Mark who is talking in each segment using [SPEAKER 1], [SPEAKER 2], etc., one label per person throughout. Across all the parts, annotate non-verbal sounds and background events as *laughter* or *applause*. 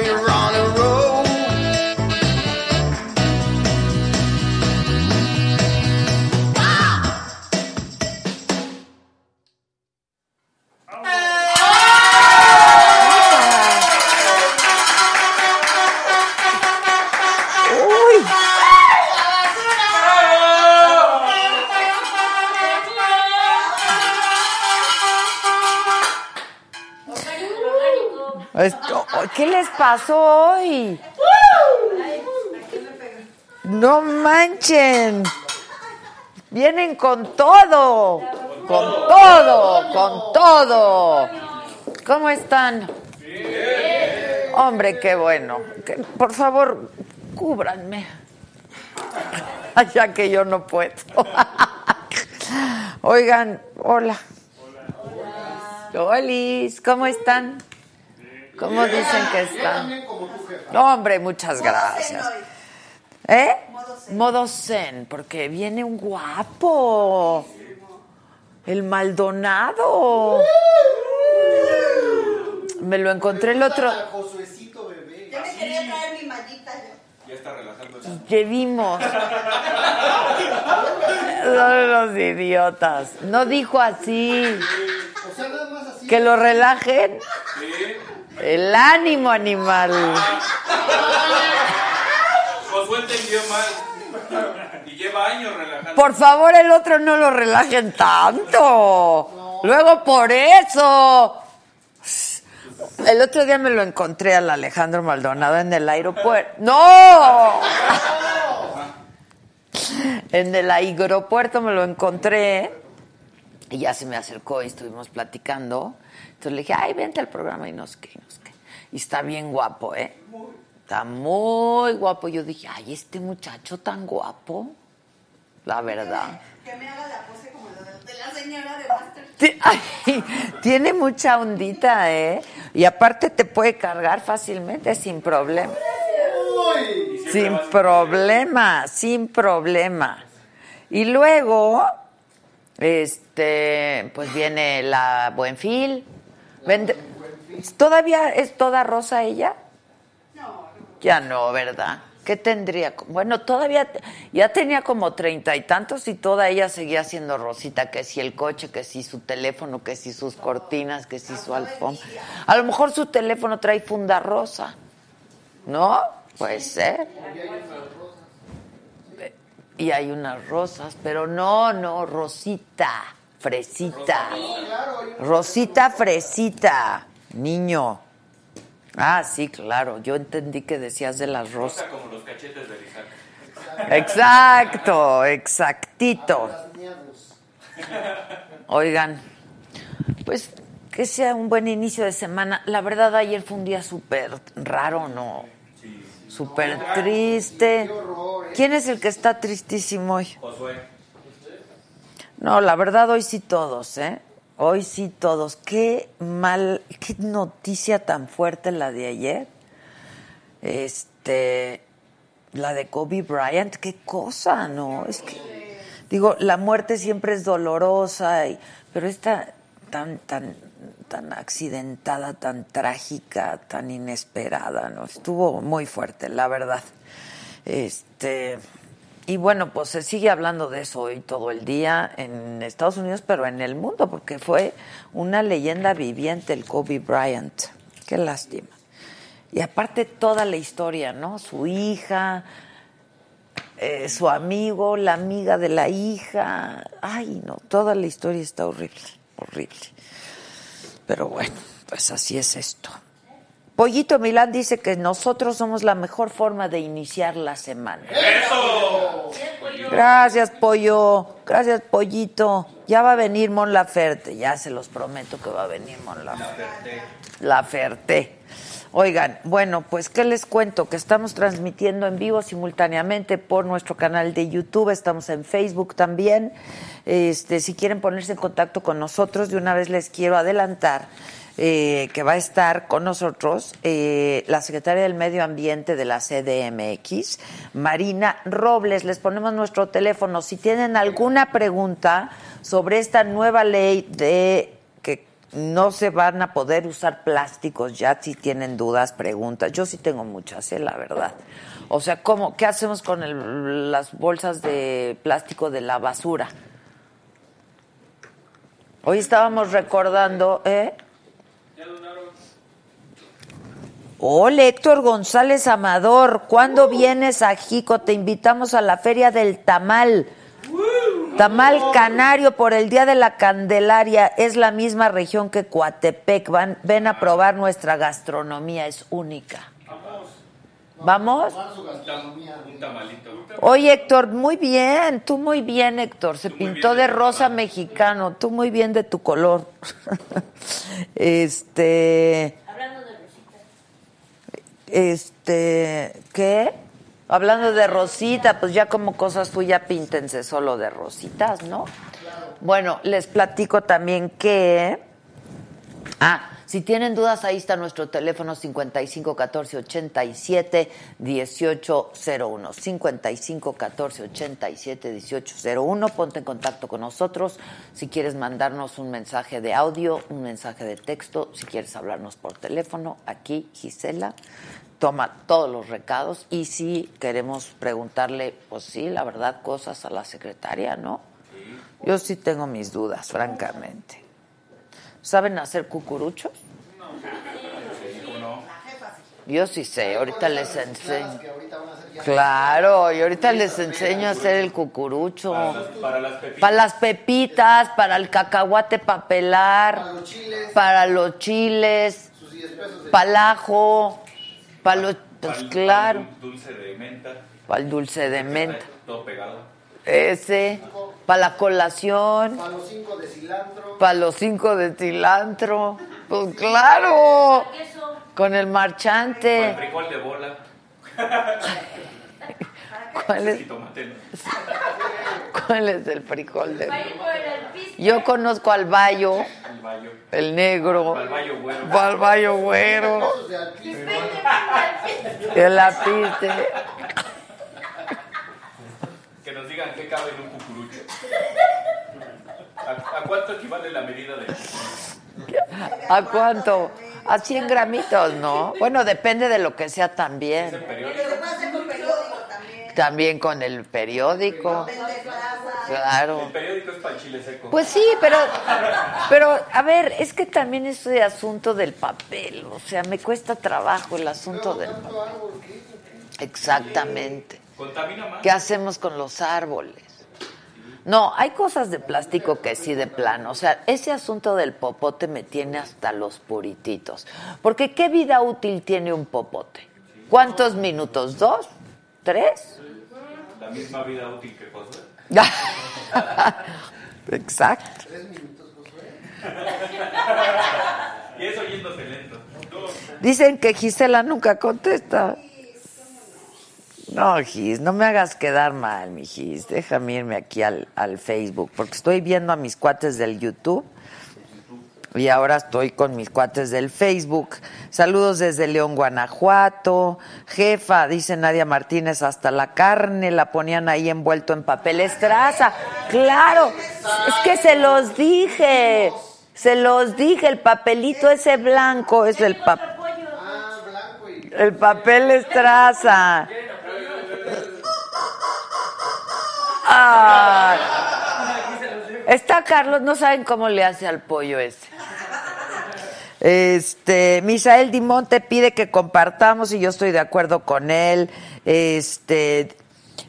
[SPEAKER 1] you're on a roll.
[SPEAKER 2] ¡Uy! Esto- oh, ¿Qué les pasó hoy? No manchen. Vienen con todo. Con todo, con todo. ¿Cómo están? Hombre, qué bueno. Que- Por favor, cúbranme. *laughs* Ya que yo no puedo. *laughs* Oigan, hola. Olis, ¿cómo están? ¿Cómo dicen que están? No, hombre, muchas gracias. ¿Eh? Modo zen, porque viene un guapo. El Maldonado. Me lo encontré el otro. ¿Qué vimos? Son unos idiotas. No dijo así. Que lo relajen. El ánimo animal.
[SPEAKER 3] Josué entendió mal. Y lleva años relajando.
[SPEAKER 2] Por favor, el otro no lo relajen tanto. Luego por eso. El otro día me lo encontré al Alejandro Maldonado en el aeropuerto. ¡No! En el aeropuerto me lo encontré y ya se me acercó y estuvimos platicando. Entonces le dije, ay, vente al programa y no sé qué, y no sé qué. Y está bien guapo, ¿eh? Está muy guapo. Yo dije, ay, este muchacho tan guapo. La verdad. Ti- *laughs* ay, tiene mucha ondita, ¿eh? Y aparte te puede cargar fácilmente sin problema. Sin problema, sin problema. Y luego, este, pues viene la Buenfil. Vend- ¿Todavía es toda rosa ella? Ya no, ¿verdad? ¿Qué tendría? Bueno, todavía te- ya tenía como treinta y tantos y toda ella seguía siendo Rosita, que si el coche, que si su teléfono, que si sus cortinas, que si su alfombra. A lo mejor su teléfono trae funda rosa, ¿no? Puede ser. Eh, Y hay unas rosas, pero no, no, Rosita, Fresita. Rosita, Fresita, niño. Ah, sí, claro. Yo entendí que decías de las rosas.
[SPEAKER 3] Como los cachetes de Rizal.
[SPEAKER 2] Exacto, exactito. Oigan, pues que sea un buen inicio de semana. La verdad, ayer fue un día súper raro, ¿no? Súper triste. ¿Quién es el que está tristísimo hoy?
[SPEAKER 3] Josué.
[SPEAKER 2] No, la verdad, hoy sí todos, ¿eh? Hoy sí todos. Qué mal, qué noticia tan fuerte la de ayer. Este, la de Kobe Bryant, qué cosa, ¿no? Es que, digo, la muerte siempre es dolorosa, y- pero esta tan, tan tan accidentada, tan trágica, tan inesperada, ¿no? Estuvo muy fuerte, la verdad. Este, y bueno, pues se sigue hablando de eso hoy todo el día en Estados Unidos, pero en el mundo, porque fue una leyenda viviente el Kobe Bryant. Qué lástima. Y aparte toda la historia, ¿no? Su hija, eh, su amigo, la amiga de la hija. Ay, no, toda la historia está horrible, horrible. Pero bueno, pues así es esto. Pollito Milán dice que nosotros somos la mejor forma de iniciar la semana. Gracias, pollo. Gracias, pollito. Ya va a venir Mon Laferte. Ya se los prometo que va a venir Mon Laferte. Laferte. Oigan, bueno, pues qué les cuento que estamos transmitiendo en vivo simultáneamente por nuestro canal de YouTube, estamos en Facebook también. Este, si quieren ponerse en contacto con nosotros, de una vez les quiero adelantar eh, que va a estar con nosotros eh, la secretaria del Medio Ambiente de la CDMX, Marina Robles. Les ponemos nuestro teléfono. Si tienen alguna pregunta sobre esta nueva ley de que no se van a poder usar plásticos ya, si tienen dudas, preguntas. Yo sí tengo muchas, eh, la verdad. O sea, ¿cómo, ¿qué hacemos con el- las bolsas de plástico de la basura? Hoy estábamos recordando, ¿eh? Hola Héctor González Amador, ¿cuándo vienes a Jico? Te invitamos a la Feria del Tamal. Tamal Canario por el Día de la Candelaria es la misma región que Coatepec. Van, ven a probar nuestra gastronomía, es única. ¿Vamos?
[SPEAKER 3] Un tamalito.
[SPEAKER 2] Oye, Héctor, muy bien, tú muy bien, Héctor. Se pintó de
[SPEAKER 3] Ah.
[SPEAKER 2] rosa mexicano, tú muy bien de tu color. *laughs* este. Hablando de Rosita. Este. ¿Qué? Hablando de Rosita, pues ya como cosas tuyas, píntense solo de rositas, ¿no? Bueno, les platico también que. Ah, si tienen dudas, ahí está nuestro teléfono 55 14 87 1801. 55 14 87 1801. Ponte en contacto con nosotros. Si quieres mandarnos un mensaje de audio, un mensaje de texto, si quieres hablarnos por teléfono, aquí Gisela toma todos los recados. Y si queremos preguntarle, pues sí, la verdad, cosas a la secretaria, ¿no? Yo sí tengo mis dudas, francamente. ¿Saben hacer cucuruchos? Yo sí sé, ahorita les enseño. Claro, y ahorita les enseño a hacer el cucurucho.
[SPEAKER 3] Para las pepitas.
[SPEAKER 2] Para las pepitas, para el cacahuate papelar, para los chiles, para los chiles, para el ajo, para los, pues
[SPEAKER 3] Pal-
[SPEAKER 2] claro,
[SPEAKER 3] pal- Dulce de menta.
[SPEAKER 2] para el dulce de menta,
[SPEAKER 3] Todo pegado.
[SPEAKER 2] ese, para la colación.
[SPEAKER 4] A los cinco de cilantro.
[SPEAKER 2] Para los cinco de cilantro. Pues claro. Con el marchante.
[SPEAKER 3] Con frijol de bola.
[SPEAKER 2] ¿Cuál es,
[SPEAKER 3] Y tomate. ¿no?
[SPEAKER 2] cuál es el frijol de Yo conozco al Bayo,
[SPEAKER 3] El bayo.
[SPEAKER 2] el negro.
[SPEAKER 3] Al bayo bueno.
[SPEAKER 2] Al Bayo güero. El apiste.
[SPEAKER 3] Que nos digan qué cabe en un cucurucho. ¿A, a cuánto equivale la medida de
[SPEAKER 2] ¿A cuánto? A 100 gramitos, ¿no? Bueno, depende de lo que sea también.
[SPEAKER 3] periódico?
[SPEAKER 2] También con el periódico. Claro.
[SPEAKER 3] El periódico es para el chile seco.
[SPEAKER 2] Pues sí, pero, pero a ver, es que también este asunto del papel, o sea, me cuesta trabajo el asunto del papel. Exactamente.
[SPEAKER 3] Contamina más.
[SPEAKER 2] ¿Qué hacemos con los árboles? No, hay cosas de plástico que sí de plano. O sea, ese asunto del popote me tiene hasta los purititos. Porque ¿qué vida útil tiene un popote? ¿Cuántos minutos? ¿Dos? ¿Tres? *laughs*
[SPEAKER 3] La misma vida útil que cosa.
[SPEAKER 2] Exacto.
[SPEAKER 3] Y eso yéndose lento. No.
[SPEAKER 2] Dicen que Gisela nunca contesta. No, Gis, no me hagas quedar mal, mi Gis. Déjame irme aquí al, al Facebook, porque estoy viendo a mis cuates del YouTube y ahora estoy con mis cuates del Facebook. Saludos desde León, Guanajuato. Jefa, dice Nadia Martínez, hasta la carne la ponían ahí envuelto en papel estraza. Claro, es que se los dije. Se los dije, el papelito ese blanco es el papel. El papel es traza. Ay. Está Carlos, no saben cómo le hace al pollo ese. Este, Misael Dimonte pide que compartamos y yo estoy de acuerdo con él. Este,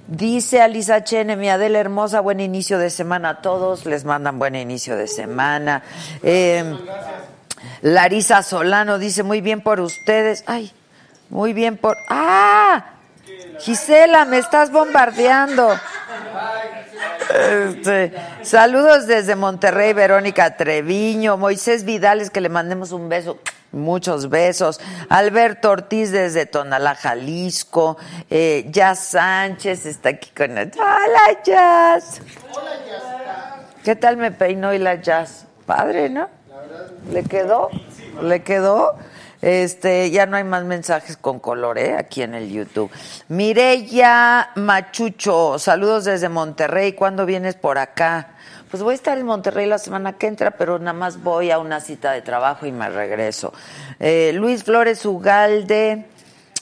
[SPEAKER 2] dice Alisa Chene, mi Adela hermosa, buen inicio de semana a todos. Les mandan buen inicio de semana. Eh, Larisa Solano dice, muy bien por ustedes. Ay, muy bien por... ¡Ah! Gisela, me estás bombardeando. Este, saludos desde Monterrey, Verónica Treviño, Moisés Vidales, que le mandemos un beso, muchos besos, Alberto Ortiz desde Tonalá, Jalisco, eh, Jazz Sánchez está aquí con nosotros. Hola, Jazz. ¿Qué tal me peinó y la Jazz? Padre, ¿no? ¿Le quedó? ¿Le quedó? Este, ya no hay más mensajes con color, ¿eh? Aquí en el YouTube. Mireya Machucho, saludos desde Monterrey. ¿Cuándo vienes por acá? Pues voy a estar en Monterrey la semana que entra, pero nada más voy a una cita de trabajo y me regreso. Eh, Luis Flores Ugalde,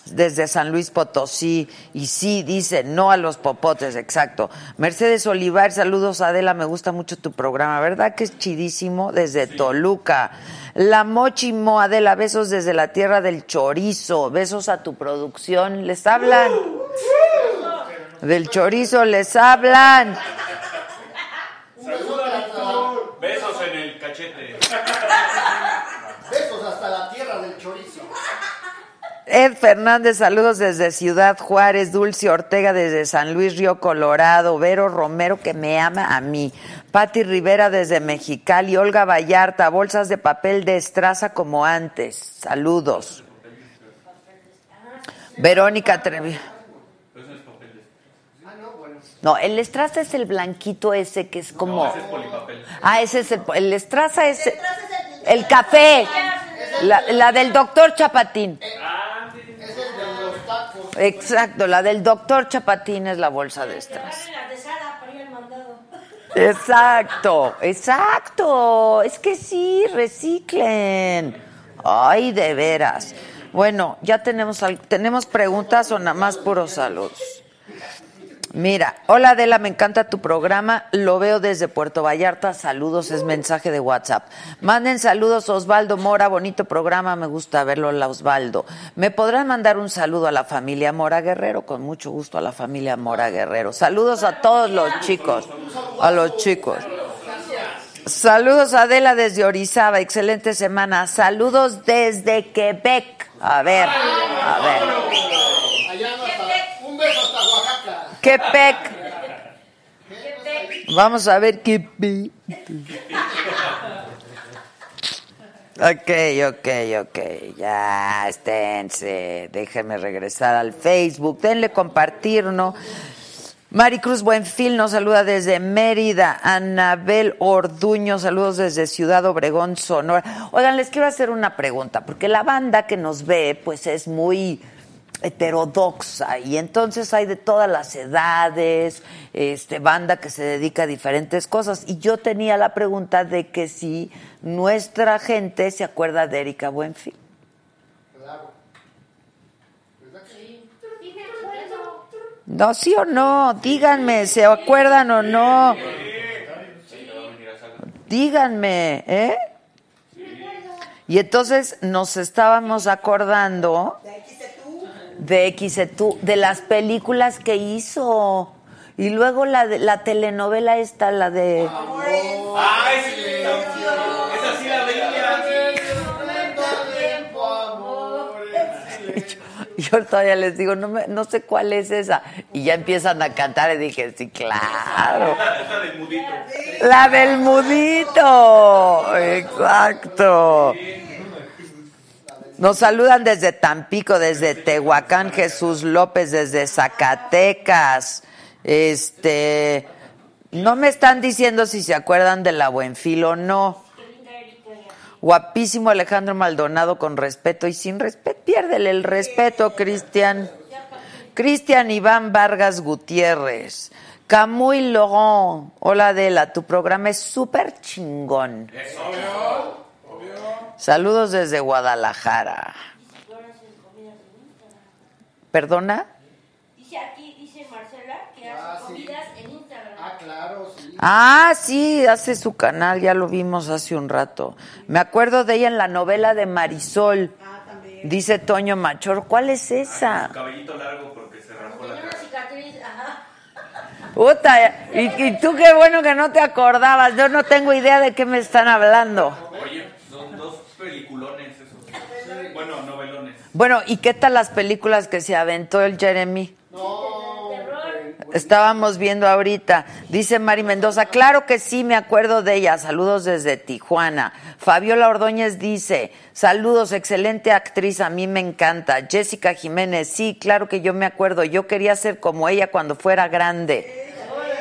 [SPEAKER 2] desde San Luis Potosí y sí dice no a los popotes, exacto. Mercedes Olivar, saludos Adela, me gusta mucho tu programa, ¿verdad? Que es chidísimo desde Toluca. La Mochimo, Adela, besos desde la tierra del chorizo, besos a tu producción, les hablan. Del chorizo les hablan.
[SPEAKER 3] Besos en el cachete.
[SPEAKER 4] Besos hasta la tierra del chorizo.
[SPEAKER 2] Ed Fernández, saludos desde Ciudad Juárez, Dulce Ortega desde San Luis Río Colorado, Vero Romero que me ama a mí, Patti Rivera desde Mexicali, Olga Vallarta, bolsas de papel de estraza como antes, saludos. Verónica Trevi. No, el estraza es el blanquito ese que es como... Ah, ese es el... po- El estraza es... El Ah, café. La, la del doctor Chapatín. Exacto, la del doctor Chapatín es la bolsa de estraza. Exacto, exacto. Es que sí, reciclen. Ay, de veras. Bueno, ya tenemos, al- tenemos preguntas o nada más puros saludos. Mira, hola Adela, me encanta tu programa, lo veo desde Puerto Vallarta, saludos, es mensaje de WhatsApp. Manden saludos Osvaldo Mora, bonito programa, me gusta verlo, hola Osvaldo. ¿Me podrán mandar un saludo a la familia Mora Guerrero? Con mucho gusto a la familia Mora Guerrero. Saludos a todos los chicos, a los chicos. Saludos Adela desde Orizaba, excelente semana. Saludos desde Quebec. A ver, a ver.
[SPEAKER 4] Allá no hasta, un beso hasta Oaxaca.
[SPEAKER 2] Quebec. Vamos a ver qué pe- Ok, ok, ok. Ya, esténse. Déjenme regresar al Facebook. Denle compartir, ¿no? Maricruz Buenfil nos saluda desde Mérida. Anabel Orduño, saludos desde Ciudad Obregón, Sonora. Oigan, les quiero hacer una pregunta, porque la banda que nos ve, pues es muy heterodoxa y entonces hay de todas las edades, este banda que se dedica a diferentes cosas y yo tenía la pregunta de que si nuestra gente se acuerda de Erika Buenfil. No, sí o no, díganme, ¿se acuerdan o no? Díganme, ¿eh? Y entonces nos estábamos acordando de XETU, eh, de las películas que hizo. Y luego la, de, la telenovela esta, la de...
[SPEAKER 3] ¡Ay, sí! Esa sí la veía.
[SPEAKER 2] *laughs* Yo todavía les digo, no, me- no sé cuál es esa. Y ya empiezan a cantar y dije, sí, claro.
[SPEAKER 3] Esta del mudito.
[SPEAKER 2] La del mudito. Exacto. Nos saludan desde Tampico, desde Tehuacán, Jesús López, desde Zacatecas. Este, no me están diciendo si se acuerdan de la Buenfil o no. Guapísimo Alejandro Maldonado con respeto y sin respeto. Piérdele el respeto, Cristian. Cristian Iván Vargas Gutiérrez. Camuy Laurent, hola Adela, tu programa es súper chingón. Saludos desde Guadalajara. ¿Perdona?
[SPEAKER 5] Dice aquí, dice Marcela, que hace comidas en Instagram.
[SPEAKER 4] Ah, claro, sí.
[SPEAKER 2] Ah, sí, hace su canal, ya lo vimos hace un rato. Me acuerdo de ella en la novela de Marisol. Dice Toño Machor, ¿cuál es esa?
[SPEAKER 3] Cabellito largo porque se raspó la
[SPEAKER 5] Tiene
[SPEAKER 3] cara.
[SPEAKER 5] una cicatriz, ajá.
[SPEAKER 2] Puta, y, y tú qué bueno que no te acordabas, yo no tengo idea de qué me están hablando.
[SPEAKER 3] Oye, son dos peliculones esos. Bueno, novelones.
[SPEAKER 2] Bueno, ¿y qué tal las películas que se aventó el Jeremy? Estábamos viendo ahorita, dice Mari Mendoza, claro que sí, me acuerdo de ella, saludos desde Tijuana. Fabiola Ordóñez dice, saludos, excelente actriz, a mí me encanta. Jessica Jiménez, sí, claro que yo me acuerdo, yo quería ser como ella cuando fuera grande.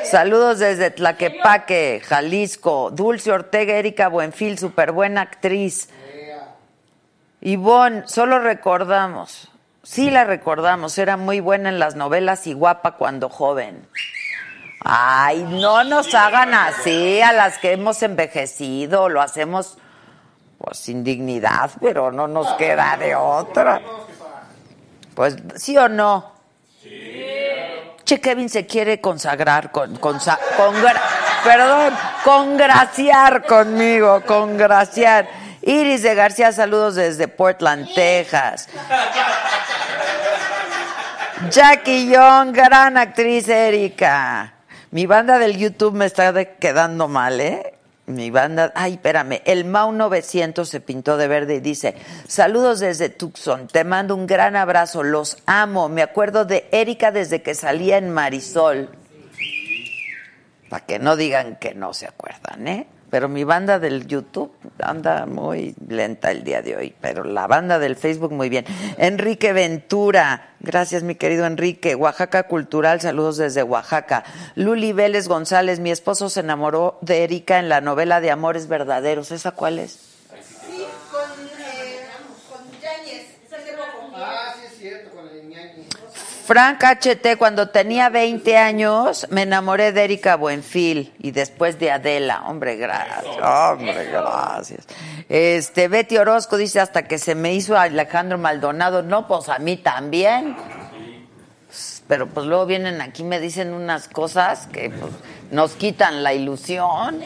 [SPEAKER 2] Saludos desde Tlaquepaque, Jalisco. Dulce Ortega, Erika Buenfil, súper buena actriz. Ivonne, solo recordamos. Sí la recordamos, era muy buena en las novelas y guapa cuando joven. Ay, no nos hagan así a las que hemos envejecido, lo hacemos pues sin dignidad, pero no nos queda de otra. Pues sí o no. Che Kevin se quiere consagrar con consa- congra- perdón, congraciar conmigo, congraciar. Iris de García, saludos desde Portland, Texas. Jackie Young, gran actriz Erika. Mi banda del YouTube me está de- quedando mal, ¿eh? Mi banda, ay, espérame, el Mau 900 se pintó de verde y dice, saludos desde Tucson, te mando un gran abrazo, los amo, me acuerdo de Erika desde que salía en Marisol. Para que no digan que no se acuerdan, ¿eh? Pero mi banda del YouTube anda muy lenta el día de hoy, pero la banda del Facebook muy bien. Enrique Ventura, gracias mi querido Enrique. Oaxaca Cultural, saludos desde Oaxaca. Luli Vélez González, mi esposo se enamoró de Erika en la novela de Amores Verdaderos. ¿Esa cuál es?
[SPEAKER 6] Sí, con, eh, con Yáñez. Es hace poco.
[SPEAKER 4] Ah, sí es cierto, con el ñañi.
[SPEAKER 2] Frank HT, cuando tenía 20 años, me enamoré de Erika Buenfil y después de Adela. Hombre, gracias. Hombre, gracias. Este, Betty Orozco dice hasta que se me hizo Alejandro Maldonado. No, pues a mí también. Pero pues luego vienen aquí y me dicen unas cosas que pues, nos quitan la ilusión.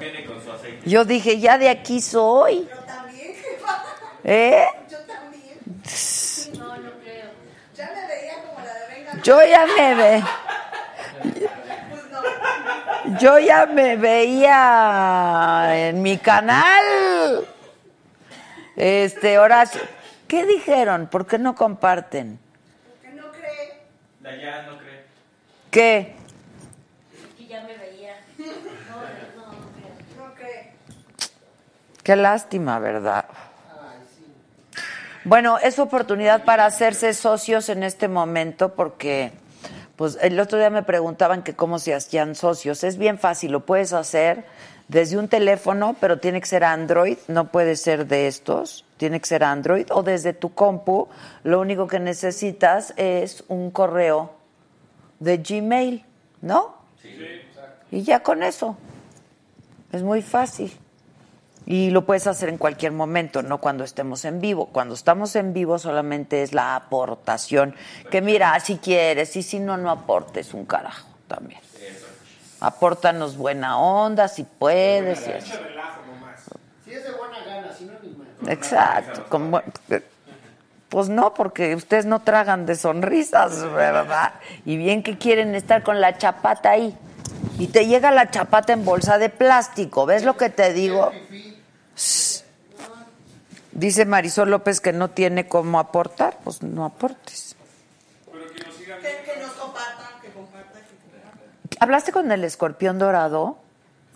[SPEAKER 3] Viene con su aceite.
[SPEAKER 2] Yo dije, ya de aquí soy.
[SPEAKER 6] Yo también.
[SPEAKER 2] *laughs* ¿Eh?
[SPEAKER 6] Yo también.
[SPEAKER 5] No, no creo.
[SPEAKER 6] Ya me veía como la de Venga.
[SPEAKER 2] Yo ya me ve. Yo ya me veía en mi canal. Este, Horacio, ¿qué dijeron? ¿Por qué no comparten?
[SPEAKER 6] Que no cree.
[SPEAKER 3] La ya no cree.
[SPEAKER 2] ¿Qué?
[SPEAKER 5] Es que ya me veía. No, no, no creo.
[SPEAKER 6] No cree.
[SPEAKER 2] Qué lástima, ¿verdad? Bueno, es oportunidad para hacerse socios en este momento porque pues el otro día me preguntaban que cómo se hacían socios. Es bien fácil, lo puedes hacer desde un teléfono, pero tiene que ser Android, no puede ser de estos, tiene que ser Android o desde tu compu. Lo único que necesitas es un correo de Gmail, ¿no? Y ya con eso. Es muy fácil. Y lo puedes hacer en cualquier momento, no cuando estemos en vivo. Cuando estamos en vivo solamente es la aportación. Que mira, si quieres, y si no, no aportes un carajo también. Apórtanos buena onda, si puedes. y así.
[SPEAKER 4] Si es de buena gana, si no ni mal.
[SPEAKER 2] Exacto. con bu- pues no, porque ustedes no tragan de sonrisas, ¿verdad? Y bien que quieren estar con la chapata ahí. Y te llega la chapata en bolsa de plástico. ¿Ves lo que te digo? Dice Marisol López que no tiene cómo aportar. Pues no aportes.
[SPEAKER 6] Que, que nos compartan, que compartan, que compartan.
[SPEAKER 2] ¿Hablaste con el escorpión dorado?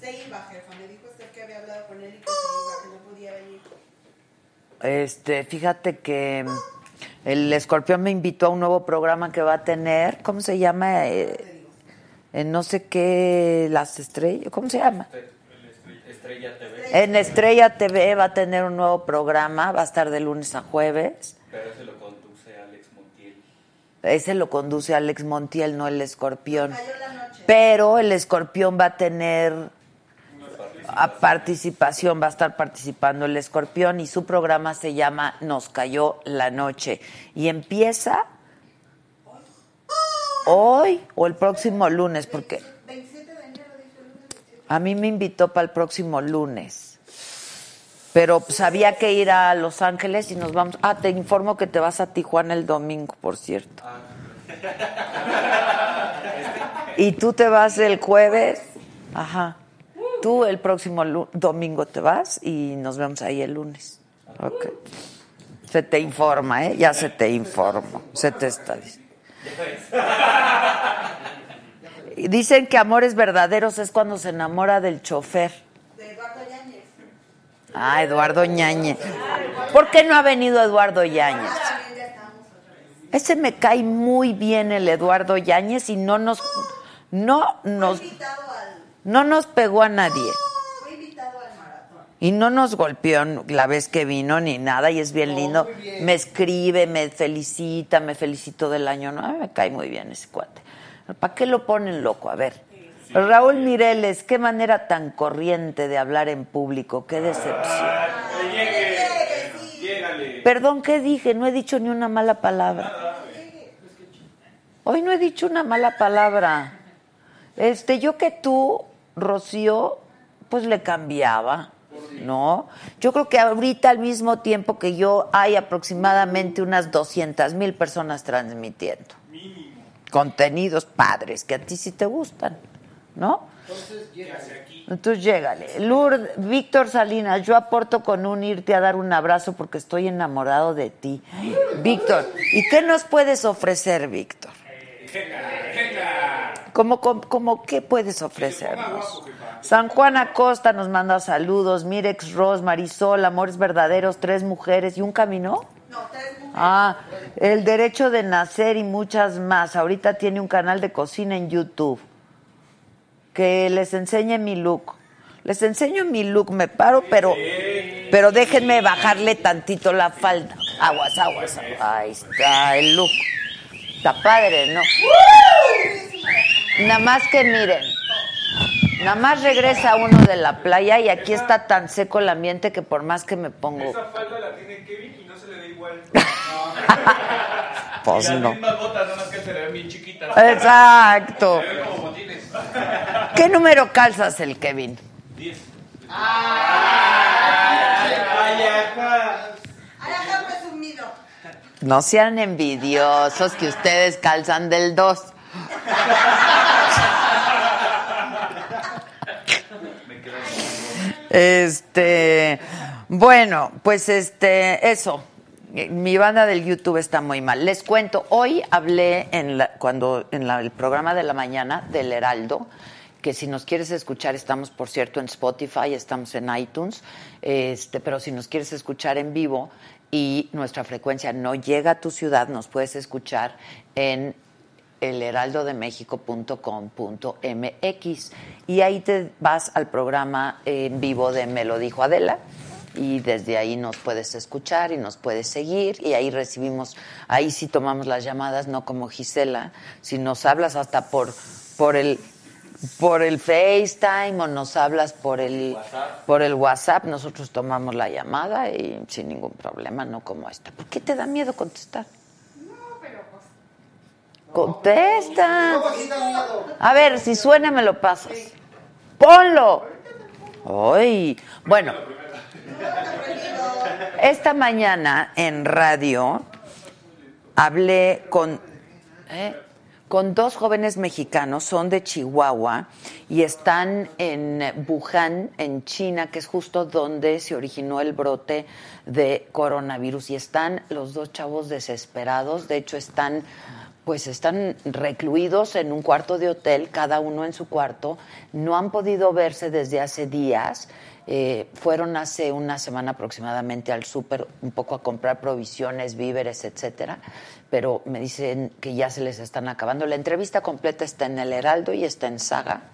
[SPEAKER 6] Se iba, jefa. Me dijo usted que había hablado con él y que se iba, que no podía venir.
[SPEAKER 2] Este, fíjate que mm, el escorpión me invitó a un nuevo programa que va a tener. ¿Cómo se llama? Eh, en no sé qué, las estrellas. ¿Cómo se llama?
[SPEAKER 3] Estrella TV,
[SPEAKER 2] En Estrella TV va a tener un nuevo programa. Va a estar de lunes a jueves.
[SPEAKER 3] pero se lo conduce Alex Montiel.
[SPEAKER 2] Ese lo conduce Alex Montiel, no el escorpión.
[SPEAKER 6] Cayó la noche.
[SPEAKER 2] Pero el escorpión va a tener a participación, va a estar participando el escorpión y su programa se llama Nos cayó la noche. Y empieza hoy o el próximo lunes, porque
[SPEAKER 6] 27 de enero, dice el lunes.
[SPEAKER 2] a mí me invitó para el próximo lunes. Pero pues, había que ir a Los Ángeles y nos vamos. Ah, te informo que te vas a Tijuana el domingo, por cierto. Y tú te vas el jueves. Ajá. Tú el próximo lu- domingo te vas y nos vemos ahí el lunes. Ok. Se te informa, ¿eh? Ya se te informa. Se te está diciendo. Y Dicen que amores verdaderos es cuando se enamora del chofer.
[SPEAKER 6] De Eduardo Yáñez.
[SPEAKER 2] Ah, Eduardo Ñañez. ¿Por qué no ha venido Eduardo Yáñez?
[SPEAKER 6] También ya estábamos otra vez.
[SPEAKER 2] Ese me cae muy bien el Eduardo Yáñez y no nos no nos
[SPEAKER 6] Fue invitado al,
[SPEAKER 2] no nos pegó a nadie
[SPEAKER 6] fue invitado al maratón.
[SPEAKER 2] y no nos golpeó la vez que vino ni nada y es bien lindo. Me escribe, me felicita, me felicito del año nuevo. Ay, Me cae muy bien ese cuate. ¿Para qué lo ponen loco? A ver. Raúl Mireles, qué manera tan corriente de hablar en público, qué decepción.
[SPEAKER 3] Ah, Que llegue. Llégale.
[SPEAKER 2] Perdón, ¿qué dije? No he dicho ni una mala palabra. Hoy no he dicho una mala palabra. Este, yo que tú, Rocío, pues le cambiaba, ¿no? Yo creo que ahorita al mismo tiempo que yo hay aproximadamente unas 200 mil personas transmitiendo. Contenidos padres que a ti sí te gustan, ¿no? Entonces llégale. Lourdes, Víctor Salinas, yo aporto con un irte a dar un abrazo porque estoy enamorado de ti. Víctor, ¿y qué nos puedes ofrecer, Víctor? ¿Cómo, cómo, cómo qué puedes ofrecernos? San Juan Acosta nos manda saludos, Mirex Ross, Marisol, Amores Verdaderos, Tres Mujeres y Un Camino.
[SPEAKER 6] No, tres mujeres.
[SPEAKER 2] Ah, el derecho de nacer y muchas más. Ahorita tiene un canal de cocina en YouTube. Que les enseñe mi look. Les enseño mi look, me paro, pero, pero déjenme bajarle tantito la falda. Aguas, aguas. aguas. Ahí está el look. Está padre, ¿no? Nada más que miren. Nada más regresa uno de la playa y aquí está tan seco el ambiente que por más que me pongo.
[SPEAKER 3] Oh. Esa falda la tiene Kevin y no se le da *laughs* igual. Y
[SPEAKER 2] Pues
[SPEAKER 3] las
[SPEAKER 2] no.
[SPEAKER 3] mismas botas, nada más que se le ven bien chiquitas.
[SPEAKER 2] Exacto.
[SPEAKER 3] Se ven como botines.
[SPEAKER 2] ¿Qué número calzas el Kevin?
[SPEAKER 3] Diez. ¡Ah!
[SPEAKER 6] Araja presumido.
[SPEAKER 2] No sean envidiosos que ustedes calzan del 2. Este, bueno, pues este, eso. Eh, Mi banda del YouTube está muy mal. Les cuento, hoy hablé en la- cuando en la- el programa de la mañana del Heraldo, que si nos quieres escuchar estamos por cierto en Spotify, estamos en iTunes, este, pero si nos quieres escuchar en vivo y nuestra frecuencia no llega a tu ciudad, nos puedes escuchar en elheraldodemexico.com.mx y ahí te vas al programa en vivo de Me lo dijo Adela y desde ahí nos puedes escuchar y nos puedes seguir y ahí recibimos, ahí sí tomamos las llamadas, no como Gisela, si nos hablas hasta por, por el por el FaceTime o nos hablas por el por el WhatsApp, nosotros tomamos la llamada y sin ningún problema, no como esta. ¿Por qué te da miedo contestar? Contesta. A ver, si suena me lo pasas. Ponlo. Ay, bueno. Esta mañana en radio hablé con ¿eh? con dos jóvenes mexicanos, son de Chihuahua y están en Wuhan, en China, que es justo donde se originó el brote de coronavirus. Y están los dos chavos desesperados, de hecho están pues están recluidos en un cuarto de hotel, cada uno en su cuarto, no han podido verse desde hace días, eh, fueron hace una semana aproximadamente al súper, un poco a comprar provisiones, víveres, etcétera, pero me dicen que ya se les están acabando. La entrevista completa está en El Heraldo y está en Saga.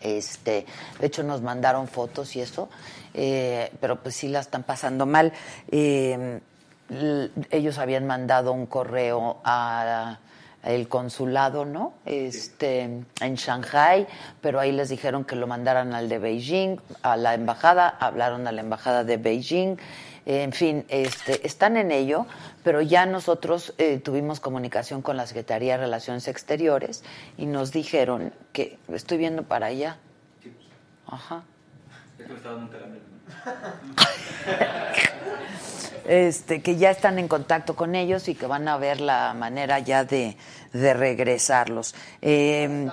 [SPEAKER 2] Este, de hecho nos mandaron fotos y eso, eh, pero pues sí la están pasando mal. Eh, l- ellos habían mandado un correo a el consulado, ¿no? Este, en Shanghai, pero ahí les dijeron que lo mandaran al de Beijing, a la embajada, hablaron a la embajada de Beijing, en fin, este, están en ello, pero ya nosotros eh, tuvimos comunicación con la Secretaría de Relaciones Exteriores y nos dijeron que estoy viendo para allá. Ajá.
[SPEAKER 3] Es que me está dando un calambre.
[SPEAKER 2] este, que ya están en contacto con ellos y que van a ver la manera ya de, de regresarlos. Eh,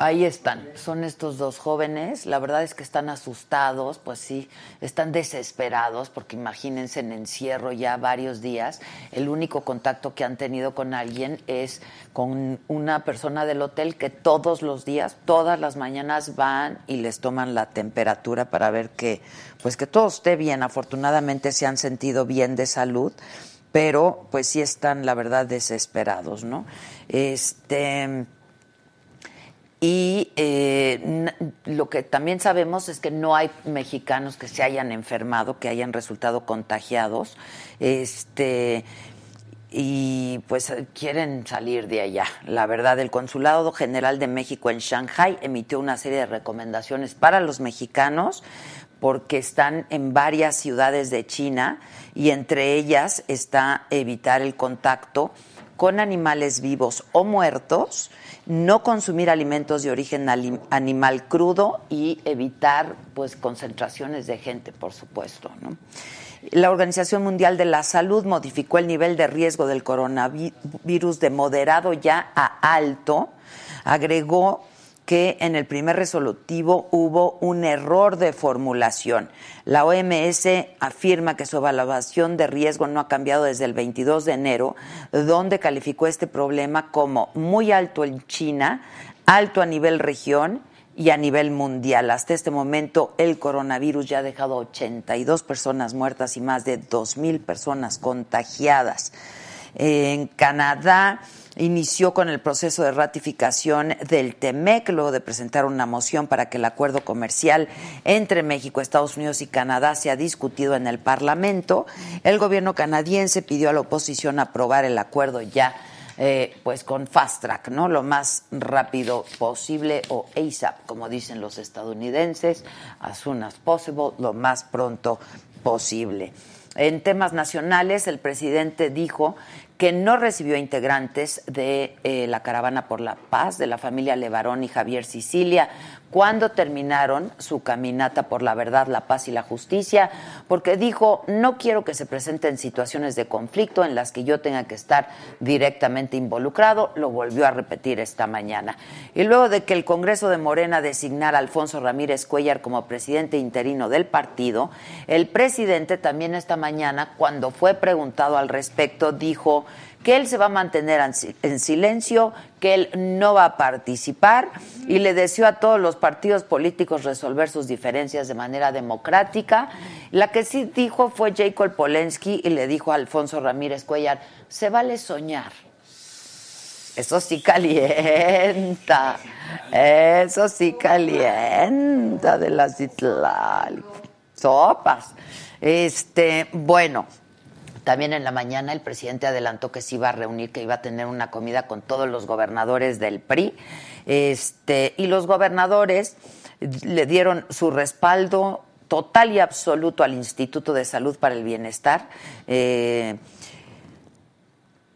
[SPEAKER 2] ahí están, son estos dos jóvenes, la verdad es que están asustados, pues sí, están desesperados porque imagínense en encierro ya varios días, el único contacto que han tenido con alguien es con una persona del hotel que todos los días, todas las mañanas van y les toman la temperatura para ver que pues que todo esté bien, afortunadamente se han sentido bien de salud pero pues sí están la verdad desesperados, ¿no? Este y eh, n- lo que también sabemos es que no hay mexicanos que se hayan enfermado, que hayan resultado contagiados, este y pues eh, quieren salir de allá. La verdad, el Consulado General de México en Shanghai emitió una serie de recomendaciones para los mexicanos porque están en varias ciudades de China y entre ellas está evitar el contacto con animales vivos o muertos, no consumir alimentos de origen ali- animal crudo y evitar pues concentraciones de gente, por supuesto, ¿no? La Organización Mundial de la Salud modificó el nivel de riesgo del coronavirus de moderado ya a alto, agregó que en el primer resolutivo hubo un error de formulación. La OMS afirma que su evaluación de riesgo no ha cambiado desde el 22 de enero, donde calificó este problema como muy alto en China, alto a nivel región y a nivel mundial. Hasta este momento, el coronavirus ya ha dejado 82 personas muertas y más de 2.000 personas contagiadas. En Canadá inició con el proceso de ratificación del TEMEC, luego de presentar una moción para que el acuerdo comercial entre México, Estados Unidos y Canadá sea discutido en el Parlamento. El gobierno canadiense pidió a la oposición aprobar el acuerdo ya eh, pues con fast track, ¿no? Lo más rápido posible o ASAP, como dicen los estadounidenses, as soon as possible, lo más pronto posible. En temas nacionales, el presidente dijo que no recibió integrantes de eh, la Caravana por la Paz, de la familia Levarón y Javier Sicilia, cuando terminaron su caminata por la verdad, la paz y la justicia, porque dijo, no quiero que se presenten situaciones de conflicto en las que yo tenga que estar directamente involucrado, lo volvió a repetir esta mañana. Y luego de que el Congreso de Morena designara a Alfonso Ramírez Cuellar como presidente interino del partido, el presidente también esta mañana, cuando fue preguntado al respecto, dijo que él se va a mantener en si- en silencio, que él no va a participar y le deseó a todos los partidos políticos resolver sus diferencias de manera democrática. La que sí dijo fue Jacob Polensky y le dijo a Alfonso Ramírez Cuellar, se vale soñar. Eso sí calienta, eso sí calienta de la Citlal. Sopas. Este, bueno, también en la mañana el presidente adelantó que se iba a reunir, que iba a tener una comida con todos los gobernadores del PRI. Este, y los gobernadores le dieron su respaldo total y absoluto al Instituto de Salud para el Bienestar. Eh,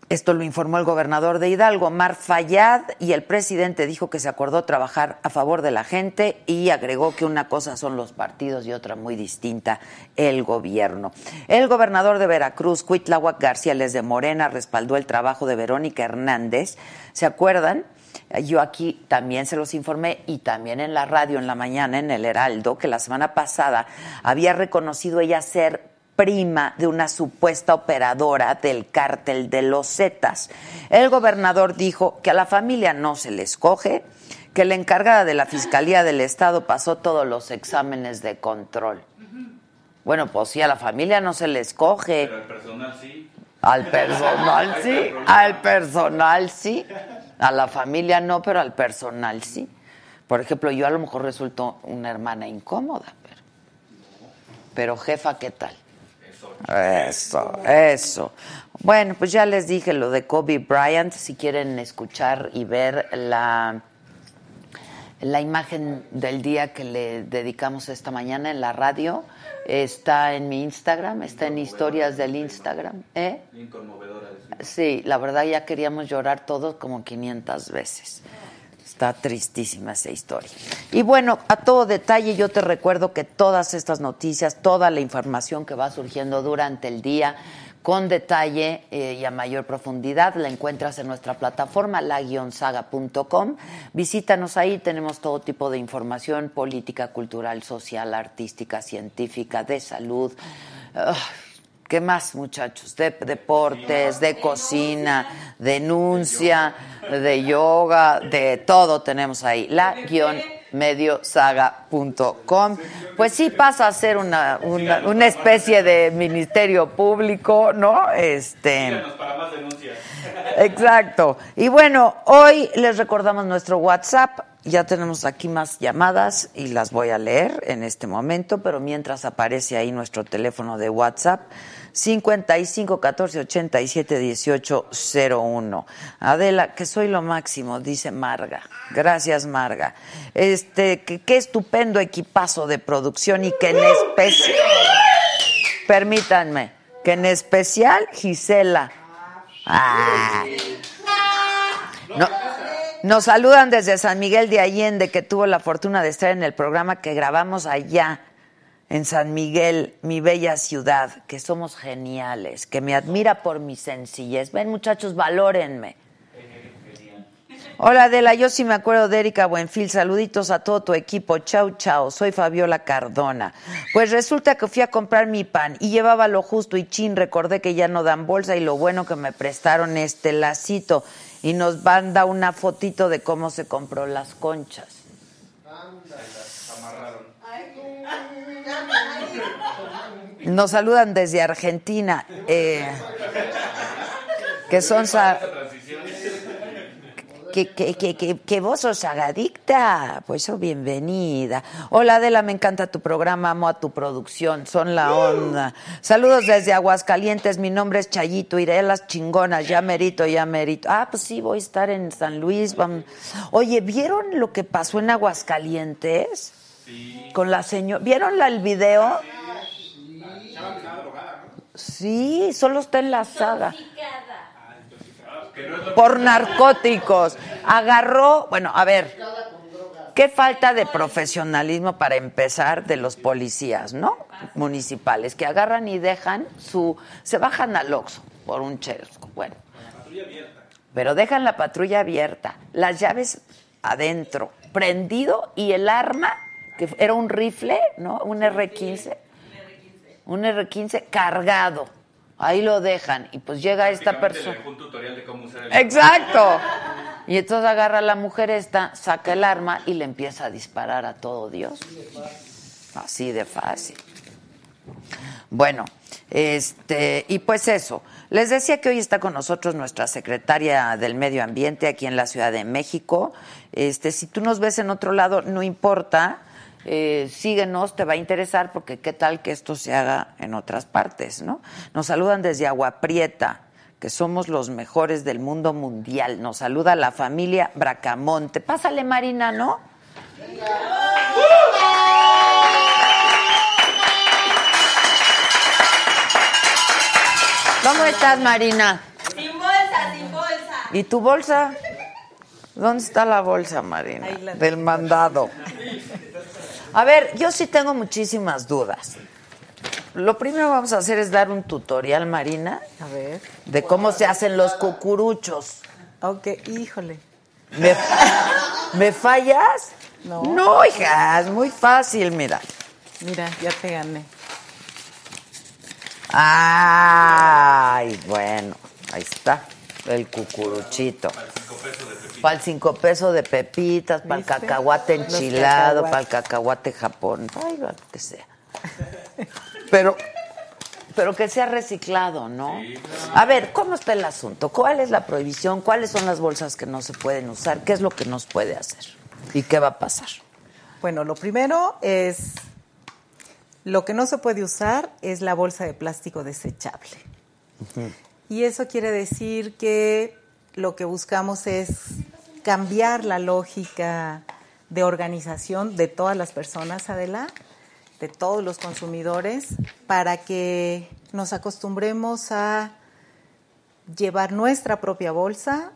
[SPEAKER 2] esto lo informó el gobernador de Hidalgo, Mar Fayad, y el presidente dijo que se acordó trabajar a favor de la gente y agregó que una cosa son los partidos y otra muy distinta el gobierno. El gobernador de Veracruz, Cuitláhuac García, les de Morena, respaldó el trabajo de Verónica Hernández. ¿Se acuerdan? Yo aquí también se los informé y también en la radio en la mañana, en el Heraldo, que la semana pasada había reconocido ella ser prima de una supuesta operadora del cártel de los Zetas. El gobernador dijo que a la familia no se le escoge, que la encargada de la Fiscalía del Estado pasó todos los exámenes de control. Bueno, pues sí, a la familia no se le escoge.
[SPEAKER 3] Pero el personal sí.
[SPEAKER 2] Al personal sí, al personal sí, a la familia no, pero al personal sí. Por ejemplo, yo a lo mejor resulto una hermana incómoda, pero, pero jefa, ¿qué tal? Eso, eso. Bueno, pues ya les dije lo de Kobe Bryant. Si quieren escuchar y ver la, la imagen del día que le dedicamos esta mañana en la radio, está en mi Instagram, está en historias del Instagram. ¿Eh?
[SPEAKER 3] Bien conmovedora. decir.
[SPEAKER 2] Sí, la verdad ya queríamos llorar todos como 500 veces. Está tristísima esa historia. Y bueno, a todo detalle yo te recuerdo que todas estas noticias, toda la información que va surgiendo durante el día, con detalle eh, y a mayor profundidad, la encuentras en nuestra plataforma la-saga.com. Visítanos ahí, tenemos todo tipo de información política, cultural, social, artística, científica, de salud. Ah, Ugh, ¿Qué más, muchachos? De deportes, de cocina, denuncia, de yoga, de todo tenemos ahí. La guión mediosaga.com. Pues sí pasa a ser una, una, una especie de ministerio público, ¿no? Este.
[SPEAKER 3] Síganos para más *laughs* denuncias.
[SPEAKER 2] Exacto. Y bueno, hoy les recordamos nuestro WhatsApp. Ya tenemos aquí más llamadas y las voy a leer en este momento, pero mientras aparece ahí nuestro teléfono de WhatsApp, 55 14 87 18 01. Adela, que soy lo máximo, dice Marga. Gracias, Marga. Este, que- qué estupendo equipazo de producción y que en especial. Permítanme, que en especial Gisela. Ah. No- nos saludan desde San Miguel de Allende, que tuvo la fortuna de estar en el programa que grabamos allá, en San Miguel, mi bella ciudad, que somos geniales, que me admira por mi sencillez. Ven, muchachos, valórenme. Hola Adela, yo sí me acuerdo de Erika Buenfil. Saluditos a todo tu equipo. Chau, chau. Soy Fabiola Cardona. Pues resulta que fui a comprar mi pan y llevaba lo justo y chin. Recordé que ya no dan bolsa y lo bueno que me prestaron este lacito. Y nos manda una fotito de cómo se compró las conchas. Nos saludan desde Argentina. eh, que son... sa- que, que, que, que, que vos sos agadicta. Pues oh, bienvenida. Hola Adela, me encanta tu programa, amo a tu producción, son la onda. Saludos desde Aguascalientes, mi nombre es Chayito, iré a las chingonas, ya merito, ya merito. Ah, pues sí, voy a estar en San Luis. vam- Oye, ¿vieron lo que pasó en Aguascalientes? Con la señora. ¿Vieron la- el video? Sí, solo está enlazada por narcóticos. Agarró, bueno, a ver, qué falta de profesionalismo para empezar de los policías, ¿no? Municipales, que agarran y dejan su... Se bajan al Oxxo por un chesco, bueno. Pero dejan la patrulla abierta, las llaves adentro, prendido y el arma, que era un rifle, ¿no? Un R15 un R15 cargado. Ahí lo dejan y pues llega esta
[SPEAKER 3] Básicamente
[SPEAKER 2] persona.
[SPEAKER 3] Le dejó un tutorial de cómo usar el.
[SPEAKER 2] Exacto. Y entonces agarra a la mujer esta, saca el arma y le empieza a disparar a todo Dios. Así de fácil. Bueno, este, y pues eso. Les decía que hoy está con nosotros nuestra secretaria del Medio Ambiente aquí en la Ciudad de México. Este, si tú nos ves en otro lado, no importa. eh, síguenos, te va a interesar porque qué tal que esto se haga en otras partes, ¿no? Nos saludan desde Agua Prieta, que somos los mejores del mundo mundial. Nos saluda la familia Bracamonte. Pásale, Marina, ¿no? ¿Cómo estás, Marina?
[SPEAKER 6] Sin bolsa, sin bolsa.
[SPEAKER 2] ¿Y tu bolsa? ¿Dónde está la bolsa, Marina? Del mandado. A ver, yo sí tengo muchísimas dudas. Lo primero que vamos a hacer es dar un tutorial, Marina,
[SPEAKER 7] A ver.
[SPEAKER 2] de cómo se hacen los cucuruchos.
[SPEAKER 7] Ok, híjole.
[SPEAKER 2] ¿Me, *laughs* me fallas?
[SPEAKER 7] No.
[SPEAKER 2] No, hija, es muy fácil, mira.
[SPEAKER 7] Mira, ya te gané.
[SPEAKER 2] Ay, bueno, ahí está. El cucuruchito. Para el cinco pesos de pepitas, para el
[SPEAKER 7] ¿Viste?
[SPEAKER 2] cacahuate
[SPEAKER 7] Los
[SPEAKER 2] enchilado,
[SPEAKER 7] cacahuates.
[SPEAKER 2] para el cacahuate japón, ay, lo que sea. Pero, pero que sea reciclado, ¿no? A ver, ¿cómo está el asunto? ¿Cuál es la prohibición? ¿Cuáles son las bolsas que no se pueden usar? ¿Qué es lo que nos puede hacer? ¿Y qué va a pasar?
[SPEAKER 7] Bueno, lo primero es Lo que no se puede usar es la bolsa de plástico desechable. Y eso quiere decir que lo que buscamos es cambiar la lógica de organización de todas las personas, Adela, de todos los consumidores, para que nos acostumbremos a llevar nuestra propia bolsa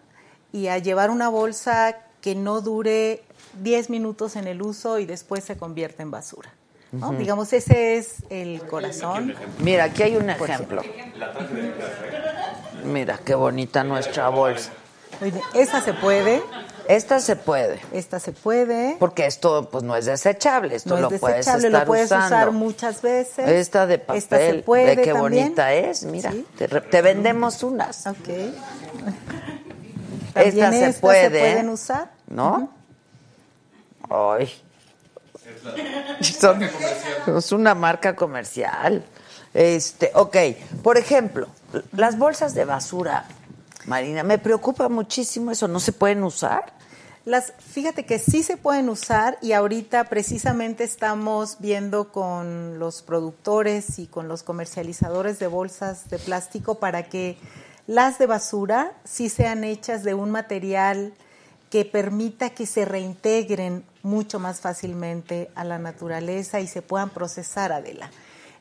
[SPEAKER 7] y a llevar una bolsa que no dure 10 minutos en el uso y después se convierte en basura. ¿no?
[SPEAKER 2] Ujú.
[SPEAKER 7] Digamos, ese es el corazón.
[SPEAKER 2] Mira, aquí hay un
[SPEAKER 7] Por
[SPEAKER 2] ejemplo. Mira, qué bonita nuestra bolsa.
[SPEAKER 7] Muy bien, Esta se puede.
[SPEAKER 2] Esta se puede.
[SPEAKER 7] Esta se puede.
[SPEAKER 2] Porque esto pues no es desechable, esto
[SPEAKER 7] No es
[SPEAKER 2] lo puedes
[SPEAKER 7] desechable,
[SPEAKER 2] estar
[SPEAKER 7] lo puedes
[SPEAKER 2] usando.
[SPEAKER 7] usar muchas veces.
[SPEAKER 2] Esta de papel,
[SPEAKER 7] Esta se puede
[SPEAKER 2] ve qué
[SPEAKER 7] también.
[SPEAKER 2] bonita es, mira,
[SPEAKER 7] Sí. Ah,
[SPEAKER 2] te, re- te vendemos unas.
[SPEAKER 7] Ok.
[SPEAKER 2] Esta
[SPEAKER 7] También
[SPEAKER 2] se
[SPEAKER 7] estas
[SPEAKER 2] puede,
[SPEAKER 7] se pueden usar.
[SPEAKER 2] ¿no? Ay. Son- es una marca comercial. Este, ok, por ejemplo, las bolsas de basura, Marina, me preocupa muchísimo eso, ¿no se pueden usar?
[SPEAKER 7] Las, fíjate que sí se pueden usar y ahorita precisamente estamos viendo con los productores y con los comercializadores de bolsas de plástico para que las de basura sí sean hechas de un material que permita que se reintegren mucho más fácilmente a la naturaleza y se puedan procesar, Adela.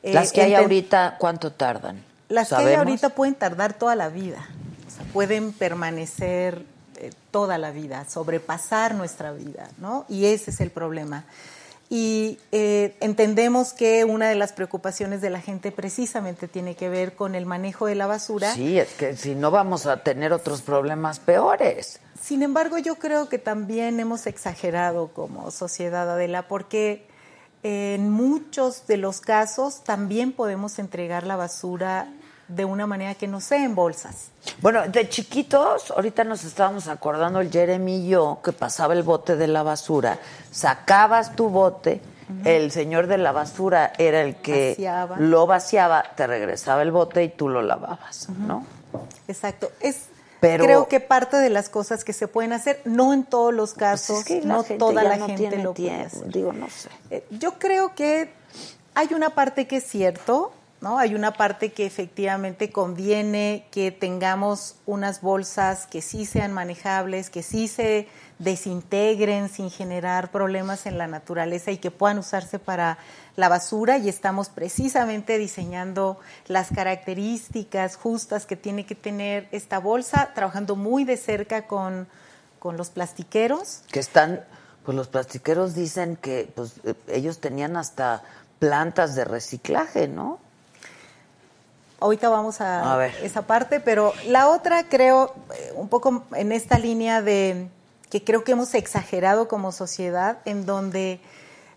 [SPEAKER 7] Eh,
[SPEAKER 2] las que hay
[SPEAKER 7] enten-
[SPEAKER 2] ahorita, ¿cuánto tardan?
[SPEAKER 7] Las que hay
[SPEAKER 2] ¿Sabemos?
[SPEAKER 7] ahorita pueden tardar toda la vida, o sea, pueden permanecer eh, toda la vida, sobrepasar nuestra vida, ¿no? Y ese es el problema. Y eh, entendemos que una de las preocupaciones de la gente precisamente tiene que ver con el manejo de la basura.
[SPEAKER 2] Sí, es que si no vamos a tener otros problemas peores.
[SPEAKER 7] Sin embargo, yo creo que también hemos exagerado como sociedad, Adela, porque en muchos de los casos también podemos entregar la basura de una manera que no sea en bolsas.
[SPEAKER 2] Bueno, de chiquitos, ahorita nos estábamos acordando el Jeremy y yo que pasaba el bote de la basura, sacabas tu bote, el señor de la basura era el que
[SPEAKER 7] Vaciaba.
[SPEAKER 2] lo vaciaba, te regresaba el bote y tú lo lavabas, ¿no?
[SPEAKER 7] Exacto. Es
[SPEAKER 2] Pero-
[SPEAKER 7] creo que parte de las cosas que se pueden hacer, no en todos los casos,
[SPEAKER 2] Pues es que la
[SPEAKER 7] no
[SPEAKER 2] gente
[SPEAKER 7] toda
[SPEAKER 2] ya
[SPEAKER 7] la
[SPEAKER 2] no
[SPEAKER 7] gente
[SPEAKER 2] tiene
[SPEAKER 7] lo puede
[SPEAKER 2] tiempo,
[SPEAKER 7] hacer.
[SPEAKER 2] digo, no sé.
[SPEAKER 7] Eh, Yo creo que hay una parte que es cierto, ¿no? Hay una parte que efectivamente conviene que tengamos unas bolsas que sí sean manejables, que sí se desintegren sin generar problemas en la naturaleza y que puedan usarse para la basura y estamos precisamente diseñando las características justas que tiene que tener esta bolsa, trabajando muy de cerca con, con los plastiqueros.
[SPEAKER 2] Que están, pues los plastiqueros dicen que pues, eh, ellos tenían hasta plantas de reciclaje, ¿no?
[SPEAKER 7] Ahorita vamos a,
[SPEAKER 2] A ver.
[SPEAKER 7] esa parte, pero la otra creo, eh, un poco en esta línea de que creo que hemos exagerado como sociedad, en donde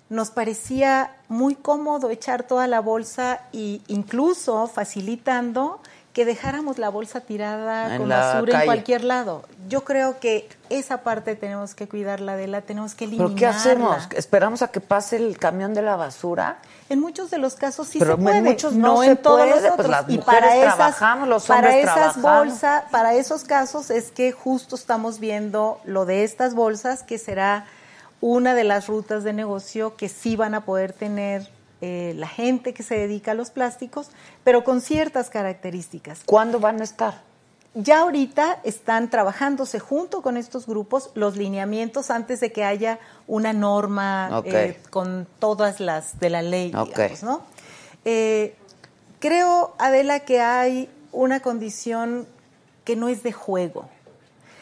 [SPEAKER 7] nos parecía muy cómodo echar toda la bolsa e incluso facilitando que dejáramos la bolsa tirada
[SPEAKER 2] En
[SPEAKER 7] con
[SPEAKER 2] la
[SPEAKER 7] basura
[SPEAKER 2] calle.
[SPEAKER 7] en cualquier lado. Yo creo que esa parte tenemos que cuidarla de la, tenemos que eliminarla.
[SPEAKER 2] ¿Pero qué hacemos? ¿Esperamos a que pase el camión de la basura?
[SPEAKER 7] En muchos de los casos sí
[SPEAKER 2] Pero
[SPEAKER 7] se
[SPEAKER 2] en
[SPEAKER 7] puede.
[SPEAKER 2] muchos no se puede, pues las
[SPEAKER 7] y
[SPEAKER 2] mujeres
[SPEAKER 7] para esas,
[SPEAKER 2] trabajamos, los
[SPEAKER 7] para
[SPEAKER 2] hombres
[SPEAKER 7] esas
[SPEAKER 2] trabajamos.
[SPEAKER 7] bolsas, para esos casos es que justo estamos viendo lo de estas bolsas que será una de las rutas de negocio que sí van a poder tener eh, la gente que se dedica a los plásticos, pero con ciertas características.
[SPEAKER 2] ¿Cuándo van a estar?
[SPEAKER 7] Ya ahorita están trabajándose junto con estos grupos los lineamientos antes de que haya una norma
[SPEAKER 2] Ok.
[SPEAKER 7] eh, con todas las de la ley,
[SPEAKER 2] Ok.
[SPEAKER 7] digamos, ¿no? Eh, creo, Adela, que hay una condición que no es de juego.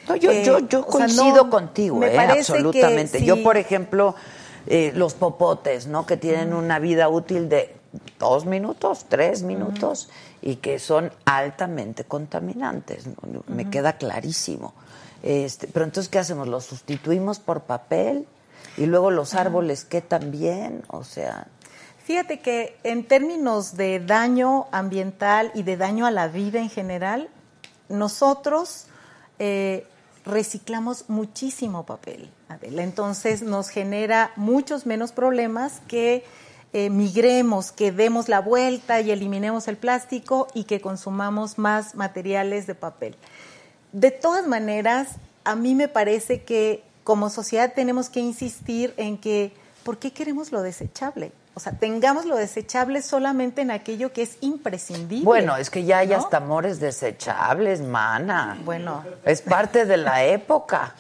[SPEAKER 2] No, yo,
[SPEAKER 7] Eh,
[SPEAKER 2] yo, yo
[SPEAKER 7] o sea,
[SPEAKER 2] coincido
[SPEAKER 7] no,
[SPEAKER 2] contigo,
[SPEAKER 7] me
[SPEAKER 2] eh,
[SPEAKER 7] parece que
[SPEAKER 2] absolutamente.
[SPEAKER 7] sí.
[SPEAKER 2] Yo, por ejemplo, eh, los popotes, ¿no? Que tienen una vida útil de dos minutos, tres minutos, y que son altamente contaminantes. ¿no? Me queda clarísimo. Este, pero entonces, ¿qué hacemos? ¿Los sustituimos por papel? Y luego los árboles, ¿qué también? O sea,
[SPEAKER 7] Fíjate que en términos de daño ambiental y de daño a la vida en general, nosotros eh, reciclamos muchísimo papel, Adela. Entonces nos genera muchos menos problemas que eh, migremos, que demos la vuelta y eliminemos el plástico y que consumamos más materiales de papel. De todas maneras, a mí me parece que como sociedad tenemos que insistir en que, ¿por qué queremos lo desechable? O sea, tengamos lo desechable solamente en aquello que es imprescindible.
[SPEAKER 2] Bueno, es que ya hay hasta amores desechables, mana.
[SPEAKER 7] Bueno.
[SPEAKER 2] Es parte de la época.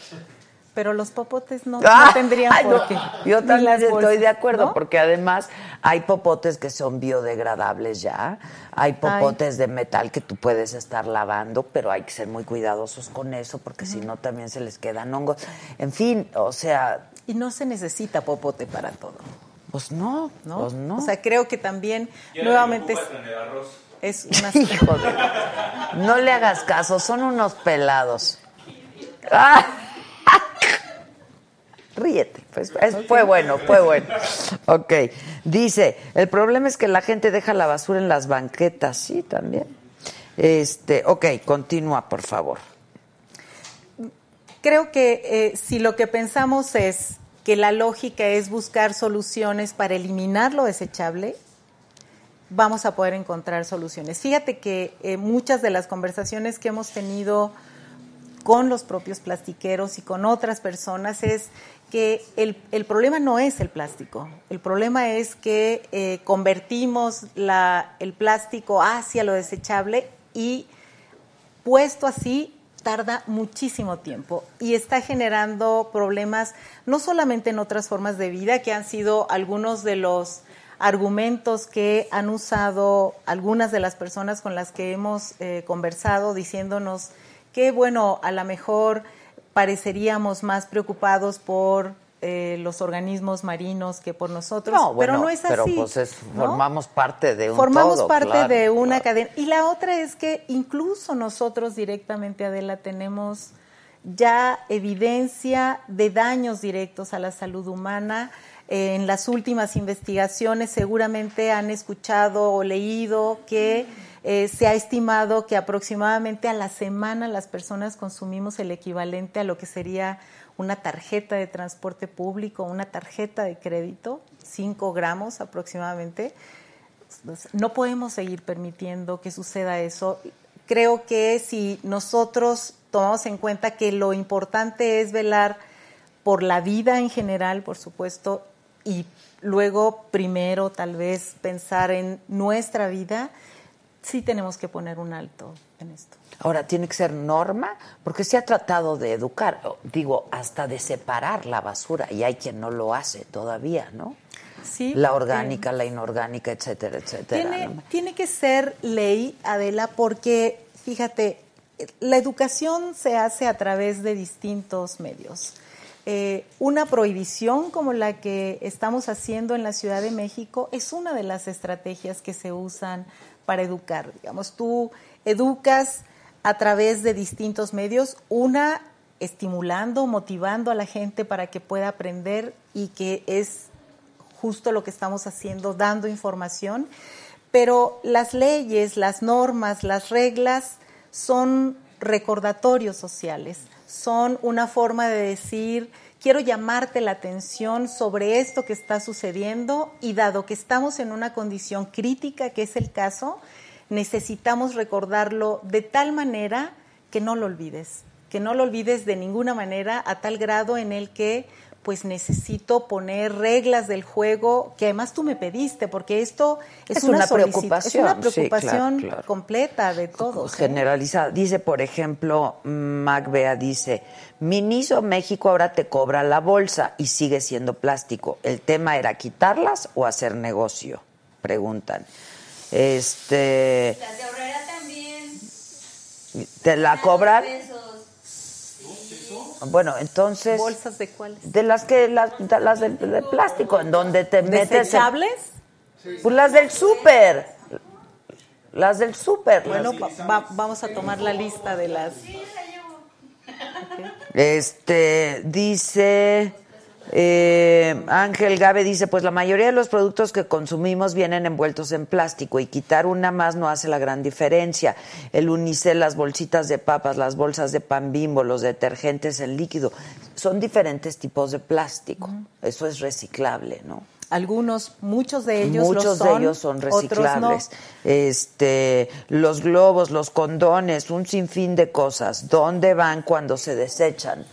[SPEAKER 7] Pero los popotes no,
[SPEAKER 2] Ah,
[SPEAKER 7] no tendrían
[SPEAKER 2] ay,
[SPEAKER 7] por
[SPEAKER 2] no.
[SPEAKER 7] qué.
[SPEAKER 2] Yo
[SPEAKER 7] Ni
[SPEAKER 2] también
[SPEAKER 7] las
[SPEAKER 2] estoy
[SPEAKER 7] bolsas,
[SPEAKER 2] de acuerdo,
[SPEAKER 7] ¿no?
[SPEAKER 2] porque además hay popotes que son biodegradables ya, hay popotes de metal que tú puedes estar lavando, pero hay que ser muy cuidadosos con eso, porque si no también se les quedan hongos. En fin, o sea,
[SPEAKER 7] Y no se necesita popote para todo,
[SPEAKER 2] pues no,
[SPEAKER 7] ¿no?
[SPEAKER 2] pues no.
[SPEAKER 7] O sea, creo que también
[SPEAKER 3] Yo le
[SPEAKER 7] nuevamente
[SPEAKER 3] digo, "Cúbate en el arroz".
[SPEAKER 7] es, es una...
[SPEAKER 2] *laughs* Hijo de- No le hagas caso, son unos pelados. Ah. *laughs* Ríete, pues es- fue bueno, fue bueno. Ok, dice, el problema es que la gente deja la basura en las banquetas, sí, también. Este, ok, continúa, por favor.
[SPEAKER 7] Creo que eh, si lo que pensamos es que la lógica es buscar soluciones para eliminar lo desechable, vamos a poder encontrar soluciones. Fíjate que eh, muchas de las conversaciones que hemos tenido con los propios plastiqueros y con otras personas es que el, el problema no es el plástico, el problema es que eh, convertimos la- el plástico hacia lo desechable y puesto así tarda muchísimo tiempo y está generando problemas no solamente en otras formas de vida, que han sido algunos de los argumentos que han usado algunas de las personas con las que hemos eh, conversado, diciéndonos que, bueno, a lo mejor pareceríamos más preocupados por eh, los organismos marinos que por nosotros, pero no es así.
[SPEAKER 2] pero pues es-
[SPEAKER 7] ¿no?
[SPEAKER 2] formamos parte de un
[SPEAKER 7] formamos
[SPEAKER 2] todo,
[SPEAKER 7] parte
[SPEAKER 2] claro,
[SPEAKER 7] de una
[SPEAKER 2] claro.
[SPEAKER 7] cadena. Y la otra es que incluso nosotros directamente, Adela, tenemos ya evidencia de daños directos a la salud humana. Eh, En las últimas investigaciones seguramente han escuchado o leído que eh, se ha estimado que aproximadamente a la semana las personas consumimos el equivalente a lo que sería una tarjeta de transporte público, una tarjeta de crédito, 5 gramos aproximadamente. Entonces, No podemos seguir permitiendo que suceda eso. Creo que si nosotros tomamos en cuenta que lo importante es velar por la vida en general, por supuesto, y luego primero tal vez pensar en nuestra vida, sí tenemos que poner un alto en esto.
[SPEAKER 2] Ahora, tiene que ser norma, porque se ha tratado de educar, o, digo, hasta de separar la basura, y hay quien no lo hace todavía, ¿no?
[SPEAKER 7] Sí,
[SPEAKER 2] La
[SPEAKER 7] porque-
[SPEAKER 2] orgánica, la inorgánica, etcétera, etcétera.
[SPEAKER 7] Tiene,
[SPEAKER 2] ¿no?
[SPEAKER 7] tiene que ser ley, Adela, porque fíjate, la educación se hace a través de distintos medios. Eh, una prohibición como la que estamos haciendo en la Ciudad de México es una de las estrategias que se usan para educar. Digamos, tú educas a través de distintos medios, una estimulando, motivando a la gente para que pueda aprender y que es justo lo que estamos haciendo, dando información, pero las leyes, las normas, las reglas son recordatorios sociales, son una forma de decir, quiero llamarte la atención sobre esto que está sucediendo y dado que estamos en una condición crítica, que es el caso, necesitamos recordarlo de tal manera que no lo olvides, que no lo olvides de ninguna manera a tal grado en el que pues necesito poner reglas del juego que además tú me pediste porque esto es,
[SPEAKER 2] Es una
[SPEAKER 7] solici- es
[SPEAKER 2] preocupación,
[SPEAKER 7] una
[SPEAKER 2] sí, claro,
[SPEAKER 7] preocupación
[SPEAKER 2] claro.
[SPEAKER 7] completa de todos. ¿eh?
[SPEAKER 2] Generalizada. Dice, por ejemplo, Magbea dice, Miniso México ahora te cobra la bolsa y sigue siendo plástico. ¿El tema era quitarlas o hacer negocio? Preguntan. Este,
[SPEAKER 5] Las de ahorrera también.
[SPEAKER 2] ¿te la cobran?
[SPEAKER 5] Pesos.
[SPEAKER 7] Pues,
[SPEAKER 2] Bueno, entonces...
[SPEAKER 7] Bolsas de cuáles?
[SPEAKER 2] De las que las, de, las del- de plástico, en donde te metes. en-
[SPEAKER 7] ¿Desechables?
[SPEAKER 2] Pues las del súper. Las del súper.
[SPEAKER 7] Bueno, va- va- vamos a tomar la lista de las
[SPEAKER 2] Este, dice. eh, Ángel Gabe dice, pues la mayoría de los productos que consumimos vienen envueltos en plástico y quitar una más no hace la gran diferencia. El unicel, las bolsitas de papas, las bolsas de pan bimbo, los detergentes, el líquido, son diferentes tipos de plástico. Eso es reciclable, ¿no?
[SPEAKER 7] algunos, muchos de ellos lo
[SPEAKER 2] Muchos
[SPEAKER 7] son,
[SPEAKER 2] de ellos son
[SPEAKER 7] otros no.
[SPEAKER 2] reciclables. Este, los globos, los condones, un sinfín de cosas. ¿Dónde van cuando se desechan?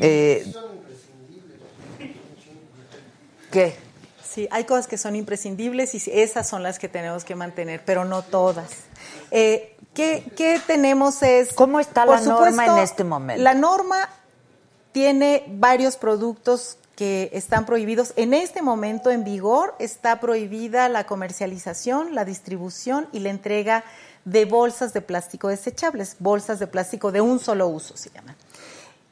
[SPEAKER 2] Eh, ¿Qué?
[SPEAKER 7] Sí, hay cosas que son imprescindibles y esas son las que tenemos que mantener, pero no todas. Eh, ¿qué, qué tenemos es...
[SPEAKER 2] ¿Cómo está la norma en este momento?
[SPEAKER 7] La norma tiene varios productos que están prohibidos. En este momento en vigor está prohibida la comercialización, la distribución y la entrega de bolsas de plástico desechables, bolsas de plástico de un solo uso se llaman.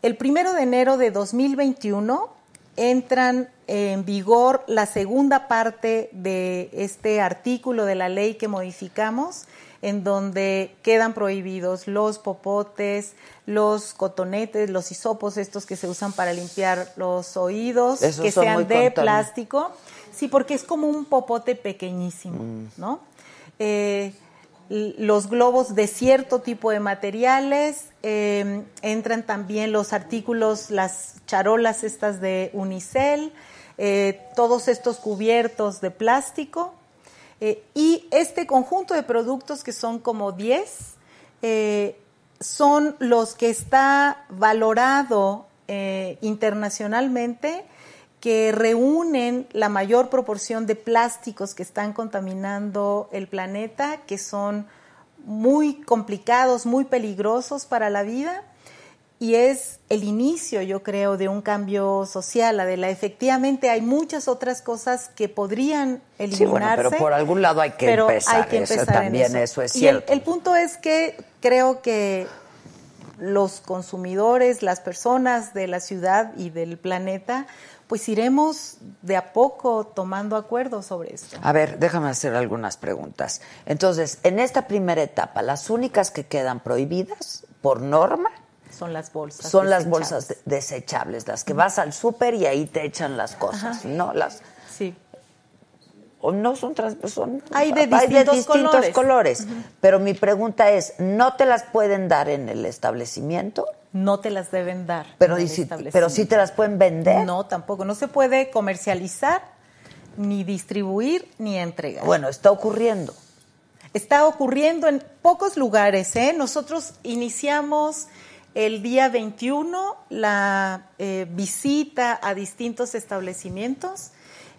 [SPEAKER 7] El primero de enero de 2021 entran en vigor la segunda parte de este artículo de la ley que modificamos, en donde quedan prohibidos los popotes, los cotonetes, los hisopos, estos que se usan para limpiar los oídos,
[SPEAKER 2] Esos
[SPEAKER 7] que
[SPEAKER 2] son muy
[SPEAKER 7] sean de
[SPEAKER 2] contamin-
[SPEAKER 7] plástico. Sí, porque es como un popote pequeñísimo, ¿no? Eh, l- los globos de cierto tipo de materiales, eh, entran también los artículos, las charolas estas de unicel, eh, todos estos cubiertos de plástico eh, y este conjunto de productos que son como 10 eh, son los que está valorado eh, internacionalmente que reúnen la mayor proporción de plásticos que están contaminando el planeta, que son muy complicados, muy peligrosos para la vida y es el inicio, yo creo, de un cambio social, Adela. Efectivamente, hay muchas otras cosas que podrían eliminarse.
[SPEAKER 2] Sí, bueno, pero por algún lado hay que
[SPEAKER 7] pero
[SPEAKER 2] empezar,
[SPEAKER 7] hay que
[SPEAKER 2] eso
[SPEAKER 7] empezar en
[SPEAKER 2] también, eso es
[SPEAKER 7] Y el-
[SPEAKER 2] cierto.
[SPEAKER 7] el punto es que creo que los consumidores, las personas de la ciudad y del planeta, pues iremos de a poco tomando acuerdos sobre esto.
[SPEAKER 2] A ver, déjame hacer algunas preguntas. Entonces, en esta primera etapa, las únicas que quedan prohibidas por norma
[SPEAKER 7] Son las bolsas.
[SPEAKER 2] son las
[SPEAKER 7] desechables.
[SPEAKER 2] bolsas de- desechables, las que vas al súper y ahí te echan las cosas,
[SPEAKER 7] Ajá.
[SPEAKER 2] ¿no? Las
[SPEAKER 7] Sí.
[SPEAKER 2] o no son trans, pues son
[SPEAKER 7] Hay de distintos colores.
[SPEAKER 2] colores. Pero mi pregunta es, ¿no te las pueden dar en el establecimiento?
[SPEAKER 7] No te las deben dar.
[SPEAKER 2] Pero
[SPEAKER 7] en
[SPEAKER 2] y
[SPEAKER 7] el
[SPEAKER 2] si-
[SPEAKER 7] establecimiento.
[SPEAKER 2] pero sí te las pueden vender.
[SPEAKER 7] No, tampoco. No se puede comercializar, ni distribuir, ni entregar.
[SPEAKER 2] Bueno, está ocurriendo.
[SPEAKER 7] Está ocurriendo en pocos lugares. ¿eh? Nosotros iniciamos el día 21 la eh, visita a distintos establecimientos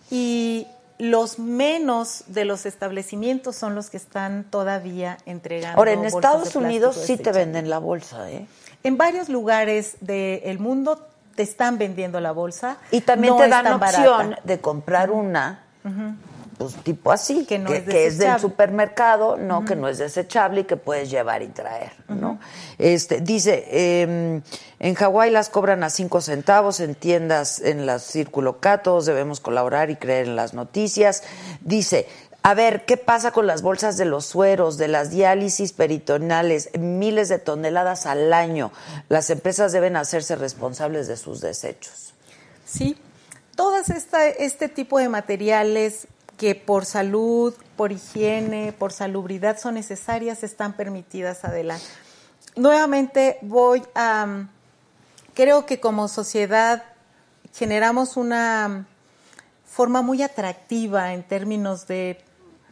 [SPEAKER 7] y los menos de los establecimientos son los que están todavía entregando.
[SPEAKER 2] Ahora, en
[SPEAKER 7] bolsas de
[SPEAKER 2] Estados
[SPEAKER 7] plástico
[SPEAKER 2] Unidos sí te
[SPEAKER 7] desechables.
[SPEAKER 2] venden la bolsa, ¿eh?
[SPEAKER 7] En varios lugares del mundo te están vendiendo la bolsa.
[SPEAKER 2] Y también
[SPEAKER 7] No
[SPEAKER 2] te
[SPEAKER 7] es
[SPEAKER 2] dan
[SPEAKER 7] tan
[SPEAKER 2] opción
[SPEAKER 7] barata.
[SPEAKER 2] de comprar una,
[SPEAKER 7] Ujú.
[SPEAKER 2] pues tipo así, que,
[SPEAKER 7] no
[SPEAKER 2] que
[SPEAKER 7] es
[SPEAKER 2] es del
[SPEAKER 7] desechable.
[SPEAKER 2] supermercado, no, que no es desechable y que puedes llevar y traer, ¿no? Este, dice, eh, en Hawái las cobran a cinco centavos, en tiendas, en las Círculo K, todos debemos colaborar y creer en las noticias. Dice, a ver, ¿qué pasa con las bolsas de los sueros, de las diálisis peritonales? Miles de toneladas al año. Las empresas deben hacerse responsables de sus desechos.
[SPEAKER 7] Sí, todas esta, este tipo de materiales que por salud, por higiene, por salubridad son necesarias, están permitidas adelante. Nuevamente voy a... mm, Creo que como sociedad generamos una mm, forma muy atractiva en términos de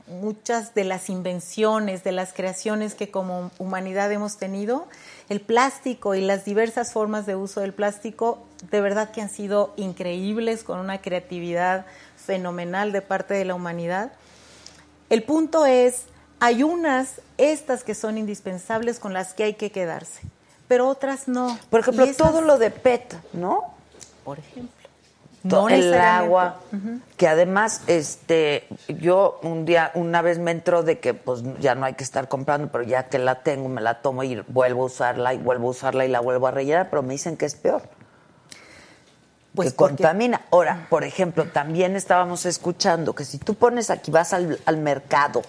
[SPEAKER 7] muchas de las invenciones, de las creaciones que como humanidad hemos tenido, el plástico y las diversas formas de uso del plástico, de verdad que han sido increíbles, con una creatividad fenomenal de parte de la humanidad. El punto es, hay unas, estas que son indispensables con las que hay que quedarse, pero otras no.
[SPEAKER 2] Por ejemplo,
[SPEAKER 7] Y esas-
[SPEAKER 2] todo lo de PET, ¿no?
[SPEAKER 7] Por ejemplo.
[SPEAKER 2] To- el
[SPEAKER 7] necesariamente.
[SPEAKER 2] agua,
[SPEAKER 7] Ujú.
[SPEAKER 2] que además, este, yo un día, una vez me entró de que pues ya no hay que estar comprando, pero ya que la tengo, me la tomo y vuelvo a usarla y vuelvo a usarla y la vuelvo a rellenar, pero me dicen que es peor,
[SPEAKER 7] Pues
[SPEAKER 2] que
[SPEAKER 7] porque-
[SPEAKER 2] contamina. Ahora, por ejemplo, también estábamos escuchando que si tú pones aquí, vas al, al mercado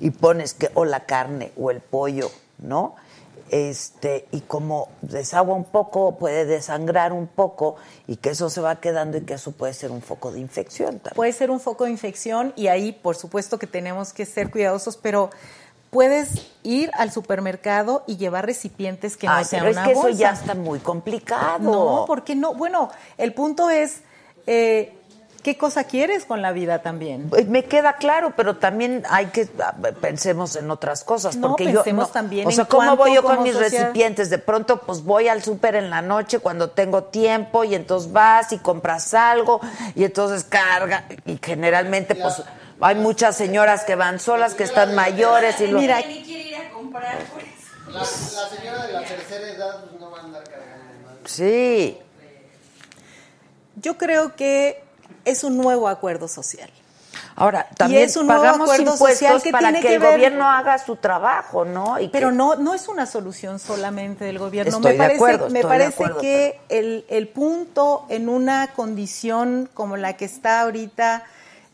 [SPEAKER 2] y pones que o la carne o el pollo, ¿no? Este, y como desagua un poco, puede desangrar un poco y que eso se va quedando y que eso puede ser un foco de infección también.
[SPEAKER 7] Puede ser un foco de infección y ahí, por supuesto, que tenemos que ser cuidadosos, pero puedes ir al supermercado y llevar recipientes que
[SPEAKER 2] Ay,
[SPEAKER 7] no sean
[SPEAKER 2] Ah, pero es
[SPEAKER 7] una
[SPEAKER 2] que eso
[SPEAKER 7] bolsa.
[SPEAKER 2] ya está muy complicado.
[SPEAKER 7] No, porque no. Bueno, el punto es eh, ¿Qué cosa quieres con la vida también?
[SPEAKER 2] Pues Me queda claro, pero también hay que ah, pensemos en otras cosas,
[SPEAKER 7] No,
[SPEAKER 2] porque yo
[SPEAKER 7] pensemos también
[SPEAKER 2] o
[SPEAKER 7] en
[SPEAKER 2] sea, cómo
[SPEAKER 7] cuánto
[SPEAKER 2] voy yo con
[SPEAKER 7] como
[SPEAKER 2] mis
[SPEAKER 7] sociedad-
[SPEAKER 2] recipientes. De pronto, pues voy al súper en la noche cuando tengo tiempo y entonces vas y compras algo y entonces carga y generalmente, pues hay muchas señoras que van solas, que están mayores y lo.
[SPEAKER 7] Mira,
[SPEAKER 5] Ni quiere ir a comprar pues. por eso.
[SPEAKER 4] La, la señora de la tercera edad pues, no va a andar cargando. ¿no?
[SPEAKER 2] sí,
[SPEAKER 7] Yo creo que es un nuevo acuerdo social.
[SPEAKER 2] ahora también
[SPEAKER 7] es un nuevo
[SPEAKER 2] pagamos
[SPEAKER 7] acuerdo social
[SPEAKER 2] impuestos
[SPEAKER 7] que
[SPEAKER 2] para
[SPEAKER 7] tiene
[SPEAKER 2] que,
[SPEAKER 7] que
[SPEAKER 2] el
[SPEAKER 7] ver-
[SPEAKER 2] gobierno haga su trabajo, ¿no? Y
[SPEAKER 7] Pero
[SPEAKER 2] que-
[SPEAKER 7] no, no es una solución solamente del gobierno.
[SPEAKER 2] Eh, Estoy de
[SPEAKER 7] me parece,
[SPEAKER 2] acuerdo, estoy
[SPEAKER 7] me
[SPEAKER 2] de
[SPEAKER 7] parece
[SPEAKER 2] acuerdo,
[SPEAKER 7] que el, el punto en una condición como la que está ahorita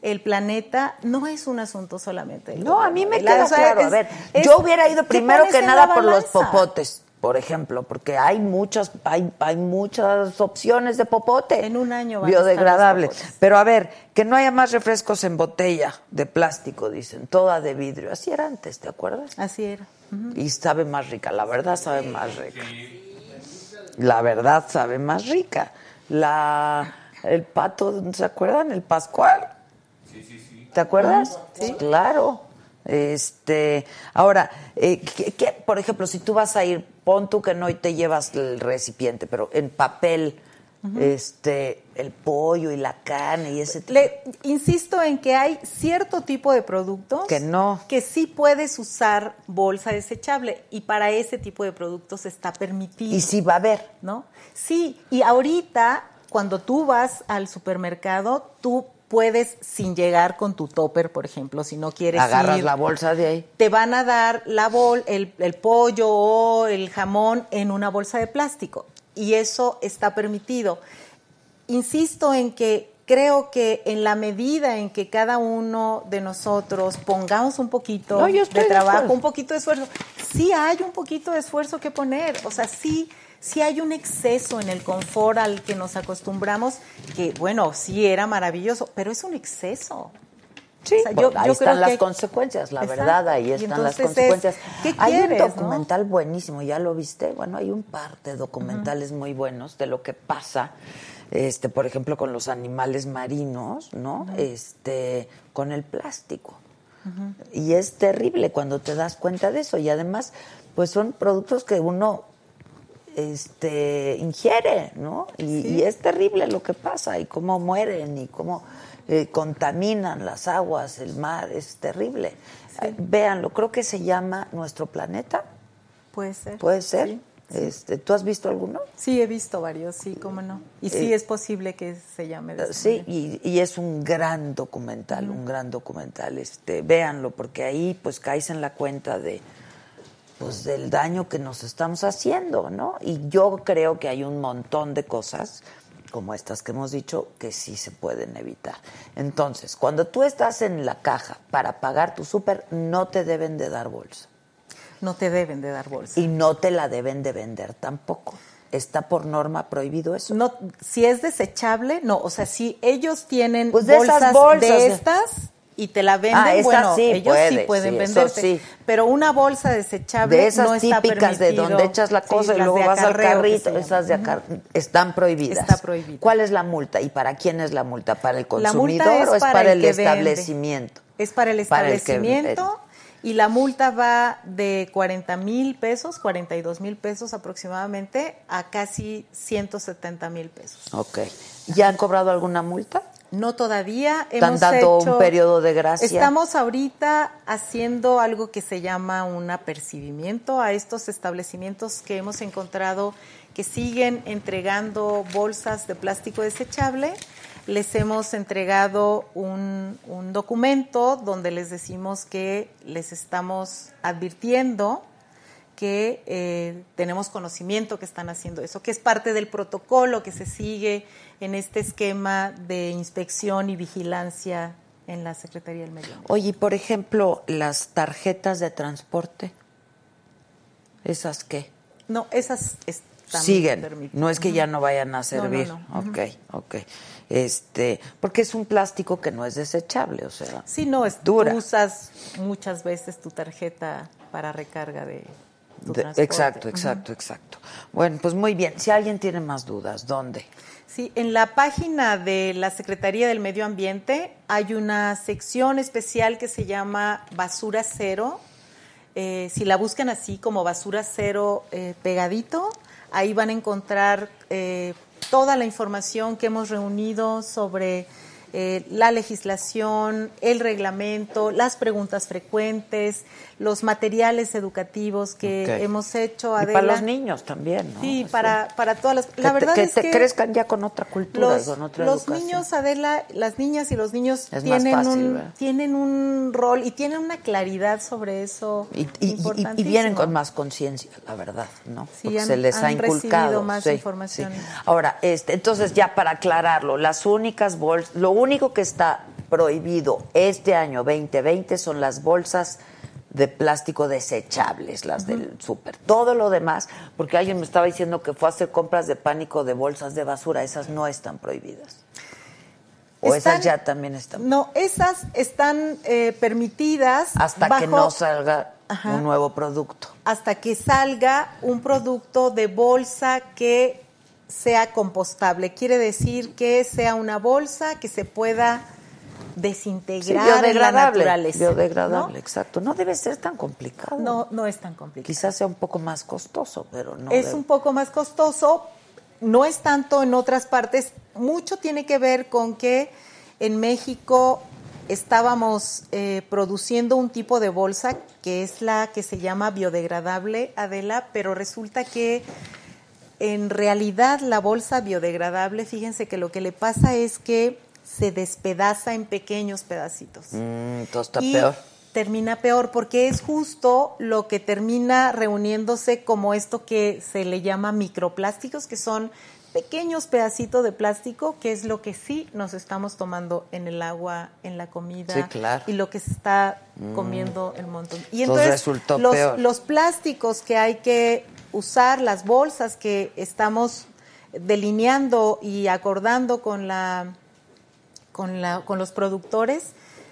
[SPEAKER 7] el planeta no es un asunto solamente del
[SPEAKER 2] No, a mí me
[SPEAKER 7] gobierno. La-
[SPEAKER 2] queda
[SPEAKER 7] o sea,
[SPEAKER 2] claro. A
[SPEAKER 7] es-
[SPEAKER 2] ver,
[SPEAKER 7] es-
[SPEAKER 2] yo hubiera ido
[SPEAKER 7] ¿qué
[SPEAKER 2] primero
[SPEAKER 7] pones
[SPEAKER 2] que
[SPEAKER 7] en la
[SPEAKER 2] nada por los
[SPEAKER 7] balanza?
[SPEAKER 2] popotes, por ejemplo, porque hay muchas, hay, hay muchas opciones de popote.
[SPEAKER 7] En un año van a estar
[SPEAKER 2] Biodegradable.
[SPEAKER 7] los popotes.
[SPEAKER 2] Pero a ver, que no haya más refrescos en botella de plástico, dicen, toda de vidrio. Así era antes, ¿te acuerdas?
[SPEAKER 7] Así era.
[SPEAKER 2] Y sabe más rica, la verdad sabe más rica. La verdad sabe más rica. La el pato, ¿se acuerdan? El Pascual. ¿Te acuerdas? Sí. Claro. Este, ahora, eh, ¿qué- qué- por ejemplo, si tú vas a ir, pon tú que no y te llevas el recipiente, pero en papel, este, el pollo y la carne y ese tipo.
[SPEAKER 7] Le- insisto en que hay cierto tipo de productos
[SPEAKER 2] Que no.
[SPEAKER 7] que sí puedes usar bolsa desechable y para ese tipo de productos está permitido.
[SPEAKER 2] Y sí va a haber.
[SPEAKER 7] ¿no? Sí, y ahorita cuando tú vas al supermercado, tú puedes sin llegar con tu topper, por ejemplo, si no quieres
[SPEAKER 2] Agarras
[SPEAKER 7] ir,
[SPEAKER 2] la bolsa de ahí.
[SPEAKER 7] te van a dar la bol, el, el pollo o el jamón en una bolsa de plástico y eso está permitido. Insisto en que creo que en la medida en que cada uno de nosotros pongamos un poquito
[SPEAKER 2] No, yo estoy
[SPEAKER 7] de
[SPEAKER 2] de
[SPEAKER 7] trabajo,
[SPEAKER 2] acuerdo.
[SPEAKER 7] un poquito de esfuerzo, sí hay un poquito de esfuerzo que poner, o sea, sí sí hay un exceso en el confort al que nos acostumbramos, que bueno, sí era maravilloso, pero es un exceso.
[SPEAKER 2] Sí,
[SPEAKER 7] O sea, yo-
[SPEAKER 2] pues, ahí
[SPEAKER 7] yo creo
[SPEAKER 2] están las
[SPEAKER 7] que-
[SPEAKER 2] consecuencias, la
[SPEAKER 7] Exacto.
[SPEAKER 2] verdad, ahí
[SPEAKER 7] Y
[SPEAKER 2] están las
[SPEAKER 7] entonces es,
[SPEAKER 2] consecuencias.
[SPEAKER 7] ¿qué
[SPEAKER 2] hay
[SPEAKER 7] quieres,
[SPEAKER 2] un
[SPEAKER 7] no?
[SPEAKER 2] documental buenísimo, ya lo viste. Bueno, hay un par de documentales muy buenos de lo que pasa, este, por ejemplo, con los animales marinos, ¿no? Este, con el plástico. Y es terrible cuando te das cuenta de eso. Y además, pues son productos que uno este ingiere, ¿no? Y, y es terrible lo que pasa y cómo mueren y cómo eh, contaminan las aguas, el mar, es terrible. Eh, véanlo, creo que se llama Nuestro Planeta,
[SPEAKER 7] Puede ser.
[SPEAKER 2] puede ser. Este, ¿Tú has visto alguno?
[SPEAKER 7] Sí, he visto varios, sí, cómo no. Y sí
[SPEAKER 2] Eh,
[SPEAKER 7] es posible que se llame. de esa
[SPEAKER 2] Sí,
[SPEAKER 7] manera.
[SPEAKER 2] y, y es un gran documental, un gran documental. Este, véanlo, porque ahí pues caes en la cuenta de pues del daño que nos estamos haciendo, ¿no? Y yo creo que hay un montón de cosas como estas que hemos dicho que sí se pueden evitar. Entonces, cuando tú estás en la caja para pagar tu súper, no te deben de dar bolsa
[SPEAKER 7] No te deben de dar bolsa.
[SPEAKER 2] y no te la deben de vender tampoco. Está por norma prohibido eso.
[SPEAKER 7] No, si es desechable, no. O sea, si ellos tienen
[SPEAKER 2] Pues de
[SPEAKER 7] bolsas,
[SPEAKER 2] esas bolsas,
[SPEAKER 7] de
[SPEAKER 2] de-
[SPEAKER 7] estas y te la venden,
[SPEAKER 2] Ah, esa
[SPEAKER 7] bueno,
[SPEAKER 2] sí
[SPEAKER 7] ellos sí
[SPEAKER 2] puede,
[SPEAKER 7] pueden
[SPEAKER 2] sí, eso
[SPEAKER 7] venderte.
[SPEAKER 2] sí.
[SPEAKER 7] Pero una bolsa desechable
[SPEAKER 2] de esas
[SPEAKER 7] no está
[SPEAKER 2] típicas de
[SPEAKER 7] permitido.
[SPEAKER 2] donde echas la
[SPEAKER 7] Sí,
[SPEAKER 2] cosa y
[SPEAKER 7] las
[SPEAKER 2] luego
[SPEAKER 7] de
[SPEAKER 2] vas al
[SPEAKER 7] acarreo que se
[SPEAKER 2] carrito,
[SPEAKER 7] llaman.
[SPEAKER 2] esas de acar- están prohibidas.
[SPEAKER 7] Está prohibida.
[SPEAKER 2] ¿Cuál es la multa y para quién es la multa? ¿Para el
[SPEAKER 7] La
[SPEAKER 2] consumidor
[SPEAKER 7] multa es
[SPEAKER 2] o es para, el,
[SPEAKER 7] que vende.
[SPEAKER 2] establecimiento?
[SPEAKER 7] Es para el
[SPEAKER 2] Para el que
[SPEAKER 7] establecimiento. y la multa va de 40 mil pesos, 42 mil pesos aproximadamente, a casi 170 mil pesos.
[SPEAKER 2] Ok. ¿Ya han cobrado alguna multa?
[SPEAKER 7] No todavía.
[SPEAKER 2] ¿Te han
[SPEAKER 7] hemos
[SPEAKER 2] dado un
[SPEAKER 7] hecho-
[SPEAKER 2] periodo de gracia?
[SPEAKER 7] Estamos ahorita haciendo algo que se llama un apercibimiento a estos establecimientos que hemos encontrado que siguen entregando bolsas de plástico desechable. Les hemos entregado un, un documento donde les decimos que les estamos advirtiendo que eh, tenemos conocimiento que están haciendo eso, que es parte del protocolo que se sigue en este esquema de inspección y vigilancia en la Secretaría del Medio Ambiente.
[SPEAKER 2] Oye, y por ejemplo, las tarjetas de transporte. ¿Esas qué?
[SPEAKER 7] No, esas están
[SPEAKER 2] siguen.
[SPEAKER 7] permitidas.
[SPEAKER 2] No es que ya no vayan a
[SPEAKER 7] no,
[SPEAKER 2] servir.
[SPEAKER 7] no. Ujú.
[SPEAKER 2] Ok, ok. Este, porque es un plástico que no es desechable, o sea.
[SPEAKER 7] Sí, no, es, tú
[SPEAKER 2] dura.
[SPEAKER 7] usas muchas veces tu tarjeta para recarga de, tu
[SPEAKER 2] De-
[SPEAKER 7] transporte.
[SPEAKER 2] exacto,
[SPEAKER 7] Ujú.
[SPEAKER 2] exacto, exacto. Bueno, pues muy bien. Si alguien tiene más dudas, ¿dónde?
[SPEAKER 7] Sí, en la página de la Secretaría del Medio Ambiente hay una sección especial que se llama Basura Cero. Eh, si la buscan así como Basura Cero eh, pegadito, ahí van a encontrar eh, toda la información que hemos reunido sobre eh, la legislación, el reglamento, las preguntas frecuentes, los materiales educativos que
[SPEAKER 2] Ok.
[SPEAKER 7] hemos hecho.
[SPEAKER 2] Y
[SPEAKER 7] Adela.
[SPEAKER 2] para los niños también, ¿no?
[SPEAKER 7] Sí,
[SPEAKER 2] O sea,
[SPEAKER 7] para, para todas las...
[SPEAKER 2] que
[SPEAKER 7] la
[SPEAKER 2] te-
[SPEAKER 7] verdad
[SPEAKER 2] que
[SPEAKER 7] es
[SPEAKER 2] te
[SPEAKER 7] que
[SPEAKER 2] crezcan ya con otra cultura,
[SPEAKER 7] los,
[SPEAKER 2] con otra
[SPEAKER 7] los
[SPEAKER 2] educación.
[SPEAKER 7] niños, Adela, las niñas y los niños
[SPEAKER 2] Es más
[SPEAKER 7] tienen,
[SPEAKER 2] fácil,
[SPEAKER 7] un,
[SPEAKER 2] ¿verdad?
[SPEAKER 7] tienen un rol y tienen una claridad sobre eso.
[SPEAKER 2] Y, y- y- y- y vienen con más conciencia, la verdad, ¿no? Porque
[SPEAKER 7] han-
[SPEAKER 2] se les ha
[SPEAKER 7] han recibido
[SPEAKER 2] inculcado.
[SPEAKER 7] más
[SPEAKER 2] sí,
[SPEAKER 7] información.
[SPEAKER 2] sí. Ahora, este, entonces ya para aclararlo, las únicas bolsas, lo único que está prohibido este año 2020 son las bolsas de plástico desechables, las del súper. Todo lo demás, porque alguien me estaba diciendo que fue a hacer compras de pánico de bolsas de basura, esas no están prohibidas. O
[SPEAKER 7] Están-
[SPEAKER 2] esas ya también están.
[SPEAKER 7] No, esas están eh, permitidas
[SPEAKER 2] Hasta que
[SPEAKER 7] bajo-
[SPEAKER 2] no salga
[SPEAKER 7] Ajá.
[SPEAKER 2] un nuevo producto.
[SPEAKER 7] hasta que salga un producto de bolsa que sea compostable. Quiere decir que sea una bolsa que se pueda desintegrar en la naturaleza.
[SPEAKER 2] biodegradable,
[SPEAKER 7] ¿no?
[SPEAKER 2] exacto. No debe ser tan complicado.
[SPEAKER 7] No, no es tan complicado.
[SPEAKER 2] Quizás sea un poco más costoso, pero no.
[SPEAKER 7] es
[SPEAKER 2] debe-
[SPEAKER 7] un poco más costoso, no es tanto en otras partes. Mucho tiene que ver con que en México estábamos eh, produciendo un tipo de bolsa que es la que se llama biodegradable, Adela, pero resulta que en realidad la bolsa biodegradable, fíjense que lo que le pasa es que se despedaza en pequeños pedacitos
[SPEAKER 2] Mm, entonces está
[SPEAKER 7] y
[SPEAKER 2] peor.
[SPEAKER 7] Termina peor porque es justo lo que termina reuniéndose como esto que se le llama microplásticos, que son pequeños pedacitos de plástico, que es lo que sí nos estamos tomando en el agua, en la comida
[SPEAKER 2] Sí, claro.
[SPEAKER 7] y lo que se está
[SPEAKER 2] Mm.
[SPEAKER 7] comiendo el montón.
[SPEAKER 2] Entonces
[SPEAKER 7] Y entonces
[SPEAKER 2] resultó
[SPEAKER 7] los,
[SPEAKER 2] peor.
[SPEAKER 7] los plásticos que hay que usar, las bolsas que estamos delineando y acordando con la con, la, con los productores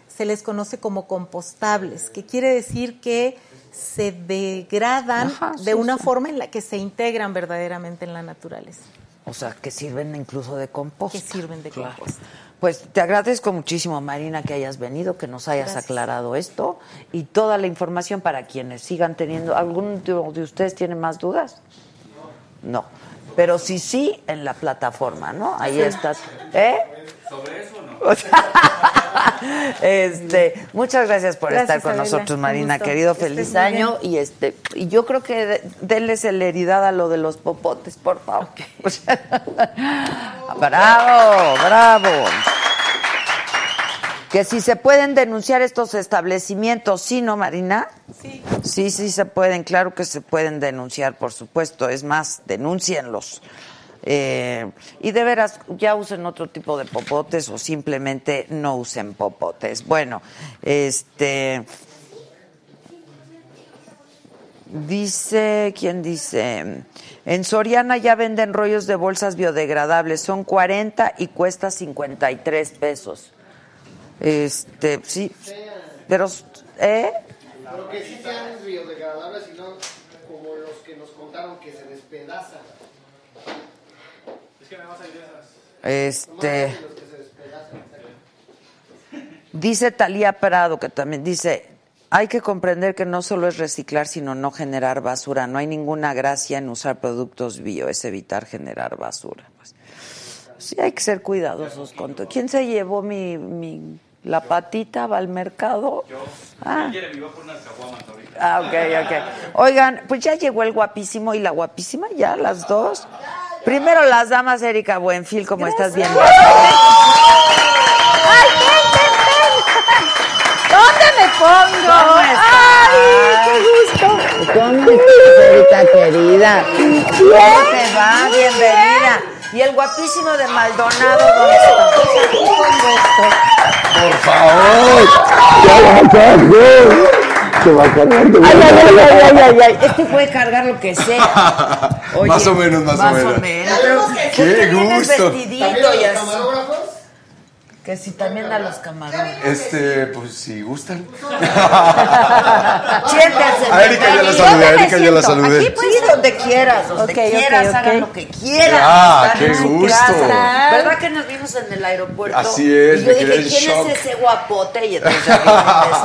[SPEAKER 7] se les conoce como compostables, que quiere decir que se degradan
[SPEAKER 2] Ajá,
[SPEAKER 7] de
[SPEAKER 2] sí,
[SPEAKER 7] una
[SPEAKER 2] sí.
[SPEAKER 7] forma en la que se integran verdaderamente en la naturaleza.
[SPEAKER 2] O sea, que sirven incluso de compost.
[SPEAKER 7] Que sirven de
[SPEAKER 2] Claro.
[SPEAKER 7] composta.
[SPEAKER 2] Pues te agradezco muchísimo, Marina, que hayas venido, que nos hayas
[SPEAKER 7] Gracias.
[SPEAKER 2] aclarado esto y toda la información para quienes sigan teniendo. ¿Alguno de de ustedes tiene más dudas? No. Pero si sí, en la plataforma, ¿no? Ahí estás. ¿Eh?
[SPEAKER 3] ¿Sobre eso o no?
[SPEAKER 2] O sea, *laughs* este, muchas gracias por
[SPEAKER 7] Gracias,
[SPEAKER 2] estar con
[SPEAKER 7] Adela.
[SPEAKER 2] nosotros,
[SPEAKER 7] Un
[SPEAKER 2] Marina,
[SPEAKER 7] gusto.
[SPEAKER 2] querido,
[SPEAKER 7] Estés
[SPEAKER 2] feliz
[SPEAKER 7] muy
[SPEAKER 2] año y este, y yo creo que de- denle celeridad a lo de los popotes, por favor. *laughs* bravo, bravo. Que si se pueden denunciar estos establecimientos, ¿sí, no, Marina?
[SPEAKER 7] Sí.
[SPEAKER 2] Sí, sí se pueden, claro que se pueden denunciar, por supuesto. Es más, denúncienlos. Eh, y de veras, ya usen otro tipo de popotes o simplemente no usen popotes. Bueno, este. Dice, ¿quién dice? En Soriana ya venden rollos de bolsas biodegradables. Son 40 y cuesta 53 pesos. Este, sí. Pero, ¿eh?
[SPEAKER 4] Pero que sí sean biodegradables y no como los que nos contaron que se despedazan.
[SPEAKER 2] Este. Dice Talía Prado, que también dice, hay que comprender que no solo es reciclar, sino no generar basura. No hay ninguna gracia en usar productos bio, es evitar generar basura. Pues, sí, hay que ser cuidadosos con todo. ¿Quién se llevó mi, mi- la patita? ¿Va al mercado? Ah.
[SPEAKER 3] Quiere mi por unas caguamas ahorita.
[SPEAKER 2] Ah, ok, ok. Oigan, pues ya llegó el guapísimo y la guapísima, ya las dos. Primero las damas, Erika Buenfil, como estás viendo.
[SPEAKER 8] ¡Ay, ven, ven, ven! ¿Dónde me pongo? ¡Ay, qué gusto!
[SPEAKER 2] ¿Cómo estás, Erika querida? ¿Cómo te va?
[SPEAKER 8] muy
[SPEAKER 2] Bienvenida. Y el guapísimo de Maldonado, ¿dónde está? Pues aquí con gusto.
[SPEAKER 9] Por favor. Se va a cargar de
[SPEAKER 2] Ay, ay, ay,
[SPEAKER 9] verdad.
[SPEAKER 2] ay, ay, ay, ay. Este puede cargar lo que sea.
[SPEAKER 9] *laughs*
[SPEAKER 2] Oye,
[SPEAKER 9] más o menos, más, o menos.
[SPEAKER 2] Pero, ¿por
[SPEAKER 9] Qué
[SPEAKER 2] vienes
[SPEAKER 9] gusto.
[SPEAKER 2] vestidito y así? Que si también a los camarones.
[SPEAKER 10] Este, pues si gustan.
[SPEAKER 2] Siéntense.
[SPEAKER 10] A Erika ya la saludé, a Erika ya la saludé.
[SPEAKER 2] Aquí pues sí, donde quieras, donde
[SPEAKER 10] Ok, ok,
[SPEAKER 2] quieras,
[SPEAKER 10] ok.
[SPEAKER 2] hagan lo que quieran.
[SPEAKER 10] Ah,
[SPEAKER 2] Están
[SPEAKER 10] qué
[SPEAKER 2] en su
[SPEAKER 10] gusto.
[SPEAKER 2] casa. ¿Verdad que nos vimos en el aeropuerto?
[SPEAKER 10] Así es,
[SPEAKER 2] Y
[SPEAKER 10] me
[SPEAKER 2] yo
[SPEAKER 10] quedé
[SPEAKER 2] dije,
[SPEAKER 10] en
[SPEAKER 2] ¿quién
[SPEAKER 10] shock".
[SPEAKER 2] es ese guapote? Y entonces yo me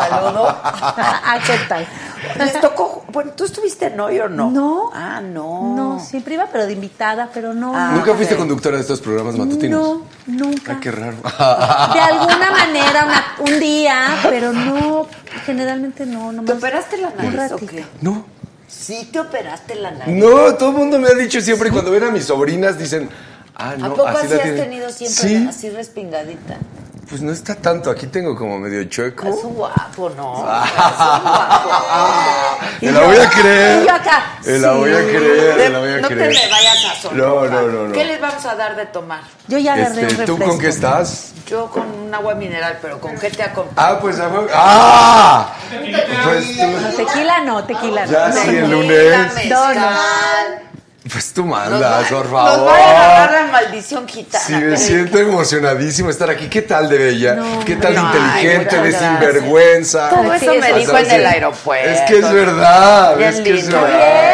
[SPEAKER 2] saludo.
[SPEAKER 7] Ah, ¿qué tal?
[SPEAKER 2] *laughs* Les tocó. Bueno, ¿tú estuviste en hoy o no? No. Ah, no.
[SPEAKER 11] No, siempre iba, pero de invitada, pero no.
[SPEAKER 2] Ah,
[SPEAKER 10] ¿Nunca fuiste conductora de estos programas
[SPEAKER 2] Mm.
[SPEAKER 10] matutinos?
[SPEAKER 11] No, nunca.
[SPEAKER 10] Ay, qué raro.
[SPEAKER 11] De alguna manera, una- un día, pero no, generalmente no. Nomás ¿Te operaste la
[SPEAKER 2] nariz o qué?
[SPEAKER 10] No.
[SPEAKER 2] Sí te operaste la nariz.
[SPEAKER 10] No, todo el mundo me ha dicho siempre, cuando ven a mis sobrinas, dicen, ah, no,
[SPEAKER 2] ¿A poco
[SPEAKER 10] así
[SPEAKER 2] así,
[SPEAKER 10] la
[SPEAKER 2] has
[SPEAKER 10] tienen.
[SPEAKER 2] tenido siempre
[SPEAKER 10] Sí,
[SPEAKER 2] así respingadita?
[SPEAKER 10] pues no está tanto, aquí tengo como medio chueco. *laughs*
[SPEAKER 2] Es un guapo, ¿no?
[SPEAKER 10] Te la voy a creer.
[SPEAKER 2] Y yo acá.
[SPEAKER 10] Te la voy a
[SPEAKER 2] sí.
[SPEAKER 10] creer, te
[SPEAKER 2] De-
[SPEAKER 10] la voy a
[SPEAKER 2] no
[SPEAKER 10] creer.
[SPEAKER 2] te me vayas a sorprender.
[SPEAKER 10] No, no, no, no.
[SPEAKER 2] ¿Qué les vamos a dar de tomar?
[SPEAKER 7] Yo
[SPEAKER 10] Este, ¿Tú con qué estás?
[SPEAKER 2] Yo con un agua mineral, pero ¿con qué te acompaño?
[SPEAKER 10] Ah, pues a huevo- ¡Ah! Pues tú.
[SPEAKER 7] Tequila no, tequila no.
[SPEAKER 10] Ya sí, el lunes.
[SPEAKER 7] No, no.
[SPEAKER 10] Pues tú mandas, por
[SPEAKER 2] Nos va a agarrar
[SPEAKER 10] favor.
[SPEAKER 2] la maldición gitana.
[SPEAKER 10] Sí, me siento emocionadísimo estar aquí. ¿Qué tal de bella? ¿Qué tal de
[SPEAKER 2] Ay,
[SPEAKER 10] inteligente,
[SPEAKER 2] muchas
[SPEAKER 10] de
[SPEAKER 2] gracias.
[SPEAKER 10] sinvergüenza?
[SPEAKER 2] Todo eso me dijo en el aeropuerto.
[SPEAKER 10] Es que es verdad.
[SPEAKER 2] Bien
[SPEAKER 10] es que es
[SPEAKER 2] lindo.
[SPEAKER 10] verdad.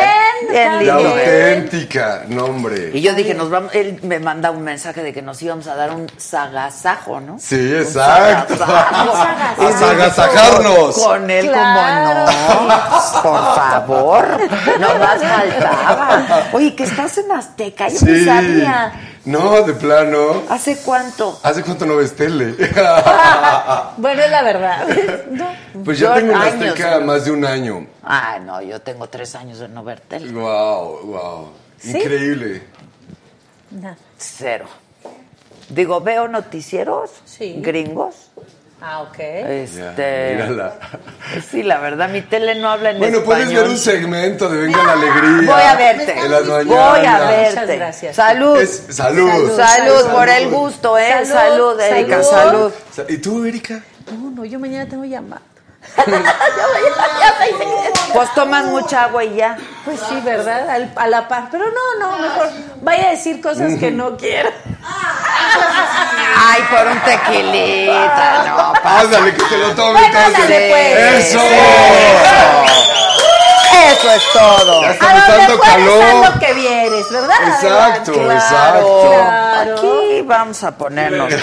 [SPEAKER 2] Bien, bien
[SPEAKER 10] La
[SPEAKER 2] lindo. ¿eh?
[SPEAKER 10] auténtica, no hombre.
[SPEAKER 2] Y yo dije, nos vamos, él me manda un mensaje de que nos íbamos a dar un sagasajo, ¿no?
[SPEAKER 10] Sí, exacto.
[SPEAKER 2] sagasajo.
[SPEAKER 10] A sagasajarnos.
[SPEAKER 2] Con él como no. Por favor. No más faltaba. Oye, que estás en Azteca, yo no
[SPEAKER 10] Sí.
[SPEAKER 2] sabía.
[SPEAKER 10] No, de plano.
[SPEAKER 2] ¿Hace cuánto?
[SPEAKER 10] ¿Hace cuánto no ves tele? *laughs*
[SPEAKER 2] Bueno, es la verdad.
[SPEAKER 10] Pues yo tengo en Azteca
[SPEAKER 2] ¿no?
[SPEAKER 10] más de un año.
[SPEAKER 2] Ah, no, yo tengo tres años de no ver tele.
[SPEAKER 10] Wow, wow.
[SPEAKER 2] ¿Sí?
[SPEAKER 10] Increíble.
[SPEAKER 2] Cero. Digo, veo noticieros
[SPEAKER 7] Sí.
[SPEAKER 2] gringos.
[SPEAKER 7] Ah, ok.
[SPEAKER 2] Este.
[SPEAKER 10] Ya, mírala.
[SPEAKER 2] Sí, la verdad, mi tele no habla en
[SPEAKER 10] Bueno,
[SPEAKER 2] español.
[SPEAKER 10] puedes ver un segmento de Venga la Alegría.
[SPEAKER 2] Voy a verte.
[SPEAKER 10] En las mañanas.
[SPEAKER 2] Voy a verte. Salud.
[SPEAKER 10] Es- salud.
[SPEAKER 2] Salud,
[SPEAKER 10] Salud.
[SPEAKER 2] por el gusto, ¿eh? Salud,
[SPEAKER 7] Salud,
[SPEAKER 2] Erika, salud.
[SPEAKER 7] salud.
[SPEAKER 10] Sa- ¿Y tú, Erika?
[SPEAKER 7] No, no, yo mañana tengo llamada.
[SPEAKER 2] Pues tomas mucha agua y ya.
[SPEAKER 7] Pues sí, ¿verdad? Al- a la par. Pero no, no, mejor vaya a decir cosas que no quiero.
[SPEAKER 2] Ay, por un tequilita, no.
[SPEAKER 10] Ándale, que te lo tome
[SPEAKER 2] Ah, Bueno,
[SPEAKER 10] entonces.
[SPEAKER 2] ándale, pues.
[SPEAKER 10] ¡Eso!
[SPEAKER 2] Eso es todo.
[SPEAKER 10] Ya
[SPEAKER 7] A
[SPEAKER 10] estamos
[SPEAKER 7] donde
[SPEAKER 10] dando
[SPEAKER 7] fueres a
[SPEAKER 10] calor.
[SPEAKER 7] lo que vienes, ¿verdad?
[SPEAKER 10] Exacto,
[SPEAKER 7] Adela?
[SPEAKER 10] exacto.
[SPEAKER 7] Claro.
[SPEAKER 2] Aquí vamos a ponernos.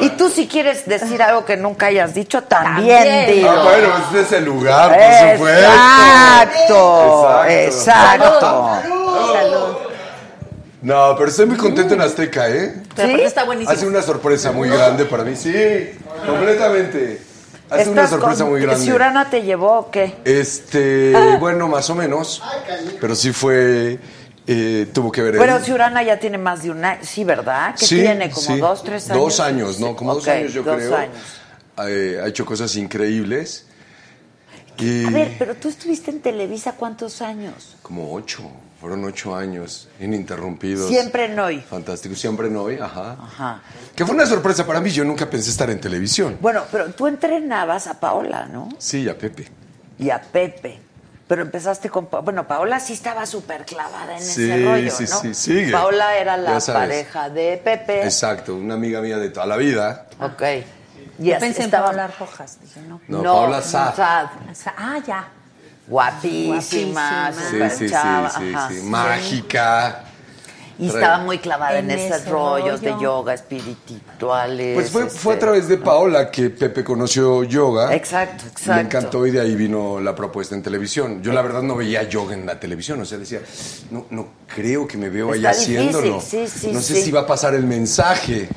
[SPEAKER 2] Y tú si quieres decir algo que nunca hayas dicho, también,
[SPEAKER 10] Bien.
[SPEAKER 2] dilo.
[SPEAKER 10] Ah, bueno, este es el lugar, por supuesto.
[SPEAKER 2] Exacto, exacto.
[SPEAKER 7] Salud.
[SPEAKER 10] No, pero estoy muy contento en Azteca, ¿eh?
[SPEAKER 7] Pero aparte está buenísimo.
[SPEAKER 10] Hace una sorpresa muy grande para mí. Sí, completamente. Hace una
[SPEAKER 2] Estás
[SPEAKER 10] sorpresa
[SPEAKER 2] con-
[SPEAKER 10] muy grande.
[SPEAKER 2] ¿Ciurana te llevó o qué?
[SPEAKER 10] Este,
[SPEAKER 2] Ah.
[SPEAKER 10] bueno, más o menos. Pero sí fue. eh, tuvo que ver. él.
[SPEAKER 2] Bueno, Ciurana ya tiene más de un año, sí, ¿verdad? Que
[SPEAKER 10] Sí,
[SPEAKER 2] tiene como
[SPEAKER 10] sí.
[SPEAKER 2] dos, tres años.
[SPEAKER 10] Dos años, ¿no? Como
[SPEAKER 2] Ok,
[SPEAKER 10] dos años, yo
[SPEAKER 2] dos
[SPEAKER 10] creo.
[SPEAKER 2] años.
[SPEAKER 10] Eh, ha hecho cosas increíbles. Y
[SPEAKER 2] A ver, pero tú estuviste en Televisa cuántos años?
[SPEAKER 10] como ocho, fueron ocho años ininterrumpidos.
[SPEAKER 2] Siempre en hoy.
[SPEAKER 10] Fantástico, siempre en hoy, ajá. Que fue una sorpresa para mí, yo nunca pensé estar en televisión.
[SPEAKER 2] Bueno, pero tú entrenabas a Paola, ¿no?
[SPEAKER 10] Sí, a Pepe.
[SPEAKER 2] Y a Pepe. Pero empezaste con... Pa- bueno, Paola sí estaba súper clavada en
[SPEAKER 10] Sí,
[SPEAKER 2] ese rollo,
[SPEAKER 10] sí,
[SPEAKER 2] ¿no?
[SPEAKER 10] sí, sigue.
[SPEAKER 2] Paola era la
[SPEAKER 10] Ya sabes.
[SPEAKER 2] pareja de Pepe.
[SPEAKER 10] Exacto, una amiga mía de toda la vida.
[SPEAKER 2] Ok. Y así
[SPEAKER 7] Pensé en
[SPEAKER 2] estaba
[SPEAKER 7] Paola Rojas, dije, no.
[SPEAKER 10] No, Paola Saad.
[SPEAKER 2] Saad.
[SPEAKER 7] Ah, ya.
[SPEAKER 2] Guapísima,
[SPEAKER 7] Guapísima.
[SPEAKER 10] Sí,
[SPEAKER 2] súper
[SPEAKER 10] sí, sí,
[SPEAKER 2] chava,
[SPEAKER 10] sí,
[SPEAKER 2] ajá.
[SPEAKER 10] sí. Mágica.
[SPEAKER 2] Y
[SPEAKER 10] Re-
[SPEAKER 2] estaba muy clavada en,
[SPEAKER 7] En
[SPEAKER 2] estos
[SPEAKER 7] ese
[SPEAKER 2] rollos de
[SPEAKER 7] rollo.
[SPEAKER 2] yoga espirituales.
[SPEAKER 10] Pues fue, fue a
[SPEAKER 2] este,
[SPEAKER 10] través de Paola que Pepe conoció yoga.
[SPEAKER 2] Exacto,
[SPEAKER 10] Me
[SPEAKER 2] exacto.
[SPEAKER 10] encantó y de ahí vino la propuesta en televisión.
[SPEAKER 2] Eh.
[SPEAKER 10] Yo la verdad no veía yoga en la televisión, o sea, decía, no, no creo que me veo ahí
[SPEAKER 2] Está difícil,
[SPEAKER 10] haciéndolo.
[SPEAKER 2] sí, sí,
[SPEAKER 10] no sé
[SPEAKER 2] sí.
[SPEAKER 10] si va a pasar el mensaje.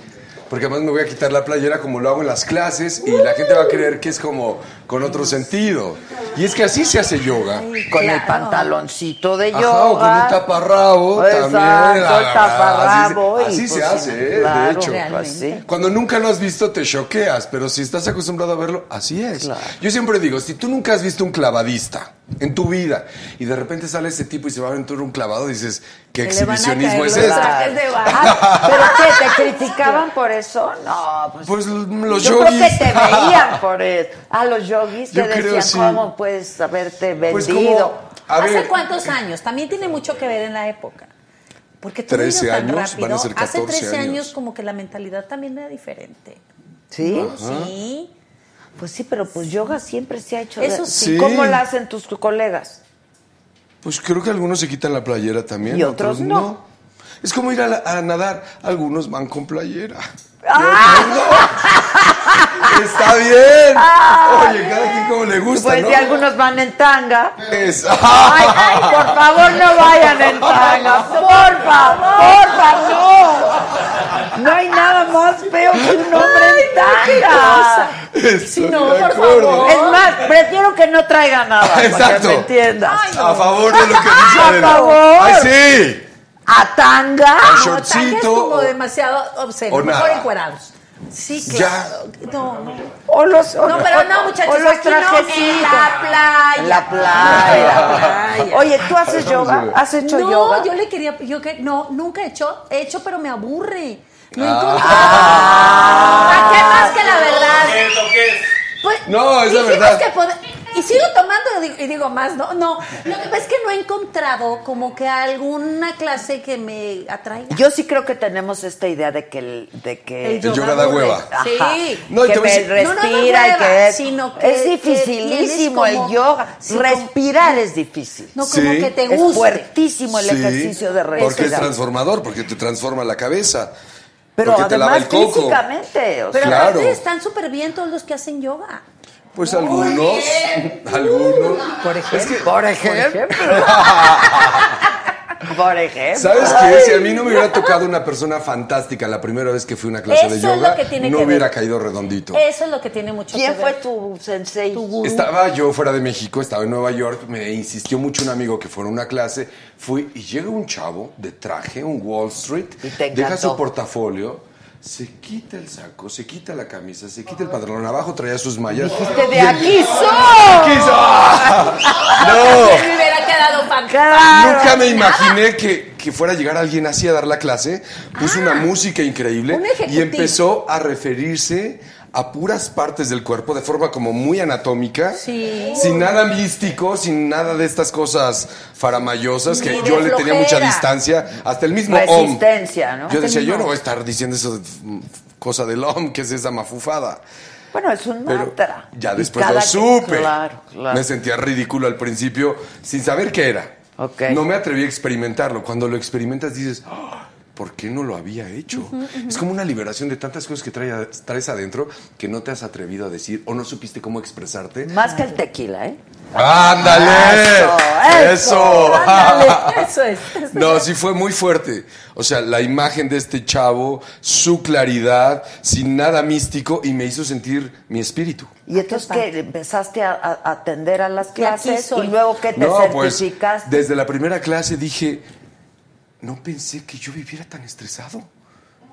[SPEAKER 10] Porque además me voy a quitar la playera como lo hago en las clases y la gente va a creer que es como con otro sentido. Y es que así se hace yoga.
[SPEAKER 2] Con el pantaloncito de yoga.
[SPEAKER 10] Ajá, o con un taparrabo
[SPEAKER 2] ah. Exacto,
[SPEAKER 10] también.
[SPEAKER 2] el
[SPEAKER 10] Ah,
[SPEAKER 2] taparrabo.
[SPEAKER 10] Así, se- así se
[SPEAKER 2] y pues,
[SPEAKER 10] hace, ¿eh? de
[SPEAKER 2] claro,
[SPEAKER 10] hecho.
[SPEAKER 2] pues sí.
[SPEAKER 10] Cuando nunca lo has visto, te choqueas, pero si estás acostumbrado a verlo, así es. Yo siempre digo, si tú nunca has visto un clavadista en tu vida y de repente sale ese tipo y se va a aventurar un clavado, dices, ¿qué
[SPEAKER 7] Que le van a
[SPEAKER 10] exhibicionismo
[SPEAKER 7] caer
[SPEAKER 10] es
[SPEAKER 7] los
[SPEAKER 10] este?
[SPEAKER 7] trajes de baño.
[SPEAKER 2] Ah, ¿Pero qué?
[SPEAKER 7] *laughs*
[SPEAKER 2] ¿Te criticaban por eso? No, pues.
[SPEAKER 10] Pues los
[SPEAKER 2] yo
[SPEAKER 10] yogis.
[SPEAKER 2] creo que te veían por eso. A los yogis te
[SPEAKER 10] Yo creo,
[SPEAKER 2] decían,
[SPEAKER 10] sí.
[SPEAKER 2] ¿cómo puedes haberte vendido?
[SPEAKER 10] *laughs* Pues como, a
[SPEAKER 7] ¿Hace
[SPEAKER 10] ver,
[SPEAKER 7] cuántos años? También tiene mucho que ver en la época.
[SPEAKER 11] Porque tú
[SPEAKER 10] 13
[SPEAKER 11] miras tan
[SPEAKER 10] años,
[SPEAKER 11] rápido.
[SPEAKER 10] van a ser
[SPEAKER 11] Hace
[SPEAKER 10] 14
[SPEAKER 11] 13 años.
[SPEAKER 10] años.
[SPEAKER 11] como que la mentalidad también era diferente.
[SPEAKER 2] ¿Sí?
[SPEAKER 10] Ah,
[SPEAKER 11] Sí.
[SPEAKER 2] Pues sí, pero pues yoga siempre se ha hecho.
[SPEAKER 11] Eso
[SPEAKER 2] de-
[SPEAKER 10] sí. Sí.
[SPEAKER 2] ¿Cómo la hacen tus colegas?
[SPEAKER 10] Pues creo que algunos se quitan la playera también.
[SPEAKER 2] Y otros no.
[SPEAKER 10] Es como ir a, la- a nadar. Algunos van con playera.
[SPEAKER 2] ¡Ah!
[SPEAKER 10] Y otros no. *laughs* Está bien. Oye, cada quien como le gusta,
[SPEAKER 2] Ah. Pues
[SPEAKER 10] ¿no?
[SPEAKER 2] de algunos van en tanga.
[SPEAKER 10] Exacto. *laughs*
[SPEAKER 2] Ay, ay, por favor, no vayan en tanga. Por favor, no. No hay nada más feo que un hombre en tanga.
[SPEAKER 10] Ah, Estoy
[SPEAKER 2] no,
[SPEAKER 10] de acuerdo.
[SPEAKER 2] Es más, prefiero que no traiga nada. para
[SPEAKER 10] Exacto.
[SPEAKER 2] que me entiendas.
[SPEAKER 10] A favor de lo que dice
[SPEAKER 2] A
[SPEAKER 10] Adela.
[SPEAKER 2] favor.
[SPEAKER 10] Ay, sí. A
[SPEAKER 2] A tanga.
[SPEAKER 11] No, tanga es
[SPEAKER 10] shortcito
[SPEAKER 11] como
[SPEAKER 10] o-
[SPEAKER 11] demasiado obsceno,
[SPEAKER 10] o
[SPEAKER 11] mejor
[SPEAKER 10] nada.
[SPEAKER 11] encuerados. Sí, claro.
[SPEAKER 10] Ya.
[SPEAKER 11] No, no.
[SPEAKER 2] O los, o-
[SPEAKER 11] No, pero no,
[SPEAKER 2] o-
[SPEAKER 11] muchachos,
[SPEAKER 2] o los
[SPEAKER 11] aquí no, en
[SPEAKER 2] trajecitos.
[SPEAKER 11] la playa.
[SPEAKER 2] En la playa. Oye, ¿tú haces yoga? ¿Has hecho
[SPEAKER 11] no,
[SPEAKER 2] yoga?
[SPEAKER 11] yo le quería, yo que no, nunca he hecho, he hecho, pero me aburre. No
[SPEAKER 10] Ah.
[SPEAKER 11] encuentro. ¿A qué más que la verdad? Pues,
[SPEAKER 10] No, es la
[SPEAKER 11] dijimos
[SPEAKER 10] verdad.
[SPEAKER 11] que pod- y sigo tomando y digo, y digo más, ¿no? No, lo que pasa es que no he encontrado como que alguna clase que me atraiga.
[SPEAKER 2] Yo sí creo que tenemos esta idea de que el, de que
[SPEAKER 10] El yoga da
[SPEAKER 11] aburre.
[SPEAKER 10] hueva.
[SPEAKER 2] Ajá.
[SPEAKER 11] Sí.
[SPEAKER 10] No, y
[SPEAKER 2] que
[SPEAKER 10] te voy a
[SPEAKER 2] me
[SPEAKER 10] decir-
[SPEAKER 11] No, no, no
[SPEAKER 2] respira y
[SPEAKER 11] hueva,
[SPEAKER 2] que es,
[SPEAKER 11] sino que-
[SPEAKER 2] es
[SPEAKER 11] que
[SPEAKER 2] dificilísimo
[SPEAKER 11] tienes como-
[SPEAKER 2] el yoga.
[SPEAKER 11] sí, como-
[SPEAKER 2] Respirar es difícil.
[SPEAKER 11] No, como
[SPEAKER 10] Sí.
[SPEAKER 11] que te
[SPEAKER 2] es
[SPEAKER 11] guste.
[SPEAKER 2] fuertísimo el
[SPEAKER 10] Sí,
[SPEAKER 2] ejercicio de respirar.
[SPEAKER 10] Porque es transformador, porque te transforma la cabeza.
[SPEAKER 2] Pero
[SPEAKER 10] porque te lava
[SPEAKER 2] además
[SPEAKER 10] el coco.
[SPEAKER 2] físicamente, o sea,
[SPEAKER 11] Pero
[SPEAKER 10] Claro.
[SPEAKER 11] aparte están súper bien todos los que hacen yoga.
[SPEAKER 10] Pues algunos. Algunos.
[SPEAKER 2] por ejemplo,
[SPEAKER 10] Es que-
[SPEAKER 2] por ejemplo, por ejemplo.
[SPEAKER 10] ¿Sabes qué? Si a mí no me hubiera tocado una persona fantástica la primera vez que fui a una clase
[SPEAKER 11] Eso
[SPEAKER 10] de
[SPEAKER 11] es lo
[SPEAKER 10] yoga,
[SPEAKER 11] que tiene
[SPEAKER 10] no
[SPEAKER 11] que ver. Eh,
[SPEAKER 10] hubiera caído redondito.
[SPEAKER 11] Eso es lo que tiene mucho
[SPEAKER 2] ¿Quién
[SPEAKER 11] que
[SPEAKER 2] fue
[SPEAKER 11] ver.
[SPEAKER 2] tu sensei?
[SPEAKER 10] Estaba yo fuera de México, estaba en Nueva York, me insistió mucho un amigo que fuera a una clase, fui y llega un chavo de traje, un Wall Street, deja
[SPEAKER 2] te encantó.
[SPEAKER 10] su portafolio, se quita el saco, se quita la camisa, se quita el pantalón abajo, traía sus mallas.
[SPEAKER 2] Dijiste,
[SPEAKER 10] Y
[SPEAKER 2] Este de
[SPEAKER 10] el-
[SPEAKER 2] aquí
[SPEAKER 10] ¡Aquí
[SPEAKER 2] soy.
[SPEAKER 10] soy! ¡No!
[SPEAKER 11] Me hubiera quedado fantástica.
[SPEAKER 2] Claro.
[SPEAKER 10] Nunca me imaginé que, que fuera a llegar alguien así a dar la clase. Puso una música increíble
[SPEAKER 11] Ah, un ejecutivo.
[SPEAKER 10] y empezó a referirse a puras partes del cuerpo de forma como muy anatómica.
[SPEAKER 11] Sí.
[SPEAKER 10] Sin nada místico, sin nada de estas cosas faramayosas que
[SPEAKER 11] Ni de
[SPEAKER 10] yo le tenía mucha
[SPEAKER 11] flojera.
[SPEAKER 10] distancia. Hasta el mismo OM.
[SPEAKER 2] Resistencia, ¿no?
[SPEAKER 10] Yo decía, yo no voy a estar diciendo eso de f- cosa del OM, que es esa mafufada.
[SPEAKER 2] Bueno, es un
[SPEAKER 10] Pero
[SPEAKER 2] mantra.
[SPEAKER 10] ya
[SPEAKER 2] Y
[SPEAKER 10] después
[SPEAKER 2] cada
[SPEAKER 10] lo
[SPEAKER 2] que-
[SPEAKER 10] supe.
[SPEAKER 2] Claro, claro.
[SPEAKER 10] Me sentía ridículo al principio sin saber qué era.
[SPEAKER 2] Ok.
[SPEAKER 10] No me atreví a experimentarlo. Cuando lo experimentas dices, "Ah, ¿por qué no lo había hecho? Es como una liberación de tantas cosas que trae- traes adentro que no te has atrevido a decir o no supiste cómo expresarte.
[SPEAKER 2] Más que el tequila, ¿eh?
[SPEAKER 11] Ah,
[SPEAKER 10] ¡Ándale!
[SPEAKER 2] Eso, eso,
[SPEAKER 11] Ándale, eso es.
[SPEAKER 10] No, sí fue muy fuerte. O sea, la imagen de este chavo, su claridad, sin nada místico, y me hizo sentir mi espíritu.
[SPEAKER 2] Y entonces que empezaste a, a- a atender a las
[SPEAKER 11] Y aquí
[SPEAKER 2] clases y
[SPEAKER 11] soy.
[SPEAKER 2] luego que te certificaste.
[SPEAKER 10] pues, desde la primera clase dije, no pensé que yo viviera tan estresado.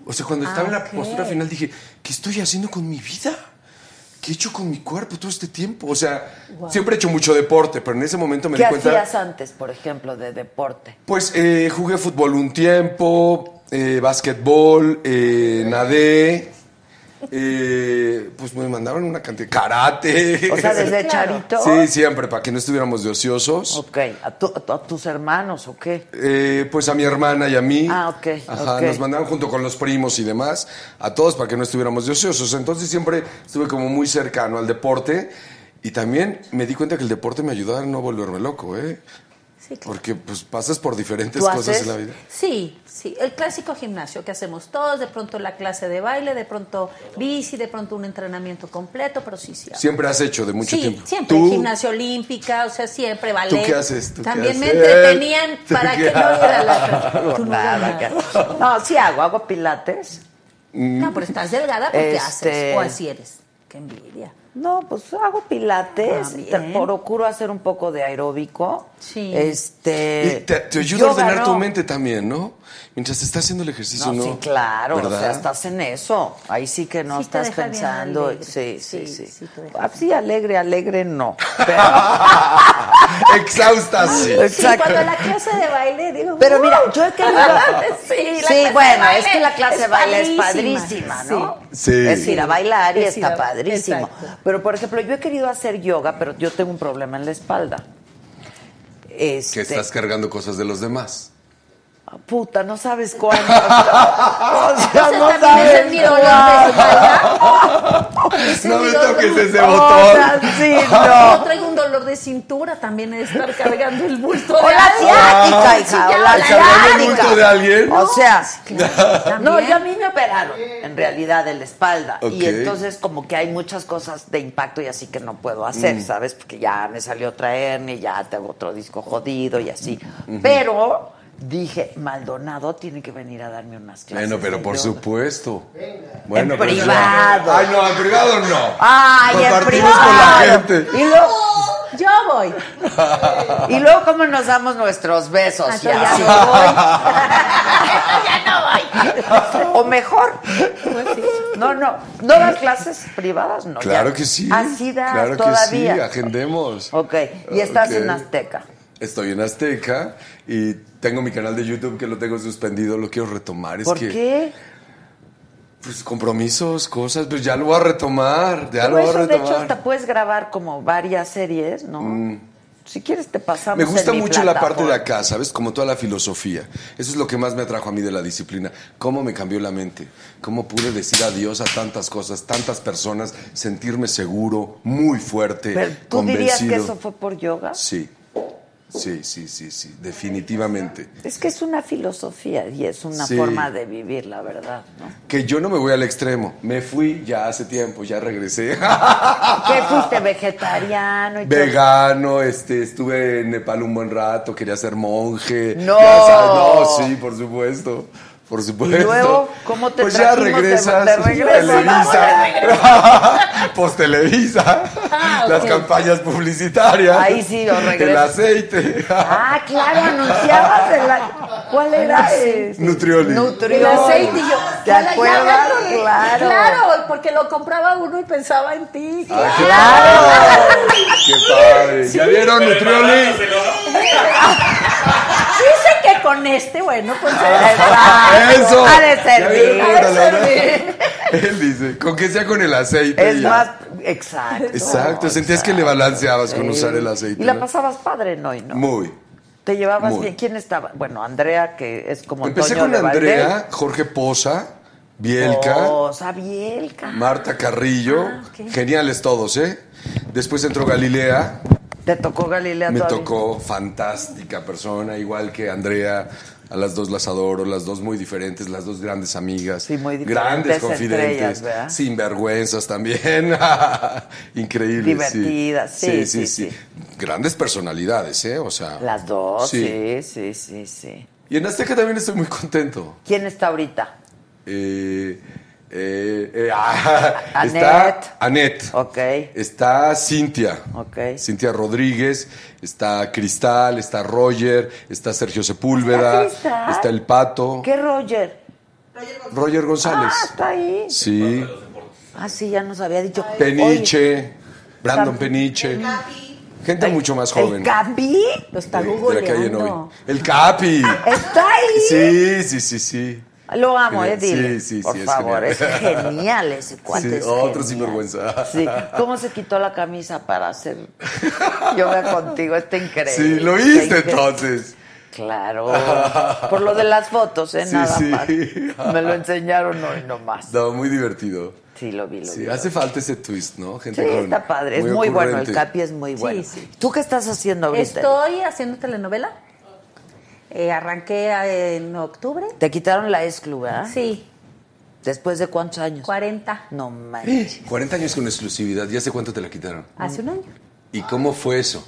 [SPEAKER 10] O sea, cuando estaba en la
[SPEAKER 2] Ah,
[SPEAKER 11] ok.
[SPEAKER 10] postura final dije, ¿qué estoy haciendo con mi vida? ¿Qué he hecho con mi cuerpo todo este tiempo? O sea, siempre he hecho mucho deporte, pero en ese momento me
[SPEAKER 2] ¿Qué
[SPEAKER 10] di cuenta...
[SPEAKER 2] hacías antes, por ejemplo, de deporte?
[SPEAKER 10] Pues eh, jugué fútbol un tiempo, eh, básquetbol, eh, nadé, eh, pues me mandaron una cantidad... Karate.
[SPEAKER 2] O
[SPEAKER 10] *laughs*
[SPEAKER 2] sea, desde charito.
[SPEAKER 10] Sí, siempre, para que no estuviéramos de ociosos.
[SPEAKER 2] Ok, ¿A, tu- a tus hermanos o qué?
[SPEAKER 10] Eh, pues a mi hermana y a mí.
[SPEAKER 2] Ah, ok,
[SPEAKER 10] Ajá,
[SPEAKER 2] ok.
[SPEAKER 10] nos mandaban junto con los primos y demás, a todos para que no estuviéramos de ociosos. Entonces siempre estuve como muy cercano al deporte y también me di cuenta que el deporte me ayudó a no volverme loco, ¿eh?
[SPEAKER 11] Sí, claro.
[SPEAKER 10] Porque pues pasas por diferentes
[SPEAKER 2] ¿Tú
[SPEAKER 10] cosas
[SPEAKER 2] haces?
[SPEAKER 10] en la vida.
[SPEAKER 11] Sí, sí, el clásico gimnasio que hacemos todos, de pronto la clase de baile, de pronto bici, de pronto un entrenamiento completo, pero sí, sí. hago.
[SPEAKER 10] Siempre has hecho de mucho
[SPEAKER 11] sí,
[SPEAKER 10] tiempo.
[SPEAKER 11] siempre
[SPEAKER 10] ¿Tú?
[SPEAKER 11] gimnasia olímpica, o sea, siempre ballet.
[SPEAKER 10] qué haces? ¿Tú qué
[SPEAKER 11] También me
[SPEAKER 10] haces?
[SPEAKER 11] entretenían
[SPEAKER 10] ¿Tú
[SPEAKER 11] para
[SPEAKER 10] qué
[SPEAKER 11] que no fuera la
[SPEAKER 10] *laughs*
[SPEAKER 2] No hago
[SPEAKER 11] clase. Tú no
[SPEAKER 2] nada,
[SPEAKER 11] hagas.
[SPEAKER 2] cara. No, sí hago, hago pilates.
[SPEAKER 11] No, pero estás delgada porque
[SPEAKER 2] Este-
[SPEAKER 11] haces o así eres. Qué envidia.
[SPEAKER 2] No, pues hago pilates,
[SPEAKER 11] Ah, bien.
[SPEAKER 2] te- procuro hacer un poco de aeróbico.
[SPEAKER 11] Sí.
[SPEAKER 2] Este,
[SPEAKER 10] Y te, te ayuda a
[SPEAKER 2] yoga
[SPEAKER 10] ordenar tu
[SPEAKER 2] no.
[SPEAKER 10] mente también, ¿no? Mientras estás haciendo el ejercicio,
[SPEAKER 2] No,
[SPEAKER 10] ¿no?
[SPEAKER 2] sí, claro, o
[SPEAKER 10] ¿Verdad?
[SPEAKER 2] sea, estás en eso. Ahí sí que no
[SPEAKER 11] Sí te
[SPEAKER 2] estás
[SPEAKER 11] deja bien
[SPEAKER 2] pensando.
[SPEAKER 11] alegre.
[SPEAKER 2] Sí, sí, sí.
[SPEAKER 11] Sí, sí te deja
[SPEAKER 2] Ah, sí, alegre, alegre
[SPEAKER 11] *laughs*
[SPEAKER 2] no.
[SPEAKER 10] *laughs* Exhausta, sí.
[SPEAKER 11] Sí,
[SPEAKER 2] Exacto.
[SPEAKER 11] cuando la clase de baile, digo.
[SPEAKER 2] Pero
[SPEAKER 11] *laughs*
[SPEAKER 2] mira,
[SPEAKER 11] "Wow".
[SPEAKER 2] yo he querido-
[SPEAKER 11] sí,
[SPEAKER 2] *laughs* Sí,
[SPEAKER 11] la clase
[SPEAKER 2] bueno,
[SPEAKER 11] de
[SPEAKER 2] es que la
[SPEAKER 11] baile
[SPEAKER 2] clase de
[SPEAKER 11] es
[SPEAKER 2] baile es padrísima, ¿no?
[SPEAKER 10] Sí.
[SPEAKER 2] Es ir a bailar y
[SPEAKER 11] Es ir a-
[SPEAKER 2] está padrísimo.
[SPEAKER 11] Exacto.
[SPEAKER 2] Pero, por ejemplo, yo he querido hacer yoga, pero yo tengo un problema en la espalda. Este,
[SPEAKER 10] Que estás cargando cosas de los demás.
[SPEAKER 2] Ah, Puta, no sabes cuánto. *laughs* o sea,
[SPEAKER 11] Ese
[SPEAKER 2] no
[SPEAKER 11] también
[SPEAKER 2] sabes
[SPEAKER 11] es mi dolor de
[SPEAKER 10] No me toques ese
[SPEAKER 2] O
[SPEAKER 10] botón.
[SPEAKER 2] sea, sí,
[SPEAKER 11] Yo traigo un dolor de cintura también de estar cargando el
[SPEAKER 2] *laughs*
[SPEAKER 11] bulto.
[SPEAKER 2] O
[SPEAKER 11] de
[SPEAKER 2] la
[SPEAKER 11] alguien.
[SPEAKER 2] asiática,
[SPEAKER 11] Ay,
[SPEAKER 2] hija,
[SPEAKER 11] sí, ya,
[SPEAKER 2] o la
[SPEAKER 10] ¿Cargando el
[SPEAKER 2] asiática.
[SPEAKER 10] bulto de alguien?
[SPEAKER 2] O sea, no, yo a mí me operaron, en realidad, de la espalda. Y
[SPEAKER 10] Ok.
[SPEAKER 2] entonces como que hay muchas cosas de impacto y así que no puedo hacer,
[SPEAKER 10] Mm.
[SPEAKER 2] ¿sabes? Porque ya me salió otra hernia, y ya tengo otro disco jodido y así. Pero dije, Maldonado tiene que venir a darme unas clases.
[SPEAKER 10] Bueno, pero
[SPEAKER 2] de
[SPEAKER 10] por
[SPEAKER 2] yoga.
[SPEAKER 10] supuesto. Bueno,
[SPEAKER 2] En
[SPEAKER 10] pero ya-
[SPEAKER 2] privado.
[SPEAKER 10] Ay, no, en privado no.
[SPEAKER 2] Ay, en
[SPEAKER 10] Compartimos
[SPEAKER 2] privado.
[SPEAKER 10] con la gente.
[SPEAKER 2] Y luego,
[SPEAKER 11] Yo voy.
[SPEAKER 2] y luego cómo nos damos nuestros besos.
[SPEAKER 11] Ah,
[SPEAKER 2] y
[SPEAKER 11] yo ya
[SPEAKER 2] así.
[SPEAKER 11] no
[SPEAKER 2] *laughs* O mejor. Pues No, no. ¿No das clases privadas? No.
[SPEAKER 10] Claro
[SPEAKER 2] ya.
[SPEAKER 10] que sí.
[SPEAKER 2] Así das
[SPEAKER 10] claro
[SPEAKER 2] todavía.
[SPEAKER 10] que sí, agendemos.
[SPEAKER 2] Ok. Y estás
[SPEAKER 10] Ok.
[SPEAKER 2] en Azteca.
[SPEAKER 10] Estoy en Azteca y tengo mi canal de YouTube que lo tengo suspendido, lo quiero retomar. Es
[SPEAKER 2] ¿Por
[SPEAKER 10] que,
[SPEAKER 2] qué?
[SPEAKER 10] Pues compromisos, cosas, pues ya lo voy a retomar, ya lo
[SPEAKER 2] Pero
[SPEAKER 10] voy a
[SPEAKER 2] eso, Pues, de hecho,
[SPEAKER 10] retomar.
[SPEAKER 2] hasta puedes grabar como varias series, ¿no? Si quieres te pasamos.
[SPEAKER 10] Mm. Me gusta
[SPEAKER 2] en mi
[SPEAKER 10] mucho la parte de
[SPEAKER 2] plataforma.
[SPEAKER 10] acá, ¿sabes? Como toda la filosofía. Eso es lo que más me atrajo a mí de la disciplina. Cómo me cambió la mente. Cómo pude decir adiós a tantas cosas, tantas personas, sentirme seguro, muy fuerte,
[SPEAKER 2] Pero, ¿Tú dirías que eso fue por yoga?
[SPEAKER 10] Sí. Sí, sí, sí, sí, definitivamente.
[SPEAKER 2] Es que es una filosofía y es una
[SPEAKER 10] Sí.
[SPEAKER 2] forma de vivir, la verdad, ¿no?
[SPEAKER 10] Que yo no me voy al extremo. Me fui ya hace tiempo, ya regresé. *laughs* Ah,
[SPEAKER 2] ¿Qué fuiste vegetariano y todo?
[SPEAKER 10] Vegano, este, estuve en Nepal un buen rato, quería ser monje.
[SPEAKER 2] No.
[SPEAKER 10] Ya sabes, no, sí, por supuesto. Por supuesto.
[SPEAKER 2] Y luego, ¿cómo te
[SPEAKER 10] Pues ya
[SPEAKER 2] trajimos de-
[SPEAKER 10] regresas.
[SPEAKER 2] de regreso?
[SPEAKER 10] Televisa.
[SPEAKER 2] ¿Cómo de regreso?
[SPEAKER 10] *laughs*
[SPEAKER 2] *laughs*
[SPEAKER 10] Post Televisa.
[SPEAKER 2] Ah,
[SPEAKER 10] Las
[SPEAKER 2] ok.
[SPEAKER 10] campañas publicitarias.
[SPEAKER 2] Ahí sí, os regreso.
[SPEAKER 10] El aceite.
[SPEAKER 2] Ah, claro, anunciabas en la... ¿Cuál era? Eh,
[SPEAKER 10] Nutrioli.
[SPEAKER 2] Nutrioli.
[SPEAKER 11] El aceite y yo.
[SPEAKER 2] ¿Te
[SPEAKER 11] "Hola, ya
[SPEAKER 2] acuerdas?
[SPEAKER 11] gané".
[SPEAKER 2] Claro.
[SPEAKER 11] Claro, porque lo compraba uno y pensaba en ti.
[SPEAKER 10] Ah, qué
[SPEAKER 2] Claro.
[SPEAKER 10] padre, Qué padre. ¿Ya vieron Nutrioli?
[SPEAKER 11] Dice que con este, bueno, pues.
[SPEAKER 10] Eso.
[SPEAKER 2] Ha de
[SPEAKER 10] Ya vieron,
[SPEAKER 2] servir.
[SPEAKER 10] la verdad. *laughs* Él dice, con que sea con el aceite.
[SPEAKER 2] Es
[SPEAKER 10] ya.
[SPEAKER 2] más, exacto.
[SPEAKER 10] Exacto, sentías que le balanceabas con usar el aceite.
[SPEAKER 2] Y la
[SPEAKER 10] ¿no?
[SPEAKER 2] pasabas padre, ¿no? Y no.
[SPEAKER 10] Muy.
[SPEAKER 2] Te llevabas
[SPEAKER 10] muy.
[SPEAKER 2] bien. ¿Quién estaba? Bueno, Andrea, que es como
[SPEAKER 10] Empecé
[SPEAKER 2] Antonio
[SPEAKER 10] con
[SPEAKER 2] de Valdés.
[SPEAKER 10] Andrea, Jorge Poza, Bielka,
[SPEAKER 2] Oh, Sabielka.
[SPEAKER 10] Marta Carrillo.
[SPEAKER 2] Ah, ok.
[SPEAKER 10] Geniales todos, ¿eh? Después entró Galilea.
[SPEAKER 2] ¿Te tocó Galilea
[SPEAKER 10] Me
[SPEAKER 2] todavía?
[SPEAKER 10] tocó fantástica persona, igual que Andrea. A las dos las adoro, las dos muy diferentes, las dos grandes amigas. Sí, muy
[SPEAKER 2] diferentes
[SPEAKER 10] Grandes
[SPEAKER 2] estrellas,
[SPEAKER 10] confidentes.
[SPEAKER 2] ¿verdad?
[SPEAKER 10] Sinvergüenzas también. *laughs* Increíbles. sí.
[SPEAKER 2] Divertidas, sí, sí, sí.
[SPEAKER 10] Grandes personalidades, ¿eh? O sea.
[SPEAKER 2] Las dos, sí, sí, sí, sí.
[SPEAKER 10] Y en Azteca también estoy muy contento.
[SPEAKER 2] ¿Quién está ahorita?
[SPEAKER 10] Eh, eh, eh, *laughs* ah,
[SPEAKER 2] Anet.
[SPEAKER 10] Está Anet. Está Cintia. Cintia Rodríguez. Está Cristal. Está Roger. Está Sergio Sepúlveda.
[SPEAKER 2] ¿Está Cristal?
[SPEAKER 10] el Pato.
[SPEAKER 2] ¿Qué Roger?
[SPEAKER 10] Roger González.
[SPEAKER 2] Ah, está ahí.
[SPEAKER 10] Sí.
[SPEAKER 2] Ah, sí, ya nos había dicho.
[SPEAKER 10] Peniche. Brandon
[SPEAKER 2] Sam-
[SPEAKER 10] Peniche. Gente mucho más
[SPEAKER 2] Oye, ¿El
[SPEAKER 10] joven.
[SPEAKER 2] Capi? Lo
[SPEAKER 10] de-
[SPEAKER 2] está
[SPEAKER 10] de la que hay en hoy.
[SPEAKER 2] googleando.
[SPEAKER 10] El Capi.
[SPEAKER 2] Está ahí.
[SPEAKER 10] Sí, sí, sí, sí.
[SPEAKER 2] Lo amo, eh, dile.
[SPEAKER 10] Sí, sí, sí.
[SPEAKER 2] Por
[SPEAKER 10] es
[SPEAKER 2] favor, es
[SPEAKER 10] genial.
[SPEAKER 2] genial ese cuate.
[SPEAKER 10] Sí,
[SPEAKER 2] es
[SPEAKER 10] otro
[SPEAKER 2] genial.
[SPEAKER 10] sinvergüenza.
[SPEAKER 2] Sí. ¿Cómo se quitó la camisa para hacer yoga contigo? Está increíble.
[SPEAKER 10] Sí, lo
[SPEAKER 2] está
[SPEAKER 10] viste
[SPEAKER 2] increíble.
[SPEAKER 10] entonces. *laughs*
[SPEAKER 2] Claro. Por lo de las fotos, ¿eh?
[SPEAKER 10] Sí,
[SPEAKER 2] Nada
[SPEAKER 10] sí.
[SPEAKER 2] más. Me lo enseñaron hoy nomás.
[SPEAKER 10] No, muy divertido.
[SPEAKER 2] Sí, lo vi, lo
[SPEAKER 10] sí,
[SPEAKER 2] vi, lo
[SPEAKER 10] Hace falta ese twist, ¿no?
[SPEAKER 2] Sí, está padre. Es muy bueno. El Capi es muy bueno. ¿Tú qué estás haciendo ahorita?
[SPEAKER 11] Estoy haciendo telenovela. Eh, arranqué eh, en octubre.
[SPEAKER 2] Te quitaron la exclu, ¿verdad?
[SPEAKER 11] Sí.
[SPEAKER 2] ¿Después de cuántos años?
[SPEAKER 11] 40.
[SPEAKER 2] No manches.
[SPEAKER 10] 40 años con exclusividad. ¿Ya sé cuánto te la quitaron?
[SPEAKER 11] Hace un año.
[SPEAKER 10] ¿Y cómo fue eso?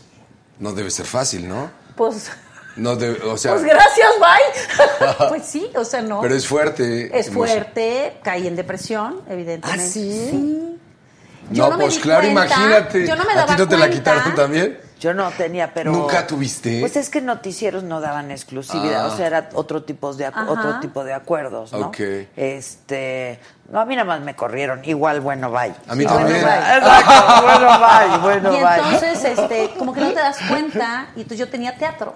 [SPEAKER 10] No debe ser fácil, ¿no?
[SPEAKER 11] Pues,
[SPEAKER 10] No debe, o sea,
[SPEAKER 11] pues gracias, bye. *laughs* pues sí, o sea, no.
[SPEAKER 10] pero es fuerte.
[SPEAKER 11] Es
[SPEAKER 10] emoción.
[SPEAKER 11] fuerte, caí en depresión, evidentemente.
[SPEAKER 2] ¿Ah,
[SPEAKER 11] sí?
[SPEAKER 10] No,
[SPEAKER 11] me
[SPEAKER 10] pues
[SPEAKER 11] di
[SPEAKER 10] claro,
[SPEAKER 11] cuenta,
[SPEAKER 10] imagínate.
[SPEAKER 11] yo no me
[SPEAKER 10] ¿A ti
[SPEAKER 11] daba
[SPEAKER 10] no te la
[SPEAKER 11] cuenta.
[SPEAKER 10] quitaron también?
[SPEAKER 2] Yo no tenía, pero.
[SPEAKER 10] ¿Nunca tuviste?
[SPEAKER 2] Pues es que noticieros no daban exclusividad,
[SPEAKER 10] Ah.
[SPEAKER 2] o sea, era otro tipo de, acu-
[SPEAKER 11] Ajá.
[SPEAKER 2] otro tipo de acuerdos, ¿no?
[SPEAKER 10] Ok.
[SPEAKER 2] Este. No, a mí nada más me corrieron. Igual, bueno, bye.
[SPEAKER 10] A mí
[SPEAKER 2] Sí,
[SPEAKER 10] también.
[SPEAKER 2] Bueno, bye. Exacto, bueno, bye. Bueno,
[SPEAKER 11] *laughs* y
[SPEAKER 2] bye.
[SPEAKER 11] entonces, este, como que no te das cuenta, y entonces yo tenía teatro.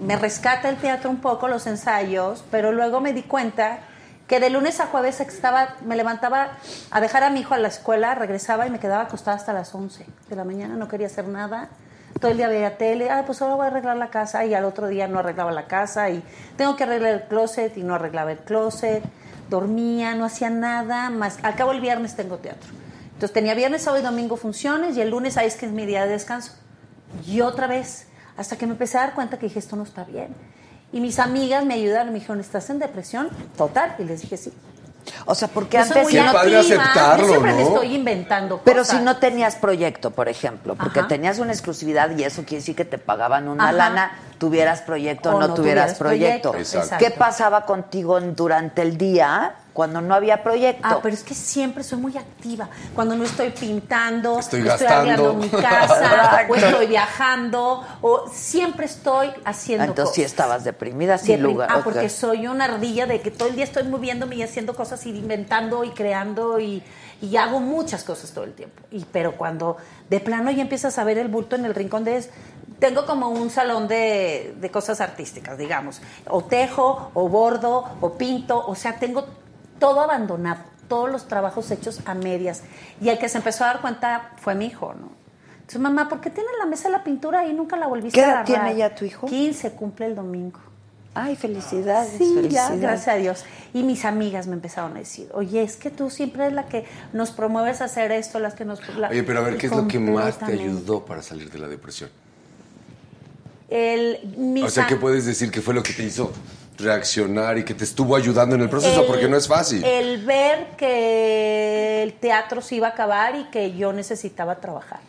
[SPEAKER 11] Me rescata el teatro un poco, los ensayos, pero luego me di cuenta que de lunes a jueves estaba, me levantaba a dejar a mi hijo a la escuela, regresaba y me quedaba acostada hasta las 11 de la mañana, no quería hacer nada, todo el día veía tele, ah, pues ahora voy a arreglar la casa y al otro día no arreglaba la casa y tengo que arreglar el closet y no arreglaba el closet, dormía, no hacía nada, más al cabo el viernes tengo teatro. Entonces tenía viernes, sábado y domingo funciones y el lunes, ahí es que es mi día de descanso. Y otra vez, hasta que me empecé a dar cuenta que dije, esto no está bien. Y mis amigas me ayudaron, me dijeron, ¿estás en depresión? Total. Y les dije, sí.
[SPEAKER 2] O sea, porque
[SPEAKER 11] Yo soy
[SPEAKER 2] antes
[SPEAKER 11] muy
[SPEAKER 2] Qué padre
[SPEAKER 11] activa,
[SPEAKER 2] aceptarlo,
[SPEAKER 11] yo siempre me
[SPEAKER 2] ¿no?
[SPEAKER 11] estoy inventando
[SPEAKER 2] Pero
[SPEAKER 11] cosas.
[SPEAKER 2] si no tenías proyecto, por ejemplo, porque
[SPEAKER 11] Ajá.
[SPEAKER 2] tenías una exclusividad y eso quiere decir que te pagaban una
[SPEAKER 11] Ajá.
[SPEAKER 2] lana, tuvieras proyecto o no, tuvieras proyecto.
[SPEAKER 11] Exacto.
[SPEAKER 2] ¿Qué pasaba contigo en- durante el día cuando no había proyecto?
[SPEAKER 11] Ah, pero es que siempre soy muy activa. Cuando no estoy pintando,
[SPEAKER 2] Estoy
[SPEAKER 11] estoy
[SPEAKER 2] gastando.
[SPEAKER 11] arreglando
[SPEAKER 2] *laughs*
[SPEAKER 11] mi casa, o
[SPEAKER 2] Exacto.
[SPEAKER 11] estoy viajando, o siempre estoy haciendo
[SPEAKER 2] Entonces sí
[SPEAKER 11] cosas.
[SPEAKER 2] estabas deprimida sin
[SPEAKER 11] Deprim-
[SPEAKER 2] lugar.
[SPEAKER 11] Ah,
[SPEAKER 2] ok.
[SPEAKER 11] porque soy una ardilla de que todo el día estoy moviéndome y haciendo cosas y inventando y creando y, y hago muchas cosas todo el tiempo. Y pero cuando de plano ya empiezas a ver el bulto en el rincón de es- tengo como un salón de, de cosas artísticas, digamos, o tejo, o bordo, o pinto, o sea, tengo todo abandonado, todos los trabajos hechos a medias. Y el que se empezó a dar cuenta fue mi hijo, ¿no? Entonces, mamá, ¿por qué tienes la mesa de la pintura y nunca la volviste
[SPEAKER 2] ¿Qué
[SPEAKER 11] a
[SPEAKER 2] edad
[SPEAKER 11] agarrar?
[SPEAKER 2] tiene ya tu hijo?
[SPEAKER 11] 15, cumple el domingo.
[SPEAKER 2] Ay, felicidades.
[SPEAKER 11] Sí, ya,
[SPEAKER 2] felicidades.
[SPEAKER 11] gracias a Dios. Y mis amigas me empezaron a decir, oye, es que tú siempre es la que nos promueves a hacer esto, las que nos... la-
[SPEAKER 10] Oye, pero a ver,
[SPEAKER 11] y
[SPEAKER 10] ¿qué es lo que más te
[SPEAKER 11] completamente.
[SPEAKER 10] ayudó para salir de la depresión?
[SPEAKER 11] El, mis
[SPEAKER 10] O sea,
[SPEAKER 11] a-
[SPEAKER 10] ¿qué puedes decir que fue lo que te hizo reaccionar y que te estuvo ayudando en el proceso?
[SPEAKER 11] el-
[SPEAKER 10] porque no es fácil.
[SPEAKER 11] El ver que el teatro se iba a acabar y que yo necesitaba trabajar.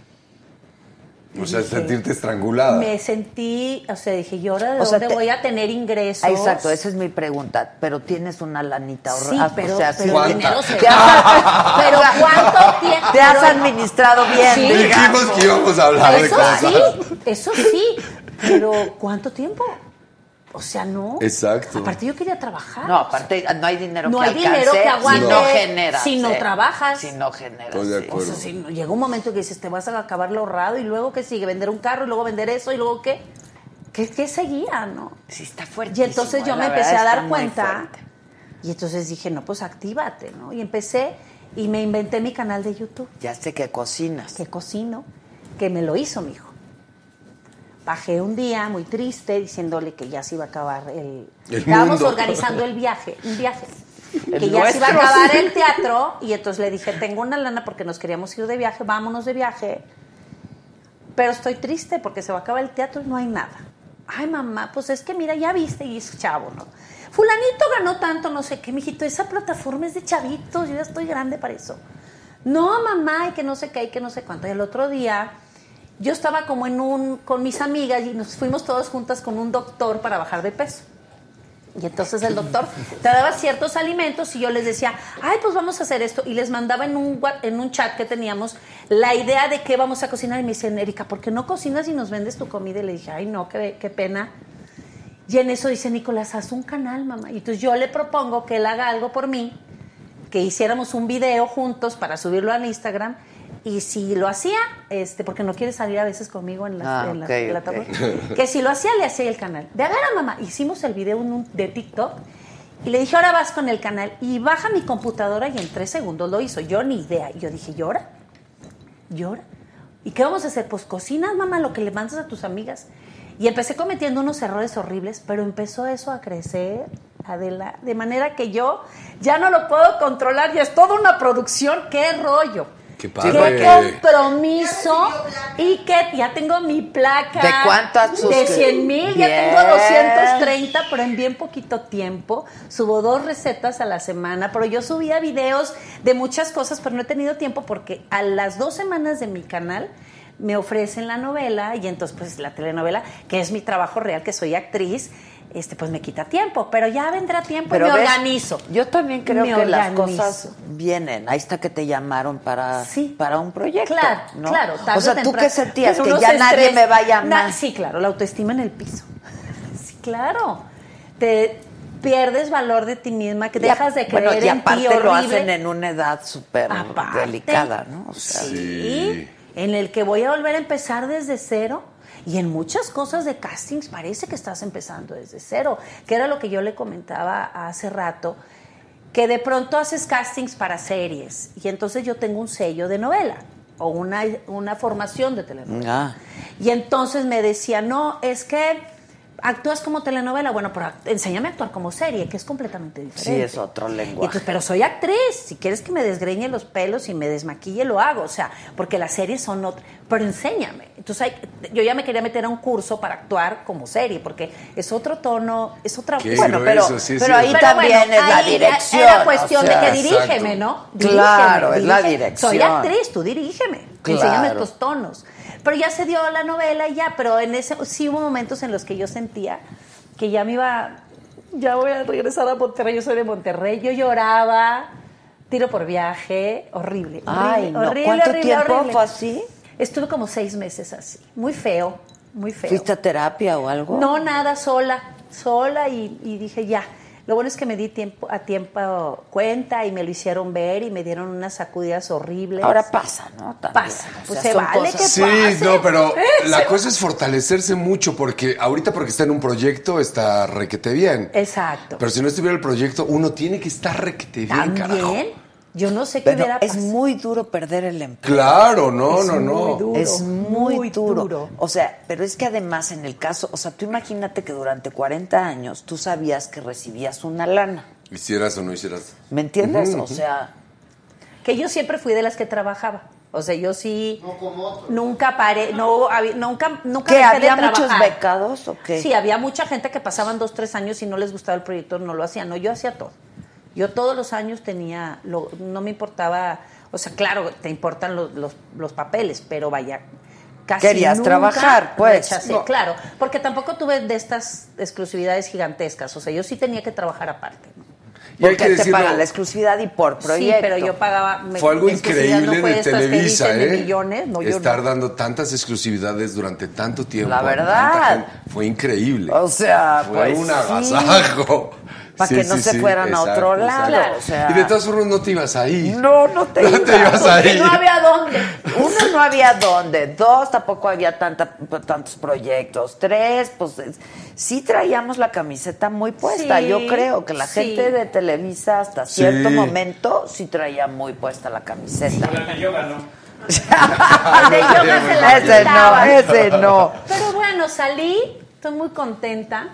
[SPEAKER 10] o sea, sentirte estrangulada.
[SPEAKER 11] Me sentí, o sea, dije, ¿y ahora de
[SPEAKER 2] O sea,
[SPEAKER 11] dónde
[SPEAKER 2] te-
[SPEAKER 11] voy a tener ingresos?
[SPEAKER 2] Ah, Exacto, esa es mi pregunta. Pero tienes una lanita ahorrada.
[SPEAKER 11] Sí,
[SPEAKER 2] Ah,
[SPEAKER 11] pero-
[SPEAKER 2] o sea, sí
[SPEAKER 11] pero
[SPEAKER 2] tienes-
[SPEAKER 10] *laughs*
[SPEAKER 11] dinero se-
[SPEAKER 2] te *laughs* has-
[SPEAKER 11] Pero
[SPEAKER 2] *laughs*
[SPEAKER 11] ¿cuánto tiempo?
[SPEAKER 2] Te has
[SPEAKER 11] Pero-
[SPEAKER 2] administrado bien.
[SPEAKER 11] Sí.
[SPEAKER 2] digamos.
[SPEAKER 10] Dijimos que íbamos a hablar de
[SPEAKER 11] eso
[SPEAKER 10] cosas.
[SPEAKER 11] sí, eso sí. Pero ¿cuánto tiempo? O sea, no.
[SPEAKER 10] Exacto.
[SPEAKER 11] Aparte yo quería trabajar.
[SPEAKER 2] No, aparte no hay dinero
[SPEAKER 11] No
[SPEAKER 2] que
[SPEAKER 11] hay dinero
[SPEAKER 2] alcance
[SPEAKER 11] que aguante
[SPEAKER 2] si no generas.
[SPEAKER 11] si no
[SPEAKER 2] eh,
[SPEAKER 11] trabajas.
[SPEAKER 2] Si no generas.
[SPEAKER 10] Estoy de
[SPEAKER 2] sí.
[SPEAKER 10] acuerdo.
[SPEAKER 11] O sea, si no- llega un momento que dices, te vas a acabar lo ahorrado y luego que sigue, vender un carro y luego vender eso y luego qué. ¿Qué, qué seguía, no?
[SPEAKER 2] Sí, está
[SPEAKER 11] Y
[SPEAKER 2] fuertísimo, ¿eh?
[SPEAKER 11] entonces yo
[SPEAKER 2] la
[SPEAKER 11] me
[SPEAKER 2] verdad
[SPEAKER 11] empecé a
[SPEAKER 2] está
[SPEAKER 11] dar
[SPEAKER 2] muy
[SPEAKER 11] cuenta
[SPEAKER 2] fuerte.
[SPEAKER 11] y entonces dije, no, pues actívate, ¿no? Y empecé y me inventé mi canal de YouTube.
[SPEAKER 2] Ya sé que cocinas.
[SPEAKER 11] que cocino, que me lo hizo mi hijo. Bajé un día muy triste diciéndole que ya se iba a acabar el...
[SPEAKER 8] El
[SPEAKER 11] Estábamos
[SPEAKER 8] mundo.
[SPEAKER 11] organizando el viaje, un viaje.
[SPEAKER 8] El
[SPEAKER 11] que ya se iba a
[SPEAKER 8] nuestro. *laughs*
[SPEAKER 11] acabar el teatro y entonces le dije, tengo una lana porque nos queríamos ir de viaje, vámonos de viaje, pero estoy triste porque se va a acabar el teatro y no hay nada. Ay, mamá, pues es que mira, ya viste y es chavo, ¿no? Fulanito ganó tanto, no sé qué, mijito, esa plataforma es de chavitos, yo ya estoy grande para eso. No, mamá, y que no sé qué, y que no sé cuánto. Y el otro día yo estaba como en un, con mis amigas y nos fuimos todas juntas con un doctor para bajar de peso. Y entonces el doctor te daba ciertos alimentos y yo les decía, ay, pues vamos a hacer esto. Y les mandaba en un, wa- en un chat que teníamos la idea de qué vamos a cocinar. Y me dicen, Erika, ¿por qué no cocinas y nos vendes tu comida? Y le dije, ay, no, qué, qué pena. Y en eso dice, Nicolás, haz un canal, mamá. Y entonces yo le propongo que él haga algo por mí, que hiciéramos un video juntos para subirlo al Instagram. Y si lo hacía, este, porque no quiere salir a veces conmigo en las,
[SPEAKER 2] Ah,
[SPEAKER 11] en las
[SPEAKER 2] ok, ok. *laughs*
[SPEAKER 11] plataformas, que si lo hacía, le hacía el canal. De agarra, mamá. Hicimos el video en un- de TikTok y le dije, ahora vas con el canal. Y baja mi computadora y en tres segundos lo hizo. Yo ni idea. Y yo dije, ¿y ahora? ¿Y ahora? ¿Y qué vamos a hacer? Pues cocinas, mamá, lo que le mandas a tus amigas. Y empecé cometiendo unos errores horribles, pero empezó eso a crecer, Adela, de manera que yo ya no lo puedo controlar y es toda una producción, qué rollo.
[SPEAKER 10] Qué
[SPEAKER 11] Qué compromiso y que ya tengo mi placa.
[SPEAKER 2] ¿De cuántas
[SPEAKER 11] De
[SPEAKER 2] suscri-
[SPEAKER 11] 100 mil, ya
[SPEAKER 2] Bien.
[SPEAKER 11] tengo 230, pero en bien poquito tiempo. Subo dos recetas a la semana, pero yo subía videos de muchas cosas, pero no he tenido tiempo porque a las dos semanas de mi canal me ofrecen la novela y entonces pues la telenovela, que es mi trabajo real, que soy actriz. Este, pues me quita tiempo, pero ya vendrá tiempo,
[SPEAKER 2] Pero
[SPEAKER 11] me
[SPEAKER 2] ves,
[SPEAKER 11] organizo.
[SPEAKER 2] Yo también creo
[SPEAKER 11] Me
[SPEAKER 2] que las
[SPEAKER 11] organizo.
[SPEAKER 2] cosas vienen. Ahí está que te llamaron para, para un proyecto.
[SPEAKER 11] Claro,
[SPEAKER 2] ¿no?
[SPEAKER 11] claro. tarde
[SPEAKER 2] O sea, ¿tú
[SPEAKER 11] temprano.
[SPEAKER 2] qué sentías?
[SPEAKER 11] Pero
[SPEAKER 2] Que
[SPEAKER 11] uno
[SPEAKER 2] ya
[SPEAKER 11] se
[SPEAKER 2] nadie
[SPEAKER 11] estresa.
[SPEAKER 2] me va a llamar.
[SPEAKER 11] Na- sí, claro, la autoestima en el piso. *laughs* Sí, claro. Te pierdes valor de ti misma, que
[SPEAKER 2] Y a-
[SPEAKER 11] dejas de creer
[SPEAKER 2] bueno, y
[SPEAKER 11] en ti
[SPEAKER 2] aparte
[SPEAKER 11] horrible.
[SPEAKER 2] lo hacen en una edad súper delicada, ¿no? O sea,
[SPEAKER 11] Sí. En el que voy a volver a empezar desde cero. Y en muchas cosas de castings parece que estás empezando desde cero, que era lo que yo le comentaba hace rato, que de pronto haces castings para series. Y entonces yo tengo un sello de novela. o una, una formación de telenovela.
[SPEAKER 2] Ah,
[SPEAKER 11] Y entonces me decía, no, es que actúas como telenovela. Bueno, pero act- enséñame a actuar como serie, que es completamente
[SPEAKER 2] sí,
[SPEAKER 11] diferente.
[SPEAKER 2] es otro
[SPEAKER 11] Y entonces,
[SPEAKER 2] lenguaje.
[SPEAKER 11] pero soy actriz. Si quieres que me desgreñe los pelos y me desmaquille, lo hago. O sea, porque las series son otras. Pero enséñame. Entonces, hay- yo ya me quería meter a un curso para actuar como serie, porque es otro tono, es otra.
[SPEAKER 2] Qué Bueno, pero- grueso, sí, es pero ahí cierto. también es la
[SPEAKER 11] ahí
[SPEAKER 2] dirección,
[SPEAKER 11] Era cuestión
[SPEAKER 2] o sea,
[SPEAKER 11] de que dirígeme,
[SPEAKER 2] exacto.
[SPEAKER 11] ¿no?
[SPEAKER 2] Claro, es la
[SPEAKER 11] dirígeme. Soy
[SPEAKER 2] dirección.
[SPEAKER 11] actriz, tú dirígeme.
[SPEAKER 2] Claro.
[SPEAKER 11] Enséñame estos tonos. Pero ya se dio la novela y ya, pero en ese sí hubo momentos en los que yo sentía que ya me iba, ya voy a regresar a Monterrey, yo soy de Monterrey, yo lloraba, tiro por viaje, horrible. horrible,
[SPEAKER 2] Ay, no.
[SPEAKER 11] horrible,
[SPEAKER 2] ¿Cuánto
[SPEAKER 11] horrible,
[SPEAKER 2] tiempo
[SPEAKER 11] horrible.
[SPEAKER 2] fue así?
[SPEAKER 11] Estuve como seis meses así, muy feo, muy feo.
[SPEAKER 2] ¿Fuiste a terapia o algo?
[SPEAKER 11] No, nada, sola, sola y, y dije ya. Lo bueno es que me di tiempo a tiempo cuenta y me lo hicieron ver y me dieron unas sacudidas horribles.
[SPEAKER 2] Ahora pasa, ¿no? También,
[SPEAKER 11] Pasa,
[SPEAKER 2] o
[SPEAKER 11] pues
[SPEAKER 2] sea,
[SPEAKER 11] se
[SPEAKER 2] son
[SPEAKER 11] vale que
[SPEAKER 10] Sí,
[SPEAKER 11] pase.
[SPEAKER 10] no, pero
[SPEAKER 11] Eh, se
[SPEAKER 10] la cosa
[SPEAKER 11] va-
[SPEAKER 10] es fortalecerse mucho porque ahorita porque está en un proyecto está requete bien.
[SPEAKER 11] Exacto.
[SPEAKER 10] Pero si no estuviera el proyecto, uno tiene que estar requete bien, carajo.
[SPEAKER 11] También, yo no sé qué
[SPEAKER 2] Pero
[SPEAKER 11] hubiera
[SPEAKER 2] es muy duro perder el empleo.
[SPEAKER 10] Claro, no,
[SPEAKER 2] Es
[SPEAKER 10] no, no.
[SPEAKER 2] muy duro, es muy, duro. O sea, pero es que además en el caso, o sea, tú imagínate que durante 40 años tú sabías que recibías una lana.
[SPEAKER 10] Hicieras o no hicieras.
[SPEAKER 2] ¿Me entiendes?
[SPEAKER 10] Ujú,
[SPEAKER 2] O
[SPEAKER 10] ujú.
[SPEAKER 2] sea,
[SPEAKER 11] que yo siempre fui de las que trabajaba. O sea, yo sí nunca paré, no habi- nunca nunca
[SPEAKER 2] ¿qué?
[SPEAKER 11] dejé de
[SPEAKER 2] ¿Había muchos
[SPEAKER 11] trabajar.
[SPEAKER 2] becados o qué?
[SPEAKER 11] Sí, había mucha gente que pasaban dos, tres años y no les gustaba el proyecto, no lo hacían. No, yo hacía todo. Yo todos los años tenía, lo- no me importaba, o sea, claro, te importan los, los- los papeles, pero vaya, casi
[SPEAKER 2] Querías
[SPEAKER 11] nunca
[SPEAKER 2] trabajar, pues.
[SPEAKER 11] rechacé,
[SPEAKER 2] No.
[SPEAKER 11] claro, porque tampoco tuve de estas exclusividades gigantescas, o sea, yo sí tenía que trabajar aparte. ¿no?
[SPEAKER 10] Y hay
[SPEAKER 2] porque
[SPEAKER 10] que
[SPEAKER 2] te
[SPEAKER 10] decirlo-
[SPEAKER 2] pagan la exclusividad y por proyecto.
[SPEAKER 11] Sí, pero yo pagaba. me-
[SPEAKER 10] Fue algo
[SPEAKER 11] exclusividad,
[SPEAKER 10] increíble
[SPEAKER 11] no fue
[SPEAKER 10] de
[SPEAKER 11] estas que
[SPEAKER 10] Televisa,
[SPEAKER 11] dicen
[SPEAKER 10] ¿eh?
[SPEAKER 11] de millones, no, yo no. *laughs*
[SPEAKER 10] Estar dando tantas exclusividades durante tanto tiempo.
[SPEAKER 2] La
[SPEAKER 10] a tanta
[SPEAKER 2] verdad.
[SPEAKER 10] gente, Fue increíble.
[SPEAKER 2] O sea,
[SPEAKER 10] fue
[SPEAKER 2] pues,
[SPEAKER 10] un
[SPEAKER 2] sí.
[SPEAKER 10] agasajo.
[SPEAKER 2] *laughs* Pa' que no se fueran a otro lado, o sea.
[SPEAKER 10] Y de todas formas no te ibas ahí.
[SPEAKER 2] No, no te,
[SPEAKER 10] *laughs* No te ibas
[SPEAKER 2] porque
[SPEAKER 10] ahí.
[SPEAKER 2] No había
[SPEAKER 10] *laughs*
[SPEAKER 2] dónde. Uno, no había dónde. Dos, tampoco había tanta, tantos proyectos. Tres, pues es- sí traíamos la camiseta muy puesta.
[SPEAKER 11] Sí,
[SPEAKER 2] Yo creo que la
[SPEAKER 11] sí.
[SPEAKER 2] gente de Televisa hasta cierto
[SPEAKER 10] Sí.
[SPEAKER 2] momento sí traía muy puesta la camiseta.
[SPEAKER 3] La de yoga, ¿no?
[SPEAKER 11] De yoga se la
[SPEAKER 2] ese no,
[SPEAKER 11] quitaban.
[SPEAKER 2] ese no.
[SPEAKER 11] Pero bueno, salí, estoy muy contenta.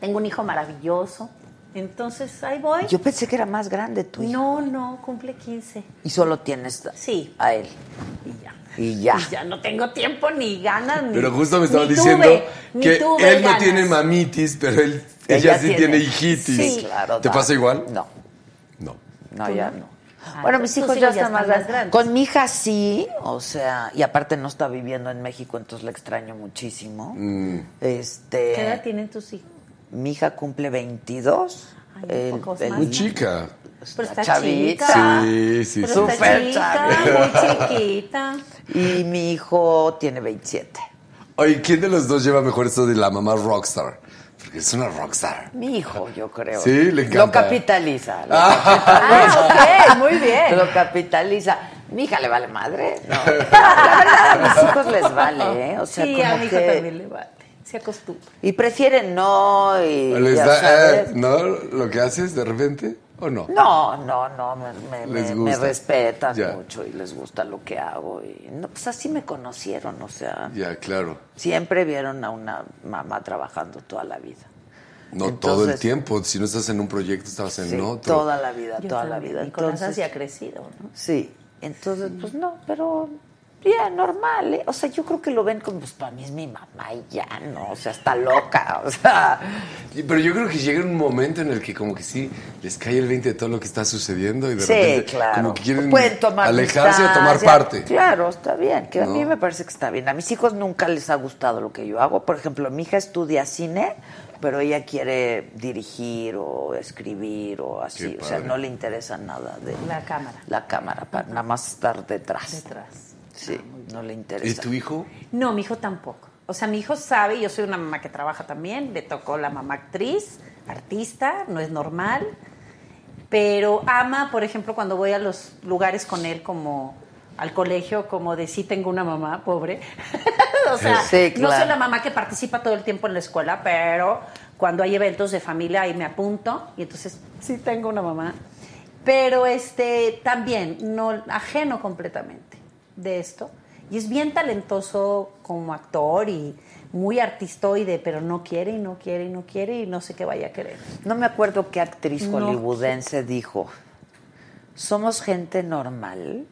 [SPEAKER 11] Tengo un hijo maravilloso. Entonces ahí voy.
[SPEAKER 2] Yo pensé que era más grande tú.
[SPEAKER 11] No, no, cumple 15.
[SPEAKER 2] Y solo tienes
[SPEAKER 11] Sí.
[SPEAKER 2] a él. Y ya.
[SPEAKER 11] Y ya no tengo tiempo ni ganas. Ni,
[SPEAKER 10] Pero justo me estaban
[SPEAKER 11] ni
[SPEAKER 10] diciendo
[SPEAKER 11] tuve, ni
[SPEAKER 10] que
[SPEAKER 11] tuve
[SPEAKER 10] él no
[SPEAKER 11] ganas.
[SPEAKER 10] tiene mamitis, pero él, ella, sí tiene, hijitis.
[SPEAKER 2] Sí, claro.
[SPEAKER 10] ¿Te
[SPEAKER 2] da.
[SPEAKER 10] pasa igual?
[SPEAKER 2] No.
[SPEAKER 10] No.
[SPEAKER 2] No, ya no.
[SPEAKER 11] Ah,
[SPEAKER 2] Bueno,
[SPEAKER 11] tus-
[SPEAKER 2] mis
[SPEAKER 11] tus
[SPEAKER 2] hijos ya
[SPEAKER 11] hijos ya
[SPEAKER 2] están más
[SPEAKER 11] están más
[SPEAKER 2] grandes. Con mi hija sí, o sea, y aparte no está viviendo en México, entonces la extraño muchísimo.
[SPEAKER 10] Mm.
[SPEAKER 2] Este,
[SPEAKER 11] ¿Qué edad tienen tus hijos?
[SPEAKER 2] mi hija cumple 22.
[SPEAKER 11] Ay,
[SPEAKER 2] El-
[SPEAKER 11] pocos
[SPEAKER 2] el-
[SPEAKER 11] más.
[SPEAKER 10] Muy chica.
[SPEAKER 11] Pero
[SPEAKER 2] Está
[SPEAKER 11] está
[SPEAKER 2] Pues chavita.
[SPEAKER 11] chica.
[SPEAKER 10] Sí, sí,
[SPEAKER 11] Pero
[SPEAKER 10] sí.
[SPEAKER 11] está
[SPEAKER 2] Súper
[SPEAKER 11] chica,
[SPEAKER 2] chavita.
[SPEAKER 11] muy chiquita.
[SPEAKER 2] Y mi hijo tiene 27.
[SPEAKER 10] Oye, ¿quién de los dos lleva mejor esto de la mamá rockstar? Porque es una rockstar.
[SPEAKER 2] Mi hijo, yo creo.
[SPEAKER 10] Sí, le
[SPEAKER 2] Lo
[SPEAKER 10] encanta.
[SPEAKER 2] capitaliza. Lo
[SPEAKER 11] Ah, ok, muy bien.
[SPEAKER 2] Lo capitaliza. Mi hija le vale madre.
[SPEAKER 10] *laughs*
[SPEAKER 2] No. La verdad, a mis hijos les vale, ¿eh? O sea,
[SPEAKER 11] sí,
[SPEAKER 2] como
[SPEAKER 11] a mi hijo
[SPEAKER 2] que-
[SPEAKER 11] también le vale. Se acostumbra.
[SPEAKER 2] Y prefieren no y
[SPEAKER 10] Pues Les
[SPEAKER 2] ya
[SPEAKER 10] da,
[SPEAKER 2] sabes.
[SPEAKER 10] eh, ¿No? Lo que haces de repente o no.
[SPEAKER 2] No, no, no, me, me-
[SPEAKER 10] Les
[SPEAKER 2] me-
[SPEAKER 10] gusta.
[SPEAKER 2] me respetan
[SPEAKER 10] Ya.
[SPEAKER 2] mucho y les gusta lo que hago. Y no, pues así me conocieron, o sea,
[SPEAKER 10] Ya, claro.
[SPEAKER 2] siempre vieron a una mamá trabajando toda la vida.
[SPEAKER 10] No todo el
[SPEAKER 2] Entonces-
[SPEAKER 10] tiempo. Si no estás en un proyecto, estabas en
[SPEAKER 2] Sí,
[SPEAKER 10] otro.
[SPEAKER 2] toda la vida,
[SPEAKER 11] Yo
[SPEAKER 2] toda
[SPEAKER 11] también.
[SPEAKER 2] la vida.
[SPEAKER 11] Nicolás
[SPEAKER 2] Entonces,
[SPEAKER 11] así ha crecido, ¿no?
[SPEAKER 2] sí, entonces, pues no, pero bien, normal. ¿eh? O sea, yo creo que lo ven como, pues para mí es mi mamá y ya, ¿no? O sea, está loca, o sea.
[SPEAKER 10] Y- Pero yo creo que llega un momento en el que como que sí, les cae el 20 de todo lo que está sucediendo y de
[SPEAKER 2] Sí,
[SPEAKER 10] repente
[SPEAKER 2] claro.
[SPEAKER 10] como que quieren
[SPEAKER 2] Pueden tomar
[SPEAKER 10] alejarse o tomar
[SPEAKER 2] distancia.
[SPEAKER 10] parte.
[SPEAKER 2] Claro, está bien, que a
[SPEAKER 10] No.
[SPEAKER 2] mí me parece que está bien. A mis hijos nunca les ha gustado lo que yo hago. Por ejemplo, mi hija estudia cine, pero ella quiere dirigir o escribir o así.
[SPEAKER 10] Qué
[SPEAKER 2] O sea,
[SPEAKER 10] padre.
[SPEAKER 2] no le interesa nada de
[SPEAKER 11] La cámara,
[SPEAKER 2] la cámara, para nada más estar detrás.
[SPEAKER 11] detrás.
[SPEAKER 2] Sí, no le
[SPEAKER 10] ¿Y
[SPEAKER 2] interesa.
[SPEAKER 10] tu hijo?
[SPEAKER 11] No, mi hijo tampoco. O sea, mi hijo sabe, yo soy una mamá que trabaja también, le tocó la mamá actriz, artista, no es normal, pero ama, por ejemplo, cuando voy a los lugares con él como al colegio, como de sí tengo una mamá, pobre. *laughs* o sea,
[SPEAKER 2] Sí,
[SPEAKER 11] no
[SPEAKER 2] claro.
[SPEAKER 11] soy la mamá que participa todo el tiempo en la escuela, pero cuando hay eventos de familia ahí me apunto y entonces sí tengo una mamá. Pero este también, no ajeno completamente. de esto. Y es bien talentoso como actor y muy artistoide, pero no quiere y no quiere y no quiere y no sé qué vaya a querer.
[SPEAKER 2] No me acuerdo qué actriz
[SPEAKER 11] No.
[SPEAKER 2] hollywoodense dijo, somos gente normal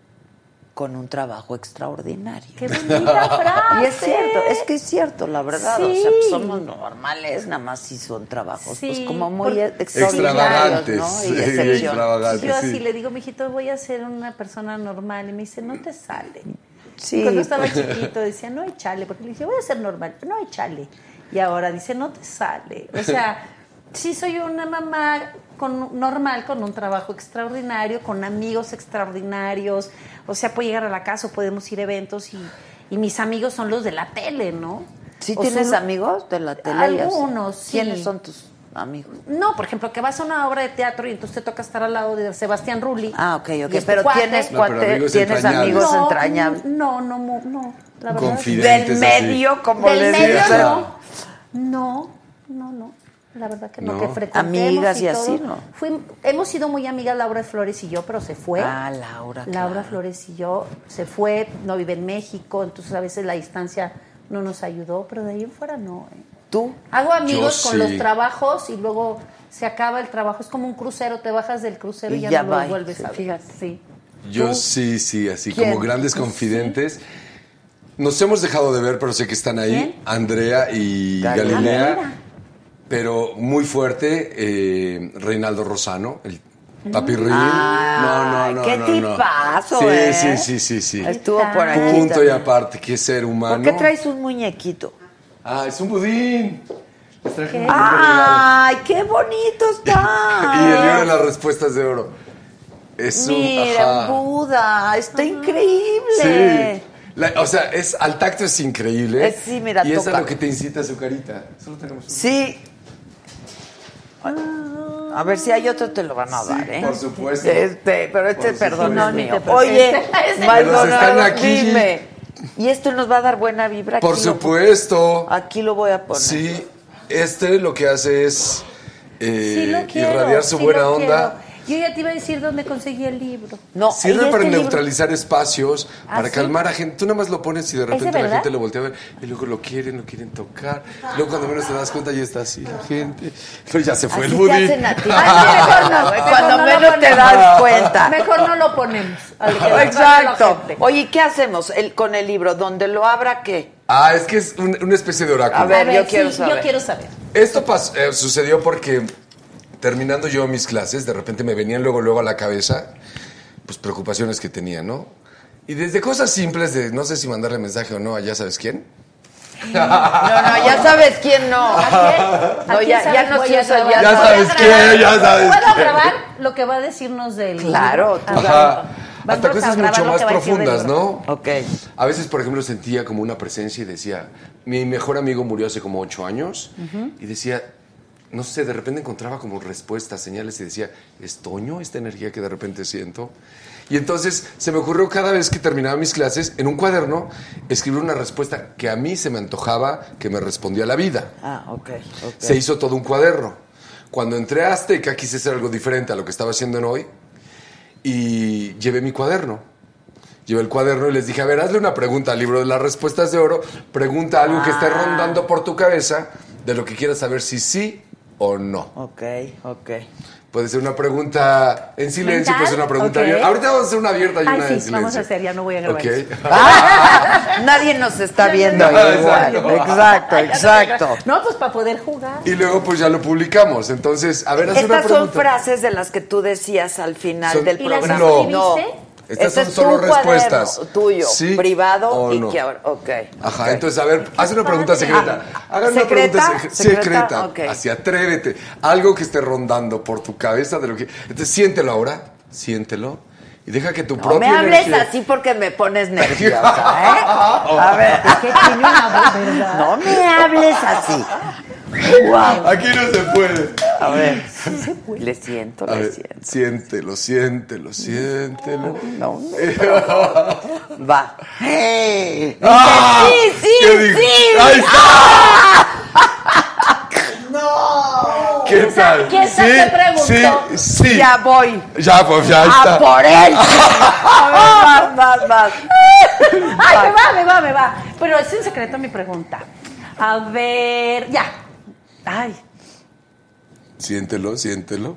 [SPEAKER 2] con un trabajo extraordinario. *laughs*
[SPEAKER 11] ¡Qué bonita frase!
[SPEAKER 2] Y es cierto, es que es cierto, la verdad. O sea,
[SPEAKER 11] Sí.
[SPEAKER 2] somos normales, nada más si son trabajos, pues
[SPEAKER 11] Sí,
[SPEAKER 2] como muy
[SPEAKER 11] por-
[SPEAKER 2] extraordinarios, ¿no?
[SPEAKER 10] Extravagantes,
[SPEAKER 2] Y
[SPEAKER 10] sí,
[SPEAKER 2] excepcionales.
[SPEAKER 10] extravagantes,
[SPEAKER 11] Yo así le digo, mijito, voy a ser una persona normal. Y me dice, no te sale.
[SPEAKER 2] Sí,
[SPEAKER 11] Cuando estaba
[SPEAKER 2] pues.
[SPEAKER 11] chiquito decía, no hay chale. Porque le dije, voy a ser normal, pero no hay chale. Y ahora dice, no te sale. O sea, sí soy una mamá con, normal, con un trabajo extraordinario, con amigos extraordinarios. O sea, puedo llegar a la casa, o podemos ir a eventos y, y mis amigos son los de la tele, ¿no?
[SPEAKER 2] ¿Sí
[SPEAKER 11] O
[SPEAKER 2] tienes
[SPEAKER 11] son-
[SPEAKER 2] amigos de la tele?
[SPEAKER 11] Algunos, sí.
[SPEAKER 2] ¿Quiénes son tus amigos?
[SPEAKER 11] No, por ejemplo, que vas a una obra de teatro y entonces te toca estar al lado de Sebastián Rulli.
[SPEAKER 2] Ah, ok, ok.
[SPEAKER 11] Y es tu
[SPEAKER 2] Pero
[SPEAKER 11] cuate.
[SPEAKER 2] tienes,
[SPEAKER 11] No, pero
[SPEAKER 2] cuate-
[SPEAKER 11] amigos
[SPEAKER 2] tienes
[SPEAKER 11] entrañables.
[SPEAKER 2] amigos
[SPEAKER 11] No,
[SPEAKER 2] entrañables.
[SPEAKER 11] No, no, no, no, la verdad.
[SPEAKER 2] Confidentes, Del así. medio, como
[SPEAKER 11] Del
[SPEAKER 2] les
[SPEAKER 11] medio,
[SPEAKER 2] dicen.
[SPEAKER 11] no. No, no, no. La verdad que no,
[SPEAKER 2] No.
[SPEAKER 11] que frecuentemos
[SPEAKER 2] Amigas y
[SPEAKER 11] todo.
[SPEAKER 2] así, ¿no?
[SPEAKER 11] Fui- hemos sido muy amigas Laura Flores y yo, pero se fue.
[SPEAKER 2] Ah, Laura,
[SPEAKER 11] Laura
[SPEAKER 2] claro.
[SPEAKER 11] Flores y yo se fue, no vive en México, entonces a veces la distancia no nos ayudó, pero de ahí en fuera no. ¿eh?
[SPEAKER 2] ¿Tú?
[SPEAKER 11] Hago amigos
[SPEAKER 2] Yo
[SPEAKER 11] con
[SPEAKER 2] sí.
[SPEAKER 11] los trabajos y luego se acaba el trabajo. Es como un crucero, te bajas del crucero y,
[SPEAKER 2] Y
[SPEAKER 11] ya,
[SPEAKER 2] ya
[SPEAKER 11] no
[SPEAKER 2] va,
[SPEAKER 11] lo vuelves a ver. Sí.
[SPEAKER 10] Yo sí, sí, así
[SPEAKER 11] ¿Quién?
[SPEAKER 10] como grandes confidentes. Nos hemos dejado de ver, pero sé que están ahí.
[SPEAKER 11] ¿Quién?
[SPEAKER 10] Andrea y
[SPEAKER 11] Galilea.
[SPEAKER 10] Galilea.
[SPEAKER 11] Galilea.
[SPEAKER 10] Pero muy fuerte, eh, Reinaldo Rosano, el papi Rin.
[SPEAKER 2] Ah,
[SPEAKER 10] no, no, no.
[SPEAKER 2] Mm. qué
[SPEAKER 10] no, no.
[SPEAKER 2] tipazo,
[SPEAKER 10] sí,
[SPEAKER 2] ¿eh?
[SPEAKER 10] Sí, sí, sí, sí.
[SPEAKER 2] Estuvo por aquí
[SPEAKER 10] Punto y
[SPEAKER 2] también.
[SPEAKER 10] aparte, qué ser humano.
[SPEAKER 2] ¿Por qué traes
[SPEAKER 10] *laughs*
[SPEAKER 2] un muñequito?
[SPEAKER 10] Ah, es un budín. Les traje un budín de regalo.
[SPEAKER 2] ¡Ay, qué bonito está!
[SPEAKER 10] *laughs* Y el libro de las respuestas de oro. Es un.
[SPEAKER 2] Mira,
[SPEAKER 10] ajá.
[SPEAKER 2] un Buda, está
[SPEAKER 10] Sí.
[SPEAKER 2] increíble.
[SPEAKER 10] La- o sea, es, al tacto es increíble.
[SPEAKER 2] Eh, sí, mira,
[SPEAKER 10] Y es
[SPEAKER 2] toca.
[SPEAKER 10] a lo que te incita su carita. Solo tenemos un.
[SPEAKER 2] Sí. A ver si hay otro, te lo van a
[SPEAKER 10] Sí,
[SPEAKER 2] dar, ¿eh?
[SPEAKER 10] por supuesto.
[SPEAKER 2] Este, pero este,
[SPEAKER 10] Por
[SPEAKER 2] perdón,
[SPEAKER 10] supuesto.
[SPEAKER 2] es mío.
[SPEAKER 10] No, ni te *laughs*
[SPEAKER 2] Oye,
[SPEAKER 10] preocupes.
[SPEAKER 2] Maldonado,
[SPEAKER 10] Pero si están aquí.
[SPEAKER 2] dime. Y esto nos va a dar buena vibra.
[SPEAKER 10] Por
[SPEAKER 2] aquí lo- Ah,
[SPEAKER 10] supuesto.
[SPEAKER 2] aquí lo voy a poner.
[SPEAKER 10] Sí, este lo que hace es eh,
[SPEAKER 11] Sí lo quiero,
[SPEAKER 10] irradiar su
[SPEAKER 11] sí
[SPEAKER 10] buena
[SPEAKER 11] lo
[SPEAKER 10] onda.
[SPEAKER 11] quiero. Yo ya te iba a decir dónde conseguí el libro.
[SPEAKER 10] Sirve para
[SPEAKER 2] este
[SPEAKER 10] neutralizar espacios,
[SPEAKER 11] ¿Ah,
[SPEAKER 10] para
[SPEAKER 11] sí?
[SPEAKER 10] calmar a gente. Tú nada más lo pones y de
[SPEAKER 11] ¿Es de
[SPEAKER 10] repente la
[SPEAKER 11] verdad?
[SPEAKER 10] gente lo voltea a ver y luego lo quieren, lo quieren tocar. Luego cuando menos te das cuenta ya está así la gente. Pero ya se fue
[SPEAKER 11] Así
[SPEAKER 10] el
[SPEAKER 11] te
[SPEAKER 10] budín. *laughs*
[SPEAKER 11] hacen a ti. Ay, mejor no, mejor
[SPEAKER 2] Cuando
[SPEAKER 11] no lo
[SPEAKER 2] menos te
[SPEAKER 11] ponemos.
[SPEAKER 2] das cuenta.
[SPEAKER 11] Mejor no
[SPEAKER 2] *laughs*
[SPEAKER 11] lo ponemos. al que lo ponga
[SPEAKER 2] Exacto.
[SPEAKER 11] la
[SPEAKER 2] Oye, ¿y ¿qué hacemos El- con el libro? ¿Donde lo abra qué?
[SPEAKER 10] Ah, es que es un- una especie de oráculo.
[SPEAKER 2] A ver, yo quiero
[SPEAKER 11] sí,
[SPEAKER 2] saber.
[SPEAKER 11] Yo quiero saber.
[SPEAKER 10] Esto pas- eh, sucedió porque terminando yo mis clases, de repente me venían luego, luego a la cabeza, pues preocupaciones que tenía, ¿no? Y desde cosas simples de no sé si mandarle mensaje o no a ya sabes quién.
[SPEAKER 2] No, no, ya sabes quién *laughs* no.
[SPEAKER 10] ¿A
[SPEAKER 2] No,
[SPEAKER 11] quién
[SPEAKER 2] ya, ya
[SPEAKER 11] sabes?
[SPEAKER 2] no
[SPEAKER 11] Voy
[SPEAKER 2] se
[SPEAKER 11] a
[SPEAKER 2] usa,
[SPEAKER 11] grabar.
[SPEAKER 2] ya
[SPEAKER 10] Ya sabes quién, ya sabes
[SPEAKER 11] ¿Puedo
[SPEAKER 10] quién.
[SPEAKER 11] grabar lo que va a decirnos del
[SPEAKER 2] Claro,
[SPEAKER 11] libro? Ah,
[SPEAKER 10] Ajá.
[SPEAKER 11] Vamos
[SPEAKER 10] Hasta
[SPEAKER 11] a
[SPEAKER 10] cosas
[SPEAKER 11] grabar
[SPEAKER 10] mucho
[SPEAKER 11] lo
[SPEAKER 10] más
[SPEAKER 11] que va a decir del
[SPEAKER 10] profundas,
[SPEAKER 11] libro.
[SPEAKER 10] ¿no? Ok. A veces, por ejemplo, sentía como una presencia y decía, mi mejor amigo murió hace como ocho años Ujú. y decía, no sé, de repente encontraba como respuestas, señales y decía, ¿es Toño esta energía que de repente siento? Y entonces se me ocurrió cada vez que terminaba mis clases, en un cuaderno, escribir una respuesta que a mí se me antojaba que me respondía la vida.
[SPEAKER 2] Ah, ok. ok.
[SPEAKER 10] Se hizo todo un cuaderno. Cuando entré a Azteca quise hacer algo diferente a lo que estaba haciendo en hoy y llevé mi cuaderno. Llevé el cuaderno y les dije, a ver, hazle una pregunta al libro de las respuestas de oro, pregunta algo que esté rondando por tu cabeza de lo que quieras saber si sí o no.
[SPEAKER 2] Ok, ok. *laughs*
[SPEAKER 10] Puede ser una pregunta en silencio,
[SPEAKER 11] ¿Mental?
[SPEAKER 10] puede ser una pregunta
[SPEAKER 11] Ok.
[SPEAKER 10] abierta. Ahorita vamos a hacer una abierta y
[SPEAKER 11] Ay,
[SPEAKER 10] una
[SPEAKER 11] sí,
[SPEAKER 10] en silencio.
[SPEAKER 11] vamos a hacer, ya no voy a grabar. eso.
[SPEAKER 10] Ok. Ah,
[SPEAKER 2] Nadie nos está
[SPEAKER 10] No,
[SPEAKER 2] viendo igual.
[SPEAKER 10] exacto.
[SPEAKER 2] Exacto, exacto.
[SPEAKER 11] No, pues para poder jugar.
[SPEAKER 10] Y luego pues ya lo publicamos. Entonces, a ver, haz una
[SPEAKER 2] Estas son
[SPEAKER 10] pregunta.
[SPEAKER 2] frases de las que tú decías al final
[SPEAKER 10] Son-
[SPEAKER 2] del
[SPEAKER 10] ¿Y las
[SPEAKER 2] programa.
[SPEAKER 10] escribiste?
[SPEAKER 2] No.
[SPEAKER 10] Estas
[SPEAKER 2] Este
[SPEAKER 10] son
[SPEAKER 2] es
[SPEAKER 10] solo
[SPEAKER 2] tu cuaderno,
[SPEAKER 10] respuestas.
[SPEAKER 2] tuyo,
[SPEAKER 10] Sí
[SPEAKER 2] privado
[SPEAKER 10] o
[SPEAKER 2] y
[SPEAKER 10] no.
[SPEAKER 2] que ahora. Ok. ah,
[SPEAKER 10] Ajá, entonces, a ver, haz una pregunta secreta. Hagan una
[SPEAKER 2] ¿Secreta?
[SPEAKER 10] pregunta sec-
[SPEAKER 2] ¿Secreta?
[SPEAKER 10] secreta.
[SPEAKER 2] Ok.
[SPEAKER 10] Así, atrévete. Algo que esté rondando por tu cabeza de lo que. Entonces, siéntelo ahora, siéntelo. Y deja que tu
[SPEAKER 2] No
[SPEAKER 10] propia
[SPEAKER 2] me hables
[SPEAKER 10] energía-
[SPEAKER 2] así porque me pones nerviosa, ¿eh? A ver. No me hables así. Guau.
[SPEAKER 10] Aquí no se puede.
[SPEAKER 2] A ver. Le siento,
[SPEAKER 10] A
[SPEAKER 2] le
[SPEAKER 10] ver,
[SPEAKER 2] siento.
[SPEAKER 10] siéntelo, siéntelo, siéntelo.
[SPEAKER 2] No,
[SPEAKER 10] *laughs*
[SPEAKER 2] Va. ¡Hey! Dice,
[SPEAKER 10] ¡Ah!
[SPEAKER 2] sí, sí,
[SPEAKER 10] ¿Qué dijo?
[SPEAKER 2] sí.
[SPEAKER 10] ¡Ahí está!
[SPEAKER 2] ¡No!
[SPEAKER 10] ¿Qué tal?
[SPEAKER 2] ¿Quién
[SPEAKER 10] sí,
[SPEAKER 2] te preguntó?
[SPEAKER 10] sí, sí.
[SPEAKER 2] Ya Ah, voy.
[SPEAKER 10] Ya, pues ya
[SPEAKER 2] ¡A
[SPEAKER 10] está. *laughs*
[SPEAKER 2] por él! A ver, más, más, más.
[SPEAKER 11] Ay, me va, me va, me va. Pero es en secreto mi pregunta. A ver, ya. Ay,
[SPEAKER 10] Siéntelo, siéntelo.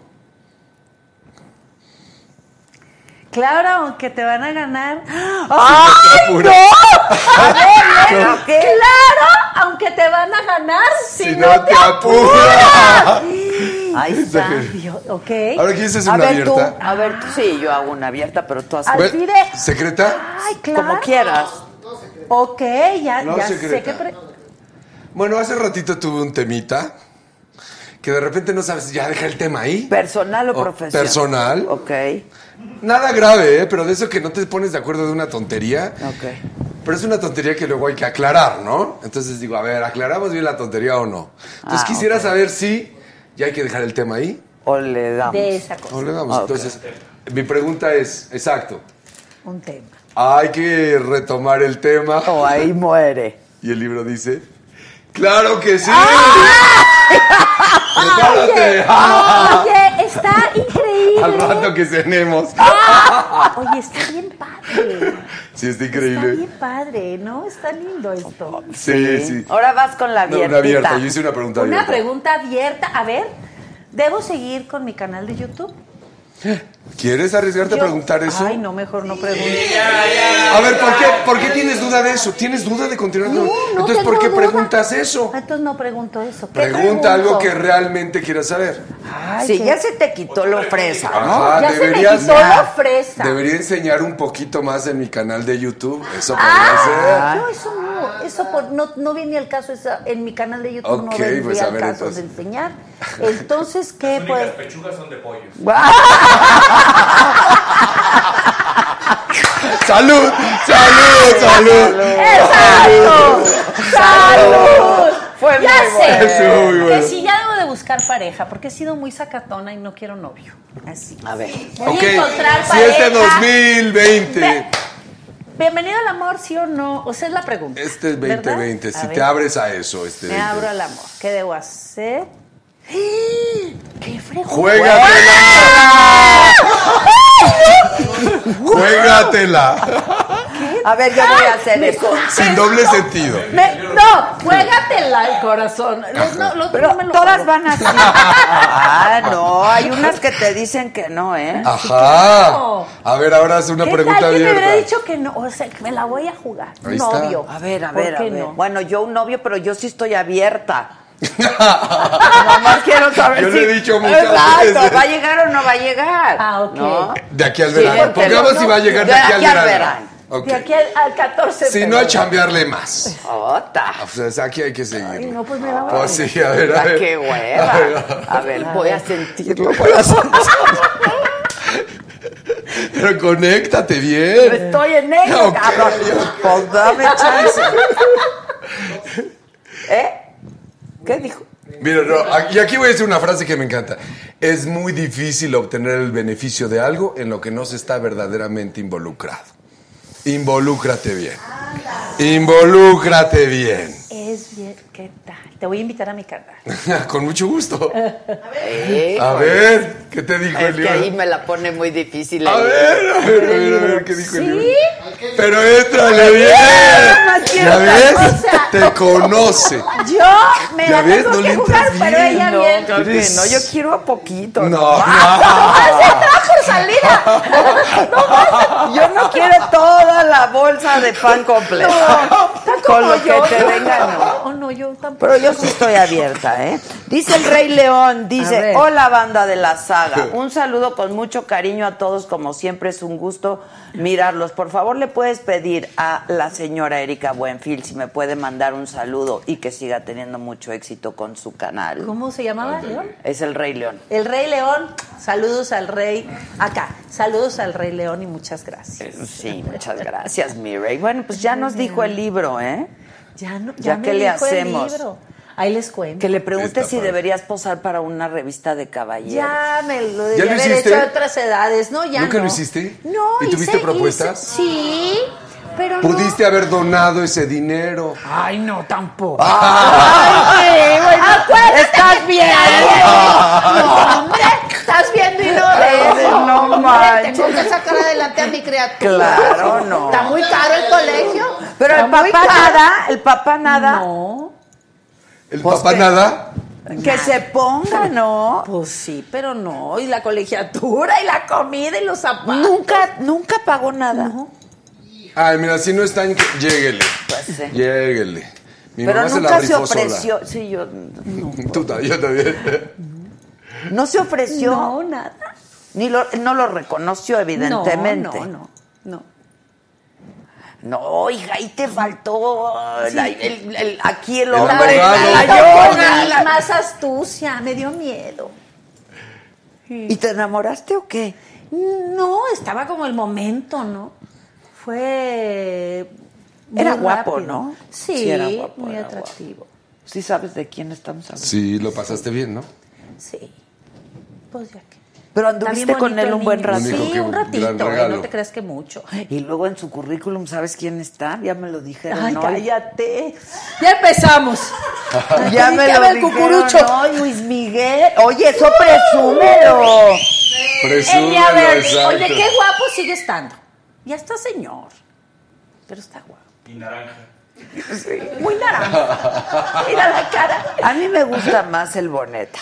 [SPEAKER 11] claro, aunque te van a ganar.
[SPEAKER 10] está
[SPEAKER 11] ¡Ay,
[SPEAKER 10] pura.
[SPEAKER 11] no! A ver,
[SPEAKER 10] No.
[SPEAKER 11] ¿eh? Claro, aunque te van a ganar si, no, te apuras.
[SPEAKER 2] Ahí está.
[SPEAKER 11] Yo- ok.
[SPEAKER 10] Ahora, ¿quieres hacer
[SPEAKER 2] a
[SPEAKER 10] una
[SPEAKER 2] ver,
[SPEAKER 10] abierta?
[SPEAKER 2] Tú, a ver, tú sí, yo hago una abierta, pero tú haces.
[SPEAKER 10] Ve- ¿Secreta?
[SPEAKER 11] Ay, claro.
[SPEAKER 2] Como quieras.
[SPEAKER 11] Ok, ya,
[SPEAKER 10] No
[SPEAKER 11] ya sé
[SPEAKER 10] secreta.
[SPEAKER 11] que... pre-
[SPEAKER 10] Bueno, hace ratito tuve un temita que de repente no sabes, ya deja el tema ahí. ¿Personal
[SPEAKER 2] o profesional?
[SPEAKER 10] Personal.
[SPEAKER 2] Ok.
[SPEAKER 10] Nada grave, ¿eh? pero de eso que no te pones de acuerdo de una tontería.
[SPEAKER 2] Ok.
[SPEAKER 10] Pero es una tontería que luego hay que aclarar, ¿no? Entonces digo, a ver, ¿aclaramos bien la tontería o no? Entonces
[SPEAKER 2] Ah,
[SPEAKER 10] quisiera
[SPEAKER 2] ok.
[SPEAKER 10] saber si ya hay que dejar el tema ahí.
[SPEAKER 2] O le damos.
[SPEAKER 11] De esa cosa.
[SPEAKER 10] O le damos.
[SPEAKER 2] Ah, ok.
[SPEAKER 10] Entonces, mi pregunta es, exacto,
[SPEAKER 11] Un tema.
[SPEAKER 10] hay que retomar el tema. O
[SPEAKER 2] ahí muere.
[SPEAKER 10] Y el libro dice, claro que sí.
[SPEAKER 2] ¡Ah!
[SPEAKER 11] Oye,
[SPEAKER 10] *laughs* Prepárate.
[SPEAKER 11] oye, está
[SPEAKER 10] *laughs*
[SPEAKER 11] increíble.
[SPEAKER 10] Al rato que cenemos.
[SPEAKER 11] Oye, está bien padre.
[SPEAKER 10] Sí, está
[SPEAKER 11] Está
[SPEAKER 10] increíble.
[SPEAKER 11] bien padre, ¿no? Está lindo esto.
[SPEAKER 10] Sí, sí.
[SPEAKER 2] Ahora vas con la
[SPEAKER 10] No, una abierta. Yo hice una pregunta
[SPEAKER 11] Una
[SPEAKER 10] abierta.
[SPEAKER 11] pregunta abierta. A ver, ¿debo seguir con mi canal de YouTube?
[SPEAKER 10] ¿Quieres arriesgarte
[SPEAKER 11] Yo-
[SPEAKER 10] a preguntar eso?
[SPEAKER 11] Ay, no, mejor no pregunto.
[SPEAKER 10] A ver, ¿por qué, por qué tienes duda de eso? ¿Tienes duda de continuar? con-
[SPEAKER 11] No, no
[SPEAKER 10] Entonces,
[SPEAKER 11] tengo
[SPEAKER 10] ¿por qué
[SPEAKER 11] duda. Ah,
[SPEAKER 10] preguntas eso?
[SPEAKER 11] Entonces no pregunto eso. ¿Qué
[SPEAKER 10] Pregunta algo que
[SPEAKER 11] pregunto?
[SPEAKER 10] realmente quieras saber.
[SPEAKER 11] Ay,
[SPEAKER 2] sí,
[SPEAKER 11] qué-
[SPEAKER 2] ya se te quitó la fresa, ¿no?
[SPEAKER 10] Ajá,
[SPEAKER 11] Ah, Ya se me
[SPEAKER 10] deberías-
[SPEAKER 11] quitó la fresa.
[SPEAKER 10] Debería enseñar un poquito más en mi canal de YouTube. Eso
[SPEAKER 11] Ah,
[SPEAKER 10] podría
[SPEAKER 11] no, eso no, eso por- no, no viene al caso, esa- en mi canal de YouTube no
[SPEAKER 10] Ok,
[SPEAKER 11] vendría
[SPEAKER 10] pues, a
[SPEAKER 11] al
[SPEAKER 10] ver,
[SPEAKER 11] caso
[SPEAKER 10] entonces.
[SPEAKER 11] de enseñar. Entonces, ¿qué? Pues,
[SPEAKER 3] pechugas son de pollo.
[SPEAKER 10] ser. ¡Salud! ¡Salud! ¡Salud!
[SPEAKER 11] ¡Exacto! ¡Salud!
[SPEAKER 2] Fue
[SPEAKER 11] ya
[SPEAKER 2] muy bueno.
[SPEAKER 11] sé
[SPEAKER 10] Estuvo muy
[SPEAKER 11] que
[SPEAKER 10] bueno.
[SPEAKER 11] si ya debo de buscar pareja, porque he sido muy sacatona y no quiero novio. Así.
[SPEAKER 2] A ver.
[SPEAKER 11] Voy a encontrar
[SPEAKER 10] si este
[SPEAKER 11] pareja.
[SPEAKER 10] 2020,
[SPEAKER 11] Bienvenido al amor, sí o no. O sea, es la pregunta.
[SPEAKER 10] este es
[SPEAKER 11] ¿Verdad?
[SPEAKER 10] 2020,
[SPEAKER 11] A
[SPEAKER 10] si
[SPEAKER 11] ver.
[SPEAKER 10] te abres a eso, este
[SPEAKER 11] Me
[SPEAKER 10] 2020.
[SPEAKER 11] abro al amor. ¿Qué debo hacer? ¡Eh! ¡Qué fregón!
[SPEAKER 10] ¡Juégatela! ¡Juégatela!
[SPEAKER 2] A ver, yo voy a hacer
[SPEAKER 11] Me
[SPEAKER 2] eso.
[SPEAKER 10] Sin doble sentido.
[SPEAKER 11] Me- no, juégatela el corazón. Los, no, los
[SPEAKER 2] Pero
[SPEAKER 11] no me lo
[SPEAKER 2] todas
[SPEAKER 11] juego.
[SPEAKER 2] van
[SPEAKER 11] *laughs*
[SPEAKER 2] así. Ah, no, hay unas que te dicen que no, ¿eh?
[SPEAKER 10] Ah. Ajá. A ver, ahora haz una
[SPEAKER 11] ¿Qué
[SPEAKER 10] pregunta
[SPEAKER 11] tal que me hubiera
[SPEAKER 10] abierta.
[SPEAKER 11] dicho que no? O sea, que me la voy a jugar.
[SPEAKER 10] Ahí está.
[SPEAKER 11] novio.
[SPEAKER 2] A ver, a
[SPEAKER 11] ¿Por
[SPEAKER 2] ver, a
[SPEAKER 11] qué
[SPEAKER 2] ver.
[SPEAKER 11] no?
[SPEAKER 2] Bueno, yo un novio, pero yo sí estoy abierta.
[SPEAKER 10] *laughs*
[SPEAKER 2] Nada más quiero saber
[SPEAKER 10] Yo
[SPEAKER 2] si...
[SPEAKER 10] le he dicho muchas
[SPEAKER 2] Exacto,
[SPEAKER 10] veces.
[SPEAKER 2] ¿va a llegar o no va a llegar?
[SPEAKER 11] Ah, ok.
[SPEAKER 2] ¿No?
[SPEAKER 10] De aquí al
[SPEAKER 2] Sí,
[SPEAKER 10] verano.
[SPEAKER 2] porque
[SPEAKER 10] Pongamos
[SPEAKER 2] no-
[SPEAKER 10] si va a llegar
[SPEAKER 2] de
[SPEAKER 10] de aquí al
[SPEAKER 2] aquí al
[SPEAKER 10] verano.
[SPEAKER 2] verano.
[SPEAKER 10] Ok.
[SPEAKER 11] De aquí al, al 14 de
[SPEAKER 10] Si no, a
[SPEAKER 11] febrero.
[SPEAKER 10] chambearle más.
[SPEAKER 2] Ota.
[SPEAKER 10] O sea, aquí hay que seguir.
[SPEAKER 11] Ay, no, pues me la voy a
[SPEAKER 10] Pues sí, a ver, a
[SPEAKER 2] Ah,
[SPEAKER 10] ver.
[SPEAKER 2] ¡Qué
[SPEAKER 10] A ver,
[SPEAKER 2] hueva! A ver, voy
[SPEAKER 10] *laughs*
[SPEAKER 2] a sentirlo.
[SPEAKER 10] Pero conéctate
[SPEAKER 2] Pero
[SPEAKER 10] bien.
[SPEAKER 2] Estoy en ello,
[SPEAKER 10] Ok,
[SPEAKER 2] cabrón.
[SPEAKER 10] ok.
[SPEAKER 2] Pues
[SPEAKER 10] *laughs*
[SPEAKER 2] dame chance. ¿Eh? ¿Qué dijo?
[SPEAKER 10] Mira, no, aquí- y aquí voy a decir una frase que me encanta. Es muy difícil obtener el beneficio de algo en lo que no se está verdaderamente involucrado. Involúcrate bien. Involúcrate bien. *laughs*
[SPEAKER 11] Es bien, ¿qué tal? Te voy a invitar a mi canal.
[SPEAKER 10] Con mucho gusto.
[SPEAKER 2] Eh,
[SPEAKER 10] A ver, ¿qué te dijo
[SPEAKER 2] Es
[SPEAKER 10] el
[SPEAKER 2] que
[SPEAKER 10] libro?
[SPEAKER 2] ahí me la pone muy difícil.
[SPEAKER 10] A
[SPEAKER 2] ahí.
[SPEAKER 10] ver, a ver, a ver, a ver, ¿qué dijo el libro?
[SPEAKER 11] ¿Sí?
[SPEAKER 10] Pero éntrale bien.
[SPEAKER 11] más quiero
[SPEAKER 10] ¿Ya
[SPEAKER 11] otra
[SPEAKER 10] ves?
[SPEAKER 11] cosa.
[SPEAKER 10] Te conoce.
[SPEAKER 11] Yo me
[SPEAKER 10] ¿Ya
[SPEAKER 11] la
[SPEAKER 10] ves?
[SPEAKER 11] tengo
[SPEAKER 10] No le
[SPEAKER 11] que
[SPEAKER 10] entras
[SPEAKER 11] jugar, pero
[SPEAKER 10] bien.
[SPEAKER 11] ella
[SPEAKER 2] No,
[SPEAKER 11] bien.
[SPEAKER 2] claro que
[SPEAKER 10] Eres-
[SPEAKER 2] no, yo quiero a poquito.
[SPEAKER 10] No,
[SPEAKER 11] ¡No
[SPEAKER 10] no.
[SPEAKER 11] más de trajo salida! ¡No más!
[SPEAKER 2] Yo no quiero toda la bolsa
[SPEAKER 10] *laughs*
[SPEAKER 2] de pan completo.
[SPEAKER 11] Está
[SPEAKER 2] Con
[SPEAKER 11] como
[SPEAKER 2] lo
[SPEAKER 11] yo,
[SPEAKER 2] que te
[SPEAKER 11] yo
[SPEAKER 2] venga, no.
[SPEAKER 11] *laughs* Oh, no, yo tampoco.
[SPEAKER 2] Pero yo sí estoy abierta, ¿eh? Dice el Rey León,
[SPEAKER 11] A
[SPEAKER 2] dice,
[SPEAKER 11] ver.
[SPEAKER 2] hola banda de la saga, un saludo con mucho cariño a todos, como siempre es un gusto mirarlos. Por favor, le puedes pedir a la señora Erika Buenfil si me puede mandar un saludo y que siga teniendo mucho éxito con su canal.
[SPEAKER 11] ¿Cómo se llamaba, León?
[SPEAKER 2] Es el Rey León.
[SPEAKER 11] El Rey León, saludos al Rey. Acá, saludos al Rey León y muchas gracias.
[SPEAKER 2] Eh,
[SPEAKER 11] *laughs*
[SPEAKER 2] Sí, muchas gracias, mi Rey. Bueno, pues ya nos dijo el libro, ¿eh?
[SPEAKER 11] Ya, no,
[SPEAKER 2] ¿Ya
[SPEAKER 11] ya, me
[SPEAKER 2] qué le
[SPEAKER 11] dijo el
[SPEAKER 2] hacemos?
[SPEAKER 11] libro. Ahí les cuento.
[SPEAKER 2] Que le pregunte
[SPEAKER 10] Está
[SPEAKER 2] si
[SPEAKER 10] padre.
[SPEAKER 2] deberías posar para una revista de caballeros.
[SPEAKER 11] Ya me lo
[SPEAKER 10] ¿Ya
[SPEAKER 11] debí
[SPEAKER 10] lo
[SPEAKER 11] haber
[SPEAKER 10] hiciste?
[SPEAKER 11] hecho a otras edades, ¿no? Ya
[SPEAKER 10] ¿Nunca
[SPEAKER 11] no.
[SPEAKER 10] lo hiciste?
[SPEAKER 11] No,
[SPEAKER 10] ¿Y tuviste
[SPEAKER 11] hice-
[SPEAKER 10] propuestas?
[SPEAKER 11] hice- sí, pero no.
[SPEAKER 10] Pudiste haber donado ese dinero.
[SPEAKER 2] Ay, no, tampoco.
[SPEAKER 10] Ah,
[SPEAKER 2] Ay, sí, bueno,
[SPEAKER 11] Acuérdate
[SPEAKER 2] estás bien.
[SPEAKER 11] Ay, *laughs*
[SPEAKER 2] Ay,
[SPEAKER 11] Hombre, eh. tengo que sacar adelante a mi criatura.
[SPEAKER 2] Claro, no.
[SPEAKER 11] Está muy caro el colegio.
[SPEAKER 2] Pero
[SPEAKER 11] Está
[SPEAKER 2] el
[SPEAKER 11] muy
[SPEAKER 2] papá
[SPEAKER 11] caro.
[SPEAKER 2] nada, el papá nada. No.
[SPEAKER 10] ¿El papá nada?
[SPEAKER 2] Que se ponga, ¿no?
[SPEAKER 11] Pues sí, pero no. Y la colegiatura, y la comida, y los zapatos.
[SPEAKER 2] Nunca, nunca pagó nada.
[SPEAKER 10] Ay, mira, si no están, que- lléguele.
[SPEAKER 2] Pues sí.
[SPEAKER 10] Lléguele. Mi
[SPEAKER 2] Pero
[SPEAKER 10] mamá se
[SPEAKER 2] nunca
[SPEAKER 10] la
[SPEAKER 2] se,
[SPEAKER 10] rifó sola.
[SPEAKER 2] ofreció. Sí, yo.
[SPEAKER 10] *laughs*
[SPEAKER 2] No,
[SPEAKER 10] Tú también, yo también.
[SPEAKER 2] No se ofreció.
[SPEAKER 11] No, nada.
[SPEAKER 2] Ni lo, no lo reconoció, evidentemente.
[SPEAKER 11] No, no, no.
[SPEAKER 2] No, hija, ahí te faltó la- el- el- aquí el
[SPEAKER 10] El
[SPEAKER 2] hombre.
[SPEAKER 10] abogado.
[SPEAKER 2] la
[SPEAKER 11] Yo
[SPEAKER 2] llora, la-
[SPEAKER 11] más astucia, me dio miedo.
[SPEAKER 2] ¿Y te enamoraste o qué?
[SPEAKER 11] No, estaba como el momento, ¿no? Fue. muy
[SPEAKER 2] Era guapo,
[SPEAKER 11] rápido.
[SPEAKER 2] ¿no?
[SPEAKER 11] Sí,
[SPEAKER 2] Sí, era guapo,
[SPEAKER 11] muy
[SPEAKER 2] era
[SPEAKER 11] atractivo.
[SPEAKER 2] Sí sabes de quién estamos hablando.
[SPEAKER 10] Sí, lo pasaste bien, ¿no?
[SPEAKER 11] Eh, Sí. Pues ya que.
[SPEAKER 2] Pero
[SPEAKER 11] Está bien
[SPEAKER 2] anduviste con
[SPEAKER 11] bonito
[SPEAKER 2] él
[SPEAKER 11] el
[SPEAKER 2] un buen
[SPEAKER 11] niño.
[SPEAKER 2] rato.
[SPEAKER 10] Único
[SPEAKER 11] Sí,
[SPEAKER 10] que
[SPEAKER 11] un
[SPEAKER 10] un
[SPEAKER 11] ratito,
[SPEAKER 10] gran
[SPEAKER 11] güey,
[SPEAKER 10] regalo.
[SPEAKER 11] no te creas que mucho.
[SPEAKER 2] Y luego en su currículum, ¿sabes quién está? Ya me lo dijeron.
[SPEAKER 11] Ay,
[SPEAKER 2] hoy.
[SPEAKER 11] cállate. Ya empezamos.
[SPEAKER 2] *laughs* Ya
[SPEAKER 11] Ay,
[SPEAKER 2] me
[SPEAKER 11] que
[SPEAKER 2] lo
[SPEAKER 11] haga el
[SPEAKER 2] dijeron
[SPEAKER 11] cucurucho.
[SPEAKER 2] hoy, Luis Miguel. Oye, eso presúmelo.
[SPEAKER 10] Presúmelo,
[SPEAKER 11] Ella, a ver,
[SPEAKER 10] exacto.
[SPEAKER 11] eh, oye, qué guapo sigue estando. Ya está señor. Pero está guapo.
[SPEAKER 3] Y naranja.
[SPEAKER 11] Muy naranja. Mira la cara.
[SPEAKER 2] A mí me gusta más el Boneta,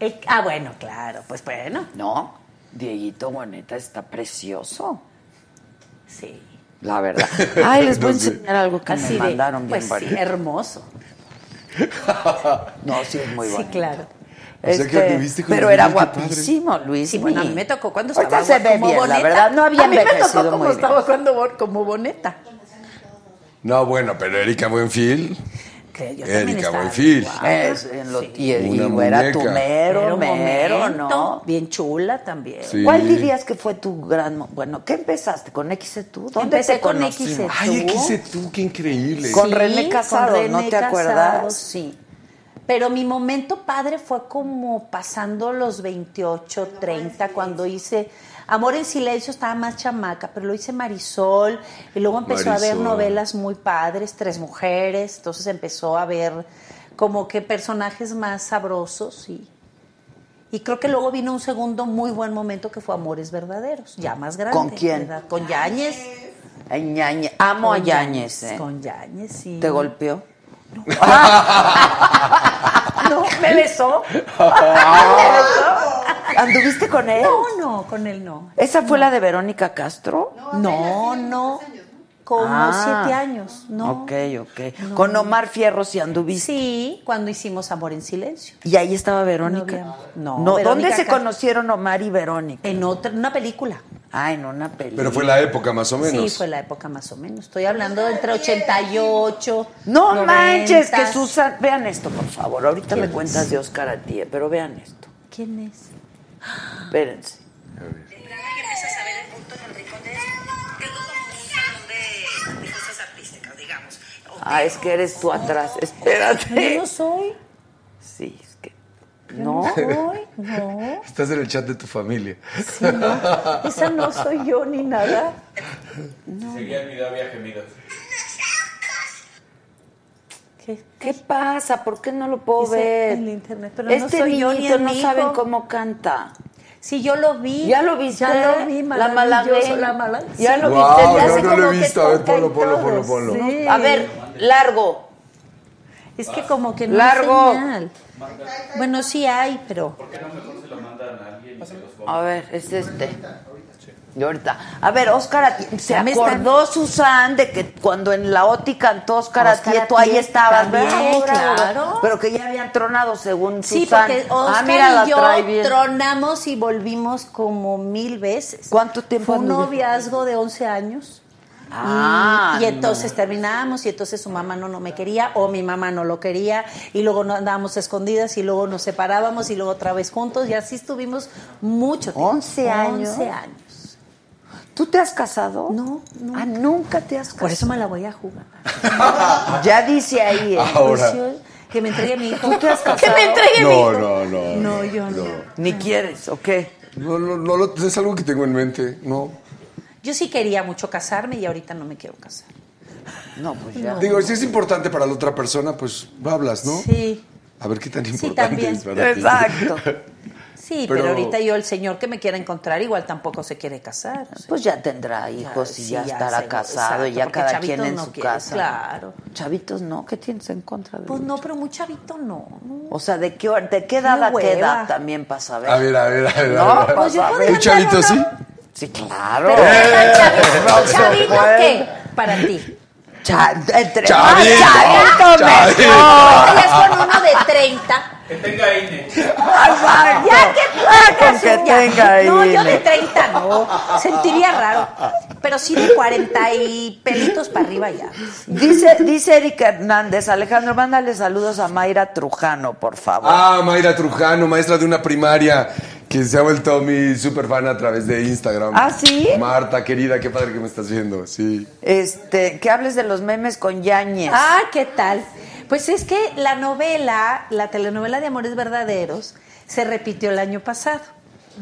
[SPEAKER 11] Eh, ah, bueno, claro. Pues bueno,
[SPEAKER 2] ¿no? Dieguito Boneta está precioso,
[SPEAKER 11] sí.
[SPEAKER 2] la verdad. Ay, les voy a
[SPEAKER 10] No sé.
[SPEAKER 2] enseñar algo que
[SPEAKER 11] Así
[SPEAKER 2] me
[SPEAKER 11] de,
[SPEAKER 2] mandaron bien
[SPEAKER 11] pues sí,
[SPEAKER 2] bonito.
[SPEAKER 11] hermoso.
[SPEAKER 2] No, sí es muy
[SPEAKER 11] Sí,
[SPEAKER 2] bonito.
[SPEAKER 11] claro.
[SPEAKER 10] O sea que
[SPEAKER 2] Este,
[SPEAKER 10] anduviste con
[SPEAKER 2] pero
[SPEAKER 10] Luis
[SPEAKER 2] era
[SPEAKER 10] Miguel, qué padre.
[SPEAKER 2] guapísimo, Luis.
[SPEAKER 11] Sí, bueno, a mí
[SPEAKER 2] Miguel.
[SPEAKER 11] me tocó cuando
[SPEAKER 2] Ahorita
[SPEAKER 11] estaba
[SPEAKER 2] se
[SPEAKER 11] guapa,
[SPEAKER 2] ve
[SPEAKER 11] como
[SPEAKER 2] bien,
[SPEAKER 11] boneta.
[SPEAKER 2] la verdad. No había
[SPEAKER 11] a mí me
[SPEAKER 2] envejecido
[SPEAKER 11] tocó como
[SPEAKER 2] muy bien.
[SPEAKER 11] estaba cuando bo- como boneta.
[SPEAKER 10] No, bueno, pero Erika Buenfil.
[SPEAKER 11] Que yo también
[SPEAKER 10] Erika
[SPEAKER 11] estaba
[SPEAKER 10] Buenfil.
[SPEAKER 11] guapa.
[SPEAKER 2] Ah, Es, en lo-
[SPEAKER 11] Sí.
[SPEAKER 2] Y, y
[SPEAKER 10] Una
[SPEAKER 2] era tu
[SPEAKER 10] muñeca.
[SPEAKER 11] Era
[SPEAKER 2] mero,
[SPEAKER 11] un
[SPEAKER 2] mero,
[SPEAKER 11] momento,
[SPEAKER 2] ¿no?
[SPEAKER 11] Bien chula también.
[SPEAKER 10] Sí.
[SPEAKER 2] ¿Cuál dirías que fue tu gran... mo- Bueno, ¿qué empezaste? ¿Con XC tú? ¿Dónde
[SPEAKER 11] Empecé
[SPEAKER 2] te
[SPEAKER 11] con E.
[SPEAKER 2] conocimos?
[SPEAKER 11] XC.
[SPEAKER 10] Ay,
[SPEAKER 11] ¿Tú?
[SPEAKER 10] XC tú, qué increíble.
[SPEAKER 2] Con- René Casado, ¿no te acuerdas?
[SPEAKER 11] Sí. Pero mi momento padre fue como pasando los 28, 30, cuando hice Amor en Silencio, estaba más chamaca, pero lo hice Marisol, y luego empezó a ver
[SPEAKER 10] Marisol.
[SPEAKER 11] novelas muy padres, Tres Mujeres, entonces empezó a ver como que personajes más sabrosos y... Y creo que luego vino un segundo muy buen momento que fue Amores Verdaderos, ya más grande.
[SPEAKER 2] ¿Con quién?
[SPEAKER 11] ¿verdad? Con Yáñez.
[SPEAKER 2] Ay, Ñañe- Amo a
[SPEAKER 11] Con
[SPEAKER 2] Yañez, ¿eh?
[SPEAKER 11] Con Yáñez, sí.
[SPEAKER 2] ¿Te golpeó?
[SPEAKER 11] No, me besó.
[SPEAKER 2] ¿Anduviste con él?
[SPEAKER 11] No, no, con él no.
[SPEAKER 2] ¿Esa fue la de Verónica Castro?
[SPEAKER 11] No, no. Como
[SPEAKER 2] Ah.
[SPEAKER 11] siete años, ¿no?
[SPEAKER 2] Ok, ok.
[SPEAKER 11] No.
[SPEAKER 2] Con Omar Fierro sí anduviste.
[SPEAKER 11] Sí, cuando hicimos Amor en Silencio.
[SPEAKER 2] ¿Y ahí estaba Verónica?
[SPEAKER 11] No había- no,
[SPEAKER 2] ¿Dónde
[SPEAKER 11] Verónica
[SPEAKER 2] se
[SPEAKER 11] Castro.
[SPEAKER 2] conocieron Omar y Verónica?
[SPEAKER 11] En otra, en una película.
[SPEAKER 2] Ah, en una película.
[SPEAKER 10] Pero fue la época, más o menos.
[SPEAKER 11] Sí, fue la época más o menos. Estoy hablando de entre 88.
[SPEAKER 2] No
[SPEAKER 11] 90.
[SPEAKER 2] manches, que Susan... Vean esto, por favor. Ahorita me cuentas de Oscar a ti, eh, pero vean esto.
[SPEAKER 11] ¿Quién es?
[SPEAKER 2] Espérense.
[SPEAKER 12] que empiezas a ver el punto en el rincón de esto, que es como un salón de, de cosas artísticas, digamos. O
[SPEAKER 2] Ah, es que eres tú atrás.
[SPEAKER 11] Yo
[SPEAKER 2] Espérate.
[SPEAKER 11] no soy.
[SPEAKER 2] Sí, es que...
[SPEAKER 11] yo No,
[SPEAKER 2] No.
[SPEAKER 11] soy. No.
[SPEAKER 10] Estás en el chat de tu familia.
[SPEAKER 11] sí, no. Esa no soy yo ni nada.
[SPEAKER 3] Seguía el video, había gemidos.
[SPEAKER 11] ¿Qué?
[SPEAKER 2] ¿Qué pasa? ¿Por qué no lo puedo
[SPEAKER 11] Dice
[SPEAKER 2] ver?
[SPEAKER 11] en internet, pero no
[SPEAKER 2] este
[SPEAKER 11] soy yo ni
[SPEAKER 2] niñito
[SPEAKER 11] el
[SPEAKER 2] no
[SPEAKER 11] hijo.
[SPEAKER 2] saben cómo canta.
[SPEAKER 11] Sí, yo lo vi.
[SPEAKER 2] ¿Ya lo viste?
[SPEAKER 11] Ya lo vi,
[SPEAKER 2] La
[SPEAKER 11] maravilloso,
[SPEAKER 2] malagueña.
[SPEAKER 11] la mala-
[SPEAKER 2] Ya
[SPEAKER 11] Sí.
[SPEAKER 2] lo
[SPEAKER 10] Guau,
[SPEAKER 2] viste. Ya
[SPEAKER 10] Ah, no,
[SPEAKER 2] sé
[SPEAKER 10] no lo he
[SPEAKER 2] cómo que
[SPEAKER 10] visto. A ver,
[SPEAKER 2] toca
[SPEAKER 10] ponlo,
[SPEAKER 2] y
[SPEAKER 10] ponlo, ponlo,
[SPEAKER 2] todo.
[SPEAKER 10] ponlo.
[SPEAKER 11] Sí.
[SPEAKER 2] A ver, largo.
[SPEAKER 11] Es que como que no
[SPEAKER 2] Largo.
[SPEAKER 11] hay señal. Bueno, sí hay, pero
[SPEAKER 3] ¿Por qué no mejor se lo mandan a alguien y se los
[SPEAKER 2] A ver, es este. Y ahorita. A ver, Óscar Ati- se
[SPEAKER 11] Ya me están-
[SPEAKER 2] acordó Susan de que cuando en la OTI cantó Óscar
[SPEAKER 11] Óscar
[SPEAKER 2] Atié, tú ahí
[SPEAKER 11] Atié
[SPEAKER 2] estabas,
[SPEAKER 11] también,
[SPEAKER 2] ¿verdad?
[SPEAKER 11] claro.
[SPEAKER 2] Pero que ya habían tronado según
[SPEAKER 11] sí,
[SPEAKER 2] Susan.
[SPEAKER 11] porque
[SPEAKER 2] ah,
[SPEAKER 11] Oscar
[SPEAKER 2] mira, la
[SPEAKER 11] y yo
[SPEAKER 2] trae bien.
[SPEAKER 11] tronamos y volvimos como mil veces.
[SPEAKER 2] ¿Cuánto tiempo
[SPEAKER 11] Fue un
[SPEAKER 2] anduviste?
[SPEAKER 11] noviazgo de 11 años.
[SPEAKER 2] Ah,
[SPEAKER 11] y, y entonces terminábamos y entonces su mamá no, no me quería o mi mamá no lo quería y luego no andábamos escondidas y luego nos separábamos y luego otra vez juntos y así estuvimos mucho tiempo.
[SPEAKER 2] 11 años.
[SPEAKER 11] 11 años.
[SPEAKER 2] ¿Tú te has casado?
[SPEAKER 11] No,
[SPEAKER 2] Ah, nunca te has casado.
[SPEAKER 11] Por eso me la voy a jugar.
[SPEAKER 2] *laughs* Ya dice ahí, ¿eh?
[SPEAKER 10] Ahora.
[SPEAKER 11] Pues yo- Que me entregue mi hijo.
[SPEAKER 2] ¿Tú te has
[SPEAKER 11] Que
[SPEAKER 2] casado?
[SPEAKER 11] me entregue mi
[SPEAKER 10] No,
[SPEAKER 11] hijo.
[SPEAKER 10] no, no.
[SPEAKER 11] No, yo no.
[SPEAKER 2] ¿Ni quieres o qué?
[SPEAKER 10] No, no, no, lo- es algo que tengo en mente. No.
[SPEAKER 11] Yo sí quería mucho casarme y ahorita no me quiero casar.
[SPEAKER 2] No, pues ya.
[SPEAKER 10] Digo, si es importante para la otra persona, pues hablas, ¿no?
[SPEAKER 11] Sí.
[SPEAKER 10] A ver qué tan
[SPEAKER 11] Sí,
[SPEAKER 10] importante
[SPEAKER 11] también.
[SPEAKER 10] *laughs* es para ti.
[SPEAKER 2] Exacto.
[SPEAKER 11] Sí, pero, ahorita yo, el señor que me quiera encontrar, igual tampoco se quiere casar.
[SPEAKER 2] Pues ya tendrá hijos y
[SPEAKER 11] sí,
[SPEAKER 2] ya,
[SPEAKER 11] ya
[SPEAKER 2] estará
[SPEAKER 11] se-
[SPEAKER 2] casado,
[SPEAKER 11] exacto,
[SPEAKER 2] ya
[SPEAKER 11] porque
[SPEAKER 2] cada
[SPEAKER 11] chavitos
[SPEAKER 2] quien en
[SPEAKER 11] no
[SPEAKER 2] su
[SPEAKER 11] quieres,
[SPEAKER 2] casa.
[SPEAKER 11] claro.
[SPEAKER 2] Chavitos no, ¿qué tienes en contra de
[SPEAKER 11] Pues
[SPEAKER 2] los-
[SPEAKER 11] no, pero muy chavito no. no.
[SPEAKER 2] O sea, ¿de qué, hor- de qué edad
[SPEAKER 11] Qué
[SPEAKER 2] a qué
[SPEAKER 11] hueva.
[SPEAKER 2] edad también para saber?
[SPEAKER 10] A ver, a ver, a ver.
[SPEAKER 2] No,
[SPEAKER 10] a ver, a ver.
[SPEAKER 2] pues yo podría
[SPEAKER 10] ¿Un chavito
[SPEAKER 2] andar,
[SPEAKER 10] sí?
[SPEAKER 2] Sí, claro. Pues,
[SPEAKER 10] Pero,
[SPEAKER 2] Roxo
[SPEAKER 11] ¿Chavito
[SPEAKER 2] Juan.
[SPEAKER 11] qué? Para ti.
[SPEAKER 2] Cha- pues, entre
[SPEAKER 11] Chavito,
[SPEAKER 2] más chavito, mejor.
[SPEAKER 11] chavito. Ya es con uno de 30.
[SPEAKER 3] Que tenga INE.
[SPEAKER 2] Exacto.
[SPEAKER 11] Ya que tú hagas
[SPEAKER 2] Con que
[SPEAKER 11] un- ya.
[SPEAKER 2] tenga
[SPEAKER 11] No, yo
[SPEAKER 2] INE.
[SPEAKER 11] de 30 no. Sentiría raro. Pero sí de 40 y pelitos para arriba ya.
[SPEAKER 2] Dice, dice Erika Hernández, Alejandro, mándale saludos a Mayra Trujano, por favor.
[SPEAKER 10] Ah, Mayra Trujano, maestra de una primaria, que se ha vuelto mi super fan a través de Instagram.
[SPEAKER 2] ¿Ah, sí?
[SPEAKER 10] Marta, querida, qué padre que me estás viendo, sí.
[SPEAKER 2] Este, que hables de los memes con Yañez.
[SPEAKER 11] Ah, ¿qué tal? Pues es que la novela, la telenovela de Amores Verdaderos, se repitió el año pasado.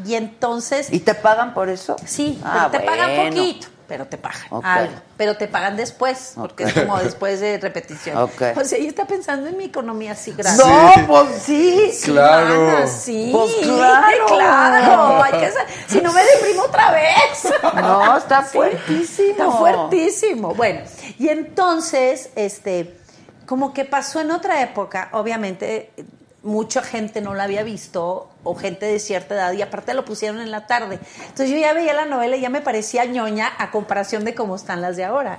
[SPEAKER 11] Y entonces.
[SPEAKER 2] ¿Y te pagan por eso?
[SPEAKER 11] Sí,
[SPEAKER 2] Ah,
[SPEAKER 11] pero te pagan
[SPEAKER 2] bueno.
[SPEAKER 11] poquito, pero te pagan
[SPEAKER 2] Ok.
[SPEAKER 11] algo. Pero te pagan después, porque
[SPEAKER 2] Ok.
[SPEAKER 11] es como después de repetición.
[SPEAKER 2] *laughs* Ok.
[SPEAKER 11] O sea, ella está pensando en mi economía así grande.
[SPEAKER 2] No, pues sí.
[SPEAKER 10] Claro.
[SPEAKER 11] Mana, sí.
[SPEAKER 2] Pues *laughs* claro.
[SPEAKER 11] claro. hay que sa- si no me deprimo otra vez.
[SPEAKER 2] No, está
[SPEAKER 11] Sí,
[SPEAKER 2] fuertísimo.
[SPEAKER 11] Está fuertísimo. Bueno, y entonces, este, como que pasó en otra época, obviamente eh, mucha gente no la había visto o gente de cierta edad y aparte lo pusieron en la tarde. Entonces yo ya veía la novela y ya me parecía ñoña a comparación de cómo están las de ahora.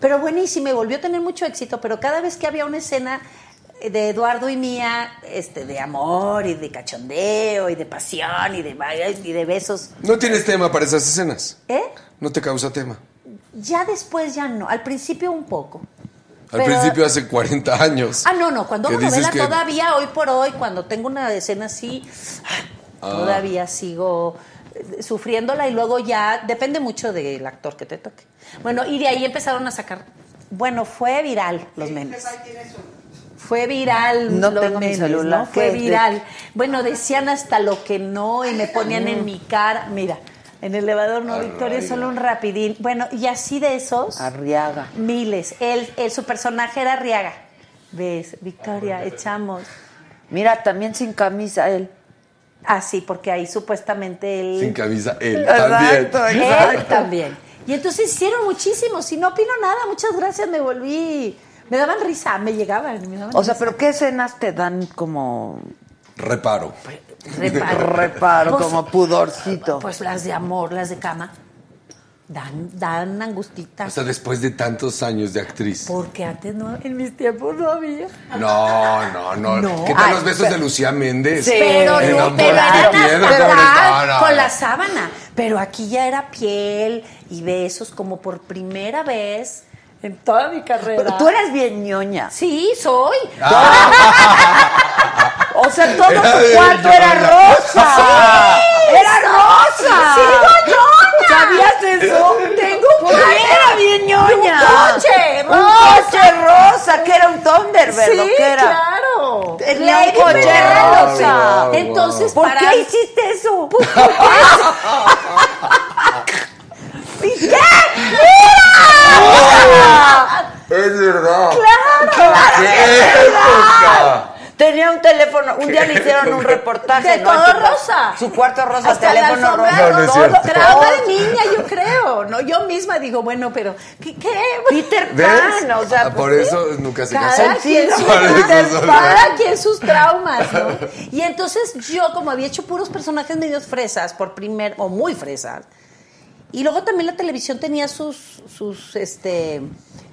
[SPEAKER 11] Pero buenísimo, y volvió a tener mucho éxito, pero cada vez que había una escena de Eduardo y mía, este, de amor y de cachondeo y de pasión y de, y de besos,
[SPEAKER 10] ¿No tienes tema para esas escenas?
[SPEAKER 11] ¿eh?
[SPEAKER 10] ¿No te causa tema?
[SPEAKER 11] Ya después ya no, al principio un poco.
[SPEAKER 10] Al
[SPEAKER 11] Pero-
[SPEAKER 10] principio hace 40 años.
[SPEAKER 11] Ah, no, no, cuando
[SPEAKER 10] ¿Qué
[SPEAKER 11] hago novela
[SPEAKER 10] dices que-
[SPEAKER 11] todavía, hoy por hoy, cuando tengo una escena así, ah,
[SPEAKER 10] Ah.
[SPEAKER 11] todavía sigo eh, sufriéndola y luego ya depende mucho del actor que te toque. Bueno, y de ahí empezaron a sacar, bueno, fue viral los memes. Fue viral
[SPEAKER 2] No
[SPEAKER 11] los
[SPEAKER 2] tengo mi
[SPEAKER 11] memes,
[SPEAKER 2] celular.
[SPEAKER 11] ¿no? Fue
[SPEAKER 2] ¿Qué?
[SPEAKER 11] viral. Bueno, decían hasta lo que no y me ponían
[SPEAKER 2] Mm.
[SPEAKER 11] en mi cara, mira, en el elevador
[SPEAKER 10] Ah,
[SPEAKER 11] no, Victoria, es solo un rapidín. Bueno, y así de esos.
[SPEAKER 2] Arriaga.
[SPEAKER 11] Miles. Él, él- su personaje era Riaga. ¿Ves?
[SPEAKER 10] Ah,
[SPEAKER 11] Victoria, echamos.
[SPEAKER 2] Mira, también sin camisa él.
[SPEAKER 11] Ah, sí, porque ahí supuestamente él.
[SPEAKER 10] Sin camisa, él
[SPEAKER 2] Exacto,
[SPEAKER 10] también.
[SPEAKER 11] él también. Y entonces hicieron muchísimo. Si no opino nada, muchas gracias, me volví. Me daban risa, me llegaban. me daban
[SPEAKER 2] O sea,
[SPEAKER 11] risa.
[SPEAKER 2] pero ¿qué escenas te dan como
[SPEAKER 10] Reparo.
[SPEAKER 11] Reparo.
[SPEAKER 2] reparo,
[SPEAKER 11] Pues-
[SPEAKER 2] como pudorcito?
[SPEAKER 11] Pues las de amor, las de cama. Dan, dan angustita.
[SPEAKER 10] O sea, después de tantos años de actriz.
[SPEAKER 11] porque antes no, en mis tiempos no había.
[SPEAKER 10] No, no, no.
[SPEAKER 11] No.
[SPEAKER 10] ¿Qué tal
[SPEAKER 11] Ay,
[SPEAKER 10] los besos
[SPEAKER 11] pero-
[SPEAKER 10] de Lucía Méndez?
[SPEAKER 2] Sí.
[SPEAKER 11] Pero no,
[SPEAKER 10] Enamorar
[SPEAKER 11] pero
[SPEAKER 10] de
[SPEAKER 11] era
[SPEAKER 10] piedra,
[SPEAKER 11] ¿verdad?
[SPEAKER 10] cabrón. No, no,
[SPEAKER 11] con
[SPEAKER 10] no.
[SPEAKER 11] la sábana. Pero aquí ya era piel y besos como por primera vez en toda mi carrera.
[SPEAKER 2] Pero tú eras bien ñoña.
[SPEAKER 11] Sí, soy.
[SPEAKER 10] Ah,
[SPEAKER 2] O sea,
[SPEAKER 10] *laughs*
[SPEAKER 2] todo tu
[SPEAKER 10] bien
[SPEAKER 2] cuarto era
[SPEAKER 10] ñoña.
[SPEAKER 11] *laughs*
[SPEAKER 2] rosa. ¡Era rosa!
[SPEAKER 11] ¡Sigo ñoña!
[SPEAKER 10] *laughs*
[SPEAKER 2] ¿Sabías eso?
[SPEAKER 11] Tengo un
[SPEAKER 2] Porque
[SPEAKER 11] coche.
[SPEAKER 2] era bien ñoña.
[SPEAKER 11] Un coche,
[SPEAKER 2] Un
[SPEAKER 11] rosa.
[SPEAKER 2] coche rosa, que era un Thunderbird, ¿o
[SPEAKER 11] Sí,
[SPEAKER 2] qué era?
[SPEAKER 11] claro.
[SPEAKER 2] Tenía
[SPEAKER 11] Lady
[SPEAKER 2] un coche
[SPEAKER 11] Penélope.
[SPEAKER 2] rosa.
[SPEAKER 11] Entonces,
[SPEAKER 2] ¿Por
[SPEAKER 11] para
[SPEAKER 2] qué hiciste eso? ¿Y qué?
[SPEAKER 10] Es verdad.
[SPEAKER 2] ¡Claro!
[SPEAKER 10] ¡Qué época!
[SPEAKER 2] Tenía un teléfono. Un día le hicieron
[SPEAKER 11] *laughs*
[SPEAKER 2] un reportaje.
[SPEAKER 11] De
[SPEAKER 2] ¿no? En
[SPEAKER 11] todo
[SPEAKER 2] su cua-
[SPEAKER 11] rosa.
[SPEAKER 2] Su cuarto rosa,
[SPEAKER 11] Hasta la
[SPEAKER 2] teléfono
[SPEAKER 11] alfombra
[SPEAKER 2] rosa.
[SPEAKER 10] No, no es
[SPEAKER 11] rosa,
[SPEAKER 10] cierto.
[SPEAKER 11] Trauma de niña, yo creo. No, yo misma digo, bueno, pero ¿qué? qué?
[SPEAKER 2] Peter
[SPEAKER 10] ¿Ves? Ah,
[SPEAKER 2] Pan, o sea,
[SPEAKER 10] Por
[SPEAKER 2] pues,
[SPEAKER 10] eso nunca se casó. *laughs*
[SPEAKER 11] Cada quien,
[SPEAKER 2] Sencillo.
[SPEAKER 11] sus,
[SPEAKER 10] Por eso
[SPEAKER 11] cada
[SPEAKER 10] son-
[SPEAKER 11] cada quien sus traumas, ¿no? Y entonces yo, como había hecho puros personajes medios fresas, por primer, o muy fresas, y luego también la televisión tenía sus, sus, este,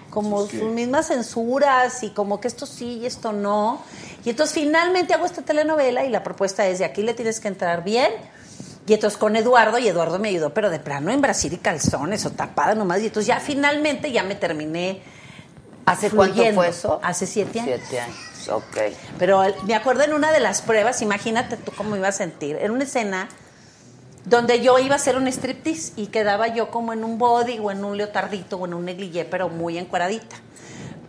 [SPEAKER 11] como sus mismas censuras y como que esto sí y esto no. Y entonces finalmente hago esta telenovela y la propuesta es de aquí le tienes que entrar bien. Y entonces con Eduardo, y Eduardo me ayudó, pero de plano en Brasil y calzones o tapada nomás. Y entonces ya finalmente ya me terminé.
[SPEAKER 2] ¿Hace cuánto
[SPEAKER 11] fluyendo.
[SPEAKER 2] fue eso?
[SPEAKER 11] Hace siete años.
[SPEAKER 2] Siete años, ok.
[SPEAKER 11] Pero el- me acuerdo en una de las pruebas, imagínate tú cómo me iba a sentir. Era una escena donde yo iba a hacer un striptease y quedaba yo como en un body o en un leotardito o en un negligé, pero muy encueradita.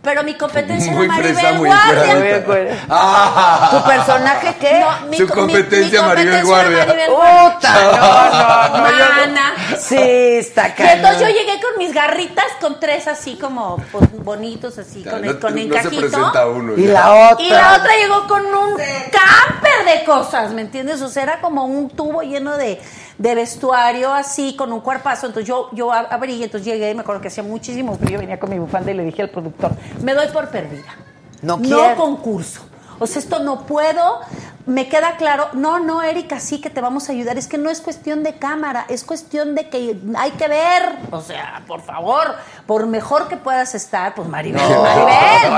[SPEAKER 11] Pero mi competencia
[SPEAKER 10] Muy
[SPEAKER 11] era Maribel
[SPEAKER 10] fresa, muy
[SPEAKER 11] Guardia.
[SPEAKER 10] encueradita. Ah.
[SPEAKER 2] ¿Tu personaje qué?
[SPEAKER 11] No, mi
[SPEAKER 10] Su
[SPEAKER 11] co- mi- mi
[SPEAKER 10] competencia, Maribel
[SPEAKER 11] competencia
[SPEAKER 10] Guardia. Oh,
[SPEAKER 11] era Maribel
[SPEAKER 2] Puta, no, no, no, yo no.
[SPEAKER 11] Mana.
[SPEAKER 2] Sí, está
[SPEAKER 11] Y entonces yo
[SPEAKER 2] cañón.
[SPEAKER 11] llegué con mis garritas, con tres así como pues, bonitos, así,
[SPEAKER 10] Ya,
[SPEAKER 11] con,
[SPEAKER 10] no
[SPEAKER 11] el, con
[SPEAKER 10] te-
[SPEAKER 11] el
[SPEAKER 10] no se
[SPEAKER 11] cajito.
[SPEAKER 10] presenta uno,
[SPEAKER 2] Y
[SPEAKER 10] ya.
[SPEAKER 2] la otra.
[SPEAKER 11] Y la otra llegó con un camper de cosas, ¿me entiendes? O sea, era como un tubo lleno de, de vestuario así, con un cuerpazo. Entonces yo, yo ab- abrí, y entonces llegué y me acuerdo que hacía muchísimo frío, venía con mi bufanda y le dije al productor, me doy por perdida.
[SPEAKER 2] No
[SPEAKER 11] No
[SPEAKER 2] quiero.
[SPEAKER 11] concurso. O sea, esto no puedo, me queda claro. No, no, Erika, sí que te vamos a ayudar. Es que no es cuestión de cámara, es cuestión de que hay que ver. O sea, por favor, por mejor que puedas estar, pues Maribel,
[SPEAKER 10] No,
[SPEAKER 11] Maribel,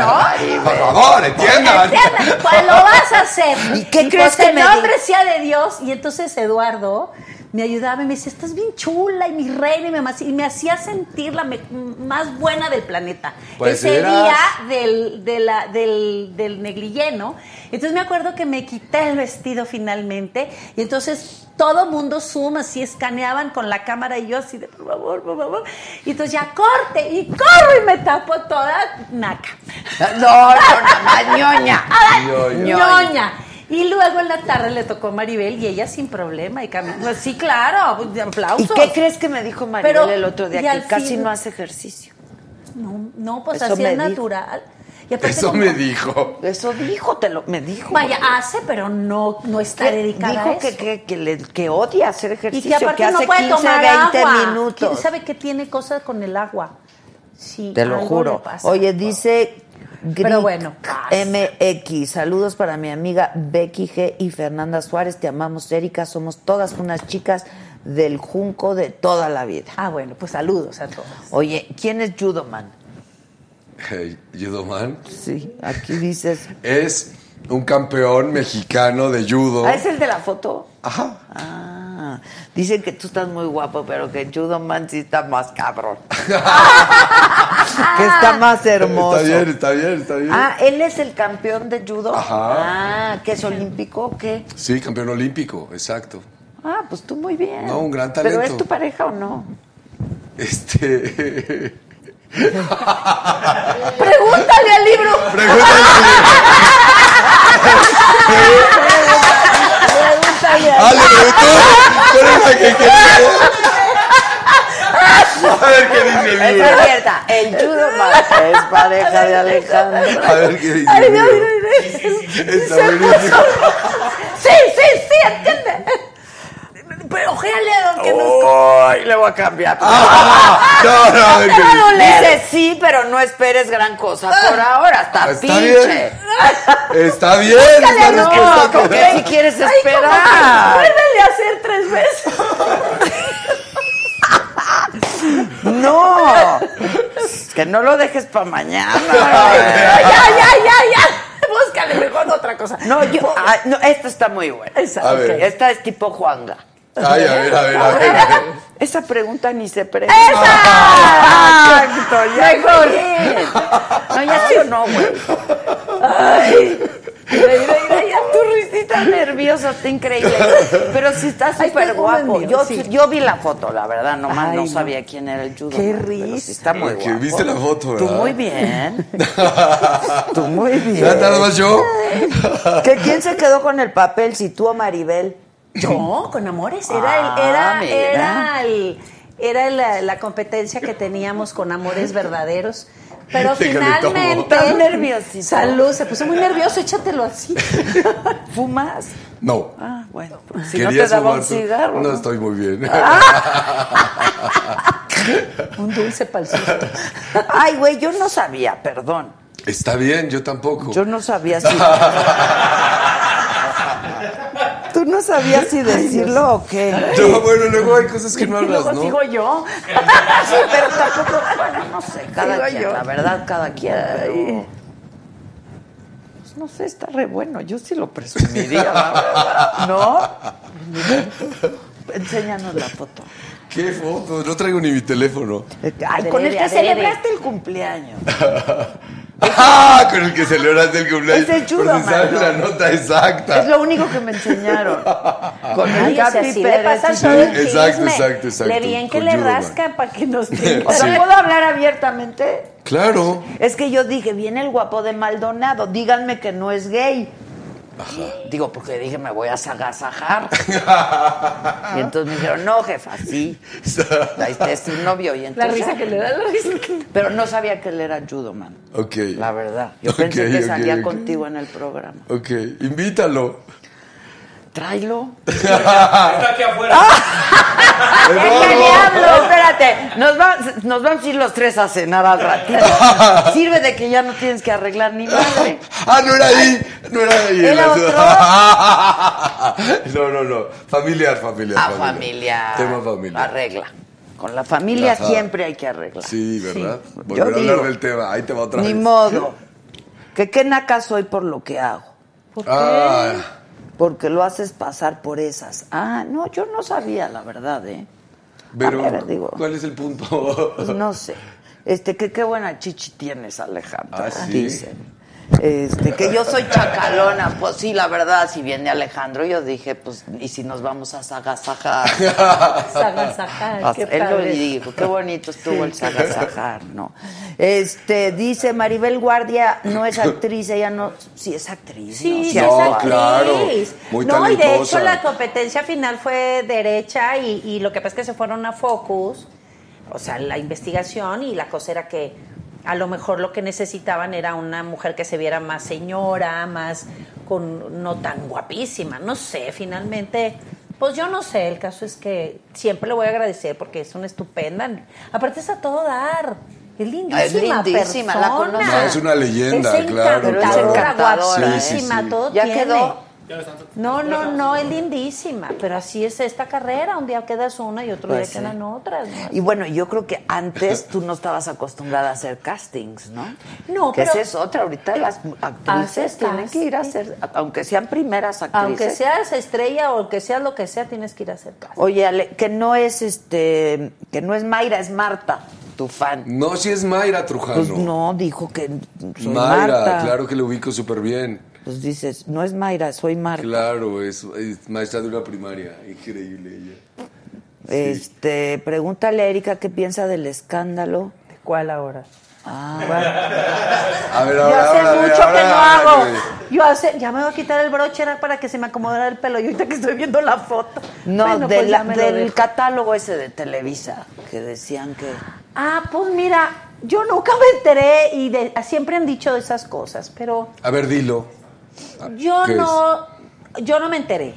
[SPEAKER 11] ¿no?
[SPEAKER 10] Por favor, entiendan.
[SPEAKER 2] *laughs*
[SPEAKER 11] Entiéndeme, pues lo vas a hacer.
[SPEAKER 2] ¿Y qué
[SPEAKER 11] pues
[SPEAKER 2] crees que
[SPEAKER 11] el
[SPEAKER 2] me
[SPEAKER 11] nombre
[SPEAKER 2] di-
[SPEAKER 11] sea de Dios. Y entonces Eduardo me ayudaba y me decía, estás bien chula y mi reina y me, ama- y me hacía sentir la me- más buena del planeta.
[SPEAKER 10] Pues
[SPEAKER 11] Ese
[SPEAKER 10] eras.
[SPEAKER 11] día del, de la- del, del neglilleno. Entonces me acuerdo que me quité el vestido finalmente y entonces todo mundo zoom así escaneaban con la cámara y yo así de por favor, por favor. Y entonces ya corte y corro y me tapo toda naca.
[SPEAKER 2] No, no, no, más ñoña.
[SPEAKER 11] *laughs* Ah,
[SPEAKER 2] *laughs*
[SPEAKER 11] Ñoña. Y luego en la tarde le tocó a Maribel y ella sin problema y caminó. Pues sí, claro, pues, de
[SPEAKER 2] ¿Y
[SPEAKER 11] aplausos.
[SPEAKER 2] qué crees que me dijo Maribel
[SPEAKER 11] Pero-
[SPEAKER 2] el otro
[SPEAKER 11] y
[SPEAKER 2] día?
[SPEAKER 11] al
[SPEAKER 2] Que casi
[SPEAKER 11] fin-
[SPEAKER 2] no hace ejercicio.
[SPEAKER 11] No, no, pues
[SPEAKER 2] Eso
[SPEAKER 11] así
[SPEAKER 2] me
[SPEAKER 11] es
[SPEAKER 2] dijo.
[SPEAKER 11] natural. Y aparte
[SPEAKER 10] Eso
[SPEAKER 11] como-
[SPEAKER 10] me dijo.
[SPEAKER 2] Eso dijo, te lo, me dijo.
[SPEAKER 11] Vaya, hace, pero no, no está
[SPEAKER 2] Que
[SPEAKER 11] dedicada a
[SPEAKER 2] dijo
[SPEAKER 11] eso.
[SPEAKER 2] que, que, que, le- que odia hacer
[SPEAKER 11] y
[SPEAKER 2] ejercicio,
[SPEAKER 11] que aparte no
[SPEAKER 2] hace
[SPEAKER 11] puede
[SPEAKER 2] 15,
[SPEAKER 11] tomar
[SPEAKER 2] 20
[SPEAKER 11] agua. ¿Quién
[SPEAKER 2] minutos.
[SPEAKER 11] sabe que tiene cosas con el agua? Sí,
[SPEAKER 2] Te lo
[SPEAKER 11] algo le
[SPEAKER 2] juro.
[SPEAKER 11] pasa.
[SPEAKER 2] Oye, dice
[SPEAKER 11] Pero bueno,
[SPEAKER 2] MX, saludos para mi amiga Becky G y Fernanda Suárez, te amamos Erika, somos todas unas chicas del junco de toda la vida.
[SPEAKER 11] Ah, bueno, pues saludos a todos.
[SPEAKER 2] Oye, ¿quién es Judoman?
[SPEAKER 10] Hey, Yudoman
[SPEAKER 2] Sí, aquí dices.
[SPEAKER 10] es un campeón mexicano de judo.
[SPEAKER 2] Ah, es el de la foto.
[SPEAKER 10] Ajá.
[SPEAKER 2] Ah, dicen que tú estás muy guapo, pero que Judoman sí está más
[SPEAKER 10] *laughs*
[SPEAKER 2] cabrón. que está más hermoso.
[SPEAKER 10] Está bien, está bien, está bien.
[SPEAKER 2] Ah, él es el campeón de judo.
[SPEAKER 10] Ajá.
[SPEAKER 2] Ah, que es olímpico, o ¿qué?
[SPEAKER 10] Sí, campeón olímpico, exacto.
[SPEAKER 2] Ah, pues tú muy bien.
[SPEAKER 10] No, un gran
[SPEAKER 2] ¿Pero
[SPEAKER 10] talento.
[SPEAKER 2] es tu pareja o no?
[SPEAKER 10] Este. *laughs*
[SPEAKER 11] Pregúntale al libro.
[SPEAKER 2] Pregúntale a
[SPEAKER 10] ¡Ale, pero tú! tú eres la que quería. A ver qué dice el *laughs*
[SPEAKER 2] Es
[SPEAKER 10] libro.
[SPEAKER 2] abierta. El judo más es pareja de Alejandro.
[SPEAKER 10] A ver qué dice
[SPEAKER 11] Ay,
[SPEAKER 10] el
[SPEAKER 11] Dios,
[SPEAKER 10] libro.
[SPEAKER 11] Dios, Dios.
[SPEAKER 10] Está buenísimo.
[SPEAKER 11] Sí, sí, sí, entiende. Pero ojéale que
[SPEAKER 2] Uy, le voy a cambiar.
[SPEAKER 10] Ah, No, no, a ver qué dice.
[SPEAKER 2] Dice sí, pero no esperes gran cosa. Por ahora está,
[SPEAKER 10] Ah, Está
[SPEAKER 2] pinche.
[SPEAKER 10] bien. Está bien, es la
[SPEAKER 2] No,
[SPEAKER 10] respuesta que
[SPEAKER 2] ¿con qué si quieres
[SPEAKER 11] no.
[SPEAKER 2] esperar?
[SPEAKER 11] Vuélvele a hacer tres veces.
[SPEAKER 2] No. Que no lo dejes
[SPEAKER 10] *laughs*
[SPEAKER 2] para mañana.
[SPEAKER 11] Ya, ya, ya, ya. Búscale mejor otra cosa.
[SPEAKER 2] No, yo, ah, no, esta está muy buena.
[SPEAKER 10] A ver.
[SPEAKER 2] Esta es tipo Juanga.
[SPEAKER 10] Ay, a ver, a ver, a ver. a ver.
[SPEAKER 2] Esa pregunta ni se pregunta. Ah. ¡Esa! Exacto, ya
[SPEAKER 11] Mejor.
[SPEAKER 2] bien. No, ya sí o no, güey. Ay, mira, mira, mira, ya tu risita nerviosa está increíble. Pero sí está
[SPEAKER 11] Ay,
[SPEAKER 2] súper
[SPEAKER 11] estoy como en
[SPEAKER 2] guapo.
[SPEAKER 11] Dios,
[SPEAKER 2] Yo,
[SPEAKER 11] sí.
[SPEAKER 2] yo vi la foto, la verdad, nomás
[SPEAKER 11] Ay,
[SPEAKER 2] no
[SPEAKER 11] no.
[SPEAKER 2] sabía quién era el judo.
[SPEAKER 11] Qué
[SPEAKER 2] man, pero sí
[SPEAKER 11] risa.
[SPEAKER 2] está muy
[SPEAKER 10] Porque
[SPEAKER 2] guapo.
[SPEAKER 10] viste la foto,
[SPEAKER 2] Tú
[SPEAKER 10] ¿verdad? *laughs*
[SPEAKER 2] muy bien. Tú muy
[SPEAKER 10] ¿Ya
[SPEAKER 2] bien.
[SPEAKER 10] nada más yo?
[SPEAKER 2] ¿Que ¿Quién se quedó con el papel? Si tú o Maribel.
[SPEAKER 11] Yo, con amores. Era,
[SPEAKER 2] Ah,
[SPEAKER 11] el,
[SPEAKER 2] mira.
[SPEAKER 11] era, era, el- era la, la competencia que teníamos con amores verdaderos. Pero
[SPEAKER 10] Déjame
[SPEAKER 11] finalmente.
[SPEAKER 10] tomo.
[SPEAKER 2] Tan nerviosito.
[SPEAKER 11] Salud, se puso muy nervioso, échatelo así.
[SPEAKER 2] ¿Fumas?
[SPEAKER 10] No.
[SPEAKER 2] Ah, bueno. porque Si no te
[SPEAKER 10] Querías
[SPEAKER 2] daba
[SPEAKER 10] fumar
[SPEAKER 2] un
[SPEAKER 10] tú.
[SPEAKER 2] cigarro.
[SPEAKER 10] No
[SPEAKER 2] ¿no? Ah.
[SPEAKER 10] estoy muy bien.
[SPEAKER 11] Un dulce para el susto.
[SPEAKER 2] Ay, güey, yo no sabía, perdón.
[SPEAKER 10] *laughs* Está bien, yo tampoco.
[SPEAKER 2] Yo no sabía si. *laughs* ¿Tú no sabías si decirlo o qué?
[SPEAKER 10] Yo, bueno, luego hay cosas que no
[SPEAKER 11] Y
[SPEAKER 10] hablas,
[SPEAKER 11] luego
[SPEAKER 10] ¿no?
[SPEAKER 11] sigo yo.
[SPEAKER 2] Sí, pero tampoco. Bueno, no sé, cada
[SPEAKER 11] Digo
[SPEAKER 2] quien,
[SPEAKER 11] yo.
[SPEAKER 2] la verdad, cada quien. pero- Pues no sé, está re bueno. Yo sí lo presumiría, *laughs* la verdad. ¿no? Enséñanos la foto.
[SPEAKER 10] ¿Qué foto? No traigo ni mi teléfono.
[SPEAKER 2] Ay, con el
[SPEAKER 11] Adrede,
[SPEAKER 2] que
[SPEAKER 11] adrede.
[SPEAKER 2] celebraste el cumpleaños.
[SPEAKER 10] *laughs* ¡Ah! Con el que celebras el cumpleaños.
[SPEAKER 2] Ese es judo,
[SPEAKER 10] Porque sabe
[SPEAKER 2] mano.
[SPEAKER 10] la nota exacta.
[SPEAKER 2] Es lo único que me enseñaron. Con
[SPEAKER 11] Ay,
[SPEAKER 2] el
[SPEAKER 11] o sea,
[SPEAKER 2] Capi
[SPEAKER 11] si le
[SPEAKER 2] Pérez.
[SPEAKER 11] pasan
[SPEAKER 2] y-
[SPEAKER 11] todo el
[SPEAKER 10] Sí, exacto,
[SPEAKER 11] chisme.
[SPEAKER 10] exacto, exacto.
[SPEAKER 11] Le bien que
[SPEAKER 10] Con
[SPEAKER 11] le
[SPEAKER 10] Judo, man.
[SPEAKER 11] rascan para que nos
[SPEAKER 2] O sea,
[SPEAKER 10] Sí.
[SPEAKER 2] ¿puedo hablar abiertamente?
[SPEAKER 10] Claro.
[SPEAKER 2] Es que yo dije, viene el guapo de Maldonado, díganme que no es gay. Digo, porque dije, me voy
[SPEAKER 10] *laughs*
[SPEAKER 2] a sagasajar. y entonces me dijeron, no, jefa,
[SPEAKER 10] *laughs*
[SPEAKER 2] sí. Ahí está, es tu novio. Y entonces,
[SPEAKER 11] risa que le da, la risa
[SPEAKER 2] Pero no sabía que él era judo, man.
[SPEAKER 10] Ok.
[SPEAKER 2] La verdad. Yo
[SPEAKER 10] Ok,
[SPEAKER 2] pensé que
[SPEAKER 10] ok,
[SPEAKER 2] salía
[SPEAKER 10] ok.
[SPEAKER 2] contigo en el programa.
[SPEAKER 10] Ok, invítalo.
[SPEAKER 2] Tráelo.
[SPEAKER 11] Ah.
[SPEAKER 10] Está
[SPEAKER 3] aquí afuera.
[SPEAKER 2] ¡Qué diablo! Espérate, nos, va- nos vamos a ir los tres a cenar al ratito.
[SPEAKER 10] *laughs*
[SPEAKER 2] Sirve de que ya no tienes que arreglar ni madre.
[SPEAKER 10] Ah, no era ahí. No era ahí.
[SPEAKER 2] ¿Era
[SPEAKER 10] *laughs* No, no, no. Familiar, familiar.
[SPEAKER 2] A familia.
[SPEAKER 10] Tema familiar.
[SPEAKER 2] Arregla. Con la familia
[SPEAKER 10] Ajá.
[SPEAKER 2] siempre hay que arreglar.
[SPEAKER 10] Sí, ¿verdad?
[SPEAKER 2] Sí.
[SPEAKER 10] Volver
[SPEAKER 2] Yo
[SPEAKER 10] a hablar
[SPEAKER 2] digo,
[SPEAKER 10] del tema. Ahí te va otra
[SPEAKER 2] Ni
[SPEAKER 10] vez.
[SPEAKER 2] modo. Que qué naca soy por lo que hago. ¿Por
[SPEAKER 10] qué? Ah.
[SPEAKER 2] Porque lo haces pasar por esas. Ah, no, yo no sabía la verdad, ¿eh?
[SPEAKER 10] Pero,
[SPEAKER 2] A ver, digo-
[SPEAKER 10] ¿cuál es el punto? *laughs*
[SPEAKER 2] Pues no sé. Este, que qué buena chichi tienes, Alejandra.
[SPEAKER 10] Ah, sí.
[SPEAKER 2] Dicen. Este, que yo soy chacalona. Pues sí, la verdad, si viene Alejandro, yo dije, pues, ¿y si nos vamos a
[SPEAKER 10] *laughs*
[SPEAKER 2] sagasajar?
[SPEAKER 11] Sagasajar, qué
[SPEAKER 2] Ah, Él lo
[SPEAKER 11] padre.
[SPEAKER 2] dijo, qué bonito estuvo el
[SPEAKER 11] *laughs* Sí.
[SPEAKER 2] sagasajar, ¿no? Este, dice Maribel Guardia, no es actriz, ella no, sí es actriz.
[SPEAKER 11] Sí,
[SPEAKER 2] ¿no?
[SPEAKER 11] sí,
[SPEAKER 2] actúa.
[SPEAKER 11] es actriz.
[SPEAKER 10] Muy
[SPEAKER 11] no, y de hecho
[SPEAKER 10] talentosa.
[SPEAKER 11] la competencia final fue derecha y, y lo que pasa es que se fueron a Focus, o sea, la investigación y la cosa era que a lo mejor lo que necesitaban era una mujer que se viera más señora, más con no tan guapísima, no sé, finalmente pues yo no sé, el caso es que siempre le voy a agradecer porque es una estupenda, aparte es a todo dar. Es lindísima,
[SPEAKER 2] Es lindísima, la
[SPEAKER 11] persona.
[SPEAKER 2] conozco.
[SPEAKER 10] No, es una leyenda,
[SPEAKER 11] Es
[SPEAKER 10] claro,
[SPEAKER 11] encantadora,
[SPEAKER 10] claro.
[SPEAKER 11] guapísima,
[SPEAKER 10] Sí, sí, sí.
[SPEAKER 11] todo
[SPEAKER 2] Ya
[SPEAKER 11] tiene.
[SPEAKER 2] quedó.
[SPEAKER 11] No, no, no, es lindísima, pero así es esta carrera, un día quedas una y otro
[SPEAKER 2] Pues sí.
[SPEAKER 11] día quedan otras. ¿no?
[SPEAKER 2] Y bueno, yo creo que antes tú no estabas acostumbrada a hacer castings, ¿no?
[SPEAKER 11] No,
[SPEAKER 2] que
[SPEAKER 11] pero-
[SPEAKER 2] esa es otra. Ahorita las actrices
[SPEAKER 11] Haces
[SPEAKER 2] tienen que ir a hacer, aunque sean primeras actrices.
[SPEAKER 11] Aunque seas estrella o que seas lo que sea, tienes que ir a hacer caso.
[SPEAKER 2] Oye, Ale, que no es este, que no es Mayra, es Marta, tu fan.
[SPEAKER 10] No, si es Mayra Trujano.
[SPEAKER 2] Pues no, dijo que soy
[SPEAKER 10] Mayra,
[SPEAKER 2] Marta.
[SPEAKER 10] claro que lo ubico súper bien.
[SPEAKER 2] Pues dices, no es Mayra, soy Marta.
[SPEAKER 10] Claro, es, es maestra de una primaria. Increíble ella.
[SPEAKER 2] Este, pregúntale a Erika qué piensa del escándalo.
[SPEAKER 11] ¿De cuál ahora?
[SPEAKER 2] Ah,
[SPEAKER 10] A ver,
[SPEAKER 11] Yo
[SPEAKER 10] ahora,
[SPEAKER 11] hace
[SPEAKER 10] ahora, a ver,
[SPEAKER 11] mucho
[SPEAKER 10] ahora,
[SPEAKER 11] que no
[SPEAKER 10] ahora,
[SPEAKER 11] hago.
[SPEAKER 10] güey.
[SPEAKER 11] Yo hace, ya me voy a quitar el broche era para que se me acomodara el pelo. Y ahorita que estoy viendo la foto.
[SPEAKER 2] No,
[SPEAKER 11] Bueno,
[SPEAKER 2] de
[SPEAKER 11] pues
[SPEAKER 2] la-
[SPEAKER 11] ya me lo
[SPEAKER 2] del
[SPEAKER 11] dejo.
[SPEAKER 2] catálogo ese de Televisa, que decían que...
[SPEAKER 11] Ah, pues mira, yo nunca me enteré y de- siempre han dicho esas cosas, pero
[SPEAKER 10] A ver, dilo.
[SPEAKER 11] yo
[SPEAKER 10] ¿Qué es?
[SPEAKER 11] no, yo no me enteré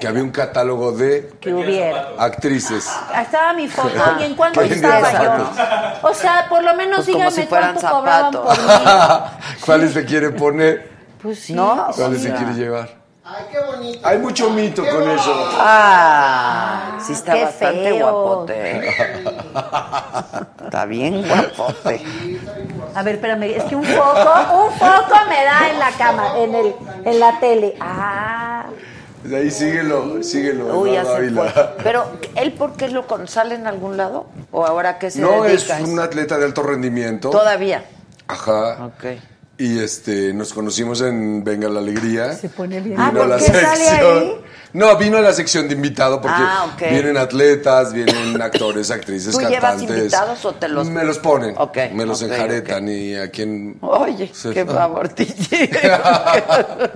[SPEAKER 10] Que había un catálogo de
[SPEAKER 11] que hubiera.
[SPEAKER 10] actrices.
[SPEAKER 11] Ahí estaba mi foto
[SPEAKER 10] *laughs*
[SPEAKER 11] y en cuanto
[SPEAKER 10] ¿Quién dijo
[SPEAKER 11] estaba
[SPEAKER 10] zapatos?
[SPEAKER 11] yo. O sea, por lo menos
[SPEAKER 2] Pues como si
[SPEAKER 11] díganme
[SPEAKER 2] fueran
[SPEAKER 11] cuánto cobraban
[SPEAKER 2] zapatos.
[SPEAKER 11] por mí.
[SPEAKER 10] ¿Cuáles se quiere poner?
[SPEAKER 11] Pues sí.
[SPEAKER 2] ¿No?
[SPEAKER 10] ¿Cuáles
[SPEAKER 2] Sí.
[SPEAKER 10] se quiere llevar?
[SPEAKER 4] Ay, qué bonito.
[SPEAKER 10] Hay mucho mito con eso.
[SPEAKER 2] Ah, sí está
[SPEAKER 11] qué
[SPEAKER 2] bastante
[SPEAKER 11] feo.
[SPEAKER 2] guapote. Está bien guapote.
[SPEAKER 11] A ver, espérame, es que un foco, un foco me da en la cama, en el, en la tele. Ah,
[SPEAKER 10] De ahí síguelo, síguelo.
[SPEAKER 2] Uy, ya
[SPEAKER 10] Eduardo
[SPEAKER 2] se fue.
[SPEAKER 10] Ávila.
[SPEAKER 2] Pero, ¿él por qué lo con- sale en algún lado? ¿O ahora qué se
[SPEAKER 10] No, es
[SPEAKER 2] dedica? a eso?
[SPEAKER 10] un atleta de alto rendimiento.
[SPEAKER 2] Todavía.
[SPEAKER 10] Ajá.
[SPEAKER 2] Ok.
[SPEAKER 10] Y este, nos conocimos en Venga la Alegría. Se
[SPEAKER 11] pone bien.
[SPEAKER 2] Ah, ¿por qué sale ahí?
[SPEAKER 10] No, vino a la sección de invitado porque
[SPEAKER 2] Ah, ok.
[SPEAKER 10] vienen atletas, vienen *laughs* actores, actrices,
[SPEAKER 2] ¿Tú llevas
[SPEAKER 10] cantantes.
[SPEAKER 2] invitados o te los-
[SPEAKER 10] Me los ponen.
[SPEAKER 2] Ok,
[SPEAKER 10] Me los
[SPEAKER 2] ok,
[SPEAKER 10] enjaretan y a
[SPEAKER 2] *laughs*
[SPEAKER 10] quien.
[SPEAKER 2] Oye,
[SPEAKER 10] Sí.
[SPEAKER 2] qué
[SPEAKER 10] *laughs*
[SPEAKER 2] favor, Titi.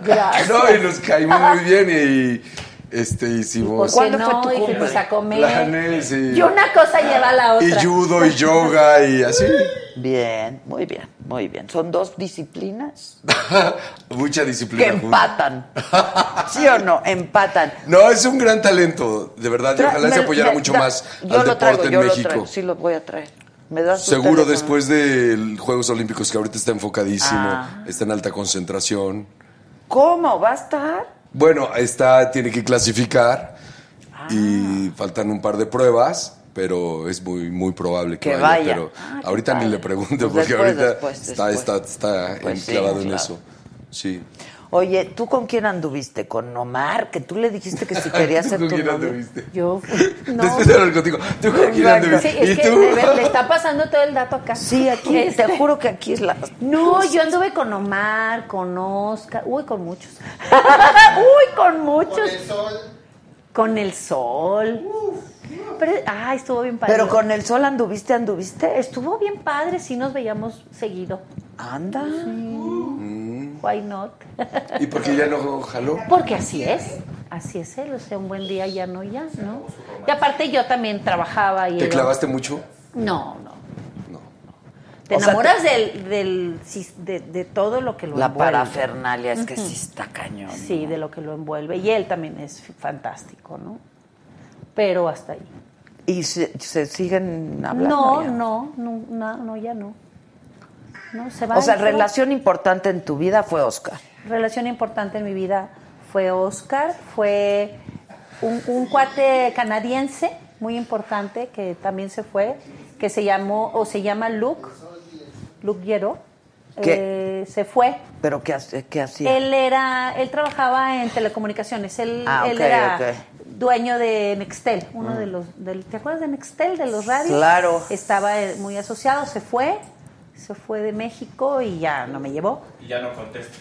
[SPEAKER 11] gracias.
[SPEAKER 10] No, y nos caímos muy bien y este hicimos.
[SPEAKER 2] ¿Por ¿Cuándo
[SPEAKER 11] Que
[SPEAKER 2] fue tu
[SPEAKER 11] y
[SPEAKER 2] cumple?
[SPEAKER 11] fuimos a comer.
[SPEAKER 10] planes y,
[SPEAKER 11] Y una cosa lleva a la otra.
[SPEAKER 10] y judo y yoga y así. *laughs*
[SPEAKER 2] Bien, muy bien, muy bien. Son dos disciplinas
[SPEAKER 10] Mucha
[SPEAKER 2] que
[SPEAKER 10] disciplina. junta.
[SPEAKER 2] empatan.
[SPEAKER 10] *laughs*
[SPEAKER 2] ¿Sí o no? Empatan.
[SPEAKER 10] No, es un gran talento, de verdad. y ojalá
[SPEAKER 2] Tra-
[SPEAKER 10] se
[SPEAKER 2] me-
[SPEAKER 10] apoyara
[SPEAKER 2] me-
[SPEAKER 10] mucho
[SPEAKER 2] da-
[SPEAKER 10] más
[SPEAKER 2] yo
[SPEAKER 10] al
[SPEAKER 2] lo
[SPEAKER 10] deporte
[SPEAKER 2] traigo,
[SPEAKER 10] en
[SPEAKER 2] yo Lo
[SPEAKER 10] México.
[SPEAKER 2] traigo, sí, lo voy a traer. ¿Me das tu
[SPEAKER 10] Seguro
[SPEAKER 2] teléfono?
[SPEAKER 10] después de Juegos Olímpicos, que ahorita está enfocadísimo,
[SPEAKER 2] Ah.
[SPEAKER 10] está en alta concentración.
[SPEAKER 2] ¿Cómo? ¿Va a estar?
[SPEAKER 10] Bueno, está, tiene que clasificar y
[SPEAKER 2] Ah.
[SPEAKER 10] faltan un par de pruebas, pero es muy, muy probable que,
[SPEAKER 2] Que
[SPEAKER 10] vaya.
[SPEAKER 2] vaya.
[SPEAKER 10] Pero
[SPEAKER 2] Ah, qué
[SPEAKER 10] ahorita ni
[SPEAKER 2] padre.
[SPEAKER 10] le pregunto
[SPEAKER 2] Pues
[SPEAKER 10] porque
[SPEAKER 2] después,
[SPEAKER 10] ahorita
[SPEAKER 2] después,
[SPEAKER 10] está,
[SPEAKER 2] después.
[SPEAKER 10] está, está
[SPEAKER 2] Pues sí,
[SPEAKER 10] enclavado en
[SPEAKER 2] claro.
[SPEAKER 10] eso. Sí.
[SPEAKER 2] Oye, ¿tú con quién anduviste? ¿Con Omar? Que tú le dijiste que si *laughs* quería
[SPEAKER 10] *laughs*
[SPEAKER 2] ser
[SPEAKER 10] ¿Tú con
[SPEAKER 2] tu
[SPEAKER 10] quién
[SPEAKER 2] novio.
[SPEAKER 10] anduviste? *laughs*
[SPEAKER 11] Yo.
[SPEAKER 10] Después de hablar contigo, ¿tú con quién
[SPEAKER 2] Exacto.
[SPEAKER 10] anduviste?
[SPEAKER 11] Sí, es
[SPEAKER 10] ¿Y
[SPEAKER 11] que
[SPEAKER 10] tú?
[SPEAKER 11] le, le está pasando todo el dato acá.
[SPEAKER 2] Sí, aquí,
[SPEAKER 11] Este,
[SPEAKER 2] te juro que aquí es la...
[SPEAKER 11] No, yo anduve con Omar, con Oscar, uy, con
[SPEAKER 2] *laughs*
[SPEAKER 11] muchos. uy, con muchos. Con el sol. Con el sol. Pero, ay, estuvo bien padre.
[SPEAKER 2] Pero con el sol anduviste, anduviste.
[SPEAKER 11] Estuvo bien padre, sí nos veíamos seguido.
[SPEAKER 2] Anda.
[SPEAKER 11] Why not?
[SPEAKER 10] ¿Y por qué ya no jaló?
[SPEAKER 11] Porque así es. Así es él, o sea, un buen día ya no, ya, ¿no? Y aparte yo también trabajaba y...
[SPEAKER 10] ¿Te
[SPEAKER 11] él-
[SPEAKER 10] clavaste mucho?
[SPEAKER 11] No, no. Te
[SPEAKER 2] O sea,
[SPEAKER 11] enamoras del, del sis- de, de todo lo que lo
[SPEAKER 2] La
[SPEAKER 11] envuelve.
[SPEAKER 2] parafernalia es que
[SPEAKER 11] Ujú.
[SPEAKER 2] sí está cañón.
[SPEAKER 11] Sí, de lo que lo envuelve. Y él también es f- fantástico, ¿no? Pero hasta ahí.
[SPEAKER 2] ¿Y se, se siguen hablando?
[SPEAKER 11] no,
[SPEAKER 2] ya?
[SPEAKER 11] no, no, no, no, ya no. No, se va.
[SPEAKER 2] O sea,
[SPEAKER 11] se va.
[SPEAKER 2] relación importante en tu vida fue Oscar.
[SPEAKER 11] Relación importante en mi vida fue Oscar, fue un, un cuate canadiense muy importante que también se fue, que se llamó, o se llama Luke, Luke Yero.
[SPEAKER 2] ¿Qué?
[SPEAKER 11] Eh, se fue.
[SPEAKER 2] ¿Pero qué, hace- qué hacía?
[SPEAKER 11] Él era, él trabajaba en telecomunicaciones. Él,
[SPEAKER 2] Ah,
[SPEAKER 11] él
[SPEAKER 2] ok,
[SPEAKER 11] era
[SPEAKER 2] ok.
[SPEAKER 11] dueño de Nextel, uno
[SPEAKER 2] Mm.
[SPEAKER 11] de los, del- ¿te acuerdas de Nextel, de los radios?
[SPEAKER 2] Claro.
[SPEAKER 11] Estaba eh, muy asociado, se fue, se fue de México y ya no me llevó.
[SPEAKER 3] Y ya no contesta.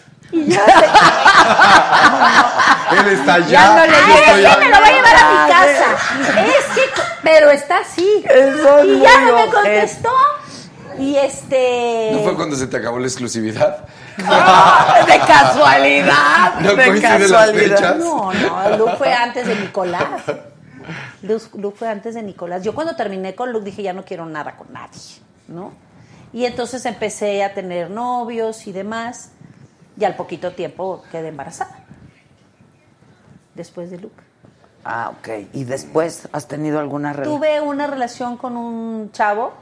[SPEAKER 10] Él está allá.
[SPEAKER 11] Ya no le
[SPEAKER 10] yo
[SPEAKER 11] llevo.
[SPEAKER 10] estoy
[SPEAKER 11] Es que me lo va a
[SPEAKER 10] acá.
[SPEAKER 11] llevar
[SPEAKER 2] Ah,
[SPEAKER 11] a mi casa. Es que, pero está así. y ya
[SPEAKER 10] muy
[SPEAKER 11] no me
[SPEAKER 10] ojetes.
[SPEAKER 11] contestó. Y este.
[SPEAKER 10] ¿No fue cuando se te acabó la exclusividad?
[SPEAKER 2] *laughs* de casualidad.
[SPEAKER 10] ¿No
[SPEAKER 2] de
[SPEAKER 10] coinciden las
[SPEAKER 2] casualidad.
[SPEAKER 10] fechas?
[SPEAKER 11] No, no, Luke fue antes de Nicolás. Luke, Luke fue antes de Nicolás. Yo cuando terminé con Luke dije, ya no quiero nada con nadie, ¿no? Y entonces empecé a tener novios y demás. Y al poquito tiempo quedé embarazada. Después de Luke.
[SPEAKER 2] Ah, ok. ¿Y después has tenido alguna relación?
[SPEAKER 11] Tuve una relación con un chavo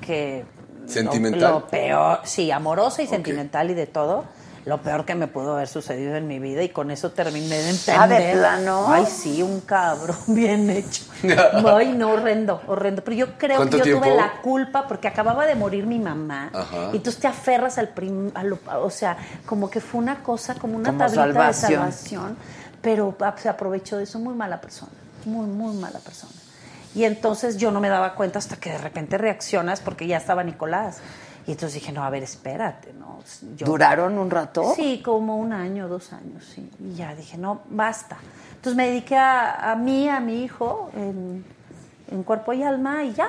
[SPEAKER 11] que... lo-
[SPEAKER 2] Sentimental.
[SPEAKER 11] Lo peor, sí, amorosa y sentimental y de todo. Lo peor que me pudo haber sucedido en mi vida y con eso terminé de entender.
[SPEAKER 2] Ah, ¿de plano?
[SPEAKER 11] Ay, sí, un cabrón *laughs*
[SPEAKER 10] *laughs*
[SPEAKER 11] bien hecho. Ay, no, horrendo, horrendo. Pero yo creo que
[SPEAKER 10] ¿Cuánto
[SPEAKER 11] yo tuve
[SPEAKER 10] tiempo?
[SPEAKER 11] la culpa porque acababa de morir mi mamá.
[SPEAKER 10] Ajá.
[SPEAKER 11] Y entonces te aferras al prim- a lo- a- o sea, como que fue una cosa, como una
[SPEAKER 2] Como
[SPEAKER 11] tablita
[SPEAKER 2] salvación.
[SPEAKER 11] de salvación. Pero ah, se aprovechó de eso, muy mala persona, muy, muy mala persona. Y entonces yo no me daba cuenta hasta que de repente reaccionas porque ya estaba Nicolás. Y entonces dije, no, a ver, espérate, ¿no? Yo-
[SPEAKER 2] ¿Duraron un rato?
[SPEAKER 11] Sí, como un año, dos años, sí. Y ya dije, no, basta. Entonces me dediqué a, a mí, a mi hijo, en, en cuerpo y alma, y ya.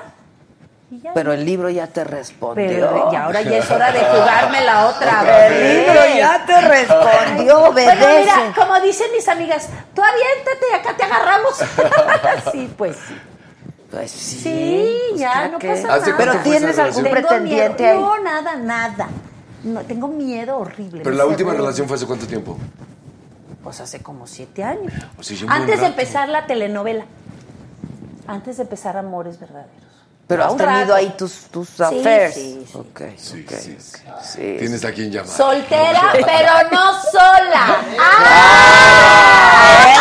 [SPEAKER 11] Y ya.
[SPEAKER 2] Pero el libro ya te respondió.
[SPEAKER 11] Pero, y ahora ya
[SPEAKER 2] *laughs*
[SPEAKER 11] es hora de jugarme la otra vez.
[SPEAKER 2] El libro ya te respondió,
[SPEAKER 11] Bueno,
[SPEAKER 2] obedece.
[SPEAKER 11] mira, como dicen mis amigas, tú aviéntate, acá te agarramos. *laughs* sí, pues sí.
[SPEAKER 2] Pues sí.
[SPEAKER 11] Sí,
[SPEAKER 2] pues,
[SPEAKER 11] ya,
[SPEAKER 2] ¿para
[SPEAKER 11] no
[SPEAKER 2] qué?
[SPEAKER 11] pasa nada.
[SPEAKER 2] Pero tienes algún
[SPEAKER 11] Tengo
[SPEAKER 2] pretendiente
[SPEAKER 11] miedo.
[SPEAKER 2] ahí.
[SPEAKER 11] No, nada, nada. No, tengo miedo horrible.
[SPEAKER 10] Pero
[SPEAKER 11] me
[SPEAKER 10] la última
[SPEAKER 11] cerré.
[SPEAKER 10] relación fue hace cuánto tiempo?
[SPEAKER 11] Pues hace como siete años.
[SPEAKER 10] O sea, ya un buen
[SPEAKER 11] Antes de
[SPEAKER 10] rato.
[SPEAKER 11] empezar la telenovela. Antes de empezar Amores Verdaderos.
[SPEAKER 2] Pero has
[SPEAKER 11] Un
[SPEAKER 2] tenido
[SPEAKER 11] rato.
[SPEAKER 2] ahí tus, tus affairs. Sí, Ok, ok, ok. Sí.
[SPEAKER 10] Tienes a quien llamar.
[SPEAKER 11] Soltera, pero no sola. Ah.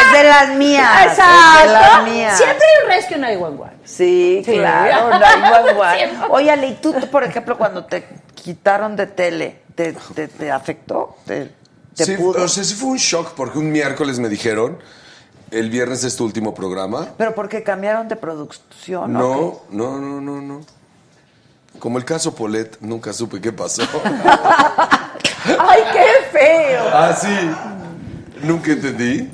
[SPEAKER 2] Es de las mías. Es de las
[SPEAKER 11] Exacto.
[SPEAKER 2] mías.
[SPEAKER 11] Siempre hay un rescue, no hay one one.
[SPEAKER 2] Sí,
[SPEAKER 11] Sí.
[SPEAKER 2] claro, no *laughs* hay guan, guan. Oye, Ale, ¿y tú, tú, por ejemplo, cuando te quitaron de tele, te, te- te afectó? ¿Te, te
[SPEAKER 10] Sí,
[SPEAKER 2] pudo?
[SPEAKER 10] o sea, sí fue un shock porque un miércoles me dijeron, el viernes es tu último programa.
[SPEAKER 2] Pero porque cambiaron de producción, ¿o qué?
[SPEAKER 10] No, no, no, no, no. Como el caso Polet, nunca supe qué
[SPEAKER 11] *laughs*
[SPEAKER 10] pasó.
[SPEAKER 2] ¡Ay, qué feo!
[SPEAKER 10] ah, sí. Nunca entendí.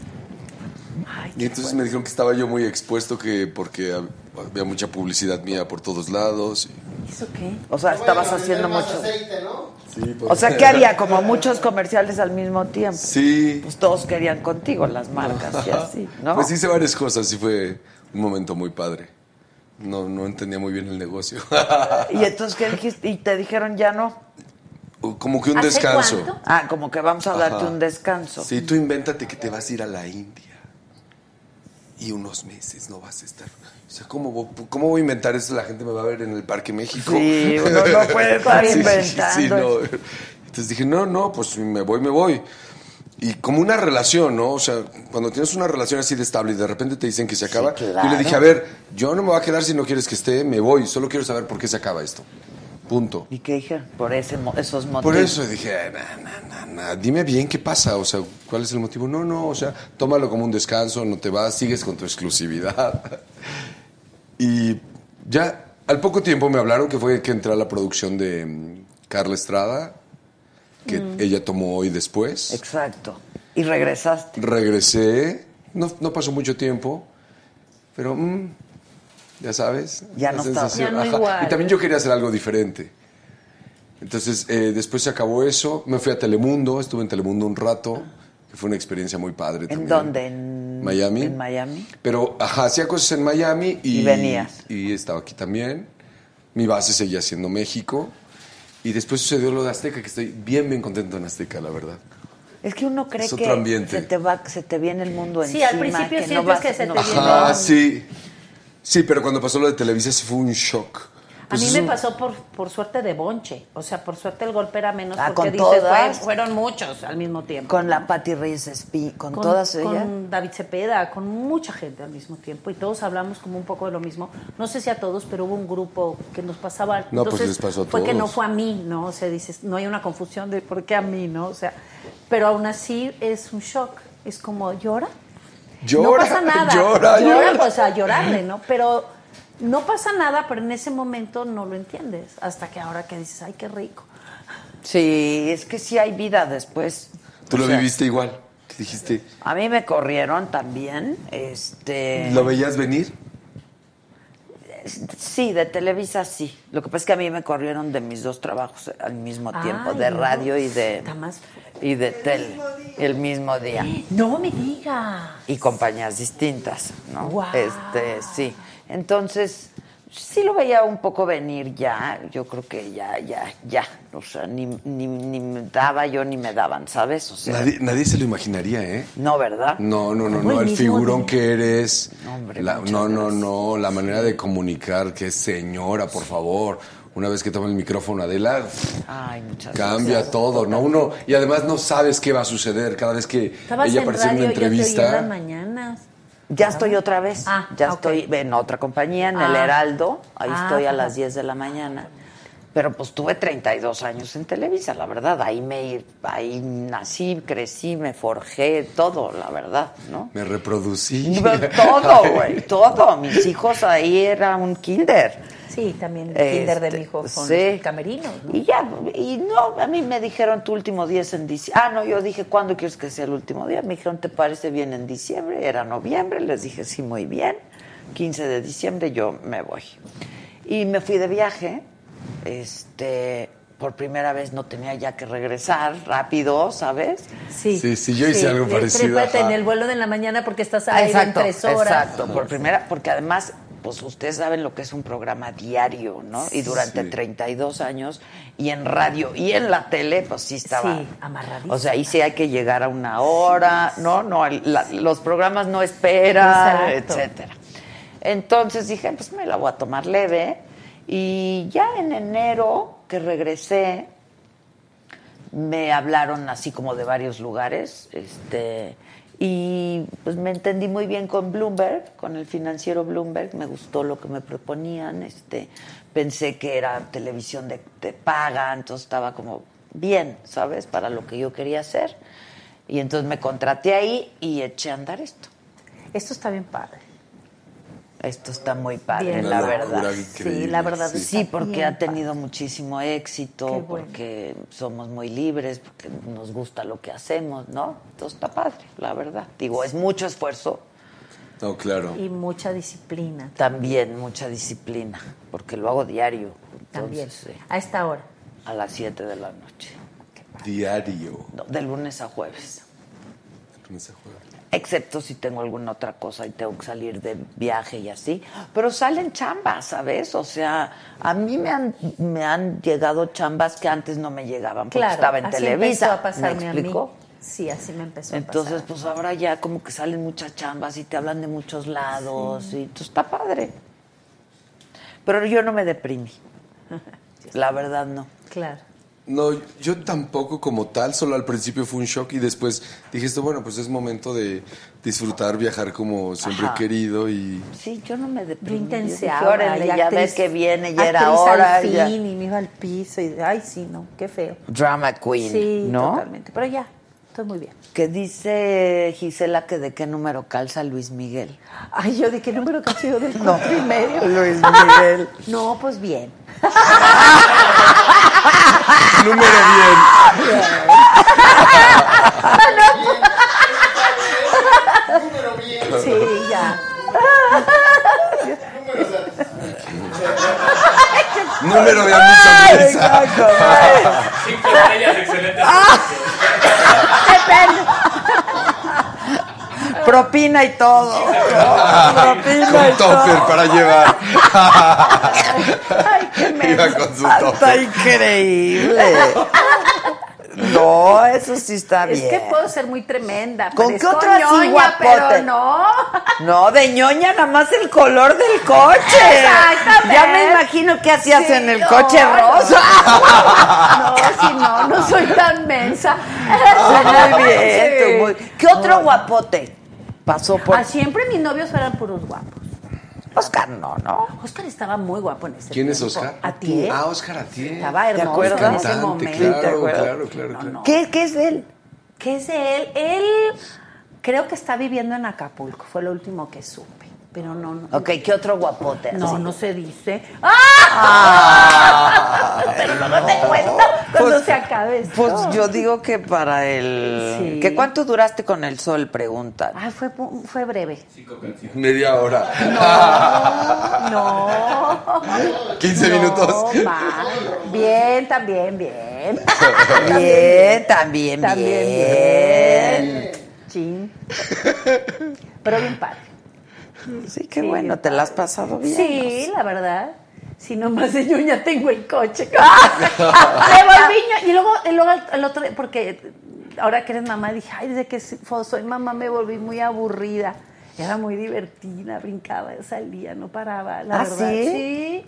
[SPEAKER 10] Y entonces me dijeron que estaba yo muy expuesto que porque hab- había mucha publicidad mía por todos lados.
[SPEAKER 11] ¿Eso qué?
[SPEAKER 2] O sea, estabas haciendo
[SPEAKER 4] más
[SPEAKER 2] mucho.
[SPEAKER 4] aceite, ¿no?
[SPEAKER 10] Sí, por-
[SPEAKER 2] O sea, ¿qué había? Como muchos comerciales al mismo tiempo.
[SPEAKER 10] Sí.
[SPEAKER 2] Pues todos querían contigo las marcas y así, ¿no?
[SPEAKER 10] Pues hice varias cosas, sí fue un momento muy padre. No, no entendía muy bien el negocio. *laughs*
[SPEAKER 2] Y entonces, ¿qué dijiste? Y te dijeron ya no.
[SPEAKER 10] Como que un descanso.
[SPEAKER 2] Ah, como que vamos a darte
[SPEAKER 10] Ajá.
[SPEAKER 2] un descanso.
[SPEAKER 10] Sí, tú invéntate que te vas a ir a la India. Y unos meses no vas a estar. O sea, ¿cómo, vo- cómo voy a inventar eso? La gente me va a ver en el Parque México.
[SPEAKER 2] Sí,
[SPEAKER 10] *laughs*
[SPEAKER 2] uno no puede estar inventando.
[SPEAKER 10] no. Entonces dije, no, no, pues me voy, me voy. Y como una relación, ¿no? O sea, cuando tienes una relación así de estable y de repente te dicen que se acaba, yo
[SPEAKER 2] claro.
[SPEAKER 10] le dije, a ver, yo no me voy a quedar si no quieres que esté, me voy, solo quiero saber por qué se acaba esto. Punto.
[SPEAKER 2] ¿Y qué dije? Por ese, mo- esos motivos.
[SPEAKER 10] Por eso dije, "Ay, na, na, na, na, dime bien qué pasa, o sea, cuál es el motivo. No, no, o sea, tómalo como un descanso, no te vas, sigues con tu exclusividad. *laughs* Y ya, al poco tiempo me hablaron que fue que entré a la producción de mm, Carla Estrada, que
[SPEAKER 2] Mm.
[SPEAKER 10] ella tomó hoy después.
[SPEAKER 2] Exacto. Y regresaste.
[SPEAKER 10] Regresé, no, no pasó mucho tiempo, pero mm, ya sabes.
[SPEAKER 2] Ya
[SPEAKER 10] la
[SPEAKER 2] no estaba.
[SPEAKER 10] sensación,
[SPEAKER 2] Ya no
[SPEAKER 10] ajá.
[SPEAKER 2] igual.
[SPEAKER 10] Y también yo quería hacer algo diferente. Entonces, eh, después se acabó eso, me fui a Telemundo, estuve en Telemundo un rato, que fue una experiencia muy padre
[SPEAKER 2] ¿En
[SPEAKER 10] también.
[SPEAKER 2] dónde? ¿En
[SPEAKER 10] Miami.
[SPEAKER 2] ¿En Miami?
[SPEAKER 10] Pero, ajá, hacía cosas en Miami y,
[SPEAKER 2] Y venías.
[SPEAKER 10] Y estaba aquí también. Mi base seguía siendo México. Y después sucedió lo de Azteca, que estoy bien, bien contento en Azteca, la verdad.
[SPEAKER 2] Es que uno cree
[SPEAKER 10] Es
[SPEAKER 2] que
[SPEAKER 10] otro ambiente.
[SPEAKER 2] se te va, se te viene el mundo
[SPEAKER 11] Sí,
[SPEAKER 2] encima.
[SPEAKER 11] al principio
[SPEAKER 2] que no
[SPEAKER 11] sientes
[SPEAKER 2] vas-
[SPEAKER 11] que se te
[SPEAKER 2] no-
[SPEAKER 11] viene
[SPEAKER 10] Ajá, sí. Sí, pero cuando pasó lo de Televisa sí fue un shock.
[SPEAKER 11] A
[SPEAKER 10] Pues
[SPEAKER 11] mí
[SPEAKER 10] es
[SPEAKER 11] me
[SPEAKER 10] un-
[SPEAKER 11] pasó por, por suerte de bonche. O sea, por suerte el golpe era menos
[SPEAKER 2] Ah,
[SPEAKER 11] porque
[SPEAKER 2] con
[SPEAKER 11] dices,
[SPEAKER 2] todas.
[SPEAKER 11] "Fue- fueron muchos al mismo tiempo.
[SPEAKER 2] Con la Patti Reyes Espí, con,
[SPEAKER 11] Con-
[SPEAKER 2] todas ellas.
[SPEAKER 11] Con David Cepeda, con mucha gente al mismo tiempo. Y todos hablamos como un poco de lo mismo. No sé si a todos, pero hubo un grupo que nos pasaba.
[SPEAKER 10] No, pues,
[SPEAKER 11] entonces,
[SPEAKER 10] les pasó a
[SPEAKER 11] Fue que no
[SPEAKER 10] todos.
[SPEAKER 11] fue a mí, ¿no? O sea, dices, no hay una confusión de por qué a mí, ¿no? O sea, pero aún así es un shock. Es como, ¿llora? no
[SPEAKER 10] Llora, *laughs*
[SPEAKER 11] pasa nada.
[SPEAKER 10] llora, llora.
[SPEAKER 11] pues a llorarle, ¿no? Pero no pasa nada, pero en ese momento no lo entiendes. Hasta que ahora que dices, ay, qué rico.
[SPEAKER 2] Sí, es que sí hay vida después.
[SPEAKER 10] Tú
[SPEAKER 2] O
[SPEAKER 10] lo
[SPEAKER 2] sea,
[SPEAKER 10] viviste igual. ¿Qué dijiste?
[SPEAKER 2] A mí me corrieron también, este...
[SPEAKER 10] ¿Lo veías venir?
[SPEAKER 2] Sí, de Televisa sí. Lo que pasa es que a mí me corrieron de mis dos trabajos al mismo
[SPEAKER 11] Ay,
[SPEAKER 2] tiempo, de
[SPEAKER 11] no. pues,
[SPEAKER 2] radio y de
[SPEAKER 11] Está más-
[SPEAKER 2] y de tele, el mismo día
[SPEAKER 11] No me digas.
[SPEAKER 2] y compañías distintas, ¿no?
[SPEAKER 11] Guau.
[SPEAKER 2] Este, sí. Entonces, sí lo veía un poco venir ya, yo creo que ya ya ya, o sea, ni ni, ni me daba yo ni me daban, ¿sabes? O sea,
[SPEAKER 10] Nadie, nadie se lo imaginaría, ¿eh?
[SPEAKER 2] no, ¿verdad?
[SPEAKER 10] No, no, no,
[SPEAKER 2] Como
[SPEAKER 10] no.
[SPEAKER 2] el
[SPEAKER 10] El
[SPEAKER 2] mismo
[SPEAKER 10] figurón
[SPEAKER 2] día.
[SPEAKER 10] que eres.
[SPEAKER 2] Hombre,
[SPEAKER 10] la- no, no, no. La manera de comunicar, que es señora, por favor. Una vez que toma el micrófono Adela, pff,
[SPEAKER 2] Ay, muchas
[SPEAKER 10] cambia
[SPEAKER 2] gracias.
[SPEAKER 10] todo, ¿no? Uno, y además no sabes qué va a suceder cada vez que
[SPEAKER 11] Estabas
[SPEAKER 10] ella
[SPEAKER 11] en
[SPEAKER 10] aparece en
[SPEAKER 11] radio,
[SPEAKER 10] una
[SPEAKER 11] yo te oía en las
[SPEAKER 10] entrevista.
[SPEAKER 11] mañanas.
[SPEAKER 2] Ya estoy otra vez. ya estoy en otra compañía, en el
[SPEAKER 11] Ah.
[SPEAKER 2] Heraldo. Ahí
[SPEAKER 11] Ah,
[SPEAKER 2] estoy a
[SPEAKER 11] ajá.
[SPEAKER 2] las 10 de la mañana. Pero pues tuve 32 años en Televisa, la verdad. Ahí me ahí nací, crecí, me forjé, todo, la verdad,
[SPEAKER 10] *laughs*
[SPEAKER 2] ¿no?
[SPEAKER 10] Me reproducí.
[SPEAKER 2] Todo, güey, todo. Mis hijos ahí era un kinder.
[SPEAKER 11] Sí, también el
[SPEAKER 2] Este,
[SPEAKER 11] kinder de mi hijo con
[SPEAKER 2] sí.
[SPEAKER 11] camerino. ¿no?
[SPEAKER 2] Y ya, y no, a mí me dijeron tu último día es en diciembre. Ah, no, yo dije, ¿cuándo quieres que sea el último día? Me dijeron, ¿te parece bien en diciembre? Era noviembre, les dije, sí, muy bien. 15 de diciembre yo me voy. Y me fui de viaje, este, por primera vez no tenía ya que regresar rápido, ¿sabes?
[SPEAKER 11] Sí,
[SPEAKER 10] Sí, sí, yo hice algo parecido,
[SPEAKER 11] Trépate
[SPEAKER 10] ajá.
[SPEAKER 11] en el vuelo de la mañana porque estás
[SPEAKER 2] Ah,
[SPEAKER 11] ahí en
[SPEAKER 2] exacto,
[SPEAKER 11] tres horas.
[SPEAKER 2] Exacto, por primera, porque además, pues ustedes saben lo que es un programa diario, ¿no? Y durante
[SPEAKER 11] Sí.
[SPEAKER 2] 32 años, y en radio y en la tele, pues sí estaba.
[SPEAKER 11] Sí, amarradísimo.
[SPEAKER 2] O sea, ahí sí hay que llegar a una hora, ¿no? No, el- la- los programas no esperan,
[SPEAKER 11] Exacto.
[SPEAKER 2] etcétera. Entonces dije, pues me la voy a tomar leve. Y ya en enero que regresé, me hablaron así como de varios lugares, este, y pues me entendí muy bien con Bloomberg, con el financiero Bloomberg, me gustó lo que me proponían, este, pensé que era televisión de, de paga, entonces estaba como bien, ¿sabes? Para lo que yo quería hacer. Y entonces me contraté ahí y eché a andar esto.
[SPEAKER 11] Esto está bien padre.
[SPEAKER 2] Ah. Esto está muy padre,
[SPEAKER 11] Bien.
[SPEAKER 2] la
[SPEAKER 11] Una locura
[SPEAKER 2] verdad.
[SPEAKER 11] increíble, Sí, la verdad sí.
[SPEAKER 2] Sí,
[SPEAKER 11] está
[SPEAKER 2] porque
[SPEAKER 11] bien
[SPEAKER 2] ha tenido muchísimo éxito,
[SPEAKER 11] Qué bueno.
[SPEAKER 2] porque somos muy libres, porque nos gusta lo que hacemos, ¿no? Entonces está padre, la verdad. Digo, es mucho esfuerzo,
[SPEAKER 10] *laughs* No, claro.
[SPEAKER 11] Y mucha disciplina
[SPEAKER 2] también mucha disciplina, porque lo hago diario. Entonces,
[SPEAKER 11] también.
[SPEAKER 2] sí,
[SPEAKER 11] A esta hora.
[SPEAKER 2] a las 7 de la noche,
[SPEAKER 10] Diario.
[SPEAKER 2] No, de lunes a jueves.
[SPEAKER 10] No se juega.
[SPEAKER 2] Excepto si tengo alguna otra cosa y tengo que salir de viaje y así. Pero salen chambas, ¿sabes? O sea, a mí me han, me han llegado chambas que antes no me llegaban porque
[SPEAKER 11] Claro,
[SPEAKER 2] estaba en
[SPEAKER 11] así
[SPEAKER 2] Televisa.
[SPEAKER 11] empezó a pasarme
[SPEAKER 2] ¿Me
[SPEAKER 11] a mí.
[SPEAKER 2] explicó?
[SPEAKER 11] Sí, así me empezó a
[SPEAKER 2] Entonces,
[SPEAKER 11] pasar.
[SPEAKER 2] pues ahora ya como que salen muchas chambas y te hablan de muchos lados y entonces está padre.
[SPEAKER 11] *laughs*
[SPEAKER 2] Pero yo no me deprimí. La verdad no.
[SPEAKER 11] Claro.
[SPEAKER 10] No, yo tampoco como tal, solo al principio fue un shock y después dije esto, bueno, pues es momento de disfrutar, viajar como siempre
[SPEAKER 2] Ajá.
[SPEAKER 10] he querido y...
[SPEAKER 2] Sí, yo no me deprimí. Yo dije,
[SPEAKER 11] intenseaba,
[SPEAKER 2] órale,
[SPEAKER 11] y
[SPEAKER 2] ya
[SPEAKER 11] actriz-
[SPEAKER 2] ves que viene, ya era
[SPEAKER 11] actriz
[SPEAKER 2] hora.
[SPEAKER 11] Al fin,
[SPEAKER 2] ya.
[SPEAKER 11] Y me iba al piso. Y, ay, sí, no, qué feo.
[SPEAKER 2] Drama queen,
[SPEAKER 11] sí,
[SPEAKER 2] ¿no?
[SPEAKER 11] totalmente. Pero ya, estoy muy bien.
[SPEAKER 2] Que dice Gisela que de qué número calza Luis Miguel.
[SPEAKER 11] Ay, yo de qué número calzo yo del
[SPEAKER 2] *laughs* No,
[SPEAKER 11] cuatro y medio.
[SPEAKER 2] Luis *laughs* Miguel.
[SPEAKER 11] No, pues bien.
[SPEAKER 10] Número bien.
[SPEAKER 11] Sí,
[SPEAKER 2] *laughs*
[SPEAKER 11] ya.
[SPEAKER 10] Número de
[SPEAKER 2] Ay,
[SPEAKER 10] amigos.
[SPEAKER 2] exacto.
[SPEAKER 3] Cinco estrellas, excelente.
[SPEAKER 11] Ah.
[SPEAKER 2] Propina y todo. Propina y
[SPEAKER 10] Con topper
[SPEAKER 2] todo.
[SPEAKER 10] para llevar.
[SPEAKER 2] Ay, qué
[SPEAKER 10] Iba con su
[SPEAKER 2] mensa. Está
[SPEAKER 10] topper.
[SPEAKER 2] increíble. No, eso sí está
[SPEAKER 11] Es
[SPEAKER 2] bien.
[SPEAKER 11] que puedo ser muy tremenda.
[SPEAKER 2] ¿Con
[SPEAKER 11] parezco
[SPEAKER 2] qué otro así
[SPEAKER 11] ñoña,
[SPEAKER 2] guapote?
[SPEAKER 11] Pero
[SPEAKER 2] *laughs*
[SPEAKER 11] no.
[SPEAKER 2] No, de ñoña nada más el color del coche.
[SPEAKER 11] Exactamente.
[SPEAKER 2] Ya me imagino qué hacías
[SPEAKER 11] Sí,
[SPEAKER 2] en el
[SPEAKER 11] no,
[SPEAKER 2] coche
[SPEAKER 11] no.
[SPEAKER 2] rosa.
[SPEAKER 11] *laughs* No, si no, no soy tan mensa.
[SPEAKER 2] Ah, Muy bien,
[SPEAKER 11] Sí.
[SPEAKER 2] tú muy- ¿Qué otro guapote pasó por
[SPEAKER 11] Ah, siempre mis novios eran puros guapos.
[SPEAKER 2] Oscar? No, no.
[SPEAKER 11] Oscar estaba muy guapo en ese
[SPEAKER 10] ¿Quién es
[SPEAKER 11] tiempo.
[SPEAKER 10] Oscar?
[SPEAKER 11] A ti. ¿eh?
[SPEAKER 10] Ah, Oscar Atié.
[SPEAKER 11] Estaba
[SPEAKER 2] ¿Te
[SPEAKER 11] hermoso
[SPEAKER 2] acuerdas?
[SPEAKER 11] en ese
[SPEAKER 10] Cantante,
[SPEAKER 11] momento.
[SPEAKER 2] ¿Te
[SPEAKER 10] Claro,
[SPEAKER 2] acuerdas?
[SPEAKER 10] claro, claro. claro.
[SPEAKER 2] ¿Qué, qué es de él?
[SPEAKER 11] ¿Qué es de él? Él creo que está viviendo en Acapulco. Fue lo último que supe. Pero no, no.
[SPEAKER 2] Ok, ¿qué otro guapote?
[SPEAKER 11] No,
[SPEAKER 2] así?
[SPEAKER 11] no se dice. ¡Ah! *laughs* Pero luego te cuento cuando
[SPEAKER 2] Pues-
[SPEAKER 11] se acabe esto.
[SPEAKER 2] Pues yo digo que para el...
[SPEAKER 11] Sí.
[SPEAKER 2] ¿Que ¿Cuánto duraste con el sol? Preguntan.
[SPEAKER 11] Ah, fue, pu- fue breve.
[SPEAKER 10] Media hora.
[SPEAKER 11] *laughs* No.
[SPEAKER 10] 15
[SPEAKER 11] No,
[SPEAKER 10] minutos.
[SPEAKER 11] va. Bien, también, bien.
[SPEAKER 2] Bien, Ah, también,
[SPEAKER 11] También
[SPEAKER 2] bien.
[SPEAKER 11] bien. Chin. Pero bien padre.
[SPEAKER 2] Sí, qué
[SPEAKER 11] Sí,
[SPEAKER 2] bueno,
[SPEAKER 11] bien
[SPEAKER 2] te la has pasado bien.
[SPEAKER 11] Sí, la verdad. Si no más *laughs* de ñoña tengo el coche. *laughs* Me volví ño- Y luego, y luego el, el otro, porque ahora que eres mamá, dije, ay, desde que so- soy mamá me volví muy aburrida. Era muy divertida, brincaba, salía, no paraba. La
[SPEAKER 2] ¿Ah,
[SPEAKER 11] verdad,
[SPEAKER 2] sí?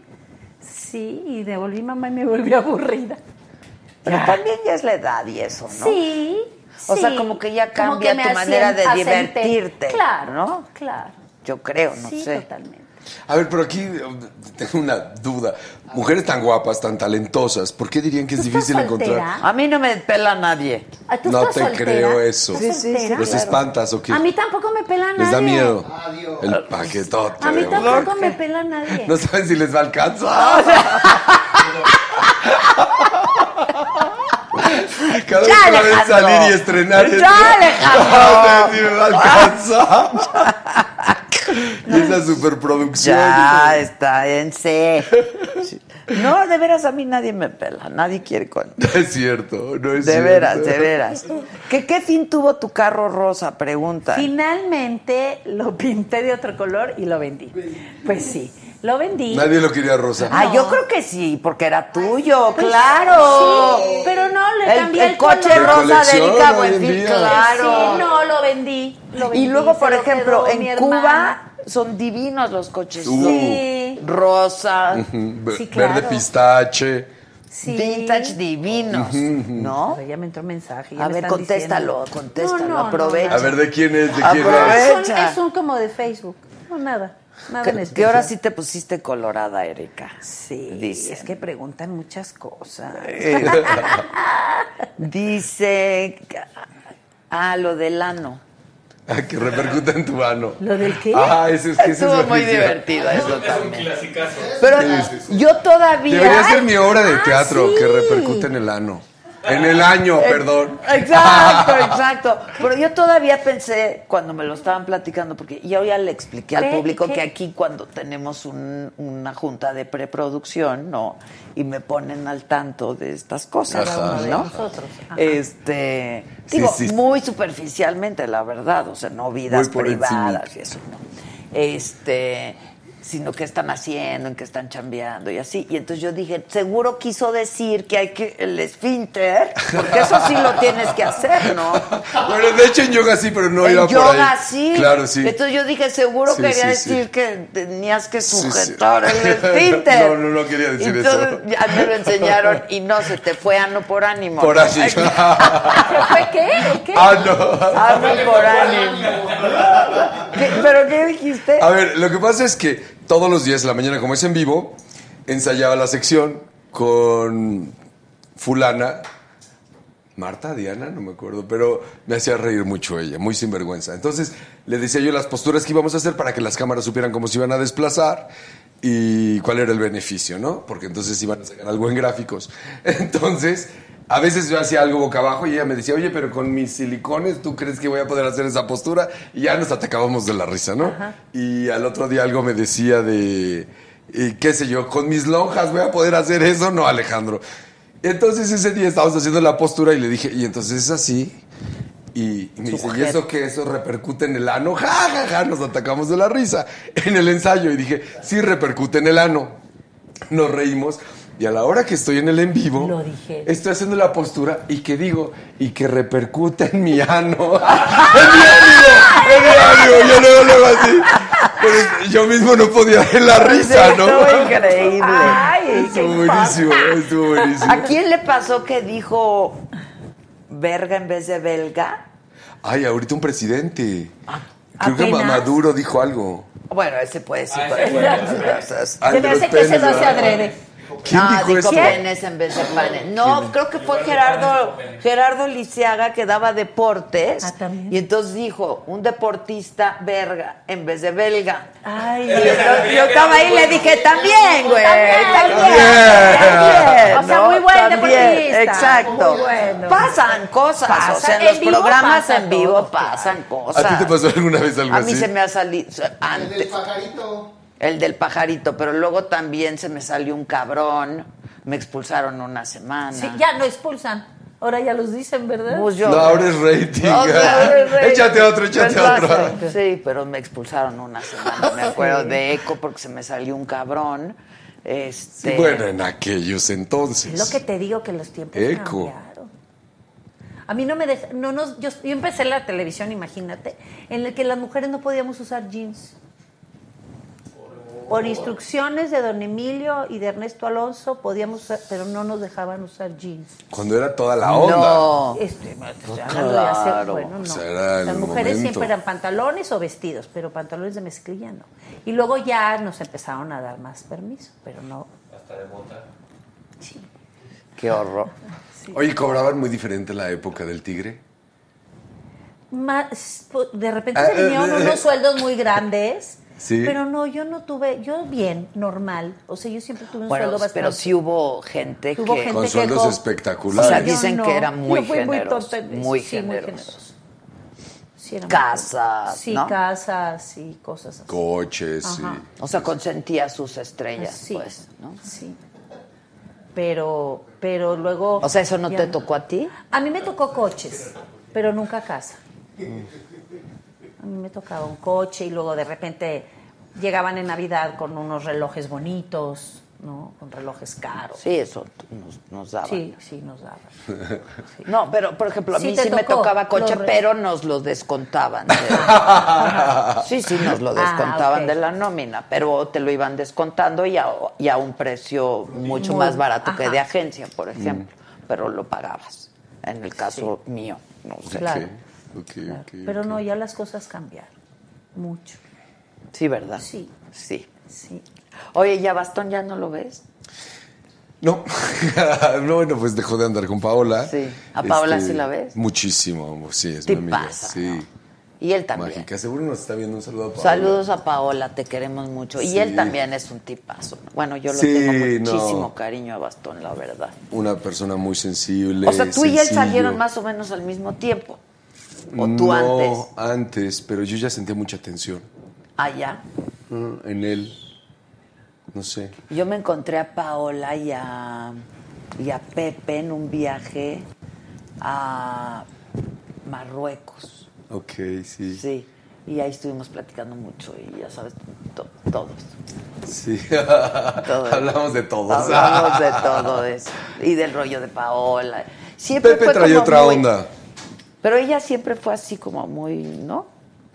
[SPEAKER 11] sí. Sí, y me volví mamá y me volví *laughs* aburrida.
[SPEAKER 2] Pero
[SPEAKER 11] Ya.
[SPEAKER 2] también ya es la edad y eso, ¿no?
[SPEAKER 11] Sí.
[SPEAKER 2] O sea,
[SPEAKER 11] sí.
[SPEAKER 2] como que ya
[SPEAKER 11] Como
[SPEAKER 2] cambia
[SPEAKER 11] que me
[SPEAKER 2] tu manera de
[SPEAKER 11] asienté.
[SPEAKER 2] divertirte,
[SPEAKER 11] Claro,
[SPEAKER 2] ¿no?
[SPEAKER 11] Claro.
[SPEAKER 2] Yo creo, no
[SPEAKER 11] sí,
[SPEAKER 2] sé.
[SPEAKER 11] totalmente.
[SPEAKER 10] A ver, pero aquí eh, tengo una duda. Mujeres tan guapas, tan talentosas, ¿por qué dirían que es
[SPEAKER 11] ¿Tú estás
[SPEAKER 10] difícil encontrar?
[SPEAKER 11] soltera?
[SPEAKER 2] A mí no me pela nadie.
[SPEAKER 11] Ah, ¿tú
[SPEAKER 10] No
[SPEAKER 11] estás
[SPEAKER 10] te
[SPEAKER 11] soltera?
[SPEAKER 10] creo eso.
[SPEAKER 11] ¿Estás
[SPEAKER 10] Sí, sí, sí,
[SPEAKER 11] soltera?
[SPEAKER 2] pues
[SPEAKER 10] ¿Los claro. espantas o qué?
[SPEAKER 11] A mí tampoco me pela nadie.
[SPEAKER 10] ¿Les da miedo? El paquetote.
[SPEAKER 11] A mí
[SPEAKER 10] de
[SPEAKER 11] tampoco
[SPEAKER 10] mujer.
[SPEAKER 11] me pela nadie.
[SPEAKER 10] No saben si les va a alcanzar. Cada vez que la ven
[SPEAKER 2] Alejandro.
[SPEAKER 10] salir y estrenar. es-
[SPEAKER 2] Ya,
[SPEAKER 10] No
[SPEAKER 2] Alejandro.
[SPEAKER 10] saben si les va a alcanzar. Y esa superproducción.
[SPEAKER 2] Ya está, en *laughs* C. Sí. No, de veras, a mí nadie me pela. Nadie quiere con.
[SPEAKER 10] No es cierto, no es
[SPEAKER 2] De
[SPEAKER 10] cierto.
[SPEAKER 2] veras,
[SPEAKER 11] eh.
[SPEAKER 2] de veras. ¿Qué, qué fin tuvo tu carro rosa? Pregunta.
[SPEAKER 11] Finalmente lo pinté de otro color y lo vendí. Pues sí, lo vendí.
[SPEAKER 10] Nadie lo quería rosa.
[SPEAKER 2] Ah, yo
[SPEAKER 11] No.
[SPEAKER 2] creo que sí, porque era tuyo, claro.
[SPEAKER 11] Pues Sí, pero no, le
[SPEAKER 2] el,
[SPEAKER 11] cambié el,
[SPEAKER 2] el coche
[SPEAKER 11] color.
[SPEAKER 10] Pero
[SPEAKER 2] rosa de
[SPEAKER 10] colección
[SPEAKER 2] Erika
[SPEAKER 10] hoy en
[SPEAKER 2] Buenfil,
[SPEAKER 10] día.
[SPEAKER 2] claro.
[SPEAKER 11] Sí, no, lo vendí. lo
[SPEAKER 2] y
[SPEAKER 11] vendí,
[SPEAKER 2] luego,
[SPEAKER 11] se
[SPEAKER 2] por
[SPEAKER 11] lo
[SPEAKER 2] ejemplo,
[SPEAKER 11] quedó mi
[SPEAKER 2] en
[SPEAKER 11] hermana.
[SPEAKER 2] Cuba son divinos los coches.
[SPEAKER 10] Uh.
[SPEAKER 11] Sí.
[SPEAKER 2] Rosa,
[SPEAKER 10] Ve-
[SPEAKER 11] Sí, claro.
[SPEAKER 10] Verde pistache.
[SPEAKER 11] Sí.
[SPEAKER 2] vintage divinos, ¿no?
[SPEAKER 11] Pero ya me entró un mensaje. ya
[SPEAKER 2] A
[SPEAKER 11] me
[SPEAKER 2] ver,
[SPEAKER 11] están
[SPEAKER 2] contéstalo,
[SPEAKER 11] diciendo.
[SPEAKER 2] contéstalo,
[SPEAKER 11] No, no, no,
[SPEAKER 2] aprovecha.
[SPEAKER 10] A ver, ¿de quién es? ¿De quién
[SPEAKER 2] Aprovecha.
[SPEAKER 10] es?
[SPEAKER 11] Es un- Es,
[SPEAKER 2] Aprovecha.
[SPEAKER 11] un, como de Facebook. No, nada. Nada en
[SPEAKER 2] Que, que
[SPEAKER 11] especial.
[SPEAKER 2] ahora sí te pusiste colorada, Erika.
[SPEAKER 11] Sí,
[SPEAKER 2] Dicen.
[SPEAKER 11] es que preguntan muchas cosas.
[SPEAKER 2] *laughs* Dice. Ah, lo del ano.
[SPEAKER 10] Ah, que repercuta en tu mano.
[SPEAKER 11] ¿Lo del qué?
[SPEAKER 10] Ah, ese es que ese
[SPEAKER 2] Estuvo
[SPEAKER 10] es
[SPEAKER 2] muy
[SPEAKER 10] buenísimo.
[SPEAKER 2] divertido eso
[SPEAKER 3] Es un
[SPEAKER 2] también.
[SPEAKER 3] clasicazo.
[SPEAKER 2] Pero
[SPEAKER 10] Sí, sí,
[SPEAKER 2] yo todavía.
[SPEAKER 10] Debería ser mi obra de
[SPEAKER 11] Ah,
[SPEAKER 10] teatro
[SPEAKER 11] sí.
[SPEAKER 10] que repercute en el ano. En el año, perdón. *laughs*
[SPEAKER 2] Eh, Exacto, exacto. Pero yo todavía pensé cuando me lo estaban platicando, porque yo ya le expliqué al
[SPEAKER 11] ¿Qué?
[SPEAKER 2] público
[SPEAKER 11] ¿Qué?
[SPEAKER 2] que aquí cuando tenemos un- una junta de preproducción, ¿no? Y me ponen al tanto de estas cosas,
[SPEAKER 10] Cada uno de
[SPEAKER 2] ¿no?
[SPEAKER 11] nosotros, ajá.
[SPEAKER 2] Este,
[SPEAKER 10] Sí,
[SPEAKER 2] digo,
[SPEAKER 10] sí.
[SPEAKER 2] muy superficialmente, la verdad, o sea, no vidas
[SPEAKER 10] Muy por
[SPEAKER 2] privadas
[SPEAKER 10] encimita.
[SPEAKER 2] y eso, ¿no? Este, sino qué están haciendo, en qué están chambeando y así. Y entonces yo dije, seguro quiso decir que hay que el esfínter, porque eso sí lo tienes que
[SPEAKER 10] *laughs*
[SPEAKER 2] hacer, ¿no?
[SPEAKER 10] Bueno, de hecho en yoga sí, pero no
[SPEAKER 2] en
[SPEAKER 10] iba por ahí.
[SPEAKER 2] yoga sí.
[SPEAKER 10] Claro, sí.
[SPEAKER 2] Entonces yo dije, seguro
[SPEAKER 10] Sí, sí,
[SPEAKER 2] quería
[SPEAKER 10] sí.
[SPEAKER 2] decir que tenías que
[SPEAKER 10] Sí, sí. *laughs*
[SPEAKER 2] sujetar el esfínter.
[SPEAKER 10] No, no, no quería decir
[SPEAKER 2] Entonces
[SPEAKER 10] eso.
[SPEAKER 2] ya me lo enseñaron y no, se te fue ano por ánimo.
[SPEAKER 10] Por así.
[SPEAKER 2] fue qué? ¿Qué?
[SPEAKER 10] Ah, *laughs* no.
[SPEAKER 2] Ano por ánimo. ¿Qué- ¿Pero qué dijiste? *laughs*
[SPEAKER 10] A ver, lo que pasa es que todos los días de la mañana, como es en vivo, ensayaba la sección con fulana, Marta, Diana, no me acuerdo, pero me hacía reír mucho ella, muy sinvergüenza. Entonces le decía yo las posturas que íbamos a hacer para que las cámaras supieran cómo se iban a desplazar y cuál era el beneficio, ¿no? Porque entonces iban a sacar algo en gráficos. *laughs* Entonces, a veces yo hacía algo boca abajo y ella me decía, oye, pero con mis silicones, ¿tú crees que voy a poder hacer esa postura? Y ya nos atacábamos de la risa, ¿no? Y al otro día algo me decía de, y qué sé yo, con mis lonjas voy a poder hacer eso, no, Alejandro. Entonces ese día estábamos haciendo la postura y le dije, y entonces es así. Y me dice, ¿y
[SPEAKER 13] Sujeta.
[SPEAKER 10] eso que Eso repercute en el ano. *laughs* Ja, ja, ja, nos atacamos de la risa en el ensayo. Y dije, sí repercute en el ano. Nos reímos. Y a la hora que estoy en el en vivo, estoy haciendo la postura y que digo, y que repercute en mi ano. *laughs* ¡En mi ánimo! ¡En mi ánimo! Yo luego, luego así. Pero yo mismo no podía ver la risa, ¿no?
[SPEAKER 2] Estuvo increíble.
[SPEAKER 10] Estuvo buenísimo, estuvo buenísimo.
[SPEAKER 2] ¿A quién le pasó que dijo verga en vez de belga?
[SPEAKER 10] Ay, ahorita un presidente. Creo que
[SPEAKER 2] apenas.
[SPEAKER 10] Maduro dijo algo.
[SPEAKER 2] Bueno, ese puede ser.
[SPEAKER 10] Ah, ese puede ser. Se me hace que
[SPEAKER 2] se
[SPEAKER 10] ese lo hace adrede. Ah, ¿Quién
[SPEAKER 2] ah,
[SPEAKER 10] dijo
[SPEAKER 2] dijo
[SPEAKER 10] eso?
[SPEAKER 2] penes en vez de panes. No,
[SPEAKER 10] Ah, ¿Quién?
[SPEAKER 2] creo que fue Gerardo Gerardo Lisiaga que daba deportes. Y entonces dijo, un deportista verga en vez de belga. Ay, yo estaba ahí y le dije, también, güey, también. también,
[SPEAKER 8] O sea,
[SPEAKER 2] ¿no?
[SPEAKER 8] muy buen
[SPEAKER 2] También,
[SPEAKER 8] deportista.
[SPEAKER 2] Exacto.
[SPEAKER 8] Muy bueno.
[SPEAKER 2] Pasan cosas, o sea,
[SPEAKER 8] Pasa.
[SPEAKER 2] en
[SPEAKER 8] En
[SPEAKER 2] los
[SPEAKER 8] vivo
[SPEAKER 2] programas
[SPEAKER 8] pasa
[SPEAKER 2] en vivo pasan
[SPEAKER 10] ¿A
[SPEAKER 2] cosas.
[SPEAKER 10] ti te pasó alguna vez algo
[SPEAKER 2] A mí
[SPEAKER 10] así?
[SPEAKER 2] se me ha salido. Antes,
[SPEAKER 4] El pajarito.
[SPEAKER 2] el del pajarito, pero luego también se me salió un cabrón. Me expulsaron una semana.
[SPEAKER 11] Sí, ya no expulsan. Ahora ya los dicen, ¿verdad?
[SPEAKER 2] Pues yo-
[SPEAKER 10] No, ahora es rating.
[SPEAKER 2] O
[SPEAKER 10] *laughs*
[SPEAKER 2] sea, ahora es rey.
[SPEAKER 10] Échate otro, échate
[SPEAKER 2] Pues
[SPEAKER 10] otro.
[SPEAKER 2] basta. Sí, pero me expulsaron una semana. Me acuerdo de eco porque se me salió un cabrón. Este,
[SPEAKER 10] Bueno, en aquellos
[SPEAKER 11] Es lo
[SPEAKER 10] entonces.
[SPEAKER 11] que te digo que los tiempos
[SPEAKER 10] Eco.
[SPEAKER 11] cambiaron. A mí no me dej- no nos yo, yo empecé en la televisión, imagínate, en el que las mujeres no podíamos usar jeans. Por instrucciones de Don Emilio y de Ernesto Alonso podíamos usar, pero no nos dejaban usar jeans.
[SPEAKER 10] Cuando era toda la
[SPEAKER 11] No.
[SPEAKER 10] onda.
[SPEAKER 11] Este,
[SPEAKER 10] No,
[SPEAKER 11] Hablando de hace-
[SPEAKER 10] claro.
[SPEAKER 11] bueno, no.
[SPEAKER 10] O sea, era
[SPEAKER 11] Las
[SPEAKER 10] el
[SPEAKER 11] mujeres
[SPEAKER 10] momento.
[SPEAKER 11] siempre eran pantalones o vestidos, pero pantalones de mezclilla no. Y luego ya nos empezaron a dar más permiso, pero no.
[SPEAKER 3] Hasta de bota.
[SPEAKER 2] Qué horror.
[SPEAKER 10] Oye, cobraban muy diferente la época del tigre.
[SPEAKER 11] Más, pues, de repente
[SPEAKER 10] Ah,
[SPEAKER 11] se vinieron
[SPEAKER 10] eh, eh.
[SPEAKER 11] unos sueldos muy grandes.
[SPEAKER 10] *laughs* Sí.
[SPEAKER 11] Pero no, yo no tuve, yo bien, normal. O sea, yo siempre tuve un
[SPEAKER 2] Bueno,
[SPEAKER 11] sueldo bastante.
[SPEAKER 2] pero sí hubo gente
[SPEAKER 11] Hubo
[SPEAKER 2] que...
[SPEAKER 11] gente
[SPEAKER 10] Con sueldos
[SPEAKER 11] co-
[SPEAKER 10] espectaculares.
[SPEAKER 2] O sea,
[SPEAKER 11] Yo
[SPEAKER 2] dicen
[SPEAKER 11] no.
[SPEAKER 2] que era muy
[SPEAKER 11] Yo fui muy
[SPEAKER 2] generoso,
[SPEAKER 11] tonta en eso.
[SPEAKER 2] muy
[SPEAKER 11] Sí, muy
[SPEAKER 2] generoso.
[SPEAKER 11] generoso. Sí, era muy
[SPEAKER 2] Casas,
[SPEAKER 11] generoso. Sí,
[SPEAKER 2] ¿no?
[SPEAKER 11] casas y cosas así.
[SPEAKER 10] Coches
[SPEAKER 11] Ajá.
[SPEAKER 2] O sea, consentía sus estrellas,
[SPEAKER 11] Ah, Sí.
[SPEAKER 2] pues, ¿no?
[SPEAKER 11] Sí. Pero, pero luego.
[SPEAKER 2] O sea, ¿eso no
[SPEAKER 11] ya
[SPEAKER 2] te tocó a ti?
[SPEAKER 11] A mí me tocó coches, pero nunca casa. A mí me tocaba un coche y luego de repente llegaban en Navidad con unos relojes bonitos, ¿no? Con relojes caros.
[SPEAKER 2] Sí, eso t- nos, nos daban.
[SPEAKER 11] Sí, sí, nos daban.
[SPEAKER 2] No, pero por ejemplo, a
[SPEAKER 11] Sí
[SPEAKER 2] mí
[SPEAKER 11] te
[SPEAKER 2] sí me
[SPEAKER 11] tocó,
[SPEAKER 2] tocaba coche,
[SPEAKER 11] lo re-
[SPEAKER 2] pero nos lo
[SPEAKER 11] *laughs*
[SPEAKER 2] descontaban. Sí, sí, nos
[SPEAKER 11] Ah,
[SPEAKER 2] lo descontaban de la nómina, pero te lo iban descontando y a, y a un precio mucho
[SPEAKER 11] Muy-
[SPEAKER 2] más barato que
[SPEAKER 11] ajá.
[SPEAKER 2] de agencia, por ejemplo, pero lo pagabas. En el caso mío, no sé.
[SPEAKER 11] Claro.
[SPEAKER 10] Ok, ok.
[SPEAKER 11] Pero no, ya las cosas cambiaron mucho.
[SPEAKER 2] Sí, ¿verdad?
[SPEAKER 11] Sí.
[SPEAKER 2] Sí.
[SPEAKER 11] Sí.
[SPEAKER 2] Oye, ¿ya Bastón ya no lo ves?
[SPEAKER 10] No. *laughs* no, bueno, pues dejó de andar con Paola. Este,
[SPEAKER 2] Sí. ¿A Paola sí la ves?
[SPEAKER 10] Muchísimo, sí, es
[SPEAKER 2] Te
[SPEAKER 10] mi amiga.
[SPEAKER 2] pasa,
[SPEAKER 10] sí.
[SPEAKER 2] Y él también.
[SPEAKER 10] Mágica, seguro nos está viendo un saludo a Paola.
[SPEAKER 2] Saludos a Paola, te queremos mucho. Y
[SPEAKER 10] Sí.
[SPEAKER 2] él también es un tipazo. ¿no? Bueno, yo lo
[SPEAKER 10] Sí,
[SPEAKER 2] tengo
[SPEAKER 10] no.
[SPEAKER 2] muchísimo cariño a Bastón, la verdad.
[SPEAKER 10] Una persona muy sensible.
[SPEAKER 2] O sea, tú y él
[SPEAKER 10] sencillo.
[SPEAKER 2] salieron más o menos al mismo tiempo. ¿O tú
[SPEAKER 10] no,
[SPEAKER 2] antes?
[SPEAKER 10] antes, pero yo ya sentía mucha tensión
[SPEAKER 2] Allá. Mm.
[SPEAKER 10] ¿no? en él. No sé.
[SPEAKER 2] Yo me encontré a Paola y a, y a Pepe en un viaje a Marruecos.
[SPEAKER 10] Ok, sí.
[SPEAKER 2] Sí. Y ahí estuvimos platicando mucho y ya sabes, to- todo esto.
[SPEAKER 10] Sí.
[SPEAKER 2] Todo.
[SPEAKER 10] Ah, *laughs* Hablamos de todos. *laughs*
[SPEAKER 2] Hablamos de todo eso. Y del rollo de Paola. Siempre
[SPEAKER 10] Pepe
[SPEAKER 2] fue
[SPEAKER 10] trae
[SPEAKER 2] como
[SPEAKER 10] otra
[SPEAKER 2] muy-
[SPEAKER 10] onda.
[SPEAKER 2] Pero ella siempre fue así como muy, ¿no?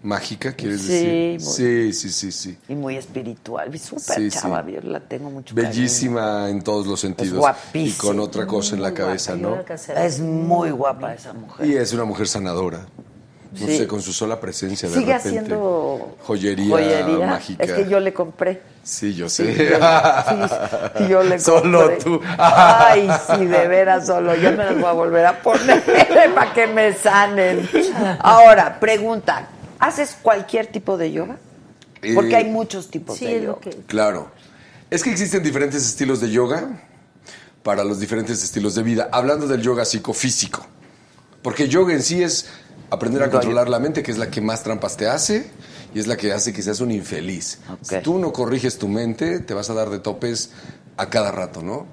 [SPEAKER 10] Mágica, quieres
[SPEAKER 2] Sí,
[SPEAKER 10] decir.
[SPEAKER 2] muy-
[SPEAKER 10] Sí, sí, sí, sí.
[SPEAKER 2] Y muy espiritual. Y súper
[SPEAKER 10] Sí, sí.
[SPEAKER 2] chava, yo la tengo mucho cariño.
[SPEAKER 10] Bellísima en todos los sentidos.
[SPEAKER 2] guapísima.
[SPEAKER 10] Y con otra cosa en la cabeza, ¿no?
[SPEAKER 2] Es muy guapa esa mujer.
[SPEAKER 10] Y es una mujer sanadora. No
[SPEAKER 2] Sí.
[SPEAKER 10] sé, con su sola presencia de
[SPEAKER 2] Sigue
[SPEAKER 10] repente.
[SPEAKER 2] haciendo
[SPEAKER 10] joyería,
[SPEAKER 2] joyería.
[SPEAKER 10] mágica.
[SPEAKER 2] Es que yo le compré.
[SPEAKER 10] Sí, yo
[SPEAKER 2] Sí,
[SPEAKER 10] sé.
[SPEAKER 2] yo-
[SPEAKER 10] *laughs*
[SPEAKER 2] sí, yo le
[SPEAKER 10] Solo
[SPEAKER 2] compré.
[SPEAKER 10] tú.
[SPEAKER 2] Ay, sí, de veras solo. Ya me las voy a volver a poner *laughs* para que me sanen. Ahora, pregunta. ¿Haces cualquier tipo de yoga? Porque
[SPEAKER 10] Eh,
[SPEAKER 2] hay muchos tipos de yoga.
[SPEAKER 10] *laughs* Claro. Es que existen diferentes estilos de yoga para los diferentes estilos de vida. Hablando del yoga psicofísico. Porque yoga en sí es aprender a controlar la mente, que es la que más trampas te hace y es la que hace que seas un infeliz. Si tú no corriges tu mente, te vas a dar de topes a cada rato, ¿no?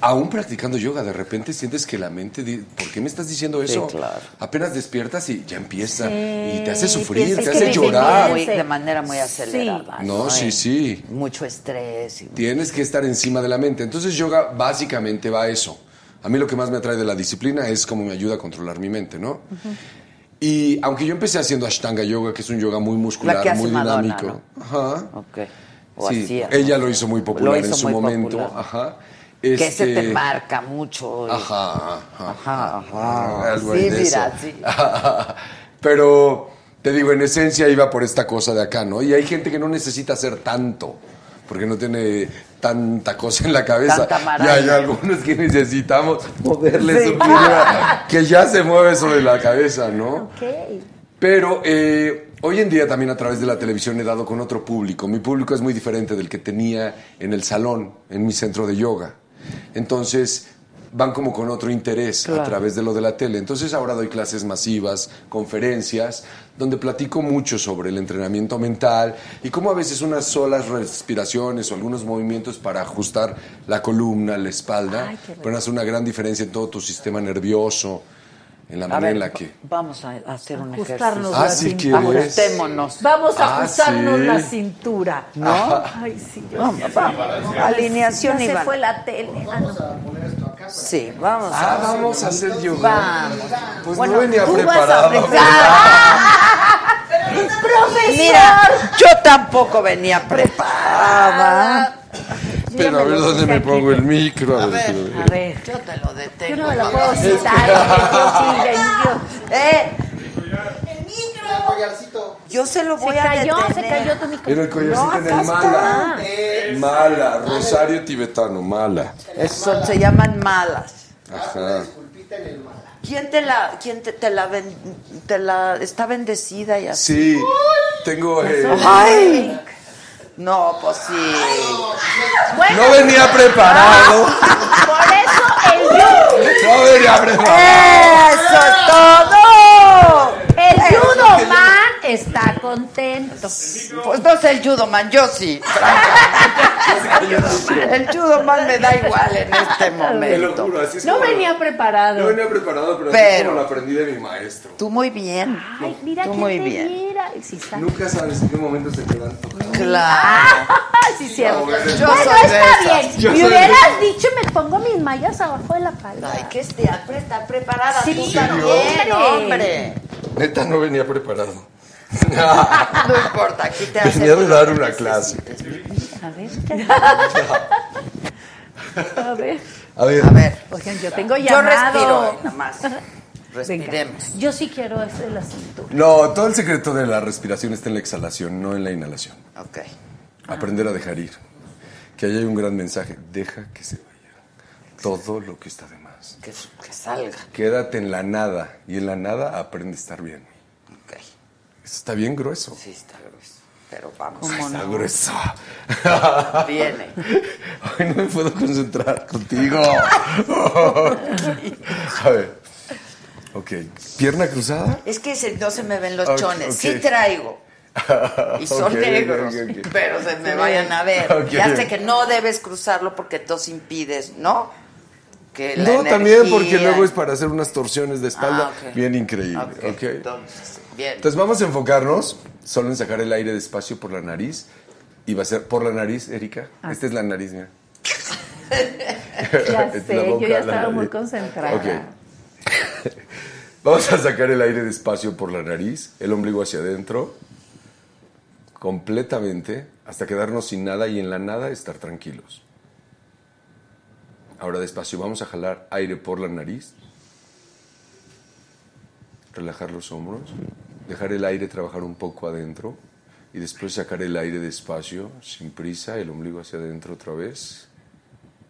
[SPEAKER 10] Aún practicando yoga, de repente sientes que la mente, di- ¿por qué me estás diciendo
[SPEAKER 2] Sí,
[SPEAKER 10] eso?
[SPEAKER 2] claro.
[SPEAKER 10] Apenas despiertas y ya empieza.
[SPEAKER 2] Sí,
[SPEAKER 10] y te hace sufrir,
[SPEAKER 2] piensas
[SPEAKER 10] te
[SPEAKER 2] que
[SPEAKER 10] hace
[SPEAKER 2] vives
[SPEAKER 10] llorar.
[SPEAKER 2] muy- de manera muy acelerada.
[SPEAKER 10] No, sí, sí.
[SPEAKER 2] Mucho estrés. y-
[SPEAKER 10] Tienes que estar encima de la mente. Entonces yoga básicamente va a eso. A mí lo que más me atrae de la disciplina es cómo me ayuda a controlar mi mente, ¿no? Y aunque yo empecé haciendo Ashtanga Yoga, que es un yoga muy muscular,
[SPEAKER 2] La que hace
[SPEAKER 10] muy
[SPEAKER 2] Madonna,
[SPEAKER 10] dinámico. Ajá.
[SPEAKER 2] O
[SPEAKER 10] Sí,
[SPEAKER 2] hacía,
[SPEAKER 10] ella lo hizo muy popular
[SPEAKER 2] hizo
[SPEAKER 10] en su
[SPEAKER 2] muy
[SPEAKER 10] momento.
[SPEAKER 2] popular.
[SPEAKER 10] Ajá.
[SPEAKER 2] Que se te
[SPEAKER 10] Este,
[SPEAKER 2] marca mucho. y-
[SPEAKER 10] Ajá, ajá. Ajá,
[SPEAKER 2] ajá.
[SPEAKER 10] Ah, Algo
[SPEAKER 2] Sí,
[SPEAKER 10] en eso. Ah,
[SPEAKER 2] mira, sí.
[SPEAKER 10] *laughs* Pero te digo, en esencia iba por esta cosa de acá, ¿no? Y hay gente que no necesita hacer tanto, porque no tiene tanta cosa en la cabeza.
[SPEAKER 2] Tanta
[SPEAKER 10] y
[SPEAKER 2] maraña.
[SPEAKER 10] hay algunos que necesitamos moverle
[SPEAKER 2] Sí.
[SPEAKER 10] su piedra, que ya se mueve sobre la cabeza, ¿no?
[SPEAKER 11] Ok.
[SPEAKER 10] Pero eh, hoy en día también a través de la televisión he dado con otro público. Mi público es muy diferente del que tenía en el salón, en mi centro de yoga. Entonces van como con otro interés a
[SPEAKER 13] Claro.
[SPEAKER 10] través de lo de la tele. Entonces ahora doy clases masivas, conferencias, donde platico mucho sobre el entrenamiento mental y cómo a veces unas solas respiraciones o algunos movimientos para ajustar la columna, la espalda,
[SPEAKER 2] Ay, qué rico.
[SPEAKER 10] pero hace una gran diferencia en todo tu sistema nervioso, en la
[SPEAKER 2] A
[SPEAKER 10] manera
[SPEAKER 2] ver,
[SPEAKER 10] en la que...
[SPEAKER 2] Vamos a hacer un
[SPEAKER 10] Ajustarnos
[SPEAKER 2] ejercicio.
[SPEAKER 10] la Ah, sí cintura. quieres.
[SPEAKER 2] Ajustémonos.
[SPEAKER 11] Vamos a
[SPEAKER 10] Ah,
[SPEAKER 11] ajustarnos
[SPEAKER 10] sí.
[SPEAKER 11] la cintura.
[SPEAKER 2] ¿No?
[SPEAKER 11] Ay, sí, yo
[SPEAKER 2] No,
[SPEAKER 11] sí.
[SPEAKER 2] papá. Alineación,
[SPEAKER 11] Ya se
[SPEAKER 2] Iván.
[SPEAKER 11] fue la tele. Ah, no.
[SPEAKER 2] Sí, vamos
[SPEAKER 10] Ah,
[SPEAKER 2] a
[SPEAKER 10] vamos a hacer yoga.
[SPEAKER 2] Vamos.
[SPEAKER 10] Pues
[SPEAKER 2] Bueno,
[SPEAKER 10] no venía
[SPEAKER 2] tú vas a
[SPEAKER 10] preparado.
[SPEAKER 11] *laughs* ¡Profesor!
[SPEAKER 2] Mira, yo tampoco venía preparada.
[SPEAKER 10] *laughs* Pero a ver dónde me pongo el micro. A ver, si lo veo.
[SPEAKER 2] A ver, yo te lo detengo.
[SPEAKER 11] Yo no me la
[SPEAKER 2] Iván.
[SPEAKER 11] puedo citar. yo sí, ya, yo-
[SPEAKER 2] Eh,
[SPEAKER 4] El collarcito.
[SPEAKER 2] yo se lo voy
[SPEAKER 11] Se
[SPEAKER 2] a
[SPEAKER 11] cayó, se
[SPEAKER 2] detener.
[SPEAKER 11] cayó tu
[SPEAKER 10] Era el collarcito en el mala. Mala, Rosario Tibetano, mala.
[SPEAKER 2] Eso, se llaman malas.
[SPEAKER 10] Ajá.
[SPEAKER 2] ¿Quién te la, quién te, te la, ben- te la está bendecida y así?
[SPEAKER 10] Sí, tengo. eh,
[SPEAKER 2] Ay, no, pues sí.
[SPEAKER 11] Bueno,
[SPEAKER 10] no venía preparado.
[SPEAKER 11] por eso el judo.
[SPEAKER 10] No venía preparado.
[SPEAKER 2] Eso es todo.
[SPEAKER 11] El judo man está contento.
[SPEAKER 2] Pues no sé el judo man, yo sí. El judo man me da igual en este
[SPEAKER 10] Te lo
[SPEAKER 2] momento.
[SPEAKER 10] juro, así es
[SPEAKER 11] No
[SPEAKER 10] como lo-
[SPEAKER 11] venía
[SPEAKER 10] No
[SPEAKER 11] preparado.
[SPEAKER 10] venía preparado, pero, así es
[SPEAKER 2] Pero-
[SPEAKER 10] como lo aprendí de mi maestro.
[SPEAKER 2] Tú muy bien.
[SPEAKER 11] Ay, mira
[SPEAKER 2] Tú
[SPEAKER 11] quién
[SPEAKER 2] muy
[SPEAKER 11] te
[SPEAKER 2] bien.
[SPEAKER 11] mira. Sí, está.
[SPEAKER 10] Nunca sabes en qué momento se te dan
[SPEAKER 2] Claro.
[SPEAKER 11] Ah, *laughs* sí, cierto.
[SPEAKER 10] No, bueno.
[SPEAKER 2] Yo
[SPEAKER 11] bueno,
[SPEAKER 2] soy de
[SPEAKER 11] está
[SPEAKER 2] esas.
[SPEAKER 11] bien.
[SPEAKER 2] Yo
[SPEAKER 11] Me
[SPEAKER 2] soy de
[SPEAKER 11] hubieras dicho, me pongo mis mallas abajo de la palma.
[SPEAKER 2] Ay, que esté está preparada
[SPEAKER 11] Sí,
[SPEAKER 2] tú
[SPEAKER 11] ¿en
[SPEAKER 2] también,
[SPEAKER 11] serio?
[SPEAKER 2] hombre.
[SPEAKER 10] Neta, no venía preparado.
[SPEAKER 2] Ah, No importa, aquí te hacen
[SPEAKER 10] venía de
[SPEAKER 2] lo
[SPEAKER 10] dar
[SPEAKER 2] que
[SPEAKER 10] una
[SPEAKER 2] necesites.
[SPEAKER 10] clase.
[SPEAKER 11] A ver,
[SPEAKER 10] *laughs*
[SPEAKER 11] a ver.
[SPEAKER 10] A ver.
[SPEAKER 2] A ver,
[SPEAKER 11] Oigan, yo tengo
[SPEAKER 2] yo
[SPEAKER 11] llamado.
[SPEAKER 2] respiro hoy nada más. Respiremos.
[SPEAKER 11] Yo sí quiero este, hacer la cintura.
[SPEAKER 10] No, todo el secreto de la respiración está en la exhalación, no en la inhalación.
[SPEAKER 2] Ok.
[SPEAKER 10] Aprender a dejar ir. Que ahí hay un gran mensaje. Deja que se vaya todo lo que está de más.
[SPEAKER 2] Que, que salga.
[SPEAKER 10] Quédate en la nada y en la nada aprende a estar bien.
[SPEAKER 2] Ok.
[SPEAKER 10] Eso está bien grueso.
[SPEAKER 2] Sí, está grueso. Pero vamos.
[SPEAKER 10] Ay, está grueso.
[SPEAKER 2] Viene.
[SPEAKER 10] *laughs* Ay, no me puedo concentrar
[SPEAKER 2] *laughs*
[SPEAKER 10] contigo. a ver. Ok. ¿Pierna cruzada?
[SPEAKER 2] Es que se- no se me ven los
[SPEAKER 10] Ok,
[SPEAKER 2] chones. Sí
[SPEAKER 10] ok.
[SPEAKER 2] traigo. Y
[SPEAKER 10] *laughs* Ok,
[SPEAKER 2] son
[SPEAKER 10] ok,
[SPEAKER 2] negros.
[SPEAKER 10] ok.
[SPEAKER 2] Pero se me vayan a ver.
[SPEAKER 10] Ok.
[SPEAKER 2] Ya sé que no debes cruzarlo porque entonces impides, ¿no? que la
[SPEAKER 10] No, también porque
[SPEAKER 2] energía-
[SPEAKER 10] luego es para hacer unas torsiones de espalda
[SPEAKER 2] Ah, ok.
[SPEAKER 10] bien increíble.
[SPEAKER 2] Ok,
[SPEAKER 10] ¿ok?
[SPEAKER 2] Entonces, bien.
[SPEAKER 10] Entonces vamos a enfocarnos solo en sacar el aire despacio por la nariz. Y va a ser por la nariz, Erika.
[SPEAKER 11] Ah.
[SPEAKER 10] Esta es la nariz,
[SPEAKER 11] *laughs*
[SPEAKER 10] mira. *laughs*
[SPEAKER 11] Ya
[SPEAKER 10] Es
[SPEAKER 11] sé,
[SPEAKER 10] la
[SPEAKER 11] yo
[SPEAKER 10] boca,
[SPEAKER 11] ya
[SPEAKER 10] la
[SPEAKER 11] estaba muy
[SPEAKER 10] nariz.
[SPEAKER 11] concentrada.
[SPEAKER 10] Ok. *laughs* Vamos a sacar el aire despacio por la nariz, el ombligo hacia adentro, completamente, hasta quedarnos sin nada y en la nada estar tranquilos. Ahora despacio, vamos a jalar aire por la nariz, relajar los hombros, dejar el aire trabajar un poco adentro y después sacar el aire despacio, sin prisa, el ombligo hacia adentro otra vez.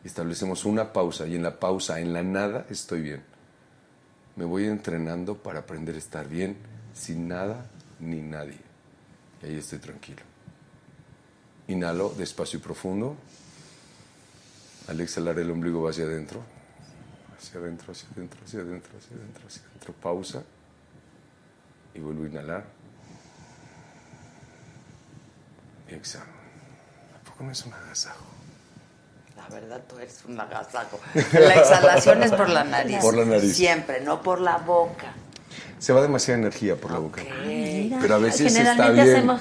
[SPEAKER 10] Establecemos una pausa y en la pausa, en la nada, estoy bien. Me voy entrenando para aprender a estar bien sin nada ni nadie. Y ahí estoy tranquilo. Inhalo despacio y profundo. Al exhalar el ombligo va hacia adentro. Hacia adentro, hacia adentro, hacia adentro, hacia adentro, hacia adentro. Pausa. Y vuelvo a inhalar. Y exhalo. ¿A poco no es un agasajo?
[SPEAKER 2] La verdad, tú eres un agasajo. La exhalación es por la nariz.
[SPEAKER 10] Por la nariz.
[SPEAKER 2] Siempre, no por la boca. Eh,
[SPEAKER 10] Se va demasiada energía por la boca.
[SPEAKER 2] Mira,
[SPEAKER 10] Pero a veces está
[SPEAKER 11] Generalmente
[SPEAKER 10] bien.
[SPEAKER 11] hacemos.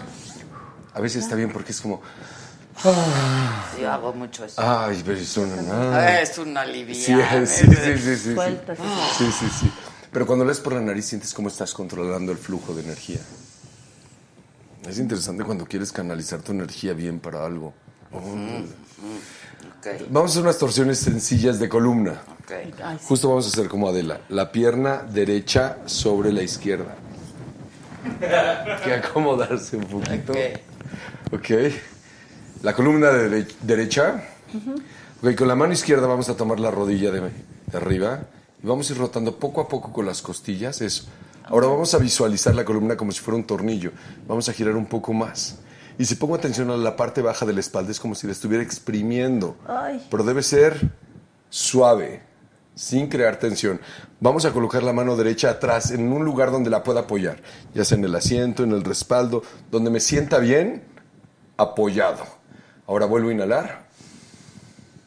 [SPEAKER 10] A veces está bien porque es como.
[SPEAKER 2] Yo hago mucho eso.
[SPEAKER 10] Ay, pero es una.
[SPEAKER 2] Ah, es ¿eh? una
[SPEAKER 10] Sí, *laughs*
[SPEAKER 2] aliviada,
[SPEAKER 10] sí, sí,
[SPEAKER 2] ¿ves?
[SPEAKER 10] sí, sí, sí.
[SPEAKER 2] Suelta, sí,
[SPEAKER 10] Sí, sí, sí. Pero cuando lees por la nariz sientes cómo estás controlando el flujo de energía. Es interesante cuando quieres canalizar tu energía bien para algo. Oh, Vamos a hacer unas torsiones sencillas de columna.
[SPEAKER 2] Ay, sí.
[SPEAKER 10] Justo vamos a hacer como Adela, la pierna derecha sobre la izquierda. que acomodarse un poquito. Ok. La columna de dere- derecha. Ok, con la mano izquierda vamos a tomar la rodilla de, de arriba y vamos a ir rotando poco a poco con las costillas. Eso. Ahora vamos a visualizar la columna como si fuera un tornillo. Vamos a girar un poco más. Y si pongo atención a la parte baja de la espalda, es como si la estuviera exprimiendo.
[SPEAKER 11] Ay.
[SPEAKER 10] Pero debe ser suave, sin crear tensión. Vamos a colocar la mano derecha atrás en un lugar donde la pueda apoyar, ya sea en el asiento, en el respaldo, donde me sienta bien, apoyado. Ahora vuelvo a inhalar.